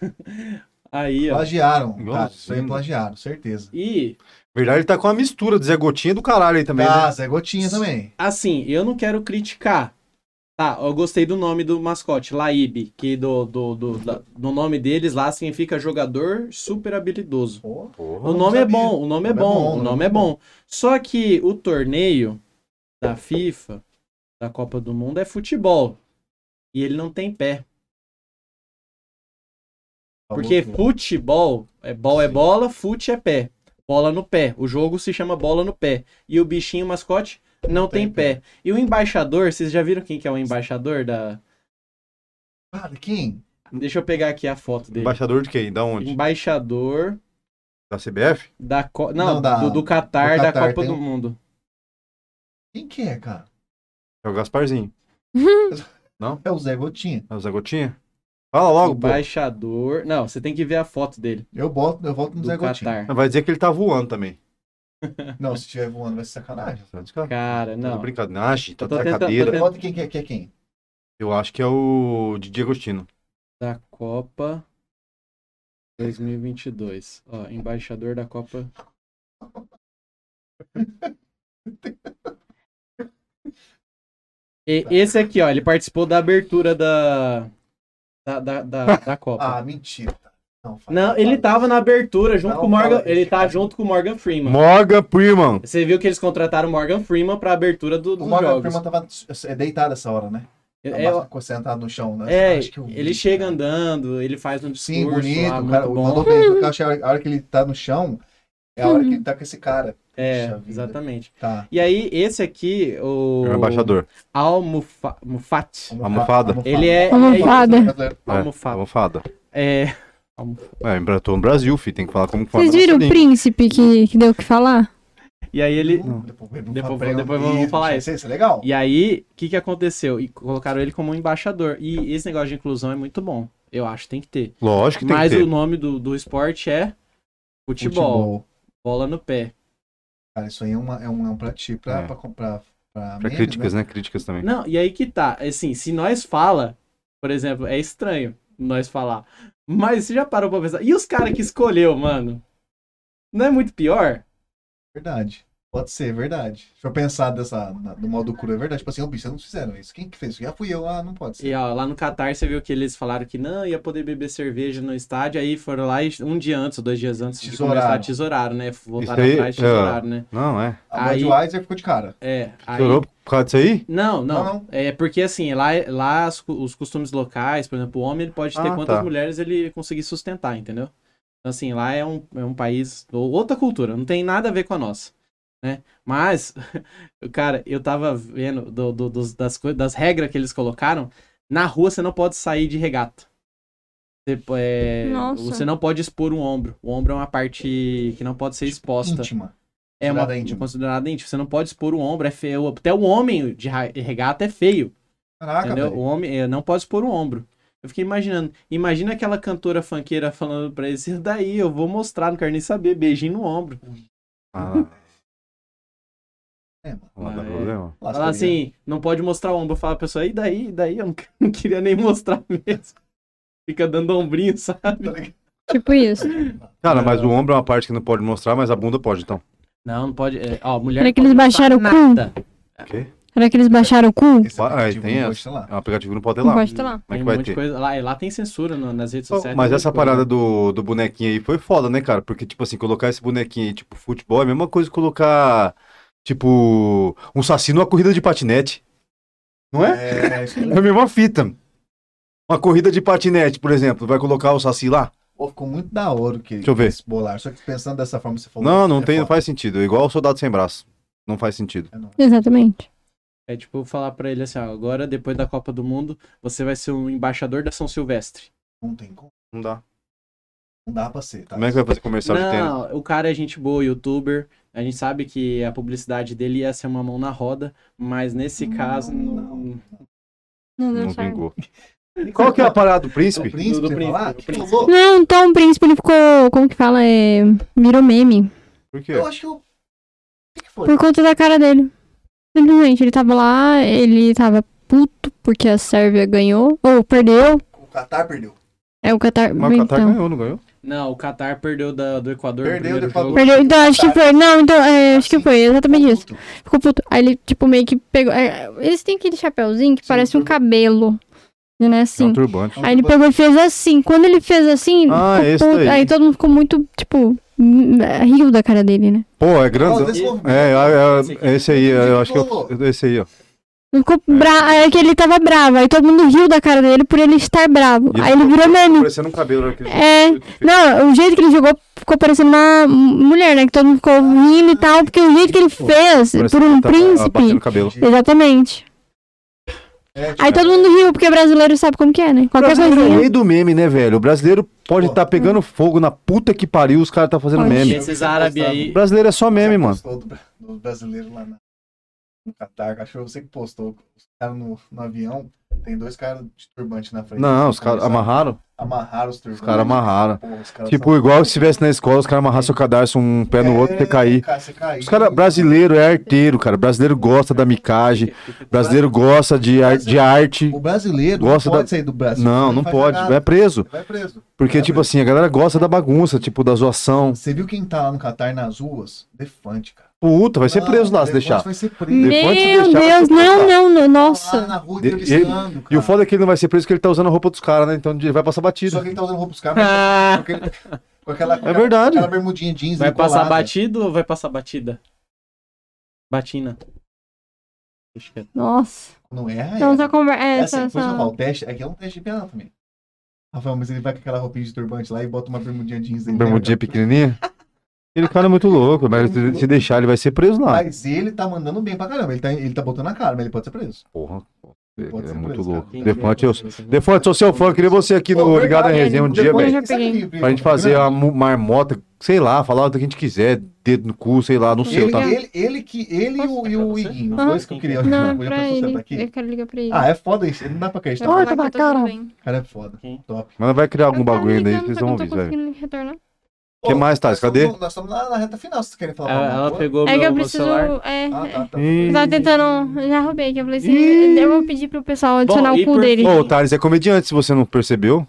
Speaker 3: Aí, ó.
Speaker 1: Plagiaram.
Speaker 2: Nossa,
Speaker 1: Tá, isso aí é
Speaker 2: sim.
Speaker 1: plagiaram, certeza.
Speaker 3: E,
Speaker 2: Na verdade, ele tá com uma mistura de Zé Gotinha do caralho aí também,
Speaker 1: Tá,
Speaker 2: né?
Speaker 1: Zé Gotinha também.
Speaker 3: assim, eu não quero criticar. Tá, eu gostei do nome do mascote, Laíbe, que do, do, do, da- do nome deles lá significa jogador super habilidoso.
Speaker 1: Pô,
Speaker 2: Porra.
Speaker 3: O
Speaker 1: não
Speaker 3: nome é
Speaker 1: sabia.
Speaker 3: bom, o nome é bom, o nome é bom. Só que o torneio da FIFA, da Copa do Mundo, é futebol. E ele não tem pé.
Speaker 1: falou
Speaker 3: Porque
Speaker 1: tudo.
Speaker 3: futebol é bola é
Speaker 1: Sim.
Speaker 3: bola, fute é pé. Bola no pé. O jogo se chama bola no pé. E o bichinho, o mascote, não tem, pé. E o embaixador, vocês já viram quem que é o embaixador da.
Speaker 1: Cara, quem?
Speaker 3: Deixa eu pegar aqui a foto dele.
Speaker 2: Embaixador de quem? Da onde?
Speaker 3: Embaixador
Speaker 2: Da CBF?
Speaker 3: da Co... Não,
Speaker 1: Não, da-
Speaker 3: do, do Qatar,
Speaker 1: do
Speaker 3: da
Speaker 1: Qatar,
Speaker 3: Copa
Speaker 1: tem
Speaker 3: do
Speaker 1: um-
Speaker 3: Mundo.
Speaker 1: Quem que é, cara?
Speaker 2: É o Gasparzinho.
Speaker 1: É o Zé Gotinha.
Speaker 2: É o Zé Gotinha? Fala logo, pô.
Speaker 3: Embaixador. Não, você tem que ver a foto dele.
Speaker 1: Eu boto, eu volto no
Speaker 3: Do
Speaker 1: Zé Gotinha.
Speaker 3: Qatar.
Speaker 2: Vai dizer que ele tá voando também.
Speaker 1: Não, se tiver voando, vai ser sacanagem.
Speaker 2: Tá de cara-
Speaker 3: Cara,
Speaker 2: tá de
Speaker 3: não.
Speaker 2: brincadeira. Tá
Speaker 3: Eu tô
Speaker 2: de
Speaker 3: tentando- tô
Speaker 2: cadeira.
Speaker 3: tentando-
Speaker 1: Bota quem que é, que é quem?
Speaker 2: Eu acho que é o Didi Agostino.
Speaker 3: Da Copa 2022. Ó, embaixador da Copa. E-
Speaker 1: Tá.
Speaker 3: esse aqui, ó, ele participou da abertura da. Da, da, da, da Copa.
Speaker 1: Ah, mentira. Não, fala,
Speaker 3: Não, ele
Speaker 1: fala.
Speaker 3: tava na abertura junto
Speaker 1: Não,
Speaker 3: com o Morgan.
Speaker 1: fala isso,
Speaker 3: Ele tá
Speaker 1: cara.
Speaker 3: junto com o Morgan Freeman.
Speaker 2: Morgan Freeman.
Speaker 3: Você viu que eles contrataram o Morgan Freeman pra abertura do,
Speaker 1: O
Speaker 3: dos
Speaker 1: Morgan
Speaker 3: jogos.
Speaker 1: Freeman tava é, deitado essa hora, né?
Speaker 3: É,
Speaker 1: Tava sentado no chão, né?
Speaker 3: É,
Speaker 1: Acho que eu vi,
Speaker 3: ele chega
Speaker 1: cara.
Speaker 3: andando, ele faz um discurso
Speaker 1: né? Sim, bonito.
Speaker 3: lá,
Speaker 1: o
Speaker 3: muito
Speaker 1: cara,
Speaker 3: bom.
Speaker 1: mandou bem. Só que eu achei a hora- a hora que ele tá no chão, é a hora que ele tá com esse cara.
Speaker 3: É,
Speaker 1: Puxa vida.
Speaker 3: exatamente.
Speaker 1: Tá.
Speaker 3: E aí, esse aqui, o...
Speaker 2: É o embaixador.
Speaker 3: Al Mufa- Mufat.
Speaker 1: Almofa-
Speaker 2: Almofada.
Speaker 3: Ele é...
Speaker 4: Almofada.
Speaker 2: É,
Speaker 3: Almofada.
Speaker 2: Almofada.
Speaker 3: é...
Speaker 2: É, embratou no Brasil, fi. Tem que falar como que fala
Speaker 4: Vocês viram o
Speaker 2: nossa língua.
Speaker 4: príncipe que, que deu o que falar?
Speaker 3: E aí ele...
Speaker 1: Hum, Depois,
Speaker 3: Depois- depois vamos falar
Speaker 1: isso. Isso é legal.
Speaker 3: E aí, o que que aconteceu? E colocaram ele como um embaixador. E esse negócio de inclusão é muito bom. Eu acho que tem que ter.
Speaker 2: Lógico que tem
Speaker 3: Mas
Speaker 2: que ter.
Speaker 3: o nome do, do esporte é futebol, bola no pé.
Speaker 1: Cara, isso aí é, uma, é, um, é um plati pra,
Speaker 2: É.
Speaker 1: pra comprar. Pra,
Speaker 2: Pra
Speaker 1: memes,
Speaker 2: críticas, né? Críticas também.
Speaker 3: Não, e aí que tá. Assim, se nós fala, por exemplo, é estranho nós falar. Mas você já parou pra pensar? E os caras que escolheu, mano? Não é muito pior?
Speaker 1: Verdade. Pode ser, verdade. Deixa eu pensar dessa, na, do modo cru, é verdade. Tipo assim, ô, bicho, vocês não fizeram isso. Quem que fez isso? Já fui eu. Ah, não pode ser.
Speaker 3: E ó, lá no Catar você viu que eles falaram que não ia poder beber cerveja no estádio, aí foram lá e um dia antes, ou dois dias antes de
Speaker 1: Tesouraram.
Speaker 3: começar, tesouraram, né? Voltaram
Speaker 2: Isso aí,
Speaker 3: atrás e tesouraram, né?
Speaker 2: Não, é.
Speaker 1: A
Speaker 3: aí-
Speaker 1: Budweiser ficou de cara.
Speaker 3: É, aí...
Speaker 2: Chorou por causa disso aí?
Speaker 3: Não, não,
Speaker 1: Não, não.
Speaker 3: É porque assim, lá, lá as cu- os costumes locais, por exemplo, o homem ele pode ter
Speaker 2: Ah,
Speaker 3: quantas
Speaker 2: tá.
Speaker 3: mulheres ele conseguir sustentar, entendeu? Então, assim, lá é um, é um país, ou- outra cultura, não tem nada a ver com a nossa. Né? Mas, cara, eu tava vendo do- do- dos- das, coi- das regras que eles colocaram. Na rua você não pode sair de regata. Você, po- é,
Speaker 4: Nossa.
Speaker 3: você não pode expor um ombro. O ombro é uma parte que não pode ser exposta.
Speaker 1: Íntima.
Speaker 3: É uma
Speaker 1: Considerada íntima.
Speaker 3: considerada íntima. Você não pode expor o ombro, é feio. Até o homem de ra- regata é feio.
Speaker 2: Ah,
Speaker 1: Caraca,
Speaker 3: entendeu?
Speaker 1: velho.
Speaker 3: O homem é, não pode expor o ombro. Eu fiquei imaginando. Imagina aquela cantora fanqueira falando pra ele, "Isso daí eu vou mostrar, não quero nem saber, beijinho no ombro.
Speaker 2: Ah,
Speaker 1: É, mano.
Speaker 2: não dá
Speaker 3: Ah, é.
Speaker 2: problema.
Speaker 3: Fala assim, não pode mostrar o ombro. Fala a pessoa, e daí, e daí? Eu não, não queria nem mostrar mesmo. Fica dando ombrinho, sabe?
Speaker 4: Tipo isso.
Speaker 2: Cara, mas o ombro é uma parte que não pode mostrar, mas a bunda pode, então.
Speaker 3: Não, não pode. é, ó, mulher.
Speaker 4: Será
Speaker 3: não
Speaker 4: que
Speaker 3: pode
Speaker 4: eles
Speaker 3: mostrar
Speaker 4: baixaram o cu?
Speaker 3: nada.
Speaker 2: O quê?
Speaker 4: Será que eles baixaram o cu?
Speaker 1: Esse
Speaker 2: Ah,
Speaker 1: é um aplicativo
Speaker 2: tem
Speaker 1: não
Speaker 2: essa.
Speaker 1: pode instalar.
Speaker 2: É um aplicativo que não pode ter
Speaker 4: Não
Speaker 2: lá.
Speaker 4: pode ter lá.
Speaker 2: Como é
Speaker 3: Tem
Speaker 2: que
Speaker 3: um
Speaker 2: vai
Speaker 3: monte de
Speaker 2: ter?
Speaker 3: coisa. é Lá, e lá tem censura no- nas redes sociais.
Speaker 2: Mas
Speaker 3: tem
Speaker 2: essa
Speaker 3: muita coisa.
Speaker 2: parada do, do bonequinho aí foi foda, né, cara? Porque, tipo assim, colocar esse bonequinho aí, tipo, futebol, é a mesma coisa que colocar, tipo, um saci numa corrida de patinete. Não é?
Speaker 1: É, isso
Speaker 2: É a mesma fita. Uma corrida de patinete, por exemplo, vai colocar o Saci lá?
Speaker 1: Pô, ficou muito da hora o que
Speaker 2: Deixa eu ver.
Speaker 1: esse bolar. Só que pensando dessa forma que você falou.
Speaker 2: Não, não
Speaker 1: é
Speaker 2: tem, não
Speaker 1: foda.
Speaker 2: faz sentido. É igual o soldado sem braço. Não faz sentido.
Speaker 1: É, não.
Speaker 4: Exatamente.
Speaker 3: É tipo falar pra ele assim, ó, agora depois da Copa do Mundo, você vai ser um embaixador da São Silvestre.
Speaker 1: Não tem como.
Speaker 2: Não dá.
Speaker 1: Não dá pra ser, tá?
Speaker 2: Como é que vai fazer comercial de tênis?
Speaker 3: Não, o cara é gente boa, youtuber. A gente sabe que a publicidade dele ia ser uma mão na roda, mas nesse caso. Não.
Speaker 4: Não
Speaker 2: Não vingou. Qual que é a parada do
Speaker 1: O
Speaker 2: príncipe?
Speaker 1: príncipe,
Speaker 3: Do
Speaker 1: você
Speaker 3: príncipe,
Speaker 1: falar?
Speaker 3: do príncipe.
Speaker 1: Que louco.
Speaker 4: Não, então o príncipe ele ficou. Como que fala? É. Virou meme.
Speaker 2: Por quê?
Speaker 1: Eu acho que eu... O que, que foi?
Speaker 4: Por conta da cara dele. Simplesmente, ele tava lá, ele tava puto porque a Sérvia ganhou. Ou perdeu.
Speaker 1: O Qatar perdeu.
Speaker 4: É o Qatar.
Speaker 2: Mas o Qatar
Speaker 4: então.
Speaker 2: ganhou, não ganhou?
Speaker 3: Não, o Qatar perdeu da- do Equador. no
Speaker 1: Perdeu do
Speaker 3: primeiro
Speaker 1: Equador.
Speaker 3: jogo.
Speaker 4: Perdeu, então acho que foi. Não, então, é, acho que
Speaker 1: Assim,
Speaker 4: foi, exatamente isso.
Speaker 1: Puto.
Speaker 4: Ficou puto. Aí ele, tipo, meio que pegou. é, eles têm aquele chapéuzinho que
Speaker 1: Sim,
Speaker 4: parece um
Speaker 1: turban.
Speaker 4: cabelo. Né,
Speaker 2: É um
Speaker 4: assim.
Speaker 2: turbante.
Speaker 4: Aí ele pegou e fez assim. Quando ele fez assim,
Speaker 2: Ah,
Speaker 4: ficou
Speaker 2: esse
Speaker 4: puto.
Speaker 2: daí.
Speaker 4: Aí todo mundo ficou muito, tipo, hum, riu da cara dele, né?
Speaker 2: Pô, é
Speaker 1: Por causa
Speaker 2: grande.
Speaker 1: desse movimento.
Speaker 2: É, é, é, esse aí, eu acho que é esse aí, ó.
Speaker 4: Não Ficou bra... É que ele tava bravo. Aí todo mundo riu da cara dele por ele estar bravo. Aí Ah, ele virou meme.
Speaker 2: Parecendo um cabelo. né, que ele-
Speaker 4: É. Não, o jeito que ele jogou ficou parecendo uma mulher, né? Que todo mundo ficou rindo e tal. Porque o jeito que ele fez
Speaker 2: Ah, Parece
Speaker 4: por
Speaker 2: que
Speaker 4: um
Speaker 2: tá, ah, batendo
Speaker 4: príncipe.
Speaker 2: o cabelo.
Speaker 4: Exatamente.
Speaker 1: É, tipo,
Speaker 4: Aí todo mundo riu, porque brasileiro sabe como que é, né?
Speaker 2: O
Speaker 4: Qualquer
Speaker 2: brasileiro é o
Speaker 4: coisinha.
Speaker 2: rei do meme, né, velho? O brasileiro pode
Speaker 1: Pô.
Speaker 2: estar pegando fogo na puta que pariu, os caras tá fazendo
Speaker 4: Pode.
Speaker 2: meme.
Speaker 3: Esses árabes
Speaker 2: O
Speaker 3: aí.
Speaker 2: brasileiro é só meme,
Speaker 1: você
Speaker 2: mano.
Speaker 1: postou Do, bra- do brasileiro lá na, no Qatar. Acho que foi você que postou. Os caras no, no avião. Tem dois caras de turbante na frente.
Speaker 2: Não, os caras amarraram.
Speaker 1: Amarraram os turbantes.
Speaker 2: Os caras amarraram.
Speaker 1: Porra, os caras
Speaker 2: Tipo,
Speaker 1: são-
Speaker 2: igual se estivesse na escola, os caras amarrassem o cadarço um pé no outro
Speaker 1: É,
Speaker 2: até cair.
Speaker 1: cara, você cair.
Speaker 2: Os caras, brasileiro é arteiro, cara. Brasileiro gosta da micagem. Brasileiro gosta de, ar- de arte.
Speaker 1: O brasileiro
Speaker 2: Gosta
Speaker 1: não pode
Speaker 2: da-
Speaker 1: sair do Brasil.
Speaker 2: Não,
Speaker 1: ele
Speaker 2: não
Speaker 1: faz
Speaker 2: pode.
Speaker 1: cagada,
Speaker 2: É preso.
Speaker 1: ele Vai preso.
Speaker 2: Porque, tipo assim, a galera gosta da bagunça, tipo, da zoação.
Speaker 1: Você viu quem tá lá no Qatar nas ruas? Defante, cara.
Speaker 2: Puta, vai ser
Speaker 1: Não,
Speaker 2: preso lá
Speaker 1: Defante
Speaker 2: se deixar.
Speaker 1: Vai ser preso.
Speaker 4: Meu
Speaker 2: Depois de
Speaker 4: Deus,
Speaker 2: deixar, vai ter que
Speaker 4: não,
Speaker 2: cortar.
Speaker 4: não, não,
Speaker 1: Lá
Speaker 4: nossa.
Speaker 1: na rua
Speaker 2: De- ele-
Speaker 1: entrevistando,
Speaker 2: E o
Speaker 1: cara.
Speaker 2: foda é que ele não vai ser preso porque ele tá usando a roupa dos caras, né? Então ele vai passar
Speaker 1: Só
Speaker 2: batida.
Speaker 1: que ele tá usando roupa dos caras.
Speaker 4: É.
Speaker 1: mas
Speaker 2: tá
Speaker 3: Ah,
Speaker 1: Com, aquele- com aquela,
Speaker 2: É verdade.
Speaker 1: aquela bermudinha jeans.
Speaker 3: vai
Speaker 1: decolada.
Speaker 3: passar batido ou vai passar batida? Batina. é Deixa quieto.
Speaker 4: Nossa.
Speaker 1: Não erra,
Speaker 4: Então
Speaker 1: erra.
Speaker 4: essa conversa.
Speaker 1: É
Speaker 4: Essa,
Speaker 1: assim, por isso que eu falo,
Speaker 4: essa...
Speaker 1: o teste, aqui é um teste de piano também. Rafael, mas ele vai com aquela roupinha de turbante lá e bota uma bermudinha jeans aí. né,
Speaker 2: Bermudinha pequenininha. Ele cara é muito louco, mas se se deixar ele vai ser preso
Speaker 1: cara?
Speaker 2: lá.
Speaker 1: Mas ele tá mandando bem pra caramba. Ele tá, ele tá botando a cara, mas ele pode ser preso.
Speaker 2: Porra,
Speaker 1: Ele pode
Speaker 2: é
Speaker 1: ser
Speaker 2: muito
Speaker 1: preso,
Speaker 2: louco.
Speaker 1: cara.
Speaker 2: Defante, eu
Speaker 3: Sim.
Speaker 2: Defante, sou é seu fã, queria você aqui
Speaker 1: Pô,
Speaker 2: no Ligado na
Speaker 1: verdade,
Speaker 2: Resenha um
Speaker 1: depois
Speaker 2: dia,
Speaker 1: a
Speaker 2: velho.
Speaker 1: gente- né? sabe
Speaker 4: peguei.
Speaker 1: que-
Speaker 2: Pra gente fazer a mu- marmota, sei lá, falar o que a gente quiser, dedo no cu, sei lá, não sei,
Speaker 1: Ele,
Speaker 2: tá?
Speaker 1: ele, ele que, ele e o, e o
Speaker 3: Posso?
Speaker 1: Iguinho, os
Speaker 3: Aham.
Speaker 1: dois que eu queria.
Speaker 4: Não,
Speaker 1: Hoje
Speaker 4: é
Speaker 1: a
Speaker 4: pra
Speaker 1: pessoa
Speaker 4: ele.
Speaker 1: tá aqui.
Speaker 4: Eu quero ligar pra ele.
Speaker 1: Ah, é foda isso. Não dá pra
Speaker 4: Vai
Speaker 1: acreditar.
Speaker 4: falar
Speaker 2: torta
Speaker 4: que
Speaker 2: tá na
Speaker 4: eu tô tudo
Speaker 2: cara.
Speaker 4: bem.
Speaker 1: O cara é foda.
Speaker 3: Quem?
Speaker 1: Top.
Speaker 2: Mas vai criar algum
Speaker 4: Eu tava
Speaker 2: bagulho ainda aí que
Speaker 4: tá
Speaker 2: vocês
Speaker 4: ligando, só que
Speaker 2: vão
Speaker 4: eu tô
Speaker 2: ouvir, velho.
Speaker 4: conseguindo retornar.
Speaker 2: O que mais, Thais?
Speaker 1: Nós
Speaker 2: Cadê?
Speaker 1: estamos- Nós estamos na, na reta final, se vocês querem falar
Speaker 3: Ela,
Speaker 1: alguma
Speaker 3: ela
Speaker 1: coisa?
Speaker 3: pegou
Speaker 4: É
Speaker 3: meu,
Speaker 4: que eu
Speaker 3: meu
Speaker 4: preciso.
Speaker 3: celular.
Speaker 4: É,
Speaker 1: Ah, tá, tá.
Speaker 4: eu tava tentando. Já roubei aqui. Eu falei assim:
Speaker 2: Ih.
Speaker 4: eu vou pedir pro pessoal
Speaker 3: Bom,
Speaker 4: adicionar
Speaker 3: e
Speaker 4: o cu
Speaker 3: por
Speaker 4: dele.
Speaker 3: fim-
Speaker 2: Ô, o Thales é comediante, se você não percebeu.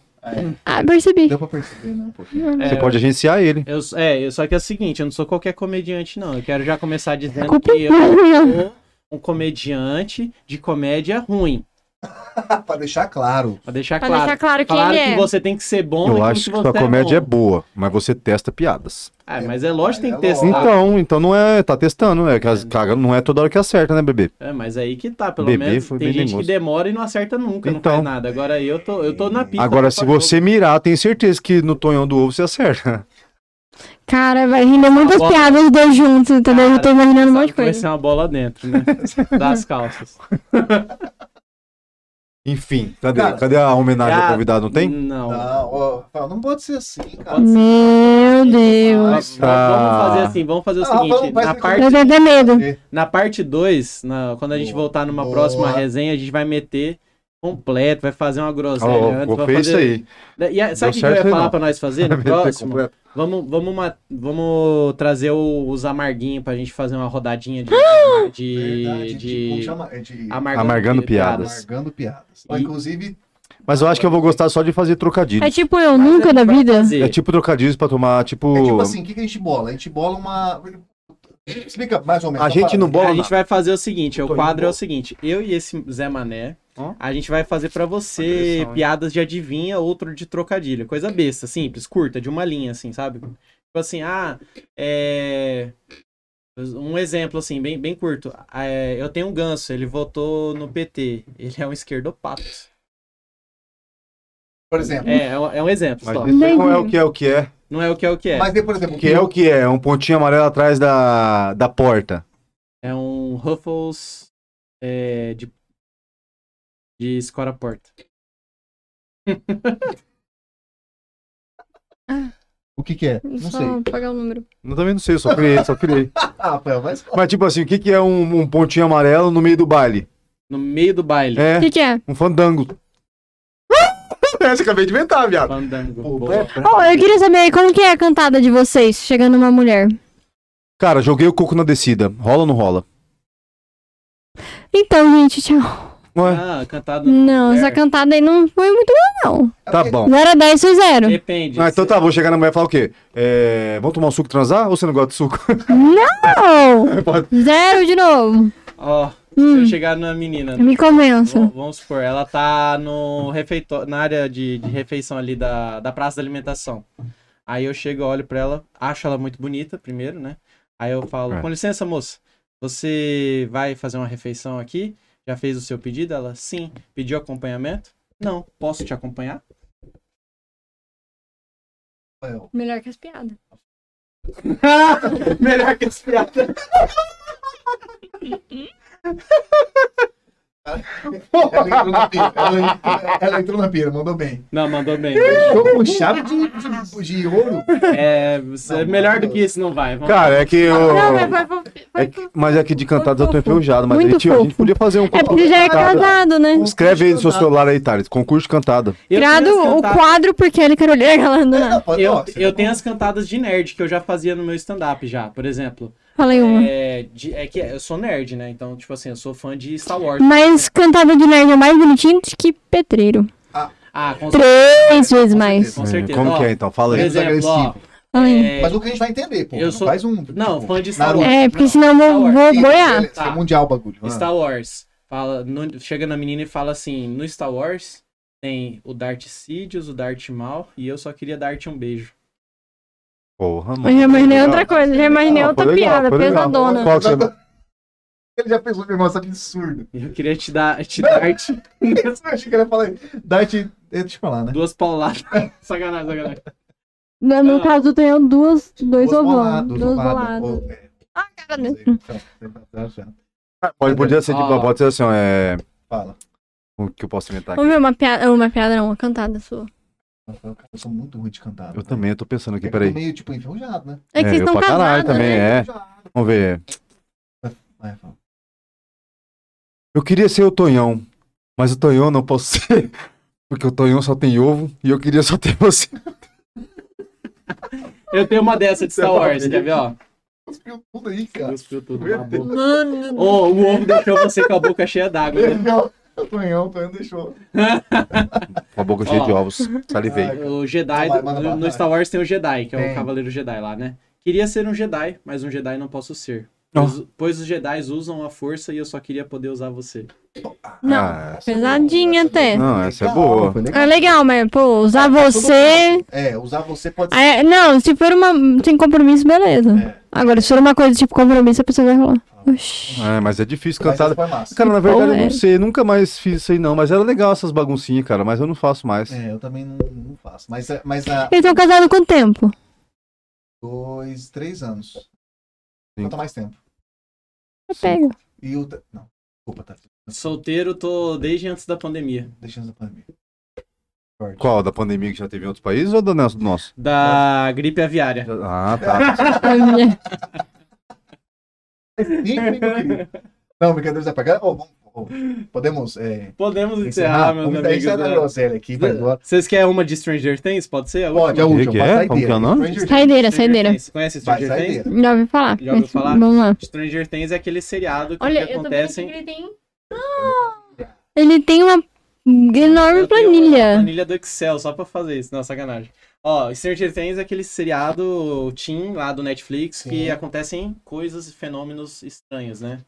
Speaker 4: Ah, percebi.
Speaker 1: Deu pra perceber, né? Um pouquinho.
Speaker 3: É,
Speaker 2: Você pode agenciar ele.
Speaker 3: eu, é, eu- só que é o seguinte, eu não sou qualquer comediante, não. Eu quero já começar dizendo
Speaker 4: Culpa é
Speaker 3: que eu
Speaker 4: minha.
Speaker 3: sou um comediante de comédia ruim.
Speaker 1: pra deixar claro.
Speaker 3: Pra deixar
Speaker 4: Pra
Speaker 3: claro.
Speaker 4: deixar claro quem
Speaker 3: Claro
Speaker 4: ele
Speaker 3: que
Speaker 4: é.
Speaker 3: você tem que ser bom e
Speaker 2: Eu
Speaker 3: como
Speaker 2: acho que
Speaker 3: você
Speaker 2: sua comédia é
Speaker 3: bom.
Speaker 2: boa, mas você testa piadas.
Speaker 3: Ah, mas é lógico que tem que
Speaker 1: É
Speaker 3: testar.
Speaker 1: lógico.
Speaker 2: Então, então não é. Tá testando, né? Que as caga não é toda hora que acerta, né, bebê?
Speaker 3: É, mas aí que tá, pelo
Speaker 2: Bebê
Speaker 3: menos
Speaker 2: foi
Speaker 3: tem
Speaker 2: bem
Speaker 3: gente que
Speaker 2: dengoso.
Speaker 3: demora e não acerta nunca, não
Speaker 2: Então.
Speaker 3: faz nada. Agora eu tô, eu tô na pista.
Speaker 2: Agora,
Speaker 3: por
Speaker 2: se
Speaker 3: favor.
Speaker 2: você mirar, tenho certeza que no tonhão do ovo você acerta.
Speaker 4: Cara, vai render muitas
Speaker 3: Bola.
Speaker 4: piadas os dois juntos, entendeu? Eu tô imaginando um monte de
Speaker 3: é Vai
Speaker 4: coisa.
Speaker 3: ser uma bola dentro, né? Das calças.
Speaker 2: Enfim, cadê?
Speaker 1: Cara,
Speaker 2: cadê a homenagem ao
Speaker 3: Ah,
Speaker 2: convidado? Não tem?
Speaker 3: Não.
Speaker 4: Ah.
Speaker 1: Não, ó, Rafael, não pode ser assim, cara.
Speaker 3: pode
Speaker 4: Meu Deus.
Speaker 3: Mas Vamos fazer assim, vamos fazer o
Speaker 1: Ah, vamos,
Speaker 3: seguinte.
Speaker 1: faz
Speaker 3: Na
Speaker 1: com-
Speaker 4: Eu
Speaker 3: parte,
Speaker 4: tenho até medo. É
Speaker 3: na parte 2, na, quando a gente
Speaker 1: Boa.
Speaker 3: voltar numa
Speaker 1: Boa.
Speaker 3: próxima resenha, a gente vai meter completo, vai fazer uma groselha
Speaker 2: Ó,
Speaker 3: antes.
Speaker 2: vou
Speaker 3: né? Vai
Speaker 2: fez isso
Speaker 3: fazer...
Speaker 2: aí.
Speaker 3: E a- sabe o que que
Speaker 2: certo
Speaker 3: eu ia
Speaker 2: aí,
Speaker 3: falar
Speaker 2: não.
Speaker 3: pra nós fazer no
Speaker 2: Vai é. ter
Speaker 3: próximo?
Speaker 2: completo.
Speaker 3: Vamos, vamos, ma- vamos trazer o- os amarguinhos pra gente fazer uma rodadinha de. de,
Speaker 1: Verdade, de- como
Speaker 3: de,
Speaker 1: chama? É de-
Speaker 2: Amargando
Speaker 3: pi-
Speaker 2: piadas.
Speaker 1: Amargando piadas.
Speaker 3: E-
Speaker 1: Inclusive,
Speaker 2: Mas eu acho que eu vou gostar só de fazer trocadilho.
Speaker 4: É tipo eu nunca da vida.
Speaker 2: É tipo trocadilhos pra tomar, tipo.
Speaker 1: é tipo assim, o que, que a gente bola? A gente bola uma. Explica mais ou menos.
Speaker 2: a
Speaker 1: tá
Speaker 2: gente
Speaker 1: parado.
Speaker 2: não bola.
Speaker 3: a gente vai fazer o seguinte,
Speaker 2: Eu
Speaker 3: o
Speaker 2: tô
Speaker 3: quadro
Speaker 2: indo
Speaker 3: é o seguinte, eu e esse Zé Mané,
Speaker 2: Ó.
Speaker 3: a gente vai fazer pra você
Speaker 2: Agressão, hein?
Speaker 3: piadas de adivinha, outro de trocadilho, coisa besta, simples, curta, de uma linha, assim, sabe? Tipo assim, ah, é... Um exemplo, assim, bem, bem curto. É, eu tenho um ganso, ele votou no PT. Ele é um esquerdopata.
Speaker 1: Por exemplo.
Speaker 3: É, é um, é um exemplo
Speaker 2: Mas
Speaker 3: só.
Speaker 2: nem sei qual é o que é o que é.
Speaker 3: Não é o que é o que é.
Speaker 1: Mas, daí, por exemplo,
Speaker 2: O que é o que é? É um pontinho amarelo atrás da, da porta.
Speaker 3: É um Ruffles é, de, de escora porta.
Speaker 1: o que que é? Não
Speaker 4: Só
Speaker 1: sei.
Speaker 4: pagar o número.
Speaker 2: Eu também não sei, eu só criei, só criei.
Speaker 1: Ah, Rafael, mas...
Speaker 2: Mas tipo assim, o que, que é um, um pontinho amarelo no meio do baile?
Speaker 3: No meio do baile.
Speaker 4: O
Speaker 2: É,
Speaker 4: que, que é?
Speaker 2: um fandango. Essa eu acabei de inventar, viado.
Speaker 3: Fandango.
Speaker 2: Pô,
Speaker 3: Boa.
Speaker 2: é-
Speaker 4: Oh, eu queria saber como que é a cantada de vocês chegando uma mulher.
Speaker 2: Cara, joguei o coco na descida. Rola ou não rola?
Speaker 4: Então, gente, tchau.
Speaker 2: Ué,
Speaker 3: Ah, cantado.
Speaker 4: Não,
Speaker 2: É.
Speaker 4: é
Speaker 3: mulher.
Speaker 4: essa cantada aí não foi muito boa, não.
Speaker 2: tá bom.
Speaker 4: Não era 10 foi 0.
Speaker 3: Depende.
Speaker 2: Ah, então
Speaker 3: se-
Speaker 2: tá, vou chegar na mulher e falar o quê? É, vamos tomar um suco e transar ou você não gosta de suco?
Speaker 4: Não!
Speaker 2: Pode-
Speaker 4: Zero de novo.
Speaker 3: Ó, se
Speaker 4: Hum,
Speaker 3: eu chegar na menina.
Speaker 4: me
Speaker 3: v-
Speaker 4: convença.
Speaker 3: Vamos supor, ela tá no refeitório, na área de, de refeição ali da, da praça da alimentação. Aí eu chego, olho pra ela, acho ela muito bonita, primeiro, né? Aí eu falo,
Speaker 2: É.
Speaker 3: com licença, moça, você vai fazer uma refeição aqui? Já fez o seu pedido? Ela, sim. Pediu acompanhamento? Não. Posso te acompanhar?
Speaker 1: Rafael,
Speaker 4: Melhor que as piadas.
Speaker 3: Melhor que esse piada.
Speaker 1: Ela entrou na pira, ela- ela entrou na pira, mandou bem.
Speaker 3: Não, mandou bem.
Speaker 1: Tô com chave de, de, de ouro.
Speaker 3: É, você-
Speaker 1: Não,
Speaker 3: melhor do
Speaker 1: maravilhoso.
Speaker 3: que isso não vai. Vamos-
Speaker 2: Cara, é que eu.
Speaker 4: Não, mas foi, foi, foi
Speaker 2: é que- mas é que de cantadas eu tô
Speaker 4: fofo.
Speaker 2: enferrujado, mas a
Speaker 4: Muito
Speaker 2: gente, a gente
Speaker 4: fofo.
Speaker 2: podia fazer um
Speaker 4: É porque já é casado, né?
Speaker 2: Escreve aí no seu
Speaker 1: Concurso
Speaker 2: celular aí, Thales. Concurso de cantada.
Speaker 3: Eu tenho
Speaker 4: Criado
Speaker 3: as
Speaker 4: o
Speaker 3: cantadas-
Speaker 4: quadro porque ele Carolina ela né? não
Speaker 1: Não, pode-
Speaker 3: Eu,
Speaker 1: ó, você
Speaker 3: eu
Speaker 1: tá
Speaker 3: tenho as cantadas de nerd que eu já fazia no meu stand-up já, por exemplo.
Speaker 4: Falei uma.
Speaker 3: É, de- é que eu sou nerd, né? Então, tipo assim, eu sou fã de Star Wars.
Speaker 4: Mas cantada de nerd é mais bonitinho do que pedreiro.
Speaker 3: Ah, com,
Speaker 4: Três vezes mais.
Speaker 3: com certeza.
Speaker 2: Como
Speaker 3: Ó,
Speaker 2: que é então? Fala
Speaker 3: Por
Speaker 2: aí.
Speaker 1: Beleza.
Speaker 3: exemplo, ó,
Speaker 4: Falei.
Speaker 3: é,
Speaker 1: Mas o que a gente vai entender, pô.
Speaker 3: Eu
Speaker 1: Não
Speaker 3: sou-
Speaker 1: Faz um.
Speaker 3: Não,
Speaker 1: tipo,
Speaker 3: fã de Star
Speaker 1: Naruto.
Speaker 3: Wars.
Speaker 4: É, porque
Speaker 3: Não,
Speaker 4: senão eu
Speaker 2: tá
Speaker 4: vou,
Speaker 3: Star
Speaker 4: vou
Speaker 1: Isso,
Speaker 4: boiar.
Speaker 1: beleza,
Speaker 3: Tá.
Speaker 1: É mundial o bagulho.
Speaker 2: Ah.
Speaker 1: vai lá.
Speaker 3: Star Wars. Fala, no- chega na menina e fala assim: no Star Wars tem o Darth Sidious, o Darth Mal, e eu só queria dar-te um beijo.
Speaker 2: Porra, mano.
Speaker 4: Eu já
Speaker 2: Legal.
Speaker 4: imaginei é outra coisa, já imaginei
Speaker 2: Ah,
Speaker 4: outra
Speaker 2: foi legal,
Speaker 4: piada,
Speaker 2: foi legal.
Speaker 4: pesadona.
Speaker 2: Qual que você...
Speaker 1: Ele já pensou um negócio absurdo.
Speaker 3: Eu queria te dar, te dar -te
Speaker 1: Eu achei que ele ia falar. Dart, deixa eu falar, né?
Speaker 3: duas pauladas. sacanagem, sacanagem.
Speaker 4: No meu caso, eu tenho duas, dois
Speaker 1: Duas
Speaker 2: um
Speaker 4: ovão.
Speaker 1: boladas,
Speaker 4: Duas
Speaker 1: ovada,
Speaker 4: boladas.
Speaker 1: ou- é,
Speaker 4: Cara,
Speaker 1: não
Speaker 4: né?
Speaker 1: sei, então, tá certo.
Speaker 2: Pode, podia ser tipo,
Speaker 3: Ó.
Speaker 2: pode ser assim, ó, é...
Speaker 1: Fala.
Speaker 2: O que eu posso inventar
Speaker 4: Ô
Speaker 2: aqui?
Speaker 4: meu, uma piada, uma piada não, uma cantada sua.
Speaker 1: Rafael, cara, Eu sou muito ruim de cantar.
Speaker 2: Eu também, eu tô pensando
Speaker 1: É que
Speaker 2: aqui,
Speaker 1: eu
Speaker 2: peraí.
Speaker 1: tô meio tipo enferrujado, né?
Speaker 4: É que vocês
Speaker 2: eu
Speaker 4: estão
Speaker 2: pra caralho
Speaker 4: casados,
Speaker 2: também,
Speaker 4: né?
Speaker 2: é. Vamos ver.
Speaker 1: Vai, fala.
Speaker 2: Eu queria ser o Tonhão, mas o Tonhão não posso ser, porque o Tonhão só tem ovo e eu queria só ter você.
Speaker 3: Eu tenho uma dessa de
Speaker 1: tá
Speaker 3: Star Wars, quer ver, ó?
Speaker 1: Cuspiu tudo aí, cara.
Speaker 3: Cuspiu tudo
Speaker 1: Meu
Speaker 3: na boca.
Speaker 1: Deus.
Speaker 4: Mano,
Speaker 3: Ô, o ovo deixou você com a boca cheia d'água. né?
Speaker 1: Legal. O Tonhão, o Tonhão deixou.
Speaker 2: Com a boca cheia
Speaker 3: Ó.
Speaker 2: de ovos. Salivei.
Speaker 1: Ai.
Speaker 3: O Jedi,
Speaker 1: Vai, manda
Speaker 3: no,
Speaker 1: bala,
Speaker 3: no
Speaker 1: vai.
Speaker 3: Star Wars tem o Jedi, que é
Speaker 1: Tem.
Speaker 3: o Cavaleiro Jedi lá, né? Queria ser um Jedi, mas um Jedi não posso ser.
Speaker 2: Oh.
Speaker 3: Pois, pois os Jedi usam a força e eu só queria poder usar você.
Speaker 4: Não,
Speaker 2: Ah, essa-
Speaker 4: pesadinha até.
Speaker 2: Não, Tá essa é
Speaker 1: Legal,
Speaker 2: boa.
Speaker 1: foi legal. Tá,
Speaker 4: É legal, mas, pô, usar você.
Speaker 1: É, usar você pode ser.
Speaker 4: É, não, se for uma. Sem compromisso, beleza.
Speaker 1: É.
Speaker 4: Agora, se for uma coisa tipo compromisso, a pessoa vai falar. Oxi.
Speaker 2: É, mas é difícil
Speaker 1: mas essa
Speaker 2: cantar.
Speaker 1: foi massa.
Speaker 2: Cara, na
Speaker 4: Que
Speaker 2: verdade,
Speaker 4: porra
Speaker 2: eu
Speaker 4: é?
Speaker 2: não sei, nunca mais fiz isso aí não, mas era legal essas baguncinhas, cara, mas eu não faço mais.
Speaker 1: É, eu também não, não faço. Mas, é- mas há
Speaker 4: Eles estão casados quanto tempo?
Speaker 1: dois, três anos. Falta mais tempo.
Speaker 4: Eu pego.
Speaker 1: E o. te- Não, desculpa, tá.
Speaker 3: Solteiro tô desde antes da pandemia.
Speaker 1: Deixando a pandemia.
Speaker 2: Qual? Da pandemia que já teve em outros países ou da nossa- do nosso?
Speaker 3: Da
Speaker 1: É.
Speaker 3: gripe aviária.
Speaker 2: Já- Ah, tá.
Speaker 4: A minha-
Speaker 1: Sim, meu querido. Não, brincadeiras à parte. Ô, vamos- ô, podemos é,
Speaker 3: Podemos
Speaker 1: encerrar?
Speaker 3: encerrar, meus
Speaker 1: Vamos encerrar
Speaker 3: amigos.
Speaker 1: essa da
Speaker 3: né?
Speaker 1: groselha aqui. Vai embora.
Speaker 3: Vocês querem uma de Stranger Things? Pode ser? A última?
Speaker 1: Pode, a
Speaker 2: Que
Speaker 1: última.
Speaker 2: que
Speaker 1: vai
Speaker 2: é?
Speaker 1: sair
Speaker 2: Como que é
Speaker 1: dele.
Speaker 2: o nome?
Speaker 1: Stranger Things.
Speaker 4: Saideira,
Speaker 3: Stranger
Speaker 4: saideira.
Speaker 3: Things. Conhece
Speaker 1: Vai
Speaker 3: Stranger
Speaker 1: sair
Speaker 3: Things?
Speaker 1: dele.
Speaker 4: Já ouvi falar.
Speaker 3: Já ouviu falar?
Speaker 4: Vamos lá.
Speaker 3: Stranger Things é aquele seriado que,
Speaker 4: Olha,
Speaker 3: que
Speaker 4: eu tô vendo
Speaker 3: acontece...
Speaker 4: que ele tem. Ah! Ele tem uma enorme
Speaker 3: Eu tenho uma
Speaker 4: planilha.
Speaker 3: Planilha do Excel, só pra fazer isso. Não, sacanagem. Ó, Stranger Things é aquele seriado teen lá do Netflix que
Speaker 1: Sim.
Speaker 3: acontecem coisas e fenômenos estranhos, né?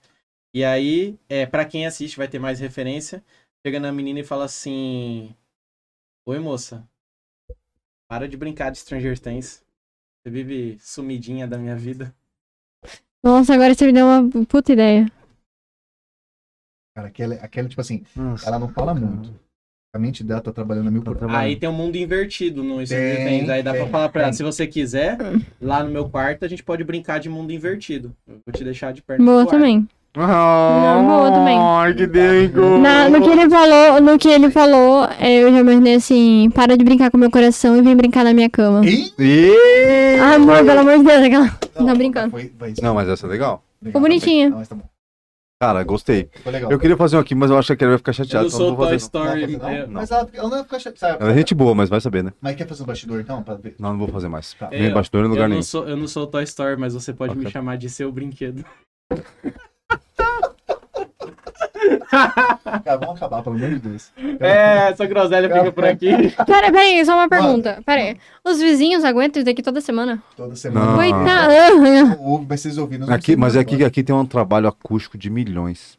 Speaker 3: E aí, é, para quem assiste vai ter mais referência. Chega na menina e fala assim: Oi, moça. Para de brincar de Stranger Things. Você vive sumidinha da minha vida.
Speaker 4: Nossa, agora você me deu uma puta ideia.
Speaker 1: Cara, aquela, aquela, tipo assim,
Speaker 2: Nossa,
Speaker 1: ela não fala
Speaker 2: cara.
Speaker 1: muito. A mente dela tá trabalhando a mil por
Speaker 2: Tá trabalhando.
Speaker 3: Aí tem um mundo invertido no Stranger
Speaker 1: Tem,
Speaker 3: Things. Aí dá pra
Speaker 1: tem,
Speaker 3: falar pra ela,
Speaker 1: tem.
Speaker 3: se você quiser,
Speaker 4: Hum.
Speaker 3: lá no meu quarto a gente pode brincar de mundo invertido. Eu vou te deixar de perto do
Speaker 4: Boa
Speaker 3: quarto.
Speaker 4: também.
Speaker 2: Ah,
Speaker 4: Não, boa também.
Speaker 2: Ai, que dengo.
Speaker 4: Na- no que ele falou, no que ele falou, é, eu já imaginei assim, para de brincar com meu coração e vem brincar na minha cama.
Speaker 1: Ih!
Speaker 2: Ih!
Speaker 4: Ah, amor, pelo amor de Deus, aquela. Não, brincando.
Speaker 1: Foi, foi,
Speaker 2: Não, mas essa é legal.
Speaker 1: Legal, tá
Speaker 4: bonitinha.
Speaker 1: bem. Não, mas tá bom.
Speaker 2: Cara, gostei.
Speaker 1: Ficou legal.
Speaker 2: Eu queria fazer um aqui, mas eu acho que ela vai ficar
Speaker 3: Eu
Speaker 2: chateada.
Speaker 3: não
Speaker 2: então eu
Speaker 3: sou
Speaker 2: não vou
Speaker 3: Toy
Speaker 2: fazer.
Speaker 1: Não,
Speaker 3: Story.
Speaker 1: vai fazer,
Speaker 3: eu-
Speaker 1: não? Mas ah, ela, ela não vai ficar chata, sabe?
Speaker 2: Ela é gente boa, mas vai saber, né?
Speaker 1: Mas quer fazer um bastidor então? Pra ver.
Speaker 2: Não, não vou fazer mais.
Speaker 1: Tá.
Speaker 2: Nem
Speaker 3: Eu-
Speaker 2: bastidor, em
Speaker 3: É, Eu
Speaker 2: lugar nenhum.
Speaker 3: não, sou, eu não sou o Toy Story, mas você pode me
Speaker 2: Ok.
Speaker 3: chamar de seu brinquedo.
Speaker 1: Cara, vamos acabar, pelo amor de Deus.
Speaker 3: É, essa groselha fica por aqui.
Speaker 4: Pera, pera aí, só uma
Speaker 1: Manda.
Speaker 4: pergunta. Pera aí. Os vizinhos aguentam isso daqui toda semana?
Speaker 1: Toda semana.
Speaker 2: Ah.
Speaker 4: Coitado.
Speaker 1: Não ouve, mas vocês ouviram. nós não
Speaker 2: Aqui,
Speaker 1: sabemos
Speaker 2: mas é aqui,
Speaker 1: agora.
Speaker 2: aqui tem um trabalho acústico de milhões.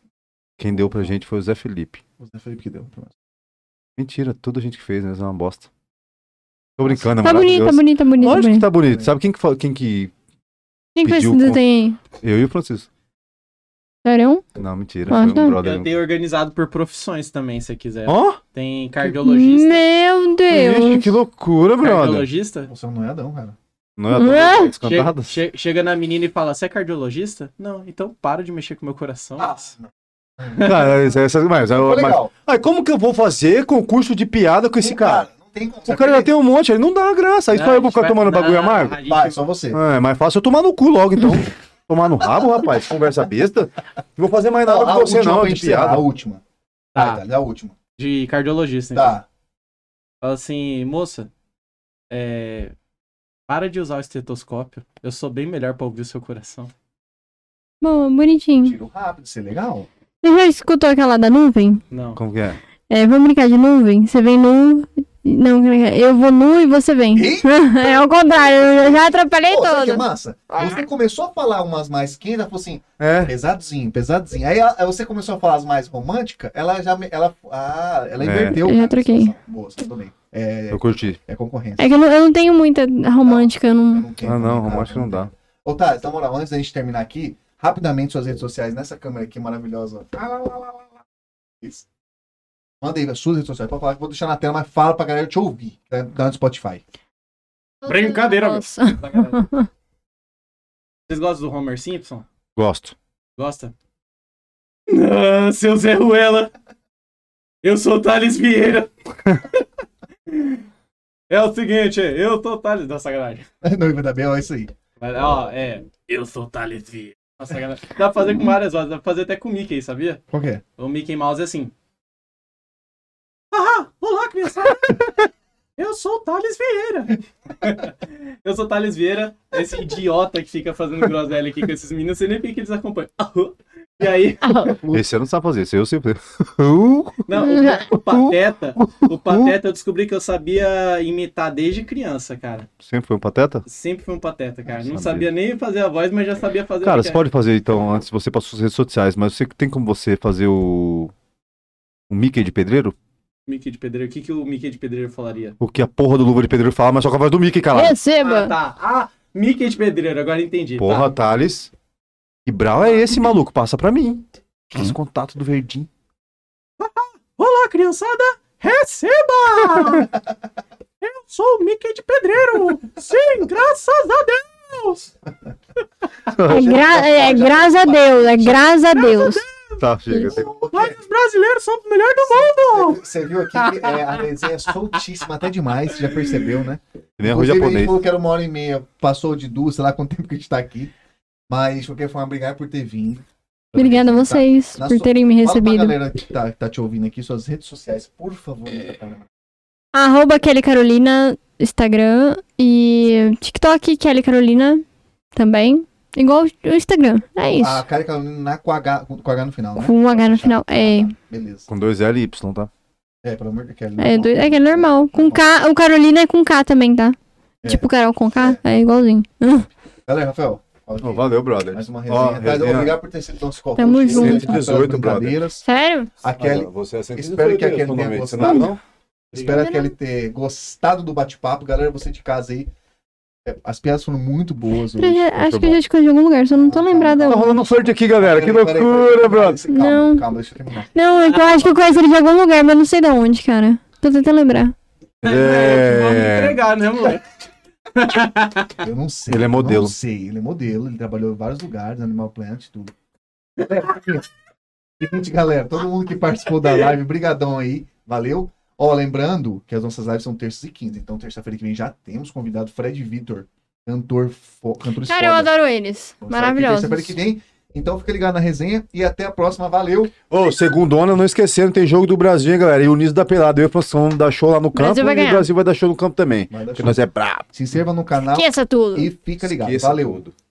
Speaker 2: Quem deu pra gente foi o Zé Felipe.
Speaker 1: O Zé Felipe que deu. pronto.
Speaker 2: Mentira, toda a gente que fez, né? Isso é uma bosta. Tô brincando, é
Speaker 4: Tá bonito, tá
Speaker 2: maravilhoso.
Speaker 4: bonito, tá bonito.
Speaker 2: Lógico que
Speaker 4: bonito.
Speaker 2: tá bonito. Sabe quem que, fa- quem que...
Speaker 4: Quem foi
Speaker 2: pediu
Speaker 4: esse
Speaker 2: com-
Speaker 4: desenho?
Speaker 2: Eu e o Francisco.
Speaker 4: Sério?
Speaker 2: Não, mentira.
Speaker 4: Ah,
Speaker 2: Foi
Speaker 4: tá.
Speaker 2: um
Speaker 3: Eu
Speaker 2: brother.
Speaker 3: tenho organizado por profissões também, se quiser.
Speaker 2: Ó,
Speaker 4: Hum,
Speaker 3: Tem cardiologista.
Speaker 4: Meu
Speaker 2: Vixe,
Speaker 4: Deus.
Speaker 2: que loucura, brother.
Speaker 3: cardiologista?
Speaker 1: Você não é Adão, cara.
Speaker 2: Não é
Speaker 4: Ah!
Speaker 2: adulto,
Speaker 3: Chega,
Speaker 2: descantado?
Speaker 3: che- chega na menina e fala: Você é cardiologista? Não, então para de mexer com meu coração.
Speaker 2: Cara, essa- essa- mas-
Speaker 1: Ficou
Speaker 2: mas-
Speaker 1: legal.
Speaker 2: Aí como que eu vou fazer concurso de piada com esse
Speaker 1: Não,
Speaker 2: cara?
Speaker 1: Não tem como.
Speaker 2: O cara já tem um monte, ele não dá graça. Aí
Speaker 3: Não,
Speaker 2: só
Speaker 3: a
Speaker 2: eu vou
Speaker 3: gente
Speaker 2: ficar
Speaker 3: vai-
Speaker 2: tomando bagulho
Speaker 3: não,
Speaker 2: amargo.
Speaker 3: a gente-
Speaker 1: Vai, só você.
Speaker 2: É, mais fácil eu tomar no cu logo, então. tomar no rabo, rapaz. Conversa besta. Não vou fazer mais nada
Speaker 1: a
Speaker 3: Ah,
Speaker 2: com você,
Speaker 1: última
Speaker 2: não,
Speaker 1: pra
Speaker 2: de
Speaker 1: gente encerrar, A
Speaker 2: piada.
Speaker 1: última.
Speaker 3: Tá.
Speaker 1: Vai, Thalys, a última.
Speaker 3: De cardiologista, então.
Speaker 1: Tá.
Speaker 3: Fala assim, moça, é, para de usar o estetoscópio. Eu sou bem melhor pra ouvir o seu coração.
Speaker 4: Bom, bonitinho.
Speaker 1: Tiro rápido, isso é legal.
Speaker 4: Você já escutou aquela da nuvem?
Speaker 3: Não.
Speaker 2: Como que é?
Speaker 4: É, vamos brincar de nuvem? Você vem nu. Não, como é que é? eu vou nu e você vem.
Speaker 1: Eita!
Speaker 4: é ao contrário, eu já atrapalhei
Speaker 1: Pô, sabe que é
Speaker 4: todo.
Speaker 1: massa?
Speaker 4: Ah.
Speaker 1: Você começou a falar umas mais quentes, ela falou assim,
Speaker 2: É.
Speaker 1: pesadinho, pesadinho. Aí ela- aí você começou a falar as mais românticas, ela já. me- Ela, ah, ela
Speaker 2: É.
Speaker 1: inverteu.
Speaker 4: Eu
Speaker 1: cara,
Speaker 4: já
Speaker 1: a
Speaker 4: troquei.
Speaker 1: situação. Boa, você tudo bem. É,
Speaker 2: Eu curti.
Speaker 1: é concorrência.
Speaker 4: É que eu não, eu não tenho muita romântica, eu
Speaker 1: Eu
Speaker 4: não.
Speaker 1: não tenho
Speaker 2: Ah, não,
Speaker 1: comentário,
Speaker 2: romântico não dá.
Speaker 1: Uhum. Ô, Thales, na moral, antes da gente terminar aqui, rapidamente suas redes sociais nessa câmera aqui maravilhosa. Ah, lá, lá, lá, lá, lá. Isso. Manda aí as suas redes sociais. Pode falar que eu vou deixar na tela, mas fala pra galera te ouvir. Tá Dá no Spotify.
Speaker 3: Brincadeira, meu.
Speaker 4: Nossa.
Speaker 3: Vocês gostam do Homer Simpson?
Speaker 2: Gosto.
Speaker 3: Gosta? Ah, seu Zé Ruela! Eu sou o Thales Vieira! é o seguinte, eu sou o Thales. Nossa, sacanagem.
Speaker 1: Noiva da Bel, é isso aí.
Speaker 3: Mas, ó, é. Eu sou o Thales Vieira. Nossa, sacanagem. Dá pra fazer com várias vozes, dá pra fazer até com o Mickey, sabia?
Speaker 1: Qual que é?
Speaker 3: O Mickey Mouse é assim. Ah, olá, criançada! Eu sou o Thales Vieira! Eu sou o Thales Vieira, esse idiota que fica fazendo groselha aqui com esses meninos, você nem por que eles acompanham. E aí,
Speaker 2: Esse eu não sabe fazer, esse eu Uh, sei fazer.
Speaker 3: não, o, o Pateta, o Pateta eu descobri que eu sabia imitar desde criança, cara.
Speaker 2: Sempre foi um pateta?
Speaker 3: Sempre fui um Pateta, cara. Não
Speaker 2: Sabia.
Speaker 3: sabia nem fazer a voz, mas já sabia fazer
Speaker 2: Cara,
Speaker 3: o que
Speaker 2: você
Speaker 3: é.
Speaker 2: pode fazer então, antes você para suas redes sociais, mas você tem como você fazer o. O Mickey de pedreiro?
Speaker 3: Mickey de Pedreiro. O que, que o Mickey de Pedreiro falaria?
Speaker 2: O que a porra do luva de pedreiro fala, mas só com a voz do Mickey, cara.
Speaker 3: Ah,
Speaker 4: Receba!
Speaker 3: tá. Ah, Mickey de Pedreiro, agora entendi.
Speaker 2: Porra,
Speaker 3: tá.
Speaker 2: Thales. Que brau é esse, maluco? Passa pra mim. Esse contato do Verdinho.
Speaker 3: Olá, criançada! Receba! Eu sou o Mickey de Pedreiro! Sim, graças a Deus!
Speaker 4: É, gra- é graças a Deus, é graças a Deus.
Speaker 2: Tá, chega. tem-
Speaker 3: Mas os brasileiros são o melhor do
Speaker 1: Você viu aqui que é, a desenha é soltíssima até demais, você já percebeu, né?
Speaker 2: Que nem
Speaker 1: Inclusive,
Speaker 2: arroz
Speaker 1: a gente
Speaker 2: japonês.
Speaker 1: falou que era uma hora e meia, passou de duas, sei lá quanto tempo que a gente tá aqui. Mas, de qualquer forma, obrigado por ter vindo.
Speaker 4: Obrigada a
Speaker 1: Tá?
Speaker 4: vocês
Speaker 1: Na
Speaker 4: por
Speaker 1: sua-
Speaker 4: terem me
Speaker 1: Fala pra
Speaker 4: recebido.
Speaker 1: galera que tá, que tá te ouvindo aqui, suas redes sociais, por
Speaker 2: É
Speaker 1: favor. nessa câmera.
Speaker 4: Arroba Kelly Carolina, Instagram e TikTok Kelly Carolina também. Igual o Instagram. É
Speaker 1: A
Speaker 4: isso.
Speaker 1: cara que ela na com H, com H no final, né?
Speaker 4: Com um H no final. É,
Speaker 1: Ah, tá. Beleza.
Speaker 2: Com dois L e Y, tá?
Speaker 1: É, pelo amor de Deus.
Speaker 4: é, do- é que é normal. Com K, o Carolina é com K também, tá?
Speaker 1: É.
Speaker 4: Tipo Carol com K, é igualzinho.
Speaker 1: Galera, Rafael. fala aqui.
Speaker 2: Ô, valeu, brother.
Speaker 1: Mais uma
Speaker 2: Ó,
Speaker 1: resenha. Tá,
Speaker 2: resenha.
Speaker 1: Obrigado por ter sido nosso co-host.
Speaker 4: Tamo junto. Tá
Speaker 2: 118,
Speaker 1: brincadeiras.
Speaker 4: Sério?
Speaker 1: A Kelly,
Speaker 2: você é 118
Speaker 1: espero que
Speaker 2: mesmo,
Speaker 1: aquele tenha
Speaker 2: finalmente,
Speaker 1: gostado.
Speaker 2: Você não, é, não?
Speaker 4: né?
Speaker 1: espero que ele ter gostado do bate-papo. Galera, você de casa aí, É, As piadas foram muito boas.
Speaker 4: Eu
Speaker 1: hoje.
Speaker 4: já- acho que eu
Speaker 2: bom.
Speaker 4: já te conheci em algum lugar, só não
Speaker 1: Ah,
Speaker 4: tô lembrada.
Speaker 2: Tá rolando um sorte aqui, galera. Que
Speaker 1: Peraí, peraí, peraí,
Speaker 2: loucura,
Speaker 1: peraí,
Speaker 2: brother.
Speaker 1: peraí, Calma,
Speaker 4: Não.
Speaker 1: calma, deixa eu terminar.
Speaker 4: Não, é que eu acho que eu conheci ele de algum lugar, mas não sei de onde, cara. Tô tentando lembrar.
Speaker 3: Vamos
Speaker 2: É.
Speaker 3: entregar, né, moleque?
Speaker 1: Eu não sei.
Speaker 2: Ele é
Speaker 1: eu
Speaker 2: modelo.
Speaker 1: Não sei, ele é modelo, ele trabalhou em vários lugares, Animal Planet, tudo. Galera, Seguinte, galera, todo mundo que participou da live, brigadão aí, valeu. Ó, lembrando que as nossas lives são terças e quinta, então terça-feira que vem já temos convidado Fred Vitor, cantor, fo... cantor
Speaker 4: Cara, eu adoro eles. Maravilhosos.
Speaker 1: Terça-feira que vem, então fica ligado na resenha e até a próxima, valeu.
Speaker 2: Ô, segundona, não esquecendo, tem jogo do Brasil, hein, galera. E o Niso da Pelada. Eu e o Fansão vão dar show lá no campo.
Speaker 4: Brasil vai
Speaker 2: e
Speaker 4: ganhar.
Speaker 2: o Brasil vai dar show no campo também.
Speaker 1: Manda
Speaker 2: Porque
Speaker 1: show.
Speaker 2: nós é brabo.
Speaker 1: Se inscreva no canal
Speaker 4: Esqueça tudo.
Speaker 1: e fica ligado,
Speaker 2: Esqueça
Speaker 1: valeu.
Speaker 2: tudo.